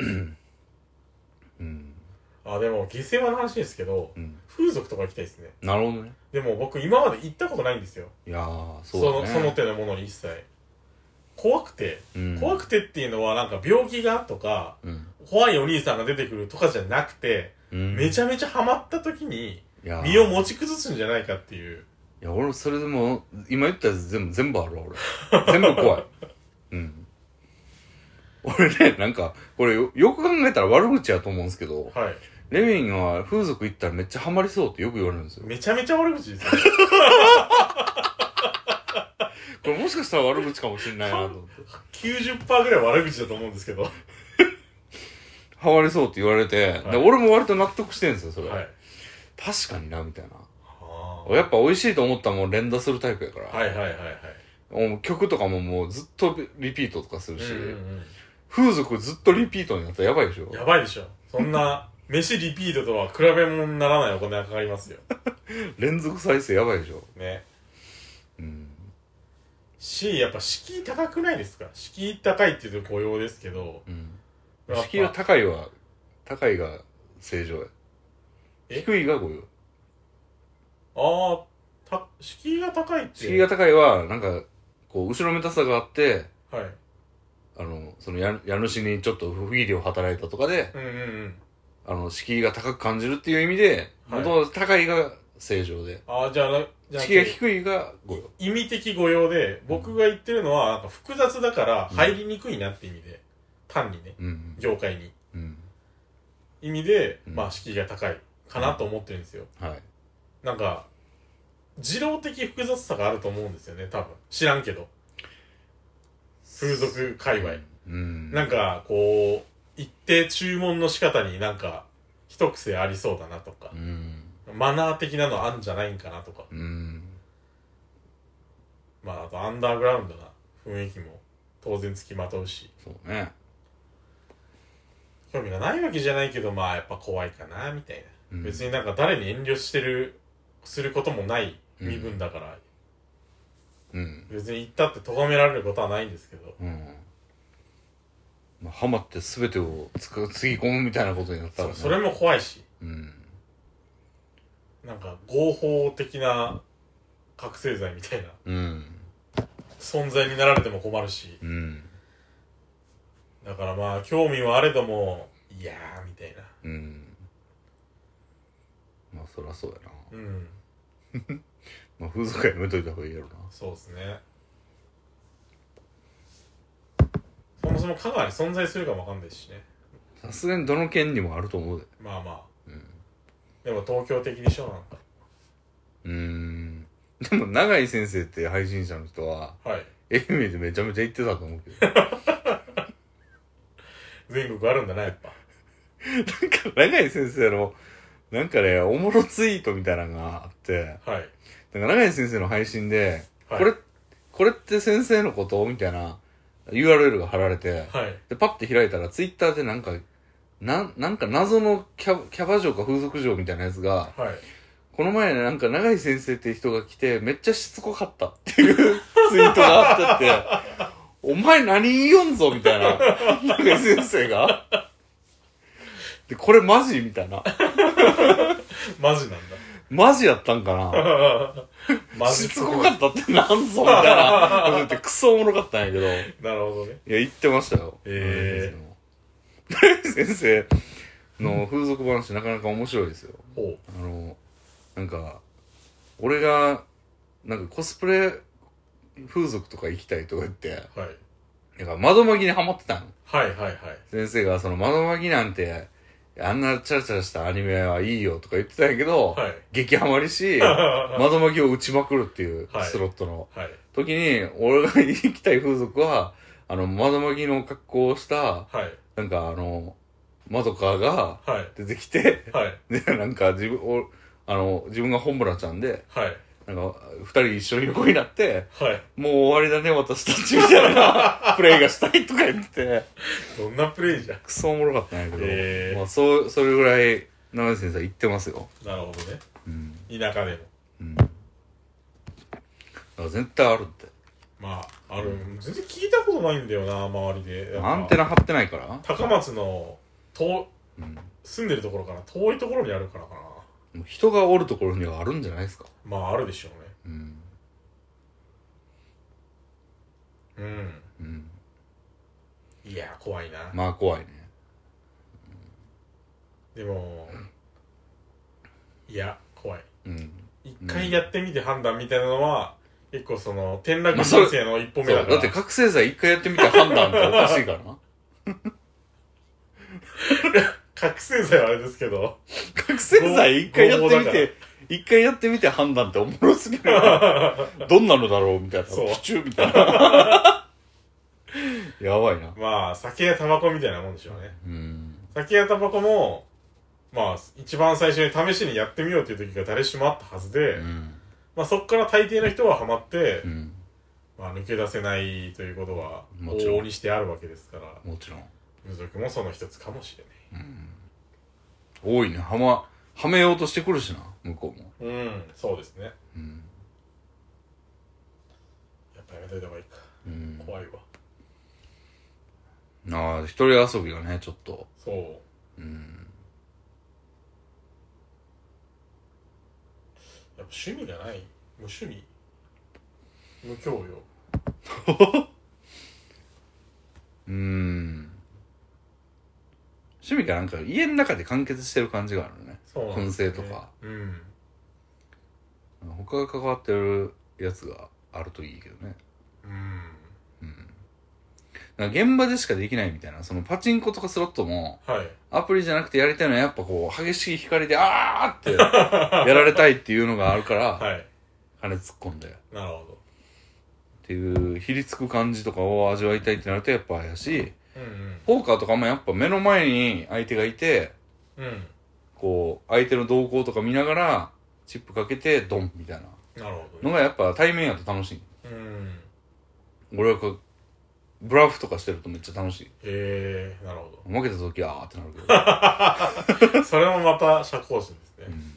Speaker 1: うん
Speaker 2: なあ、でも、下世話の話ですけど、
Speaker 1: うん
Speaker 2: 風俗とか行きたいですね。
Speaker 1: なるほどね
Speaker 2: でも僕、今まで行ったことないんですよ。
Speaker 1: いやーそ
Speaker 2: そう
Speaker 1: だ
Speaker 2: の
Speaker 1: ね
Speaker 2: その手のものに一切。怖くて、
Speaker 1: うん、
Speaker 2: 怖くてっていうのは、なんか病気がとか、
Speaker 1: うん、
Speaker 2: 怖いお兄さんが出てくるとかじゃなくて、
Speaker 1: うん、
Speaker 2: めち
Speaker 1: ゃ
Speaker 2: ゃめちゃハマった時に、
Speaker 1: いやー
Speaker 2: 身を持ち崩すんじゃないかっていう。
Speaker 1: いや、俺もそれでも、今言ったやつ全部、全部あるわ、俺。全部怖い。うん。俺ね、なんか、これよ、よく考えたら悪口やと思うんですけど、
Speaker 2: はい。
Speaker 1: レミンは風俗行ったらめっちゃハマりそうってよく言われるんですよ。
Speaker 2: めちゃめちゃ悪口ですね。
Speaker 1: [LAUGHS] これもしかしたら悪口かもしれないなと思って。
Speaker 2: 90%ぐらい悪口だと思うんですけど。は
Speaker 1: ハマりそうって言われて、
Speaker 2: はい
Speaker 1: で俺も割と納得してるんですよ、そ
Speaker 2: い
Speaker 1: れ。。確かにな、みたいな。
Speaker 2: は
Speaker 1: やっぱ美味しいと思ったらもう連打するタイプやから、
Speaker 2: はいはいはいはい。
Speaker 1: もう曲とかももうずっとリピートとかするし、
Speaker 2: うんうん
Speaker 1: 風俗ずっとリピートになったらやばいでしょ
Speaker 2: うん。やばいでしょ。そんな、飯リピートとは比べ物にならないお金がかかりますよ。 [LAUGHS]
Speaker 1: 連続再生やばいでしょ
Speaker 2: ね。
Speaker 1: うん。
Speaker 2: し、やっぱ敷居高くないですか敷居高いっていうと雇用ですけど。
Speaker 1: うん。
Speaker 2: やっぱ
Speaker 1: 敷居は高いは、高いが正常や。
Speaker 2: え
Speaker 1: 低いがご用。
Speaker 2: ああ、た、敷居が高いって。
Speaker 1: 敷居が高いは、なんか、こう、後ろめたさがあって、
Speaker 2: はい。
Speaker 1: あの、そのや、家主にちょっと不義理を働いたとかで、
Speaker 2: うんうんうん。
Speaker 1: あの、敷居が高く感じるっていう意味で、
Speaker 2: はい
Speaker 1: 元々高いが正常で、
Speaker 2: ああ、じゃあな、じゃあ
Speaker 1: 敷居が低いがご用。
Speaker 2: 意味的誤用で、僕が言ってるのは、なんか複雑だから入りにくいなって意味で。単にね、
Speaker 1: うん。
Speaker 2: 業界に。
Speaker 1: うん。
Speaker 2: 意味で、
Speaker 1: うん
Speaker 2: まあ、敷居が高いかなと思ってるんですよ。
Speaker 1: はい。
Speaker 2: なんか、自動的複雑さがあると思うんですよね、多分。知らんけど。風俗界隈。
Speaker 1: うん。
Speaker 2: なんか、こう、一定注文の仕方になんか、一癖ありそうだなとか
Speaker 1: う、ん。
Speaker 2: マナー的なのあんじゃないんかなとか、
Speaker 1: うん。
Speaker 2: まあ、あとアンダーグラウンドな雰囲気も当然つきまとうし、
Speaker 1: そうね。
Speaker 2: 興味がないわけじゃないけど、まあ、やっぱ怖いかな、みたいな。
Speaker 1: うん
Speaker 2: 別になんか誰に遠慮してる、することもない身分だから、
Speaker 1: うん。
Speaker 2: 別に行ったって咎められることはないんですけど、
Speaker 1: うん。まあ、ハマって全てをつく、つぎ込むみたいなことになったら、
Speaker 2: そ
Speaker 1: ね、
Speaker 2: それも怖いし、
Speaker 1: うん。
Speaker 2: なんか合法的な覚醒剤みたいな
Speaker 1: うん。
Speaker 2: 存在になられても困るし、
Speaker 1: うん。
Speaker 2: だからまあ興味はあれども、いやーみたいな。
Speaker 1: うん。まあ、そりゃそうやな。
Speaker 2: うん、
Speaker 1: まあ、風俗はやめといた方がいいやろな。
Speaker 2: そうですね。そもそも香川に存在するかもわかんないしね。
Speaker 1: さすがにどの県にもあると思うで。
Speaker 2: まあまあ。
Speaker 1: うん
Speaker 2: でも東京的でしょ、なんか。
Speaker 1: うーん。でも、永井先生って配信者の人は、
Speaker 2: はい。
Speaker 1: 愛媛でめちゃめちゃ行ってたと思うけ
Speaker 2: [LAUGHS]
Speaker 1: ど。なんか、
Speaker 2: 全国あるんだな、やっぱ。
Speaker 1: 永井先生の、なんかね、おもろツイートみたいなのがあって、
Speaker 2: はい。
Speaker 1: なんか永井先生の配信で、
Speaker 2: はい。
Speaker 1: これ、これって先生のことみたいな URL が貼られて、
Speaker 2: はい。
Speaker 1: で、パッて開いたら、ツイッターでなんか、なん、なんか謎のキャキャバ嬢か風俗嬢みたいなやつが、
Speaker 2: はい。
Speaker 1: この前なんか永井先生って人が来て、めっちゃしつこかったっていう [LAUGHS] ツイートがあってって、お前何言おんぞみたいな、永井先生が。で、これマジみたいな。
Speaker 2: マジなんだ。
Speaker 1: マジやったんかな [LAUGHS]
Speaker 2: マ
Speaker 1: し
Speaker 2: ジ
Speaker 1: つこかったってなんぞみ [LAUGHS] たいな。だってクソおもろかったんやけど。
Speaker 2: なるほどね。
Speaker 1: いや、言ってましたよ。
Speaker 2: え
Speaker 1: え先生の風俗話なかなか面白いですよ。
Speaker 2: おう。
Speaker 1: あの、なんか、俺が、なんかコスプレ風俗とか行きたいとか言って、
Speaker 2: はい。
Speaker 1: なんか窓マギにハマってたの。
Speaker 2: はいはいはい。
Speaker 1: 先生がその窓マギなんて、あんなチャラチャラしたアニメはいいよとか言ってたんやけど、
Speaker 2: はい。
Speaker 1: 激ハマり
Speaker 2: [LAUGHS]
Speaker 1: し、
Speaker 2: は
Speaker 1: 窓マギを打ちまくるっていう
Speaker 2: はい
Speaker 1: スロットの。
Speaker 2: い。
Speaker 1: 時に、俺が行きたい風俗は、あの、窓マギの格好をした、
Speaker 2: はい。
Speaker 1: なんかあの、マドカーが
Speaker 2: はい。
Speaker 1: 出てきて、
Speaker 2: はい。
Speaker 1: で、なんか自分、おあの、自分が本村ちゃんで、
Speaker 2: はい。
Speaker 1: なんか、二人一緒に横になって、
Speaker 2: はい。
Speaker 1: もう終わりだね、私たち、みたいな、プ [LAUGHS] レイがしたいとか言ってて、
Speaker 2: どんなプレイじゃん。
Speaker 1: クソおもろかったんやけど、
Speaker 2: へー
Speaker 1: まあ、そう、それぐらい、永井先生言ってますよ
Speaker 2: なるほどね
Speaker 1: うん
Speaker 2: 田舎でも
Speaker 1: うんだから絶対あるって
Speaker 2: まあある全然聞いたことないんだよな周りでやっぱ
Speaker 1: アンテナ張ってないから
Speaker 2: 高松の遠
Speaker 1: うん
Speaker 2: 住んでるところから遠いところにあるからかな
Speaker 1: もう人がおるところにはあるんじゃないですか
Speaker 2: まああるでしょ
Speaker 1: うん
Speaker 2: うねうん
Speaker 1: うん
Speaker 2: いや怖いな、
Speaker 1: まあ怖いね
Speaker 2: でもいや怖い
Speaker 1: うん
Speaker 2: 一回やってみて判断みたいなのは、結構その転落
Speaker 1: まあそれ
Speaker 2: 人生の一
Speaker 1: そ
Speaker 2: 歩
Speaker 1: う
Speaker 2: 目だから、
Speaker 1: だって覚醒剤一回やってみた判断っておかしいからな
Speaker 2: 覚醒剤はあれですけど
Speaker 1: 覚醒剤一回やってみて一回やってみて判断っておもろすぎる
Speaker 2: [LAUGHS]
Speaker 1: よどんなのだろうみたいな
Speaker 2: そう
Speaker 1: 普通みたいな [LAUGHS] やばいな
Speaker 2: まあ酒やタバコみたいなもんでしょうね
Speaker 1: うん
Speaker 2: 酒やタバコもまあ一番最初に試しにやってみようっていう時が誰しもあったはずで、
Speaker 1: うん
Speaker 2: まあそっから大抵の人はハマって、
Speaker 1: うん
Speaker 2: まあ抜け出せないということは
Speaker 1: もち
Speaker 2: 往
Speaker 1: ろん
Speaker 2: 々にしてあるわけですから
Speaker 1: もちろん
Speaker 2: 風俗もその一つかもしれない
Speaker 1: 多いねはまはめようとしてくるしな向こうも
Speaker 2: うんそうですね
Speaker 1: うん
Speaker 2: やっぱやめといた方がいいか
Speaker 1: うん
Speaker 2: 怖いわ
Speaker 1: ああ一人遊びがねちょっと
Speaker 2: そう
Speaker 1: うん
Speaker 2: やっぱ趣味がない無趣味無教養
Speaker 1: うん趣味がなんか家の中で完結してる感じがあるね
Speaker 2: そうなん
Speaker 1: 燻
Speaker 2: ですよ
Speaker 1: 製
Speaker 2: ね
Speaker 1: とか
Speaker 2: うん
Speaker 1: 他が関わってるやつがあるといいけどね
Speaker 2: うん
Speaker 1: なんか現場でしかできないみたいなそのパチンコとかスロットも
Speaker 2: はい
Speaker 1: アプリじゃなくてやりたいのはやっぱこう激しい光であーってやられたいっていうのがあるから
Speaker 2: はい
Speaker 1: 金突っ込んで
Speaker 2: なるほ
Speaker 1: っていうひりつく感じとかを味わいたいってなるとやっぱあれやし
Speaker 2: どうん
Speaker 1: ポーカーとかもやっぱ目の前に相手がいて
Speaker 2: うんうん
Speaker 1: こう相手の動向とか見ながらチップかけてドンみたいな
Speaker 2: なるほど
Speaker 1: の
Speaker 2: ね
Speaker 1: がやっぱ対面やと楽しい
Speaker 2: うん
Speaker 1: 俺はこうブラフとかしてるとめっちゃ楽しい
Speaker 2: へえなるほ
Speaker 1: 負けた時はあーってなるけ [LAUGHS] ど、
Speaker 2: どそれもまた社交心です
Speaker 1: う
Speaker 2: ね
Speaker 1: ん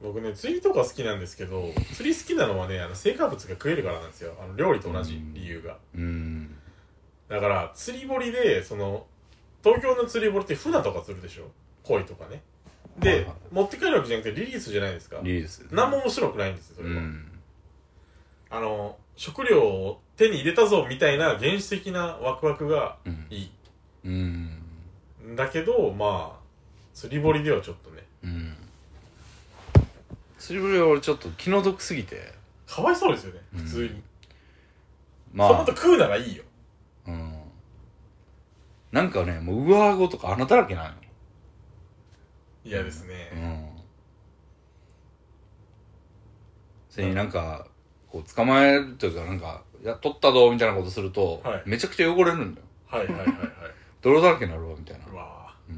Speaker 2: 僕ね釣りとか好きなんですけど釣り好きなのはねあの成果物が食えるからなんですよあの料理と同じ理由が
Speaker 1: うん
Speaker 2: だから釣り堀でその東京の釣り堀って船とか釣るでしょ鯉とかね
Speaker 1: はい
Speaker 2: で
Speaker 1: はい
Speaker 2: 持って帰るわけじゃなくてリリースじゃないですか
Speaker 1: いいですよね
Speaker 2: 何も面白くないんですよそうれは、
Speaker 1: ん
Speaker 2: あの食料を手に入れたぞみたいな原始的なワクワクが
Speaker 1: うん
Speaker 2: いい
Speaker 1: うん
Speaker 2: んだけどまあ釣り堀ではちょっとね
Speaker 1: うん釣り堀は俺ちょっと気の毒すぎて
Speaker 2: かわいそうですよね
Speaker 1: うん
Speaker 2: 普通に、
Speaker 1: ま
Speaker 2: その
Speaker 1: あ
Speaker 2: 後食うならいいよ
Speaker 1: うんなんかねもう上顎とか穴だらけなの
Speaker 2: 嫌ですね、
Speaker 1: うんそれになんかこう捕まえるというかなんか「いや取ったぞ」みたいなことすると、
Speaker 2: はい
Speaker 1: めちゃくちゃ汚れるんだよ
Speaker 2: はいはいはいはい
Speaker 1: 泥だらけになるわみたいな
Speaker 2: うわぁ
Speaker 1: う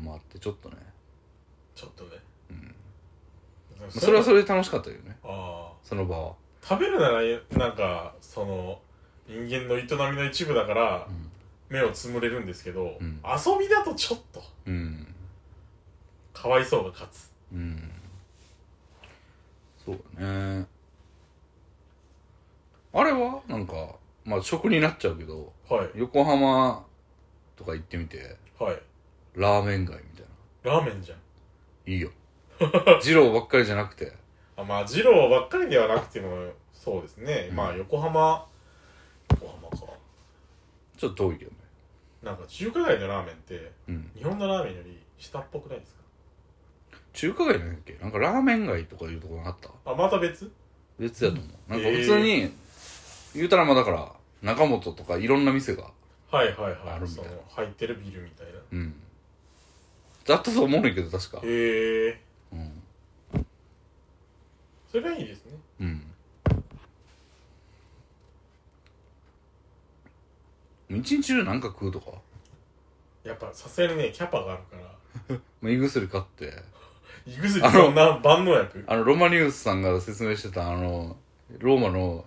Speaker 1: んまああってちょっとね、
Speaker 2: ちょっとね、うん、
Speaker 1: まあそれはそれで楽しかったよね
Speaker 2: ああ
Speaker 1: その場は
Speaker 2: 食べるならなんかその人間の営みの一部だから
Speaker 1: うん
Speaker 2: 目をつむれるんですけど、
Speaker 1: うん
Speaker 2: 遊びだとちょっと
Speaker 1: うん
Speaker 2: かわいそうが勝つ
Speaker 1: うんそうだねあれはなんかまあ食になっちゃうけど
Speaker 2: はい
Speaker 1: 横浜とか行ってみて
Speaker 2: はい
Speaker 1: ラーメン街みたいな
Speaker 2: ラーメンじゃん
Speaker 1: いい [LAUGHS] よ二郎ばっかりじゃなくて
Speaker 2: あまあ二郎ばっかりではなくてもそうですね、
Speaker 1: うん
Speaker 2: まあ横浜横浜か
Speaker 1: ちょっと遠いけどね
Speaker 2: なんか中華街のラーメンって
Speaker 1: うん
Speaker 2: 日本のラーメンより下っぽくないですか
Speaker 1: 中華街なんだっけなんかラーメン街とかいうとこなかった
Speaker 2: あまた別
Speaker 1: 別やと思うなんか
Speaker 2: えー
Speaker 1: 普通に、言うたらまあだから中本とかいろんな店が
Speaker 2: はいはい
Speaker 1: あ
Speaker 2: は
Speaker 1: るみ
Speaker 2: いそ
Speaker 1: たい
Speaker 2: の
Speaker 1: な
Speaker 2: 入ってるビルみたいな
Speaker 1: うんだったと思うねんけど確か
Speaker 2: へえ
Speaker 1: うん
Speaker 2: それはいいですね
Speaker 1: うん一日中なんか食うとか、
Speaker 2: やっぱさすがにねキャパがあるから
Speaker 1: まあ、胃薬買って
Speaker 2: 胃薬
Speaker 1: あの
Speaker 2: そんな万能薬
Speaker 1: あのロマニウスさんが説明してたあのローマの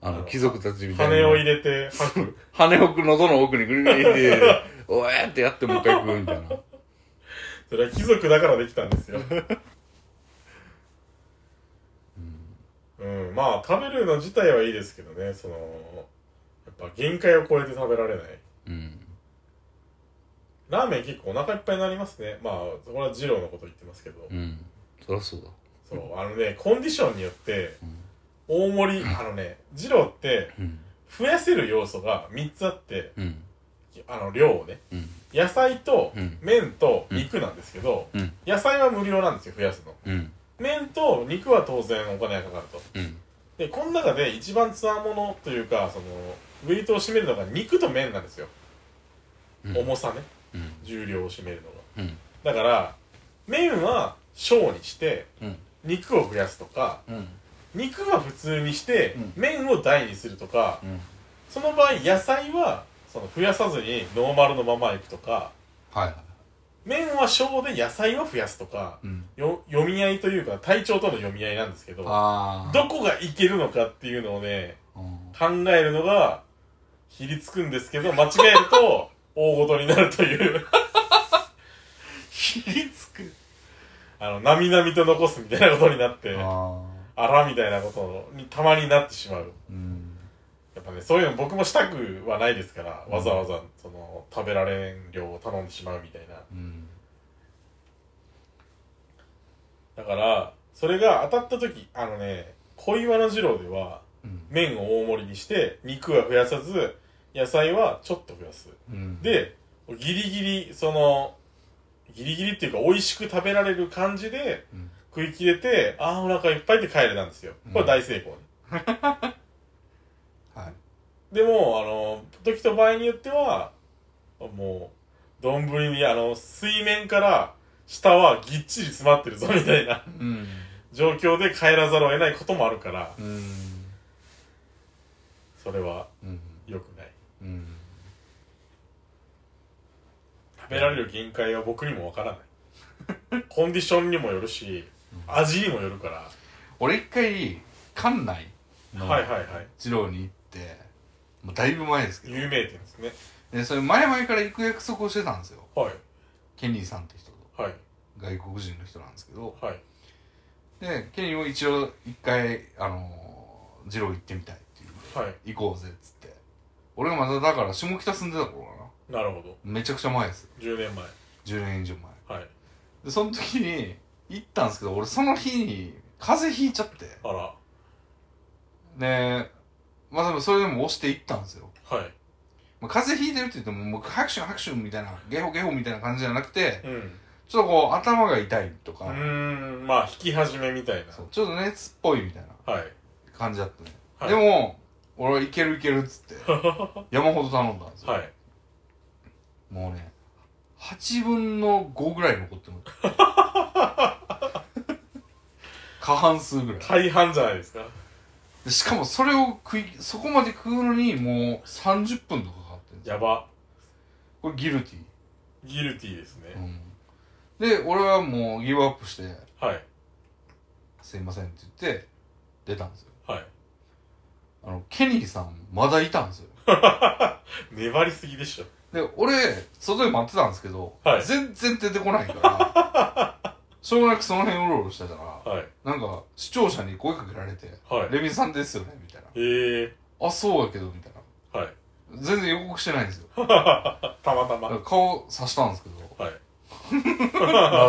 Speaker 1: あ
Speaker 2: あ
Speaker 1: の
Speaker 2: の
Speaker 1: 貴族たちみたいな [LAUGHS]
Speaker 2: 羽を入れて吐く
Speaker 1: 羽を喉の奥にぐりぐりって
Speaker 5: おえってやってもう一回食うみたいな。
Speaker 2: それは貴族だからできたんで
Speaker 1: [LAUGHS]
Speaker 2: すよ。うん、まあ食べるの自体はいいですけどね、その、やっぱ限界を超えて食べられない。
Speaker 5: うん。
Speaker 2: ラーメン結構お腹いっぱいになりますね。まあ、そこは二郎のこと言ってますけど。
Speaker 5: うん。そりゃそうだ。
Speaker 2: そう、あのね、コンディションによって、大盛り、あのね、二郎って
Speaker 5: うん。
Speaker 2: 増やせる要素が3つあって、
Speaker 5: うん。
Speaker 2: あの、量をね。
Speaker 5: うん。
Speaker 2: 野菜と
Speaker 5: うん
Speaker 2: 麺と肉なんですけど、
Speaker 5: うん
Speaker 2: 野菜は無料なんですよ、増やすの。
Speaker 5: うん。
Speaker 2: 麺と肉は当然お金がかかると。
Speaker 5: うん。
Speaker 2: で、この中で一番つわものというか、その、ウェイトを占めるのが肉と麺なんですよ。
Speaker 5: うん
Speaker 2: 重さね。
Speaker 5: うん。
Speaker 2: 重量を占めるのが。
Speaker 5: うん。
Speaker 2: だから、麺は小にして、
Speaker 5: うん。
Speaker 2: 肉を増やすとか、
Speaker 5: うん。
Speaker 2: 肉は普通にして
Speaker 5: うん、
Speaker 2: 麺を大にするとか、
Speaker 5: うん。
Speaker 2: その場合野菜は、その増やさずにノーマルのままいくとか、
Speaker 5: はいはい。
Speaker 2: 麺は小で野菜は増やすとか、
Speaker 5: うん。
Speaker 2: よ読み合いというか体調との読み合いなんですけど
Speaker 5: ああ。
Speaker 2: どこがいけるのかっていうのをね
Speaker 5: うん
Speaker 2: 考えるのがひりつくんですけど間違える
Speaker 5: [LAUGHS]
Speaker 2: と大ごとになるという
Speaker 5: ひりつく。
Speaker 2: あのなみなみと残すみたいなことになって
Speaker 5: あ
Speaker 2: あらみたいなことにたまになってしまう
Speaker 5: あ。うん。
Speaker 2: やっぱねそういうの僕もしたくはないですからわざわざその食べられん量を頼んでしまうみたいな
Speaker 5: うん。
Speaker 2: だからそれが当たった時あのね小岩の二郎では
Speaker 5: うん。
Speaker 2: 麺を大盛りにして肉は増やさず野菜はちょっと増やす
Speaker 5: うん、
Speaker 2: でギリギリそのギリギリっていうか美味しく食べられる感じで
Speaker 5: うん
Speaker 2: 食い切れてああお腹いっぱいって帰れたんですよこれ大成功ね、
Speaker 5: はい。
Speaker 2: でもあの時と場合によってはもう丼にあの水面から下はぎっちり詰まってるぞみたいな
Speaker 5: うん。
Speaker 2: 状況で帰らざるを得ないこともあるから
Speaker 5: うん。
Speaker 2: それは
Speaker 5: うん。
Speaker 2: 良くない
Speaker 5: うん。
Speaker 2: 食べられる限界は僕にもわからないコンディションにもよるし味にもよるから、
Speaker 1: 俺一回館内の
Speaker 2: はいはいはい
Speaker 1: 二郎に行ってもうだいぶ前ですけど
Speaker 2: 有名店ですね
Speaker 1: でそれ前々から行く約束をしてたんですよ
Speaker 2: はい
Speaker 1: ケニーさんって人と
Speaker 2: はい
Speaker 1: 外国人の人なんですけど
Speaker 2: はい
Speaker 1: でケニーも一応一回あのー、二郎行ってみたいっていうん
Speaker 2: はい
Speaker 1: で行こうぜっつって俺がまだだから下北住んでた頃か
Speaker 2: なるほど
Speaker 1: なめちゃくちゃ前ですよ
Speaker 2: 10年前
Speaker 1: 10年以上前
Speaker 2: はい
Speaker 1: でその時に行ったんですけど俺その日に風邪ひいちゃって
Speaker 2: あらは
Speaker 1: でまあでもそれでも押して行ったんですよ
Speaker 2: い
Speaker 1: まあ、風邪ひいてるって言っても、もう拍手拍手みたいな、ゲホゲホみたいな感じじゃなくて、
Speaker 2: うん
Speaker 1: ちょっとこう、頭が痛いとか
Speaker 2: う、ーんまあ引き始めみたい
Speaker 1: そうちょっと熱っぽいみたいな
Speaker 2: なはい
Speaker 1: 感じだったね。
Speaker 2: はい
Speaker 1: でも、俺はいけるいけるっ
Speaker 2: [LAUGHS]
Speaker 1: つって、山ほど頼んだんですよ。
Speaker 2: はい
Speaker 1: もうね、8分の5ぐらい残ってます。
Speaker 2: [LAUGHS]
Speaker 1: 過半数ぐらい
Speaker 2: 大半じゃないですか
Speaker 1: で。しかもそれを食い、そこまで食うのにもう30分とかかかってるんですよ。
Speaker 2: やば
Speaker 1: これギルティ。
Speaker 2: ギルティーですね、
Speaker 1: うん。で、俺はもうギブアップして、
Speaker 2: はい
Speaker 1: すいませんって言って出たんですよ
Speaker 2: はい
Speaker 1: あのケニーさんまだいたんですよ
Speaker 2: 粘りすぎでしょ
Speaker 1: で俺外で待ってたんですけど、
Speaker 2: はい
Speaker 1: 全然出てこないから
Speaker 2: [LAUGHS]
Speaker 1: しょうがなくその辺うろうろしてたら
Speaker 2: はい
Speaker 1: なんか視聴者に声かけられて
Speaker 2: は
Speaker 1: 「レミさんですよね」みたい
Speaker 2: いへえ
Speaker 1: な「あそうやけど」みたいな
Speaker 2: はい
Speaker 1: 全然予告してないんですよ
Speaker 2: たまた
Speaker 1: だか
Speaker 2: ま
Speaker 1: ら顔さしたんですけど
Speaker 2: は い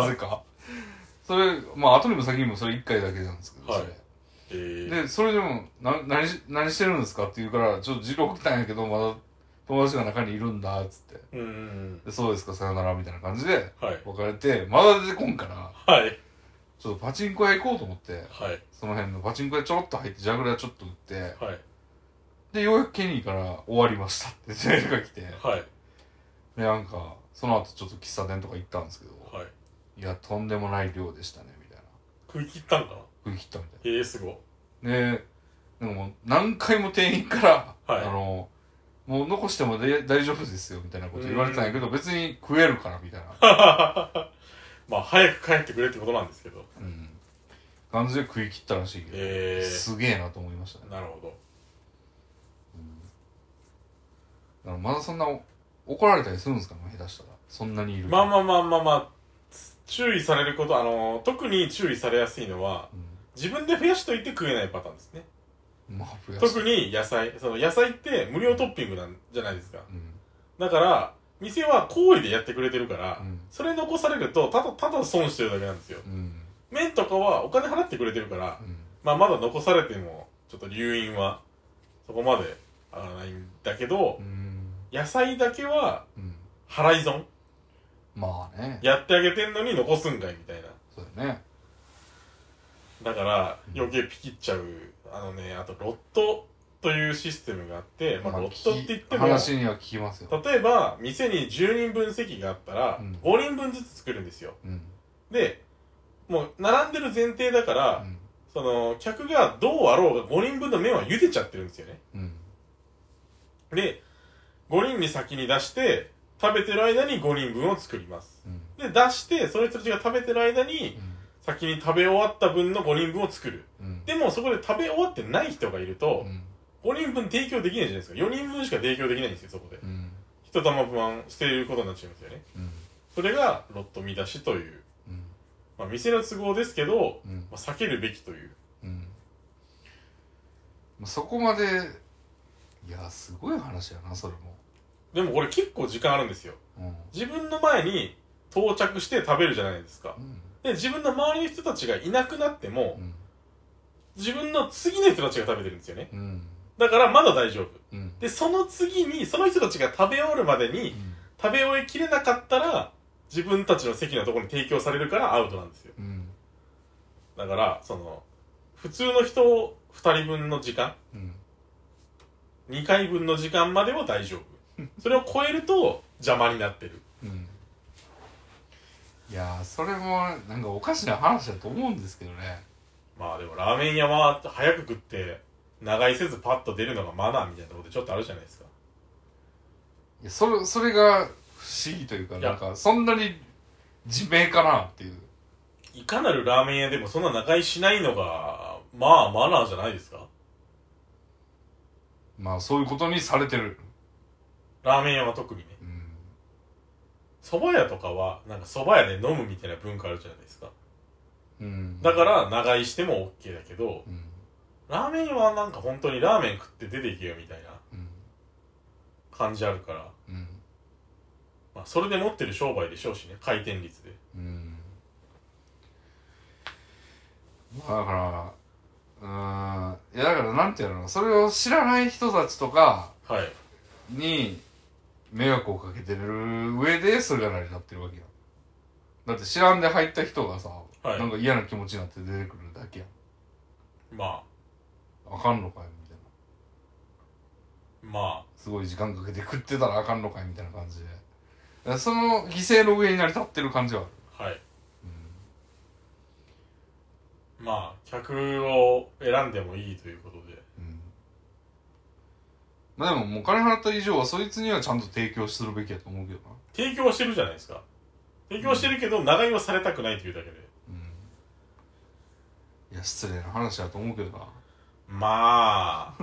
Speaker 1: [LAUGHS] なぜかそれまあ後にも先にもそれ1回だけなんですけど、
Speaker 2: はい
Speaker 1: それ
Speaker 2: えー、
Speaker 1: で、それでも、な、何し、何してるんですかって言うから、ちょっと二郎来たんやけど、まだ友達が中にいるんだ、つって。
Speaker 2: うーん
Speaker 1: で、そうですか、さよなら、みたいな感じで、
Speaker 2: はい
Speaker 1: 別れて、まだ出てこんから、
Speaker 2: はい
Speaker 1: ちょっとパチンコ屋行こうと思って、
Speaker 2: はい
Speaker 1: その辺のパチンコ屋ちょろっと入って、ジャグラーちょっと打って、
Speaker 2: はい
Speaker 1: で、ようやくケニーから終わりましたってメールが来て、
Speaker 2: はい
Speaker 1: で、なんか、その後ちょっと喫茶店とか行ったんですけど、
Speaker 2: はい
Speaker 1: いや、とんでもない量でしたね、みたいな。
Speaker 2: 食い切ったんかな
Speaker 1: 食い切ったみたいな。
Speaker 2: ええすごい
Speaker 1: で、でももう何回も店員から、
Speaker 2: はい
Speaker 1: あの、もう残してもで大丈夫ですよみたいなこと言われてたんやけど、別に食えるからみたい
Speaker 2: [LAUGHS]
Speaker 1: な、
Speaker 2: まあ早く帰ってくれってことなんですけど
Speaker 1: うん、感じで食い切ったらしいけど、
Speaker 2: ええ
Speaker 1: すげえなと思いましたね。
Speaker 2: なるほど
Speaker 1: だからまだそんな怒られたりするんですかね下手したらそんなにいる
Speaker 2: まあまあまあまあまあ注意されることあの特に注意されやすいのは自分で増やしといて食えないパターンですね
Speaker 1: うん、まあ増やし
Speaker 2: 特に野菜その野菜って無料トッピングなんじゃないですか
Speaker 1: うん
Speaker 2: だから店は行為でやってくれてるから、
Speaker 1: うん
Speaker 2: それ残されるとただただ損してるだけなんですよ
Speaker 1: うん
Speaker 2: 麺とかはお金払ってくれてるから
Speaker 1: う、ん
Speaker 2: まあ、まだ残されてもちょっと留飲はそこまで上がらないんだけど
Speaker 1: うん
Speaker 2: 野菜だけは
Speaker 1: うん
Speaker 2: 払い損
Speaker 1: まあね
Speaker 2: やってあげてんのに残すんかいみたいな
Speaker 1: そうだよね
Speaker 2: だから余計ピキっちゃうあのねあとロットというシステムがあって、まあ、ロットって言っても
Speaker 1: 話には聞きますよ
Speaker 2: 例えば店に10人分席があったら
Speaker 1: うん
Speaker 2: 5人分ずつ作るんですよ
Speaker 1: うん
Speaker 2: でもう並んでる前提だから、
Speaker 1: うん
Speaker 2: その客がどうあろうが5人分の麺は茹でちゃってるんですよね
Speaker 1: うん
Speaker 2: で5人に先に出して食べてる間に5人分を作ります
Speaker 1: うん
Speaker 2: で出してその人たちが食べてる間に先に食べ終わった分の5人分を作る
Speaker 1: うん
Speaker 2: でもそこで食べ終わってない人がいると
Speaker 1: うん
Speaker 2: 5人分提供できないじゃないですか4人分しか提供できないんですよそこで
Speaker 1: うん
Speaker 2: 一玉分捨てることになっちゃいますよね
Speaker 1: うん
Speaker 2: それがロット見出しという、
Speaker 1: うん
Speaker 2: まあ、店の都合ですけど、
Speaker 1: うん
Speaker 2: まあ、避けるべきという
Speaker 1: うんまあそこまでいやすごい話やなそれも
Speaker 2: でもこれ結構時間あるんですよ
Speaker 1: うん
Speaker 2: 自分の前に到着して食べるじゃないですか
Speaker 1: うん
Speaker 2: で自分の周りの人たちがいなくなっても
Speaker 1: うん
Speaker 2: 自分の次の人たちが食べてるんですよね
Speaker 1: うん
Speaker 2: だからまだ大丈夫
Speaker 1: うん
Speaker 2: でその次にその人たちが食べ終わるまでに食べ終えきれなかったら自分たちの席のところに提供されるからアウトなんですよ
Speaker 1: うん
Speaker 2: だからその普通の人を2人分の時間
Speaker 1: うん
Speaker 2: 2回分の時間までは大丈夫それを超えると邪魔になってる
Speaker 1: うんいやーそれもなんかおかしな話だと思うんですけどね
Speaker 2: まあでもラーメン屋は早く食って長居せずパッと出るのがマナーみたいなことちょっとあるじゃないですか
Speaker 1: いやそれそれが不思議というか
Speaker 2: いや
Speaker 1: なんかそんなに自明かなっていう
Speaker 2: いかなるラーメン屋でもそんな長居しないのがまあマナーじゃないですか
Speaker 1: まあそういうことにされてる
Speaker 2: ラーメン屋は特にね
Speaker 1: うん
Speaker 2: 蕎麦屋とかはなんか蕎麦屋で飲むみたいな文化あるじゃないですか
Speaker 1: うん
Speaker 2: だから長居しても OK だけど
Speaker 1: うん
Speaker 2: ラーメン屋はなんか本当にラーメン食って出ていけよみたいな
Speaker 1: うん
Speaker 2: 感じあるから
Speaker 1: うん
Speaker 2: まあそれで持ってる商売でしょうしね回転率で
Speaker 1: うんまあだからうんいやだからなんていうのそれを知らない人たちとか
Speaker 2: はい
Speaker 1: に迷惑をかけてる上でそれが成り立ってるわけやんだって知らんで入った人がさ、
Speaker 2: はい
Speaker 1: なんか嫌な気持ちになって出てくるだけやん
Speaker 2: まあ
Speaker 1: あかんのかいみたいな
Speaker 2: ます
Speaker 1: ごい時間かけて食ってたらあかんのかいみたいな感じでだからその犠牲の上に成り立ってる感じはある
Speaker 2: あはいまあ客を選んでもいいということで
Speaker 1: うん、うん、まあでももうお金払った以上はそいつにはちゃんと提供するべきやと思うけどな
Speaker 2: 提供はしてるじゃないですか提供してるけど長居はされたくないというだけで
Speaker 1: うんいや失礼な話だと思うけどな
Speaker 2: ま
Speaker 1: [LAUGHS]
Speaker 2: あ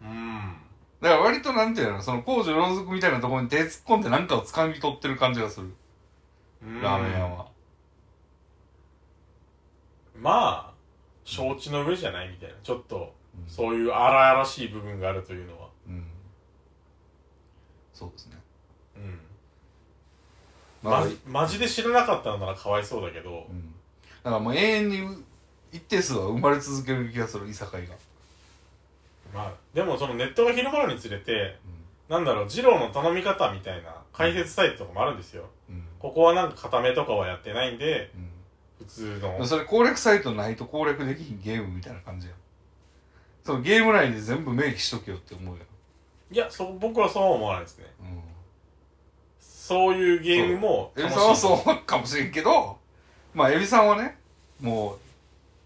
Speaker 2: うん
Speaker 1: だから割となんていうの、その公序良俗みたいなところに手突っ込んで何かを掴み取ってる感じがする。ラーメン屋は。
Speaker 2: まあ承知の上じゃないみたいなちょっと
Speaker 1: うん
Speaker 2: そういう荒々しい部分があるというのは
Speaker 1: うん。そうですね。
Speaker 2: うん
Speaker 1: まあ、
Speaker 2: まマジで知らなかったのならかわいそうだけど
Speaker 1: うん。だからもう永遠に一定数は生まれ続ける気がする、いさかいが。
Speaker 2: まあでもそのネットが広まるにつれて
Speaker 1: う
Speaker 2: なんだろう二郎の頼み方みたいな解説サイトとかもあるんですよ
Speaker 1: ん。うん。
Speaker 2: ここはなんか固めとかはやってないんで普通
Speaker 1: でも
Speaker 2: の
Speaker 1: それ攻略サイトないと攻略できひんゲームみたいな感じやん。そのゲーム内で全部明記しとけよって思うや
Speaker 2: いやそ僕はそうは思わないですね
Speaker 1: ん。うん。
Speaker 2: そういうゲームも
Speaker 1: エビさんは
Speaker 2: と
Speaker 1: そう思うかもしれんけど、まあエビさんはね、もう、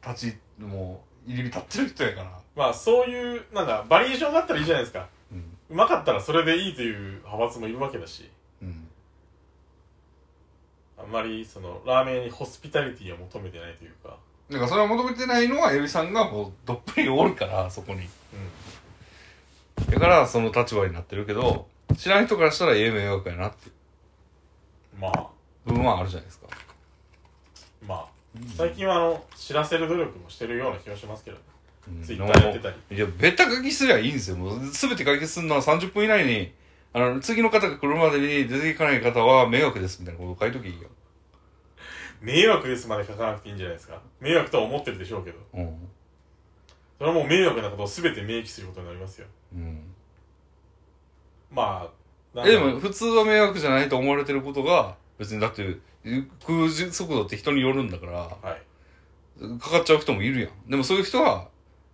Speaker 1: 立ち、もう、入り浸ってる人やから。
Speaker 2: まあそういうなんかバリエーションがあったらいいじゃないですか
Speaker 1: うん。
Speaker 2: うまかったらそれでいいという派閥もいるわけだし
Speaker 1: うん。
Speaker 2: あんまりそのラーメン屋にホスピタリティを求めてないというか
Speaker 1: なんかそれは求めてないのはエビさんがもうどっぷりおるからそこに
Speaker 2: うん
Speaker 1: だからその立場になってるけど知らん人からしたらええ迷惑やなって
Speaker 2: まあ
Speaker 1: 部分はあるじゃないですか
Speaker 2: まあ最近はあの知らせる努力もしてるような気がしますけど
Speaker 1: うん
Speaker 2: ツイッターやってたり
Speaker 1: いや、ベタ書きすりゃいいんですよ。もう、すべて解決するのは30分以内に、あの、次の方が来るまでに出ていかない方は迷惑ですみたいなことを書いときいいよ。
Speaker 2: 迷惑ですまで書かなくていいんじゃないですか迷惑とは思ってるでしょうけど
Speaker 1: うん。
Speaker 2: それはもう迷惑なことを全て明記することになりますよ
Speaker 1: うん。
Speaker 2: まあなん
Speaker 1: え、
Speaker 2: だ
Speaker 1: で
Speaker 2: ろう
Speaker 1: も、普通は迷惑じゃないと思われてることが、別にだって、空時速度って人によるんだから、
Speaker 2: はい
Speaker 1: かかっちゃう人もいるやん。でもそういう人は、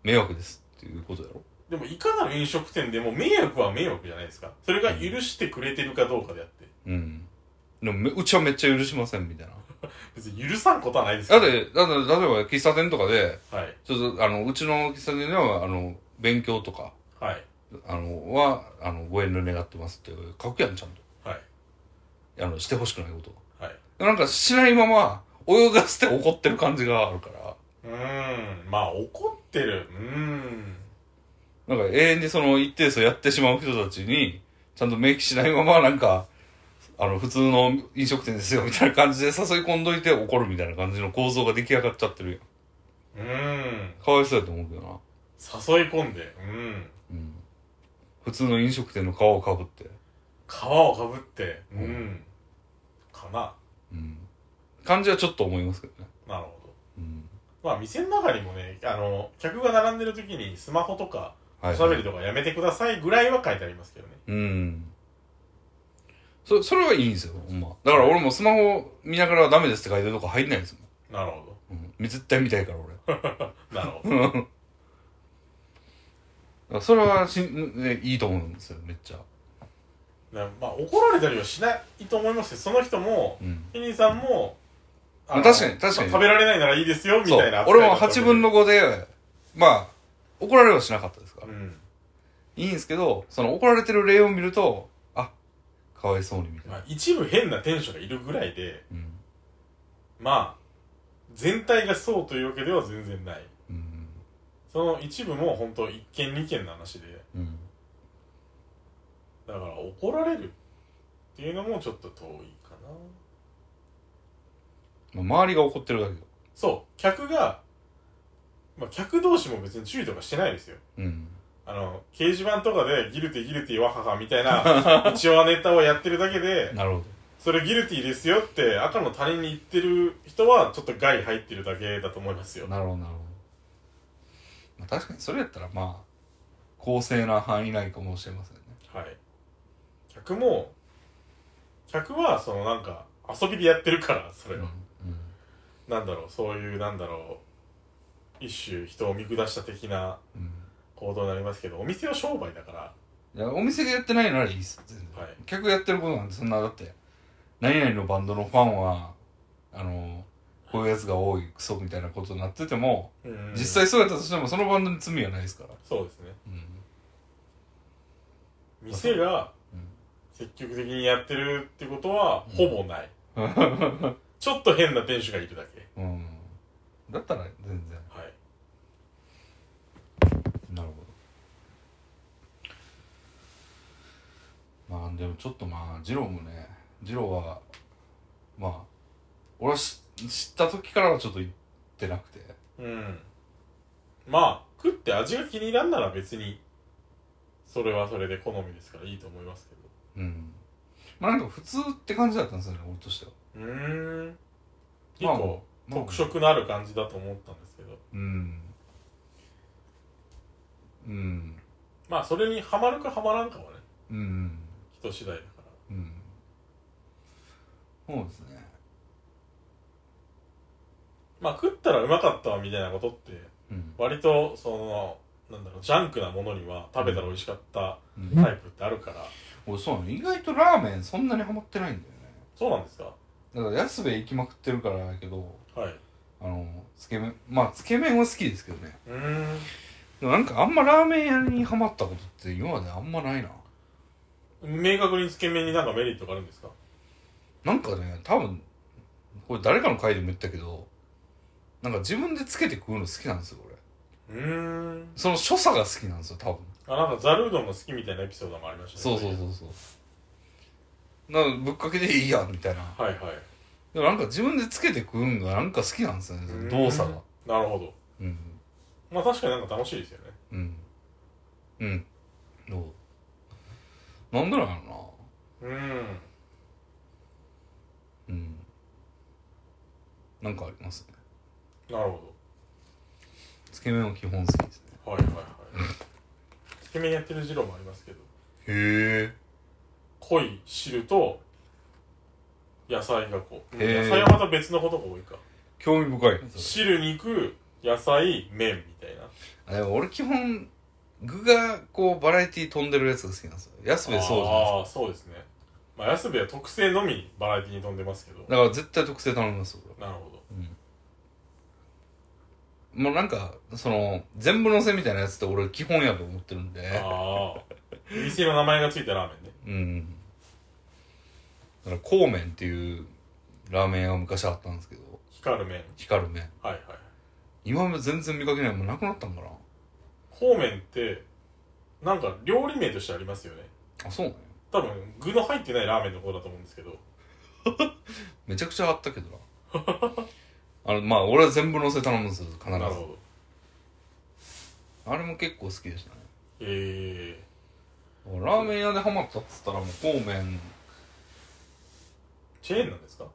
Speaker 1: 迷惑ですっていうことやろ。
Speaker 2: でもいかなる飲食店でも迷惑は迷惑じゃないですかそれが許してくれてるかどうかであって
Speaker 1: うん。でもめ、うちはめっちゃ許しませんみたいな。
Speaker 2: 別に許さんことはないです
Speaker 1: だ
Speaker 2: よ
Speaker 1: って、だって、例えば喫茶店とかで、
Speaker 2: はい
Speaker 1: ちょっと、あの、うちの喫茶店では、あの、勉強とか、
Speaker 2: はい
Speaker 1: あの、は、あの、ご遠慮願ってますって書くやん、ちゃんと。
Speaker 2: はい
Speaker 1: あの、してほしくないこと
Speaker 2: はい
Speaker 1: は。なんか、しないまま、泳がせて怒ってる感じがあるから、
Speaker 2: うーんまあ怒ってるうーん
Speaker 1: なんか永遠にその一定数やってしまう人たちに、ちゃんと明記しないまま、なんか、あの、普通の飲食店ですよ、みたいな感じで誘い込んどいて怒るみたいな感じの構造が出来上がっちゃってるや
Speaker 2: うーん
Speaker 1: ん。かわいそうやと思うけどな。
Speaker 2: 誘い込んでうん
Speaker 1: うん。普通の飲食店の顔をかぶって。
Speaker 2: 皮をかぶってう
Speaker 1: うん
Speaker 2: ん、かな
Speaker 1: うん。感じはちょっと思いますけどね。
Speaker 2: なるほ
Speaker 1: うん。
Speaker 2: どまあ店の中にもねあの客が並んでる時にスマホとか
Speaker 1: はい、
Speaker 2: おしゃべりとかやめてくださいぐらいは書いてありますけどね
Speaker 1: うん。そ、それはいいんですよ、ほんま。だから俺もスマホ見ながらダメですって書いてるとこ入んないです
Speaker 2: なるほ
Speaker 1: もん。うん。絶対見たいから俺。だか
Speaker 2: どなるほ
Speaker 1: らそれはしん、ね、いいと思うんですよ、めっちゃ。
Speaker 2: どなまあ怒られたりはしないと思いますけどその人も
Speaker 1: うん。
Speaker 2: ケニーさんも、
Speaker 1: まあ
Speaker 2: の
Speaker 1: 確かに確かに
Speaker 2: まあ食べられないならいいですよみ
Speaker 1: そ
Speaker 2: たいうな。
Speaker 1: 俺も8分の5で、まあ、怒られはしなかったですから
Speaker 2: う。ん
Speaker 1: いいんですけど、その怒られてる例を見ると、あ、かわいそうにみたい
Speaker 2: ま
Speaker 1: な。
Speaker 2: あ、一部変な店主がいるぐらいで
Speaker 1: うん。
Speaker 2: まあ全体がそうというわけでは全然ない
Speaker 1: うん。
Speaker 2: その一部も本当一件二件の話で
Speaker 1: うん。
Speaker 2: だから怒られるっていうのもちょっと遠いかな
Speaker 1: まあ、周りが怒ってるだけだ。
Speaker 2: そう客が、まあ、客同士も別に注意とかしてないですよ
Speaker 1: うん。
Speaker 2: あの掲示板とかでギルティギルティワハハみたいな一応ネタをやってるだけで
Speaker 1: なるほど。
Speaker 2: それギルティですよって赤の他人に言ってる人はちょっと害入ってるだけだと思いますよ
Speaker 1: なるほどなるほど、まあ、確かにそれやったらまあ公正な範囲内かもしれませんね
Speaker 2: はい客も客はそのなんか遊びでやってるからそれは、
Speaker 1: う、
Speaker 2: なんだろうそういうなんだろう一種人を見下した的なん行動になりますけどお店は商売だから
Speaker 1: うん、いやお店でやってないならいいっす全然、
Speaker 2: はい
Speaker 1: 客やってることなんてそんなだって何々のバンドのファンはあのこういうやつが多いクソみたいなことになってても、
Speaker 2: うん
Speaker 1: 実際そうやったとしてもそのバンドに罪はないですから、
Speaker 2: そうですね
Speaker 1: うん
Speaker 2: 店が
Speaker 1: うん
Speaker 2: 積極的にやってるってことはほぼない、ちょっと変な店主がいるだけ
Speaker 1: [LAUGHS] うん、だったら全然
Speaker 2: はい
Speaker 1: なるほどまあでもちょっとまあ二郎もね二郎はまあ俺はし知った時からはちょっと行ってなくて
Speaker 2: うんまあ食って味が気に入らんなら別にそれはそれで好みですからいいと思いますけど
Speaker 1: うんまあなんか普通って感じだったんですよね俺としては
Speaker 2: うーん結
Speaker 1: まあ
Speaker 2: 構
Speaker 1: まあ
Speaker 2: 特色のある感じだと思ったんですけど
Speaker 1: うんうん
Speaker 2: まあそれにはまるかはまらんかはね
Speaker 1: うん
Speaker 2: 人次第だか
Speaker 1: うんそうですね
Speaker 2: らまあ食ったらうまかったわみたいなことって
Speaker 1: うん
Speaker 2: 割とそのなんだろうジャンクなものには食べたら美味しかった
Speaker 1: うん
Speaker 2: タイプってあるから、
Speaker 1: 俺そうなの意外とラーメンそんなにハマってないんだよね
Speaker 2: そうなんですか
Speaker 1: だから安部行きまくってるからだけど
Speaker 2: はい
Speaker 1: あのつけ麺まあつけ麺は好きですけどね
Speaker 2: うーん
Speaker 1: でもなんかあんまラーメン屋にハマったことって今まであんまないな
Speaker 2: 明確につけ麺になんかメリットがあるんですか
Speaker 1: なんかね多分これ誰かの回でも言ったけどなんか自分でつけて食うの好きなんですよ俺
Speaker 2: うーん
Speaker 1: その所作が好きなんですよ多分
Speaker 2: あなんかザルうどんが好きみたいなエピソードもありました
Speaker 1: そうそうそうそうなんかぶっかけでいいやんみたいな
Speaker 2: はいはい
Speaker 1: でもなんか自分でつけて食うんがなんか好きなんですよねその動作が
Speaker 2: なるほど
Speaker 1: うん
Speaker 2: まあ確かになんか楽しいですよね
Speaker 1: うんうんどうなんだろうな
Speaker 2: うん
Speaker 1: うんなんかありますね
Speaker 2: なるほ
Speaker 1: つけ麺は基本好きですね
Speaker 2: どはいはいはいつけ麺やってる二郎もありますけど
Speaker 1: へえ
Speaker 2: 濃い汁と野菜がこう、うん
Speaker 1: へー
Speaker 2: 野菜はまた別のことが多いか
Speaker 1: 興味深いねそれ
Speaker 2: 汁肉野菜麺みたいな
Speaker 1: あでも俺基本具がこうバラエティー飛んでるやつが好きなんですよ安部そうじゃないですか
Speaker 2: ああそうですねまあ安部は特性のみバラエティに飛んでますけど
Speaker 1: だから絶対特製頼みますよ俺
Speaker 2: なるほど
Speaker 1: もうなんかその全部のせみたいなやつって俺基本やと思ってるんで
Speaker 2: ああ店の名前がついたラーメンね
Speaker 1: うんだから孔麺っていうラーメン屋が昔あったんですけど
Speaker 2: 光る麺
Speaker 1: 光る麺
Speaker 2: はいはい
Speaker 1: 今も全然見かけないもうなくなったんかな
Speaker 2: 方麺ってなんか料理名としてありますよね
Speaker 1: あそうね
Speaker 2: 多分具の入ってないラーメンの方だと思うんですけど
Speaker 1: めちゃくちゃあったけどな [LAUGHS] あのまあ俺は全部のせ頼むんですよ必ず
Speaker 2: なるほど
Speaker 1: あれも結構好きでしたね
Speaker 2: ええ
Speaker 1: ラーメン屋でハマったっつったらもう孔麺
Speaker 2: チェーンなんですか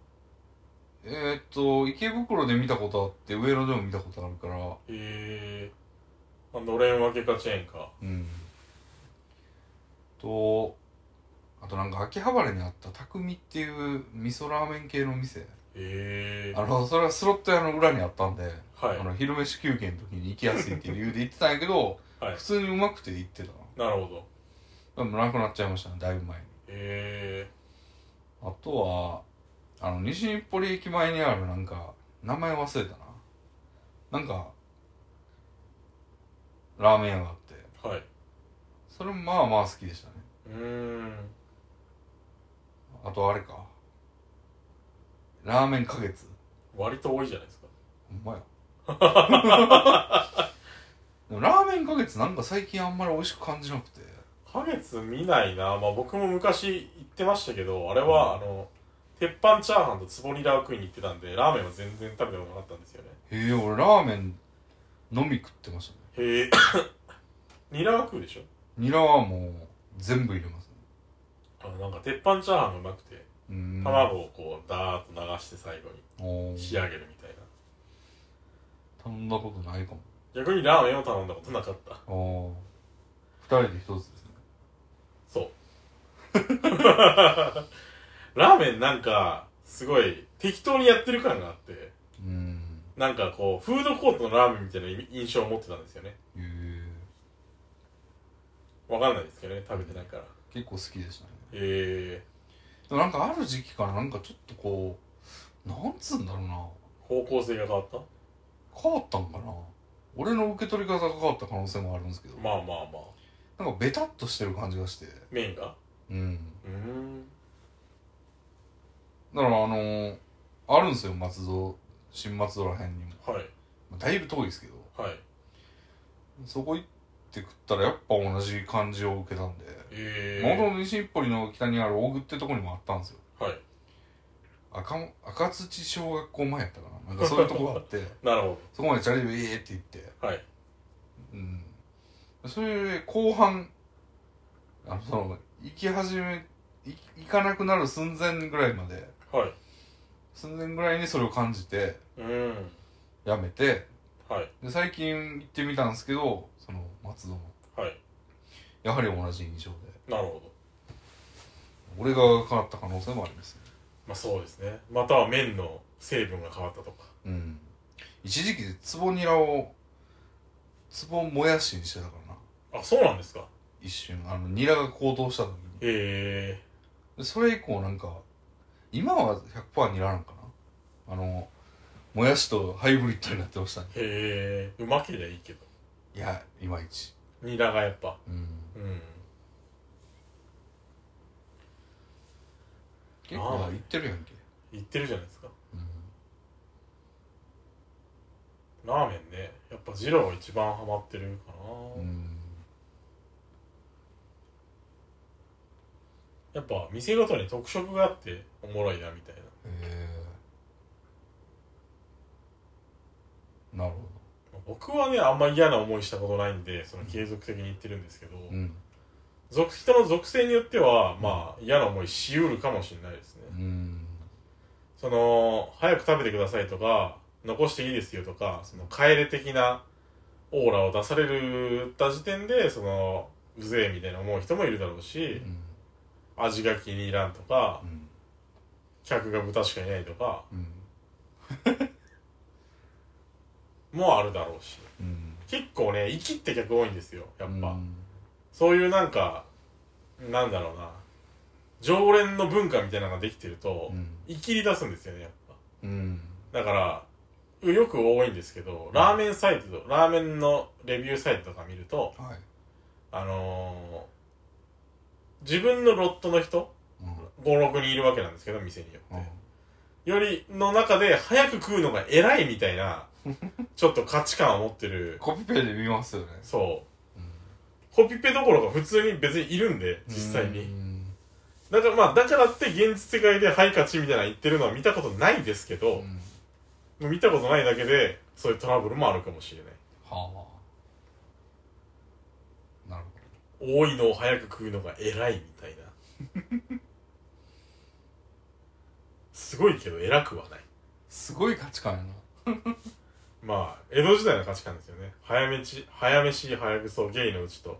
Speaker 1: えー、っと池袋で見たことあって上野でも見たことあるから
Speaker 2: ええまあのれん分けかチェーンか
Speaker 1: うんとあとなんか秋葉原にあった匠っていう味噌ラーメン系の店
Speaker 2: ええ
Speaker 1: あのそれはスロット屋の裏にあったんで、
Speaker 2: はい
Speaker 1: あの昼飯休憩の時に行きやすいっていう理由で行ってたんやけど、
Speaker 2: [LAUGHS] はい
Speaker 1: 普通にうまくて行ってた
Speaker 2: なるほど
Speaker 1: なでもなくなっちゃいましたねだいぶ前に
Speaker 2: え
Speaker 1: あとはあの西日暮里駅前にあるなんか名前忘れたななんかラーメン屋があって
Speaker 2: えはい
Speaker 1: それもまあまあ好きでしたね
Speaker 2: うーん
Speaker 1: あとあれか。ラーメン花月。
Speaker 2: 割と多いじゃないですか
Speaker 1: ほんまや。
Speaker 2: [LAUGHS]
Speaker 1: でもラーメン花月なんか最近あんまり美味しく感じなくて。
Speaker 2: 花月見ないなまあ僕も昔行ってましたけどあれは、あの鉄板チャーハンとつぼりラー食いに行ってたんでラーメンは全然食べたことなかったんですよね
Speaker 1: へえ、俺ラーメンのみ食ってましたね。
Speaker 2: へえ [COUGHS] ニラが食うでしょ
Speaker 1: ニラはもう全部入れます、ね。
Speaker 2: あのなんか鉄板チャーハンがうまくて
Speaker 1: うん。
Speaker 2: 卵をこうダーッと流して最後に
Speaker 1: おー
Speaker 2: 仕上げるみたいな
Speaker 1: 頼んだことないかも。
Speaker 2: 逆にラーメンを頼んだことなかった
Speaker 1: おー二人で一つですね。
Speaker 2: そうラーメンなんかすごい適当にやってる感があって
Speaker 1: うん。
Speaker 2: なんかこうフードコートのラーメンみたいな印象を持ってたんですよね
Speaker 1: へえ。
Speaker 2: わかんないですけどね食べてないから
Speaker 1: 結構好きでしたね。
Speaker 2: ええ
Speaker 1: でもなんかある時期からなんかちょっとこう、なんつうんだろうな。
Speaker 2: 方向性が変わった
Speaker 1: 変わったんかな俺の受け取り方が変わった可能性もあるんですけど、
Speaker 2: まあまあまあ
Speaker 1: なんかベタっとしてる感じがして
Speaker 2: 麺が
Speaker 1: うん
Speaker 2: うーん
Speaker 1: だからあのーあるんですよ松戸新松戸ら辺にも
Speaker 2: はい
Speaker 1: まあだいぶ遠いですけど
Speaker 2: はい
Speaker 1: そこ行って食ったらやっぱ同じ感じを受けたんで
Speaker 2: え
Speaker 1: 元
Speaker 2: え
Speaker 1: 々西日暮里の北にある大久ってとこにもあったんですよ
Speaker 2: はい
Speaker 1: 赤も赤土小学校前やったかななんかそういうとこがあって
Speaker 2: [LAUGHS] なるほ
Speaker 1: そこまでチャリでええって言って
Speaker 2: どはい
Speaker 1: うん、それで後半あのその行き始めい行かなくなる寸前ぐらいまで
Speaker 2: はい
Speaker 1: 寸前ぐらいにそれを感じて
Speaker 2: うーん
Speaker 1: やめて
Speaker 2: はい
Speaker 1: で最近行ってみたんですけどその松戸の
Speaker 2: はい
Speaker 1: やはり同じ印象で
Speaker 2: なるほど
Speaker 1: 俺が変わった可能性もありますね
Speaker 2: まあそうですねまたは麺の成分が変わったとか
Speaker 1: うん一時期ツボニラをツボもやしにしてたからな
Speaker 2: あそうなんですか
Speaker 1: 一瞬あのニラが高騰した時に
Speaker 2: え
Speaker 1: でそれ以降なんか今は100%ニラなんかなあのもやしとハイブリッドになってましたね
Speaker 2: えへえうまけりゃいいけど
Speaker 1: いやいまいち
Speaker 2: ニラがやっぱ
Speaker 1: うん
Speaker 2: うん
Speaker 1: 結構
Speaker 2: ああ
Speaker 1: いってるやんけ
Speaker 2: いってるじゃないですか
Speaker 1: うん
Speaker 2: ラーメンねやっぱ二郎が一番ハマってるかな、
Speaker 1: うん
Speaker 2: やっぱ店ごとに特色があっておもろいなみたいな
Speaker 1: えー、なるほ
Speaker 2: 僕はねあんま嫌な思いしたことないんでその継続的に言ってるんですけど、
Speaker 1: どうん
Speaker 2: 属人の属性によってはまあ嫌な思いしうるかもしれないですね
Speaker 1: うん
Speaker 2: その早く食べてくださいとか残していいですよとかその帰れ的なオーラを出されるた時点でそのうぜえみたいな思う人もいるだろうし
Speaker 1: うん
Speaker 2: 味が気に入らんとか
Speaker 1: うん
Speaker 2: 客が豚しかいないとか
Speaker 1: うん
Speaker 2: もあるだろうし
Speaker 1: うん
Speaker 2: 結構ね生きって客多いんですよやっぱ、
Speaker 1: うん
Speaker 2: そういうなんかなんだろうな常連の文化みたいなのができてると、
Speaker 1: うん
Speaker 2: 生きり出すんですよねやっぱ
Speaker 1: うん
Speaker 2: だから、よく多いんですけど、ラーメンサイトと、ラーメンのレビューサイトとか見ると、
Speaker 1: はい
Speaker 2: あのー自分のロットの人、
Speaker 1: うん
Speaker 2: 5、6人いるわけなんですけど、店によ
Speaker 1: うん
Speaker 2: って。よりの中で、早く食うのが偉いみた
Speaker 1: [LAUGHS]
Speaker 2: いな、ちょっと価値観を持ってる、
Speaker 1: コピペで見ますよね
Speaker 2: そう。コピペどころか普通に別にいるんで、実際
Speaker 1: う
Speaker 2: に。
Speaker 1: ん
Speaker 2: だからまあ、だからって現実世界でハイ価値みたいなの言ってるのは見たことないですけ
Speaker 1: う
Speaker 2: ど、
Speaker 1: ん
Speaker 2: もう見たことないだけで、そういうトラブルもあるかもしれない。
Speaker 1: はあなる
Speaker 2: 多いのを早く食うのが偉いみたいな [LAUGHS] すごいけど偉くはない
Speaker 1: すごい価値観やな
Speaker 2: まあ江戸時代の価値観ですよね早飯早飯早くそうゲイのうちと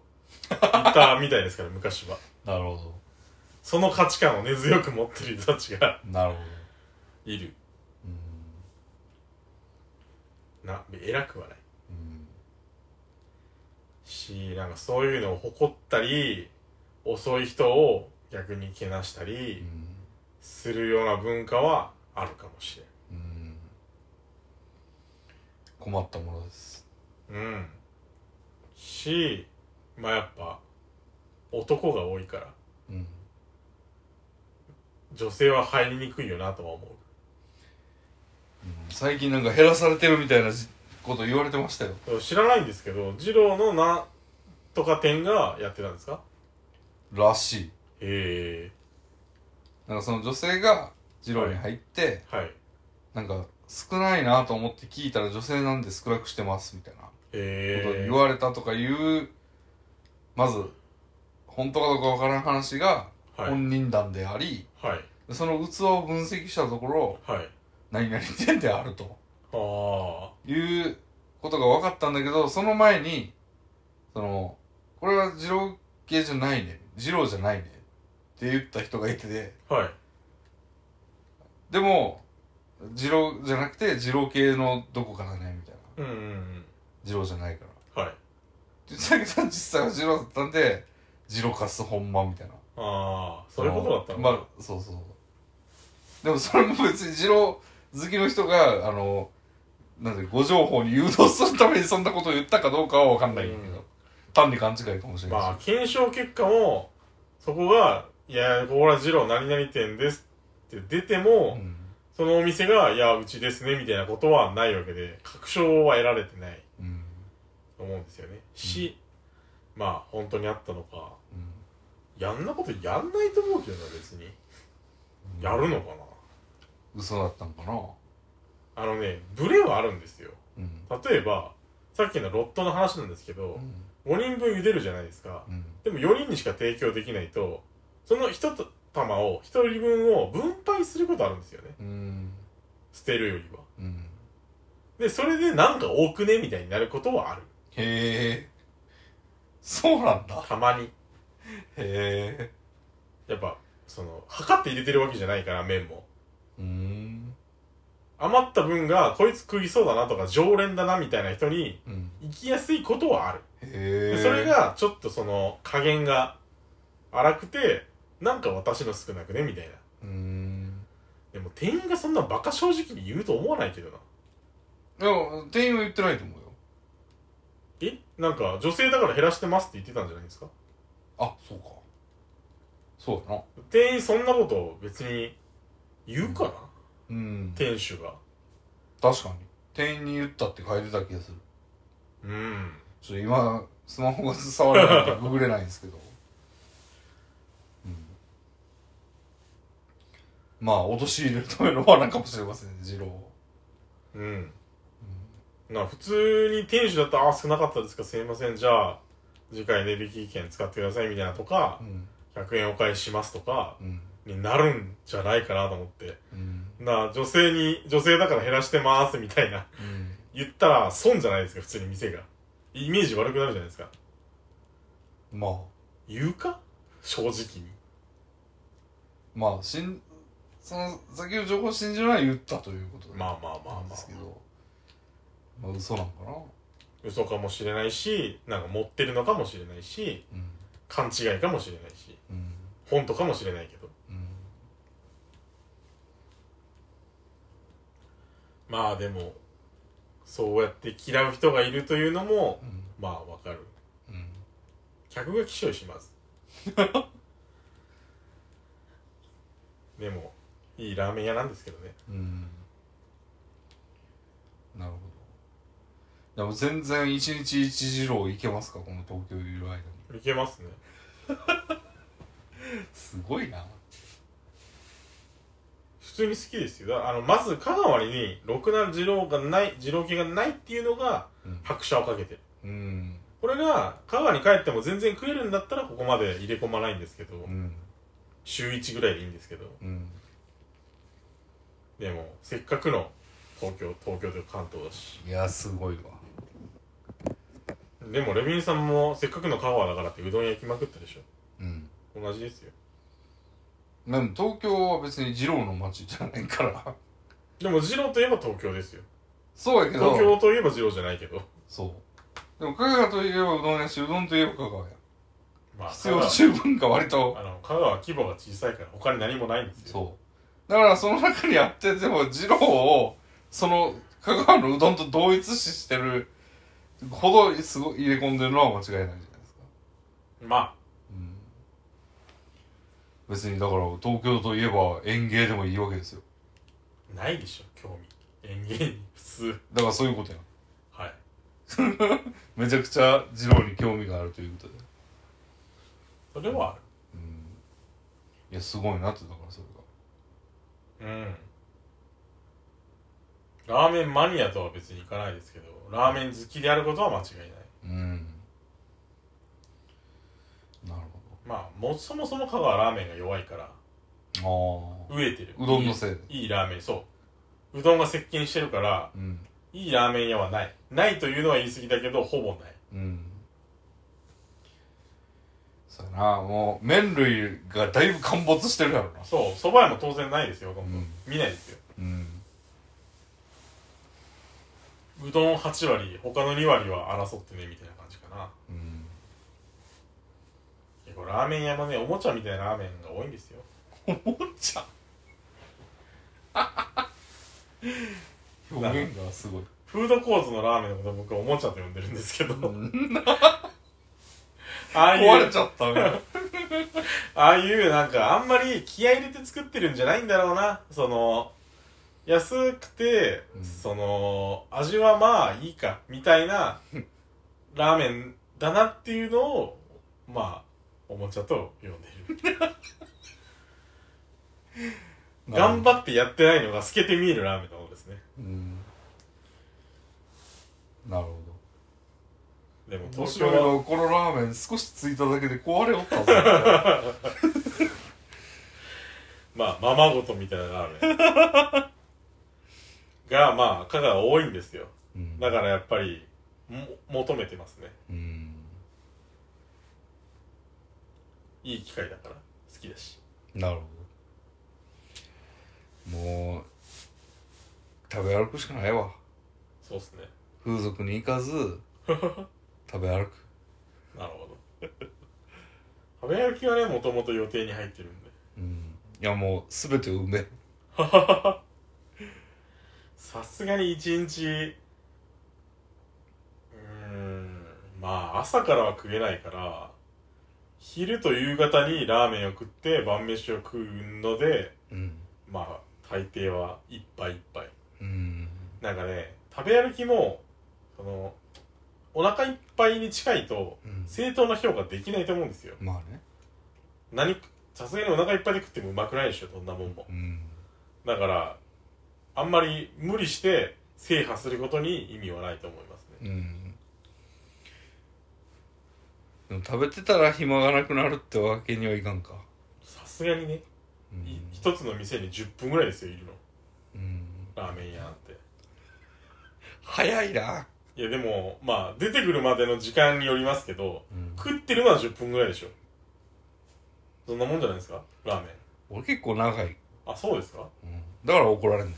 Speaker 2: 言ったみたいですから昔は
Speaker 1: なるほ
Speaker 2: その価値観を根強く持ってる人たちが
Speaker 1: どなるほど
Speaker 2: いる
Speaker 1: うん
Speaker 2: な偉くはない
Speaker 1: うん
Speaker 2: しなんかそういうのを誇ったり遅い人を逆にけなした
Speaker 1: う
Speaker 2: り
Speaker 1: ん
Speaker 2: するような文化はあるかもし
Speaker 1: うん困ったものです
Speaker 2: れんうんしまあやっぱ男が多いから
Speaker 1: うん
Speaker 2: 女性は入りにくいよなとは思う
Speaker 1: 最近なんか減らされてるみたいなじこと言われてましたよ
Speaker 2: でも知らないんですけど二郎のなんとか店がやってたんですから
Speaker 1: しい
Speaker 2: へ
Speaker 1: なんかその女性が二郎に入って、
Speaker 2: えはいへ
Speaker 1: なんか少ないなと思って聞いたら女性なんで少なくしてますみたいなことを
Speaker 2: え
Speaker 1: 言われたとかいう、まず本当かどうかわからん話が
Speaker 2: はい
Speaker 1: 本人談であり、
Speaker 2: はい
Speaker 1: その器を分析したところ
Speaker 2: はい
Speaker 1: 何々店であると
Speaker 2: あ
Speaker 1: いうことが分かったんだけどその前にそのこれは二郎系じゃないね二郎じゃないねって言った人がいてて
Speaker 2: あはい
Speaker 1: でも二郎じゃなくて二郎系のどこかだねみたいな
Speaker 2: うんうんうん
Speaker 1: 二郎じゃないから
Speaker 2: はい
Speaker 1: 実際さん実際はジローだったんでジロカス本間みたいな
Speaker 2: ああそういうことだったの
Speaker 1: まあそうそうでもそれも別にジロー好きの人があのなんてご情報に誘導するためにそんなことを言ったかどうかは分かんないけど、
Speaker 2: うん
Speaker 1: 単に勘違いかもしれないし、
Speaker 2: まあ検証結果もそこが「いやここら二郎何々店です」って出ても、
Speaker 1: うん
Speaker 2: そのお店が「いやうちですね」みたいなことはないわけで確証は得られてない
Speaker 1: うん
Speaker 2: と思うんですよねし、まあ本当にあったのか
Speaker 1: うん
Speaker 2: やんなことやんないと思うけどな別にやるのか
Speaker 1: 嘘だったんかな
Speaker 2: なあのねブレはあるんですよ
Speaker 1: うん
Speaker 2: 例えばさっきのロットの話なんですけ
Speaker 1: う
Speaker 2: ど
Speaker 1: ん
Speaker 2: 5人分茹でるじゃないですか
Speaker 1: うん
Speaker 2: でも4人にしか提供できないとその1玉を1人分を分配することあるんですよね
Speaker 1: うん
Speaker 2: 捨てるよりは
Speaker 1: うん
Speaker 2: でそれでなんか多くねみたいになることはある
Speaker 1: へえそうなんだ
Speaker 2: たまに
Speaker 1: へえ
Speaker 2: やっぱその測って入れてるわけじゃないから麺も
Speaker 1: うん
Speaker 2: 余った分がこいつ食いそうだなとか常連だなみたいな人に
Speaker 1: うん
Speaker 2: 行きやすいことはある、
Speaker 1: へえ
Speaker 2: でそれがちょっとその加減が荒くてなんか私の少なくねみたいな
Speaker 1: うん
Speaker 2: でも店員がそんなバカ正直に言うと思わないけどない
Speaker 1: や、店員は言ってないと思うよ。
Speaker 2: えなんか女性だから減らしてますって言ってたんじゃないですか
Speaker 1: あ、そうか。そうやな。
Speaker 2: 店員そんなこと別に言うかな、
Speaker 1: うん。
Speaker 2: 店主が
Speaker 1: 確かに。店員に言ったって書いてた気がする。
Speaker 2: うん
Speaker 1: ちょっと今、 [LAUGHS] スマホが触れないんで、ググれないんですけど。うん。まあ、陥れるための罠かもしれませんね、二郎を。
Speaker 2: うん。な普通に店主だったら、あ、少なかったですか、すいません、じゃあ、次回値引き券使ってくださいみたいなとか
Speaker 1: う、ん。
Speaker 2: 100円お返ししますとか、
Speaker 1: うん。
Speaker 2: になるんじゃないかなと思って。
Speaker 1: うん。
Speaker 2: な女性に、女性だから減らしてますみたいな。
Speaker 1: うん。
Speaker 2: 言ったら、損じゃないですか、普通に店が。イメージ悪くなるじゃないですか。
Speaker 1: まあ、
Speaker 2: 言うか正直に。
Speaker 1: まあ、しん、その、先の情報を信じるのは言ったということ
Speaker 2: まあまあまあ
Speaker 1: なん
Speaker 2: ま
Speaker 1: で
Speaker 2: あ
Speaker 1: すけ。ど、まあ、嘘なんかな。
Speaker 2: 嘘かもしれないし、なんか持ってるのかもしれないし、
Speaker 1: うん。
Speaker 2: 勘違いかもしれないし、
Speaker 1: うん。
Speaker 2: 本当かもしれないけど。
Speaker 1: うん。
Speaker 2: まあでも、そうやって嫌う人がいるというのも
Speaker 1: う、ん。
Speaker 2: まあわかる。
Speaker 1: うん。
Speaker 2: 客が起床します。 [LAUGHS] でも、いいラーメン屋なんですけどね。
Speaker 1: うんなるほど。でも全然一日一次郎行けますかこの東京いる間に。
Speaker 2: いけますね。
Speaker 1: すごいな。
Speaker 2: 普通に好きですよ。だあの、まず香川に、ろくな二郎がない、二郎系がないっていうのが
Speaker 1: うん、
Speaker 2: 拍車をかけてる。
Speaker 1: うん。
Speaker 2: これが、香川に帰っても全然食えるんだったら、ここまで入れ込まないんですけど、
Speaker 1: うん。
Speaker 2: 週1ぐらいでいいんですけど、
Speaker 1: うん。
Speaker 2: でも、せっかくの東京、東京というか関東だし。
Speaker 1: いや、すごいわ。
Speaker 2: でも、レビンさんも、せっかくの香川だからってうどん焼きまくったでしょ。
Speaker 1: うん。
Speaker 2: 同じですよ。
Speaker 1: でも東京は別に二郎の街じゃないから。
Speaker 2: でも、二郎といえば東京ですよ。
Speaker 1: そうやけど。
Speaker 2: 東京といえば二郎じゃないけど。
Speaker 1: そう。でも香川といえばうどんやし、うどんといえば香川や。
Speaker 2: まあ、
Speaker 1: 必
Speaker 2: 香
Speaker 1: 要
Speaker 2: 川、
Speaker 1: 十分か割と。
Speaker 2: あの、香川は規模が小さいから、他に何もないんですよ。
Speaker 1: そう。だからその中にあって、でも二郎を、その、香川のうどんと同一視してるほどすごい入れ込んでるのは間違いないじゃないですか。
Speaker 2: ま
Speaker 1: うん。別にだから東京といえば園芸でもいいわけですよ。
Speaker 2: あ、ないでしょ、興味。園芸に、普通。
Speaker 1: だからそういうことやん。
Speaker 2: はい。
Speaker 1: めちゃくちゃ二郎に興味があるということで。
Speaker 2: それはある。
Speaker 1: うん。いや、すごいなって、だからそれが。
Speaker 2: うん。ラーメンマニアとは別にいかないですけど、ラーメン好きであることは間違いない。
Speaker 1: うん。なる
Speaker 2: まあ、もうそもそも香川ラーメンが弱いから、
Speaker 1: ほど。あ
Speaker 2: 飢えてる。
Speaker 1: あ。うどんのせいで。
Speaker 2: いいいいラーメン、そう。うどんが接近してるから、
Speaker 1: うん。
Speaker 2: いいラーメン屋はない。ないというのは言い過ぎだけど、ほぼない。
Speaker 1: うんそうやなもう麺類がだいぶ陥没してるやろな
Speaker 2: そう、蕎麦屋も当然ないですよ、ほとんど
Speaker 1: うん
Speaker 2: 見ないですよ。
Speaker 1: うん
Speaker 2: うどん8割、他の2割は争ってね、みたいな感じかな。
Speaker 1: うん
Speaker 2: 結構ラーメン屋もね、おもちゃみたいなラーメンが多いんですよ。
Speaker 1: おもちゃ表現がすごい
Speaker 2: フードコートのラーメンのこと僕はおもちゃと呼んでるんですけど。ああい
Speaker 1: 壊れ
Speaker 2: う、
Speaker 1: ちゃった [LAUGHS] ね
Speaker 2: ああいうなんかあんまり気合い入れて作ってるんじゃないんだろうな。その、安くて、
Speaker 1: うん
Speaker 2: その、味はまあいいか、みたいな、ラーメンだなっていうのを、まあ、おもちゃと呼んでる。頑
Speaker 1: っ
Speaker 2: 張ってやってないのが透けて見えるラーメンのことですね。
Speaker 1: うんなるほ
Speaker 2: でも
Speaker 1: ど面
Speaker 2: 東京
Speaker 1: 白い
Speaker 2: は、
Speaker 1: なこのラーメン少しついただけで壊れおった [LAUGHS] ぞ
Speaker 2: まあ、ままごとみたいなラーメン。が、まあ、香川多いんですよ。
Speaker 1: うん
Speaker 2: だからやっぱり、も、求めてますね。
Speaker 1: うん
Speaker 2: いい機会だから。好きだし。
Speaker 1: なるほどもう食べ歩くしかないわ
Speaker 2: そうっすね。
Speaker 1: 風俗に行かず食べ歩く
Speaker 2: なるほど。食べ歩きはね、もともと予定に入ってるんで。
Speaker 1: うんいやもう全て埋め
Speaker 2: さすがに一日、うーん、まあ、朝からは食えないから、昼と夕方にラーメンを食って晩飯を食うので、
Speaker 1: うん
Speaker 2: まあ、大抵は一杯一杯。
Speaker 1: うん
Speaker 2: なんかね、食べ歩きも、その、お腹いっぱいに近いと、
Speaker 1: うん
Speaker 2: 正当な評価できないと思うんですよ。
Speaker 1: まあね
Speaker 2: 何、さすがにお腹いっぱいで食ってもうまくないでしょ、どんなもんも。
Speaker 1: うん
Speaker 2: だからあんまり無理して制覇することに意味はないと思いますね
Speaker 1: うんでも食べてたら暇がなくなるってわけにはいかんか
Speaker 2: さすがにね
Speaker 1: うん
Speaker 2: い一つの店に10分ぐらいですよいるの
Speaker 1: うん
Speaker 2: ラーメン屋って
Speaker 1: 早いな、
Speaker 2: いやでもまあ出てくるまでの時間によりますけど
Speaker 1: うん
Speaker 2: 食ってるのは10分ぐらいでしょそんなもんじゃないですかラーメン
Speaker 1: 俺結構長い、
Speaker 2: あそうですか
Speaker 1: うんだから怒られんの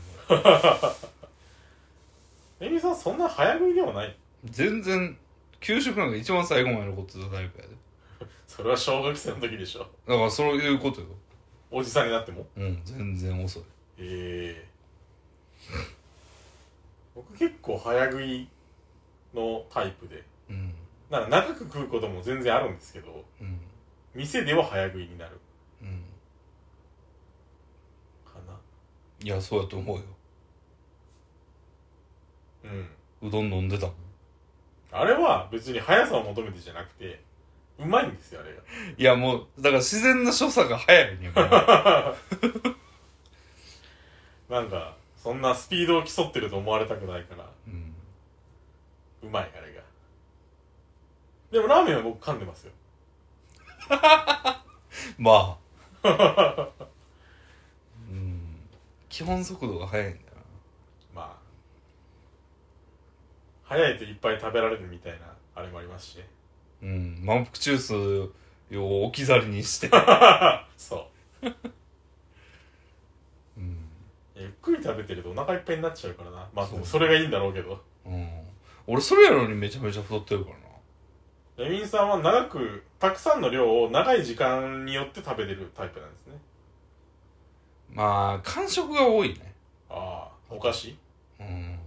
Speaker 2: エミさんそんな早食いではない
Speaker 1: 全然給食なんか一番最後まで残ってたタイプやで
Speaker 2: それは小学生の時でしょ
Speaker 1: だからそういうことよ
Speaker 2: おじさんになっても
Speaker 1: うん全然遅い
Speaker 2: ええ僕結構早食いのタイプで
Speaker 1: うん
Speaker 2: なんか長く食うことも全然あるんですけど
Speaker 1: うん
Speaker 2: 店では早食いになる
Speaker 1: うん
Speaker 2: かない
Speaker 1: やそうやと思うよ
Speaker 2: うん
Speaker 1: うどん飲んでたもん
Speaker 2: あれは別に速さを求めてじゃなくてうまいんですよあれが
Speaker 1: いやもうだから自然な所作が早いねこれ
Speaker 2: なんかそんなスピードを競ってると思われたくないから
Speaker 1: うん
Speaker 2: うまいあれがでもラーメンは僕噛んでますよ
Speaker 1: まあうん基本速度が速いんだよ
Speaker 2: まあ早いといっぱい食べられるみたいなあれもありますしね
Speaker 1: なうん満腹中枢を置き去りにして
Speaker 2: そう
Speaker 1: [LAUGHS] うん
Speaker 2: ゆっくり食べてるとお腹いっぱいになっちゃうからなまあ
Speaker 1: そう
Speaker 2: でもそれがいいんだろうけど
Speaker 1: うん俺それやのにめちゃめちゃ太ってるからな
Speaker 2: レミンさんは長くたくさんの量を長い時間によって食べてるタイプなんですね
Speaker 1: まあ感触が多いね
Speaker 2: ああお菓子
Speaker 1: うん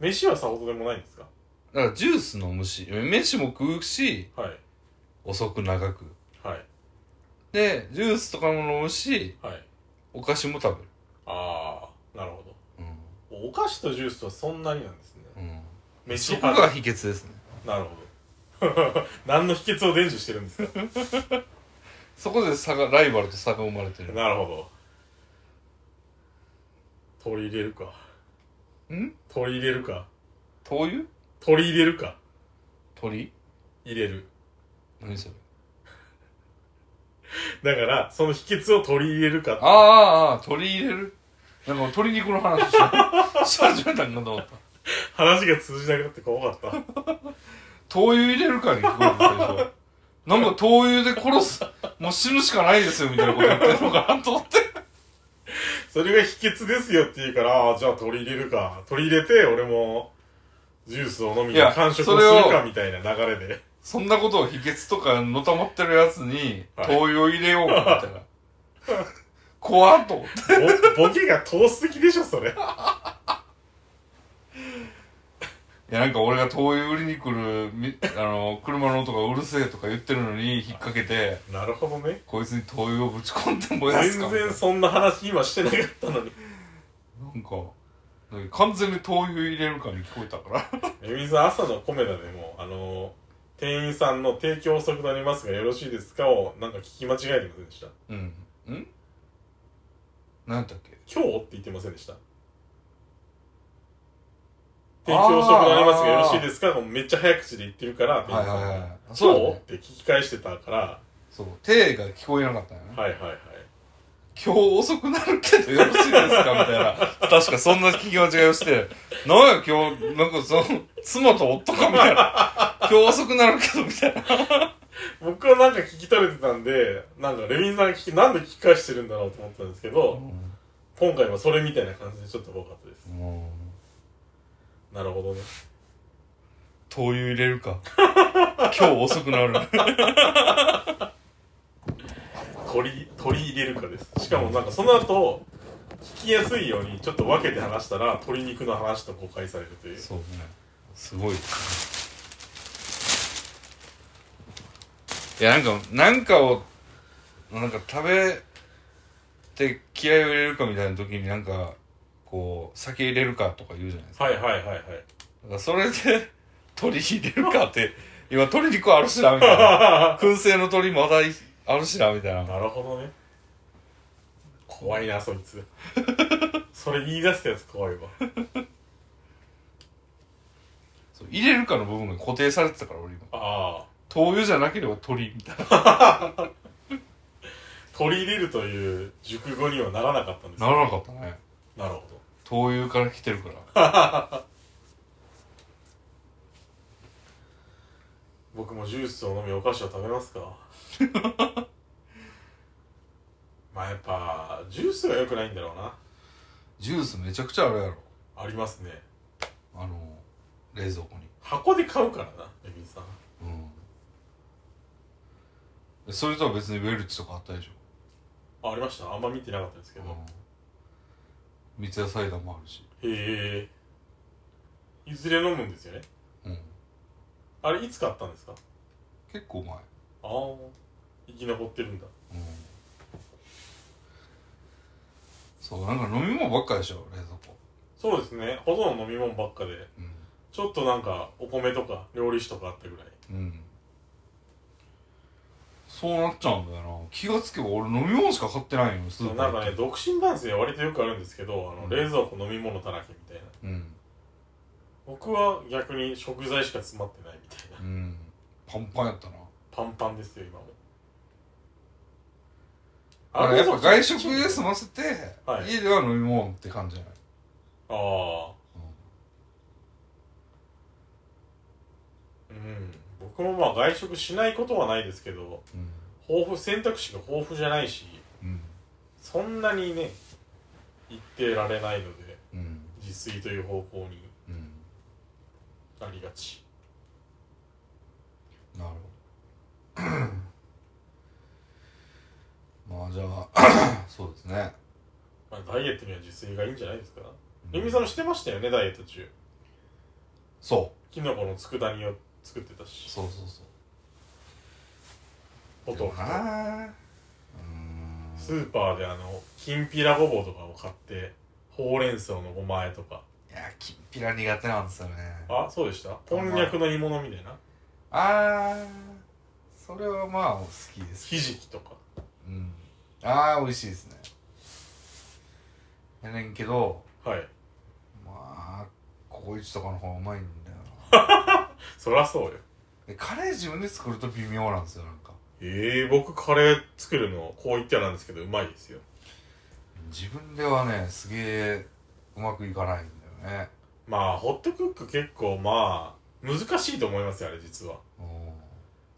Speaker 2: 飯はさほどでもないんですか
Speaker 1: だからジュース飲むし飯も食うし
Speaker 2: はい
Speaker 1: 遅く長く
Speaker 2: はい
Speaker 1: でジュースとかも飲むし
Speaker 2: はい
Speaker 1: お菓子も食べる
Speaker 2: ああなるほど
Speaker 1: うん
Speaker 2: お菓子とジュースはそんなになんですね
Speaker 1: うん
Speaker 2: 飯
Speaker 1: そこが秘訣ですね
Speaker 2: なるほど [LAUGHS] 何の秘訣を伝授してるんですか
Speaker 1: そこで差がライバルと差が生まれてる
Speaker 2: なるほど取り入れるか
Speaker 1: ん
Speaker 2: 取り入れるか
Speaker 1: 灯油
Speaker 2: 取り入れるか
Speaker 1: 鳥
Speaker 2: 入れる
Speaker 1: 何それ
Speaker 2: だからその秘訣を取り入れるか
Speaker 1: ああああ鳥入れるなんか鶏肉の話しし始めたんかと思った
Speaker 2: 話が通じなくなって怖かっ
Speaker 1: 灯油入れるかに聞こえる最初なんか灯油で殺すもう死ぬしかないですよみたいなこと言ってるのかなと思って
Speaker 2: たそれが秘訣ですよって言うからああじゃあ取り入れるか取り入れて俺もジュースを飲み
Speaker 1: いや
Speaker 2: 完食
Speaker 1: そ
Speaker 2: を
Speaker 1: れ
Speaker 2: す
Speaker 1: を
Speaker 2: るかみたいな流れで
Speaker 1: そんなことを秘訣とかのたまってるやつに、
Speaker 2: はい
Speaker 1: 灯油を入れようかみたいな。
Speaker 2: [LAUGHS]
Speaker 1: 怖っと思って。
Speaker 2: ボボケが遠すぎでしょそれ
Speaker 1: いや、なんか俺が灯油売りに来るみ、あの、車の音がうるせえとか言ってるのに引っ掛けて、
Speaker 2: なるほどね
Speaker 1: こいつに灯油をぶち込んで燃やすか
Speaker 2: 全
Speaker 1: みたいな。
Speaker 2: 然そんな話今してなかったのに
Speaker 1: なんか、なんか完全に灯油入れるかに聞こえた
Speaker 2: [LAUGHS]
Speaker 1: から。
Speaker 2: レミさん朝のコメダでもあの店員さんの提供遅くなりますがよろしいですかをなんか聞き間違えてませんでした
Speaker 1: うん。んなんだっけ
Speaker 2: 今日って言ってませんでした提供遅くなりますがよろしいですかもうめっちゃ早口で言ってるから、
Speaker 1: はいはいはい
Speaker 2: 店員。さん
Speaker 1: そう
Speaker 2: が
Speaker 1: だ
Speaker 2: 今日っ
Speaker 1: ね。
Speaker 2: て聞き返してたから、は
Speaker 1: そう。手が聞こえなかったよね
Speaker 2: い。はいはい。
Speaker 1: 今日遅くなるけどよろしいですかみたいな。確かそんな聞き間違いをして、なんや今日、なんかその、妻と夫かみたいな。今日遅くなるけどみたいな。
Speaker 2: 僕はなんか聞き取れてたんで、なんかレミンさんが聞き、なんで聞き返してるんだろうと思ったんですけど、今回はそれみたいな感じでちょっと多かったです。
Speaker 1: も
Speaker 2: なるほどね。
Speaker 1: う、灯油入れるか。今日遅くなる。
Speaker 2: 鳥、鳥入れるかです。しかもなんかその後、聞きやすいようにちょっと分けて話したら、鶏肉の話と誤解されるという。
Speaker 1: そうね。すごい。いや、なんか、なんかを、なんか食べて気合を入れるかみたいな時になんか、こう、酒入れるかとか言うじゃないですか。
Speaker 2: はいはいはいはい。
Speaker 1: だからそれで鳥入れるかって今鶏肉あるしなみた [LAUGHS] いな燻製の鳥まだいあるしなみたいな
Speaker 2: なるほどね。怖いなそいつそれ言い出したやつ怖いわ
Speaker 1: そう入れるかの部分が固定されてたから俺今
Speaker 2: ああ
Speaker 1: 灯油じゃなければ鳥みたい
Speaker 2: 取り入れるという熟語にはならなかったんです
Speaker 1: なならなかったね [LAUGHS]
Speaker 2: なるほど
Speaker 1: 灯油から来てるから
Speaker 2: 僕もジュースを飲みお菓子を食べます
Speaker 1: [LAUGHS]
Speaker 2: かまあやっぱジュースが良くないんだろうな
Speaker 1: ジュースめちゃくちゃあるやろ
Speaker 2: ありますね
Speaker 1: あの冷蔵庫に
Speaker 2: 箱で買うからなエビさん
Speaker 1: うんそれとは別にウェルチとかあったでしょ
Speaker 2: あありましたあんま見てなかったですけど、
Speaker 1: うん三ツ矢サイダーもあるし
Speaker 2: へえいずれ飲むんですよね
Speaker 1: うん
Speaker 2: あれいつ買ったんですか
Speaker 1: 結構前
Speaker 2: ああ生き残ってるんだ
Speaker 1: うんそうなんか飲み物ばっかでしょ冷蔵庫
Speaker 2: そうですねほとんど飲み物ばっかで
Speaker 1: う
Speaker 2: ちょっとなんかお米とか料理酒とかあったぐらい
Speaker 1: ん、うん、そうなっちゃうんだよな気がつけば俺飲み物しか買ってないのスーパー
Speaker 2: なんか
Speaker 1: 行
Speaker 2: ね
Speaker 1: って
Speaker 2: 独身男性は割とよくあるんですけどあの、
Speaker 1: うん
Speaker 2: 冷蔵庫飲み物だらけみたいな
Speaker 1: うん、
Speaker 2: 僕は逆に食材しか詰まってないみたいな
Speaker 1: うん、パンパンやったな
Speaker 2: パンパンですよ今も
Speaker 1: だからやっぱ外食で済ませて、
Speaker 2: はい
Speaker 1: 家では飲み物って感じじゃない
Speaker 2: ああうん僕もまあ外食しないことはないですけど
Speaker 1: うん
Speaker 2: 豊富選択肢が豊富じゃないし
Speaker 1: うん
Speaker 2: そんなにね言ってられないので
Speaker 1: うん
Speaker 2: 自炊という方向に
Speaker 1: うん
Speaker 2: なりがち
Speaker 1: なるほど [CLEARS THROAT] まあじゃあそうですね
Speaker 2: まあダイエットには自炊がいいんじゃないですか
Speaker 1: うん
Speaker 2: レミさんもしてましたよねダイエット中
Speaker 1: そ
Speaker 2: キノコの佃煮を作ってた
Speaker 1: う
Speaker 2: し
Speaker 1: そうそうそう
Speaker 2: お豆腐と
Speaker 1: なうーん
Speaker 2: スーパーであのきんぴらごぼうとかを買ってほうれん草のごまあえとか
Speaker 1: いやきんぴら苦手なんですよね
Speaker 2: あそうでしたこんにゃくの煮物みたいな
Speaker 1: あーそれはまあ好きです
Speaker 2: ひじきとか
Speaker 1: うんああ美味しいですねやねんけど
Speaker 2: はい
Speaker 1: まあココイチとかの方がうまいんだよな
Speaker 2: そらそうよ
Speaker 1: でカレー自分で作ると微妙なんですよなんか
Speaker 2: ええ僕カレー作るのこう言ってはなんですけどうまいですよ
Speaker 1: 自分ではねすげえうまくいかないんだよね
Speaker 2: まあホットクック結構まあ難しいと思いますよあれ実は
Speaker 1: う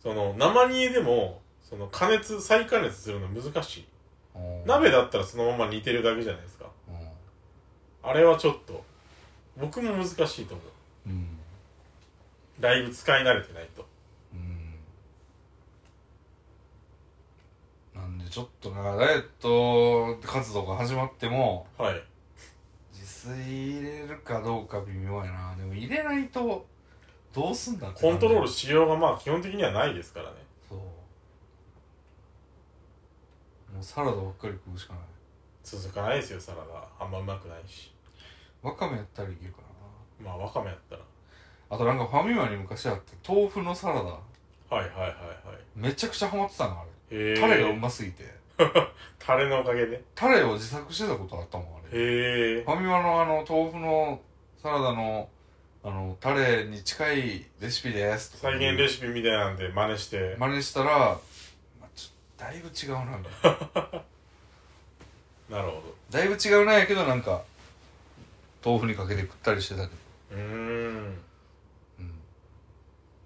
Speaker 2: その生煮えでもその加熱再加熱するの難しい
Speaker 1: んうん
Speaker 2: 鍋だったらそのまま煮てるだけじゃないですか
Speaker 1: う
Speaker 2: あれはちょっと僕も難しいと思うん
Speaker 1: うん
Speaker 2: だいぶ使い慣れてないと
Speaker 1: うんなんでちょっとなダイエット活動が始まっても
Speaker 2: はい
Speaker 1: 自炊入れるかどうか微妙やなでも入れないとどうすんだって
Speaker 2: コントロール
Speaker 1: し
Speaker 2: しようがまあ基本的にはないですからね
Speaker 1: そうもうサラダばっかり食うしかない
Speaker 2: 続かないですよサラダあんまうまくないし
Speaker 1: わかめやったらいけるか
Speaker 2: まあわかめやったら
Speaker 1: なあとなんかファミマに昔あって豆腐のサラダ
Speaker 2: はいはいはいはい
Speaker 1: めちゃくちゃハマってたのあれ
Speaker 2: へえ
Speaker 1: タレがうますぎて
Speaker 2: タレのおかげで
Speaker 1: タレを自作してたことあったもんあれ
Speaker 2: へえ
Speaker 1: ファミマのあの豆腐のサラダのあのタレに近いレシピです
Speaker 2: 再現レ
Speaker 1: シ
Speaker 2: シピみたいなんで真似して
Speaker 1: 真似したら、まあ、ちょだいぶ違うなみた [LAUGHS] いな
Speaker 2: なるほ
Speaker 1: だいぶ違うなんやけどなんか豆腐にかけて食ったりしてたけど、
Speaker 2: どうーん
Speaker 1: う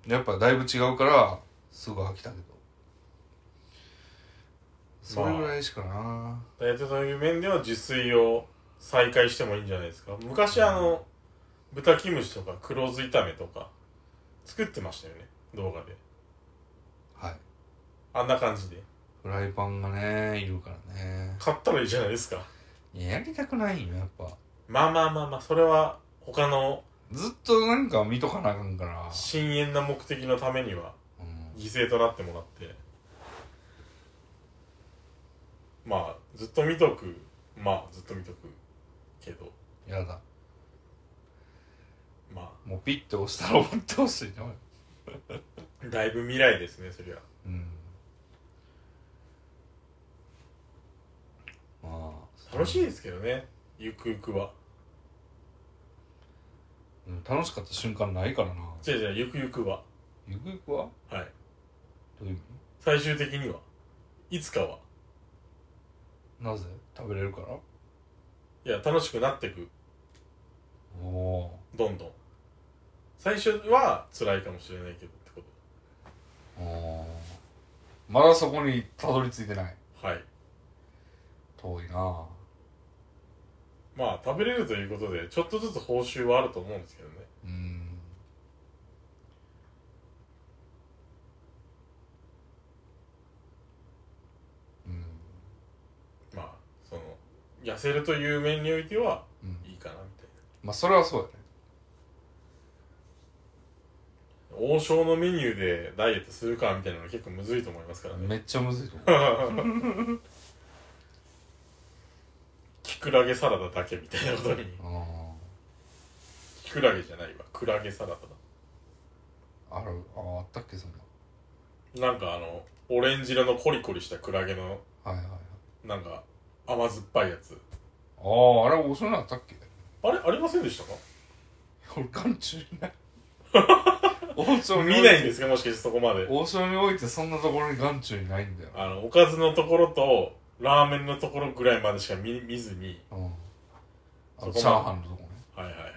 Speaker 1: ん、やっぱだいぶ違うからすぐ飽きたけどそれぐらいしかな、
Speaker 2: ダイエットという面では自炊を再開してもいいんじゃないですか昔あの豚キムチとか黒酢炒めとか作ってましたよね動画で
Speaker 1: はい
Speaker 2: あんな感じで
Speaker 1: フライパンがねいるからね
Speaker 2: 買ったらいいじゃないですか
Speaker 1: いややりたくないよやっぱ
Speaker 2: まあまあまあまあそれは他の
Speaker 1: ずっとなんか見とかなあかんから、
Speaker 2: 深遠な目的のためには
Speaker 1: うん
Speaker 2: 犠牲となってもらってまあずっと見とくまあずっと見とくけど
Speaker 1: やだ
Speaker 2: ま
Speaker 1: もうピッて押したら終わってほしいな
Speaker 2: あだいぶ未来ですねそりゃ
Speaker 1: うんまあ
Speaker 2: 楽しいですけどねゆくゆくは
Speaker 1: うん楽しかった瞬間ないからな
Speaker 2: じゃあじゃあゆくゆくは
Speaker 1: ゆくゆくは
Speaker 2: はい
Speaker 1: どういう意
Speaker 2: 最終的にはいつかは
Speaker 1: 味なぜ食べれるから
Speaker 2: いや楽しくなってく
Speaker 1: おお
Speaker 2: どんどん最初は辛いかもしれないけどってこ
Speaker 1: ーおーまだそこにたどり着いてない
Speaker 2: とはい
Speaker 1: 遠いな
Speaker 2: まあ食べれるということでちょっとずつ報酬はあると思うんですけどね
Speaker 1: うんうん
Speaker 2: まあその痩せるという面においては
Speaker 1: うん
Speaker 2: いいかなみたい
Speaker 1: まあそれはそうやね
Speaker 2: な王将のメニューでダイエットするかみたいなのは結構むずいと思いますからね
Speaker 1: めっちゃむずいと思
Speaker 2: [LAUGHS] キクラゲサラダだけみたいなことに
Speaker 1: ううん
Speaker 2: キクラゲじゃないわクラゲサラダ
Speaker 1: あるああったっけそん
Speaker 2: だなんかあのオレンジ色のコリコリしたクラゲの
Speaker 1: なはいはいはい
Speaker 2: なんか甘酸っぱいやつ
Speaker 1: あああれ面白いのあったっけ [LAUGHS]
Speaker 2: あれありませんでしたか
Speaker 1: 俺眼中にない [LAUGHS] 王将にお
Speaker 2: 見
Speaker 1: て
Speaker 2: ないんですかもしかしてそこま
Speaker 1: [LAUGHS]
Speaker 2: で
Speaker 1: 王将においてそんなところに眼中にないんだよ
Speaker 2: あのおかずのところとラーメンのところぐらいまでしか見見ずに
Speaker 1: うんあ
Speaker 2: そこま
Speaker 1: の
Speaker 2: で
Speaker 1: チャーハンのとこね
Speaker 2: はいはいはい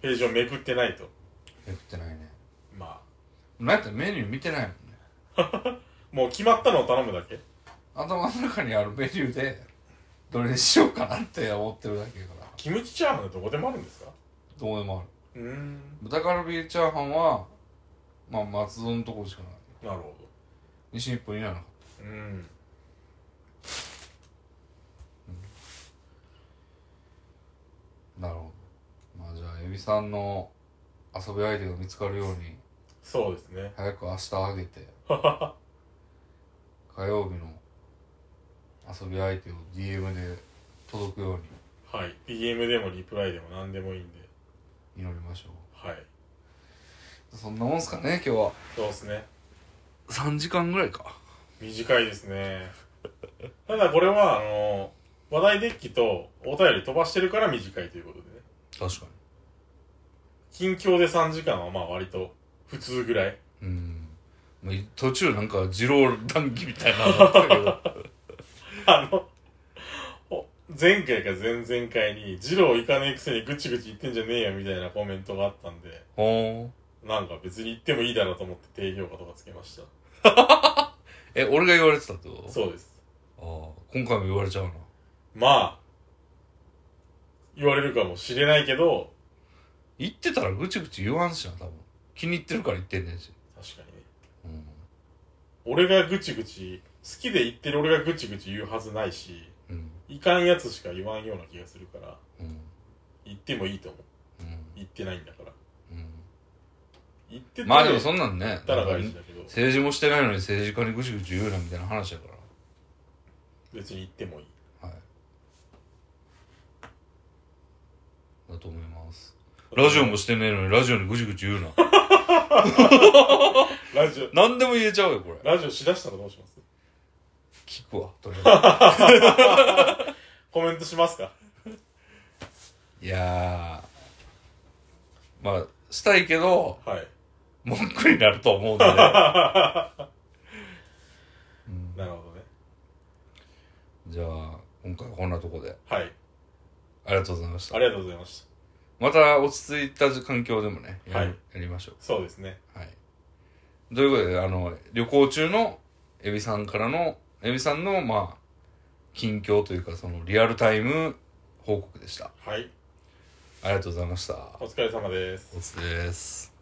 Speaker 2: ページをめくってないと
Speaker 1: え食ってないね
Speaker 2: ま
Speaker 1: なんやったらメニュー見てないもんね
Speaker 2: あもう決まったのを頼むだけ
Speaker 1: 頭の中にあるメニューでどれにしようかなって思ってるだけやから
Speaker 2: キムチチャーハンってどこでもあるんですか
Speaker 1: どうでもある
Speaker 2: うーん
Speaker 1: 豚カルビチャーハンはまあ松戸のところしかない
Speaker 2: なるほ
Speaker 1: 西日本にはなかっ
Speaker 2: どうん
Speaker 1: たなるほどまあじゃあエビさんの遊び相手が見つかるように
Speaker 2: そうですね
Speaker 1: 早く明日あげ [LAUGHS] て火曜日の遊び相手を DM で届くように
Speaker 2: はい DM でもリプライでも何でもいいんで
Speaker 1: 祈りましょ
Speaker 2: はい。
Speaker 1: うそんなもんすかね今日は
Speaker 2: そうですね。
Speaker 1: 3時間ぐらいか
Speaker 2: 短いですね。 [LAUGHS] ただこれは、あの、話題デッキとお便り飛ばしてるから短いということでね。
Speaker 1: 確か
Speaker 2: 近況で3時間はまあ割と普通ぐらい。 [LAUGHS]
Speaker 1: にうんもうい途中なんか二郎談義みたいなのあったけ [LAUGHS] ど
Speaker 2: あの、お前回か前々回に、ジロー行かねえくせにぐちぐち言ってんじゃねえよみたいなコメントがあったんで、
Speaker 1: ほーん
Speaker 2: なんか別に行ってもいいだろうと思って低評価とかつけました。
Speaker 1: え俺が言われてたってこと
Speaker 2: そうです。
Speaker 1: ああ今回も言われちゃうな
Speaker 2: まあ、言われるかもしれないけど、
Speaker 1: 言ってたらぐちぐち言わんしな多分気に入ってるから言ってんねんし、
Speaker 2: 確かにね。
Speaker 1: うん、
Speaker 2: 俺がぐちぐち好きで言ってる俺がぐちぐち言うはずないし
Speaker 1: うん
Speaker 2: いかんやつしか言わんような気がするから
Speaker 1: うん
Speaker 2: 言ってもいいと思う
Speaker 1: うん
Speaker 2: 言ってないんだから
Speaker 1: う
Speaker 2: 言って
Speaker 1: ん
Speaker 2: て
Speaker 1: まあでもそんなん
Speaker 2: 言
Speaker 1: ね
Speaker 2: ったら大事だけど
Speaker 1: 政治もしてないのに政治家にぐちぐち言うなみたいな話だか
Speaker 2: 別に言ってもいい
Speaker 1: らはいだと思いますラジオもしてねえのにラジオにぐちぐち言うな
Speaker 2: [LAUGHS] ラジオ
Speaker 1: 何でも言えちゃうよこれ
Speaker 2: ラジオしだしたらどうします
Speaker 1: 聞くわとりあ
Speaker 2: コメントしますか
Speaker 1: えずいやーまあしたいけど
Speaker 2: はい
Speaker 1: 文句になると思
Speaker 2: [LAUGHS]
Speaker 1: うんで、うん
Speaker 2: なるほどね
Speaker 1: じゃあ今回はこんなとこで
Speaker 2: はい
Speaker 1: ありがとうございました
Speaker 2: ありがとうございました
Speaker 1: また落ち着いた環境でもね、や
Speaker 2: はい
Speaker 1: やりましょ
Speaker 2: そうですね
Speaker 1: う。はい。ということで、あの、旅行中のエビさんからの、エビさんの、まあ、近況というか、その、リアルタイム報告でした。
Speaker 2: はい
Speaker 1: ありがとうございました。
Speaker 2: お疲れ様です
Speaker 1: おつです。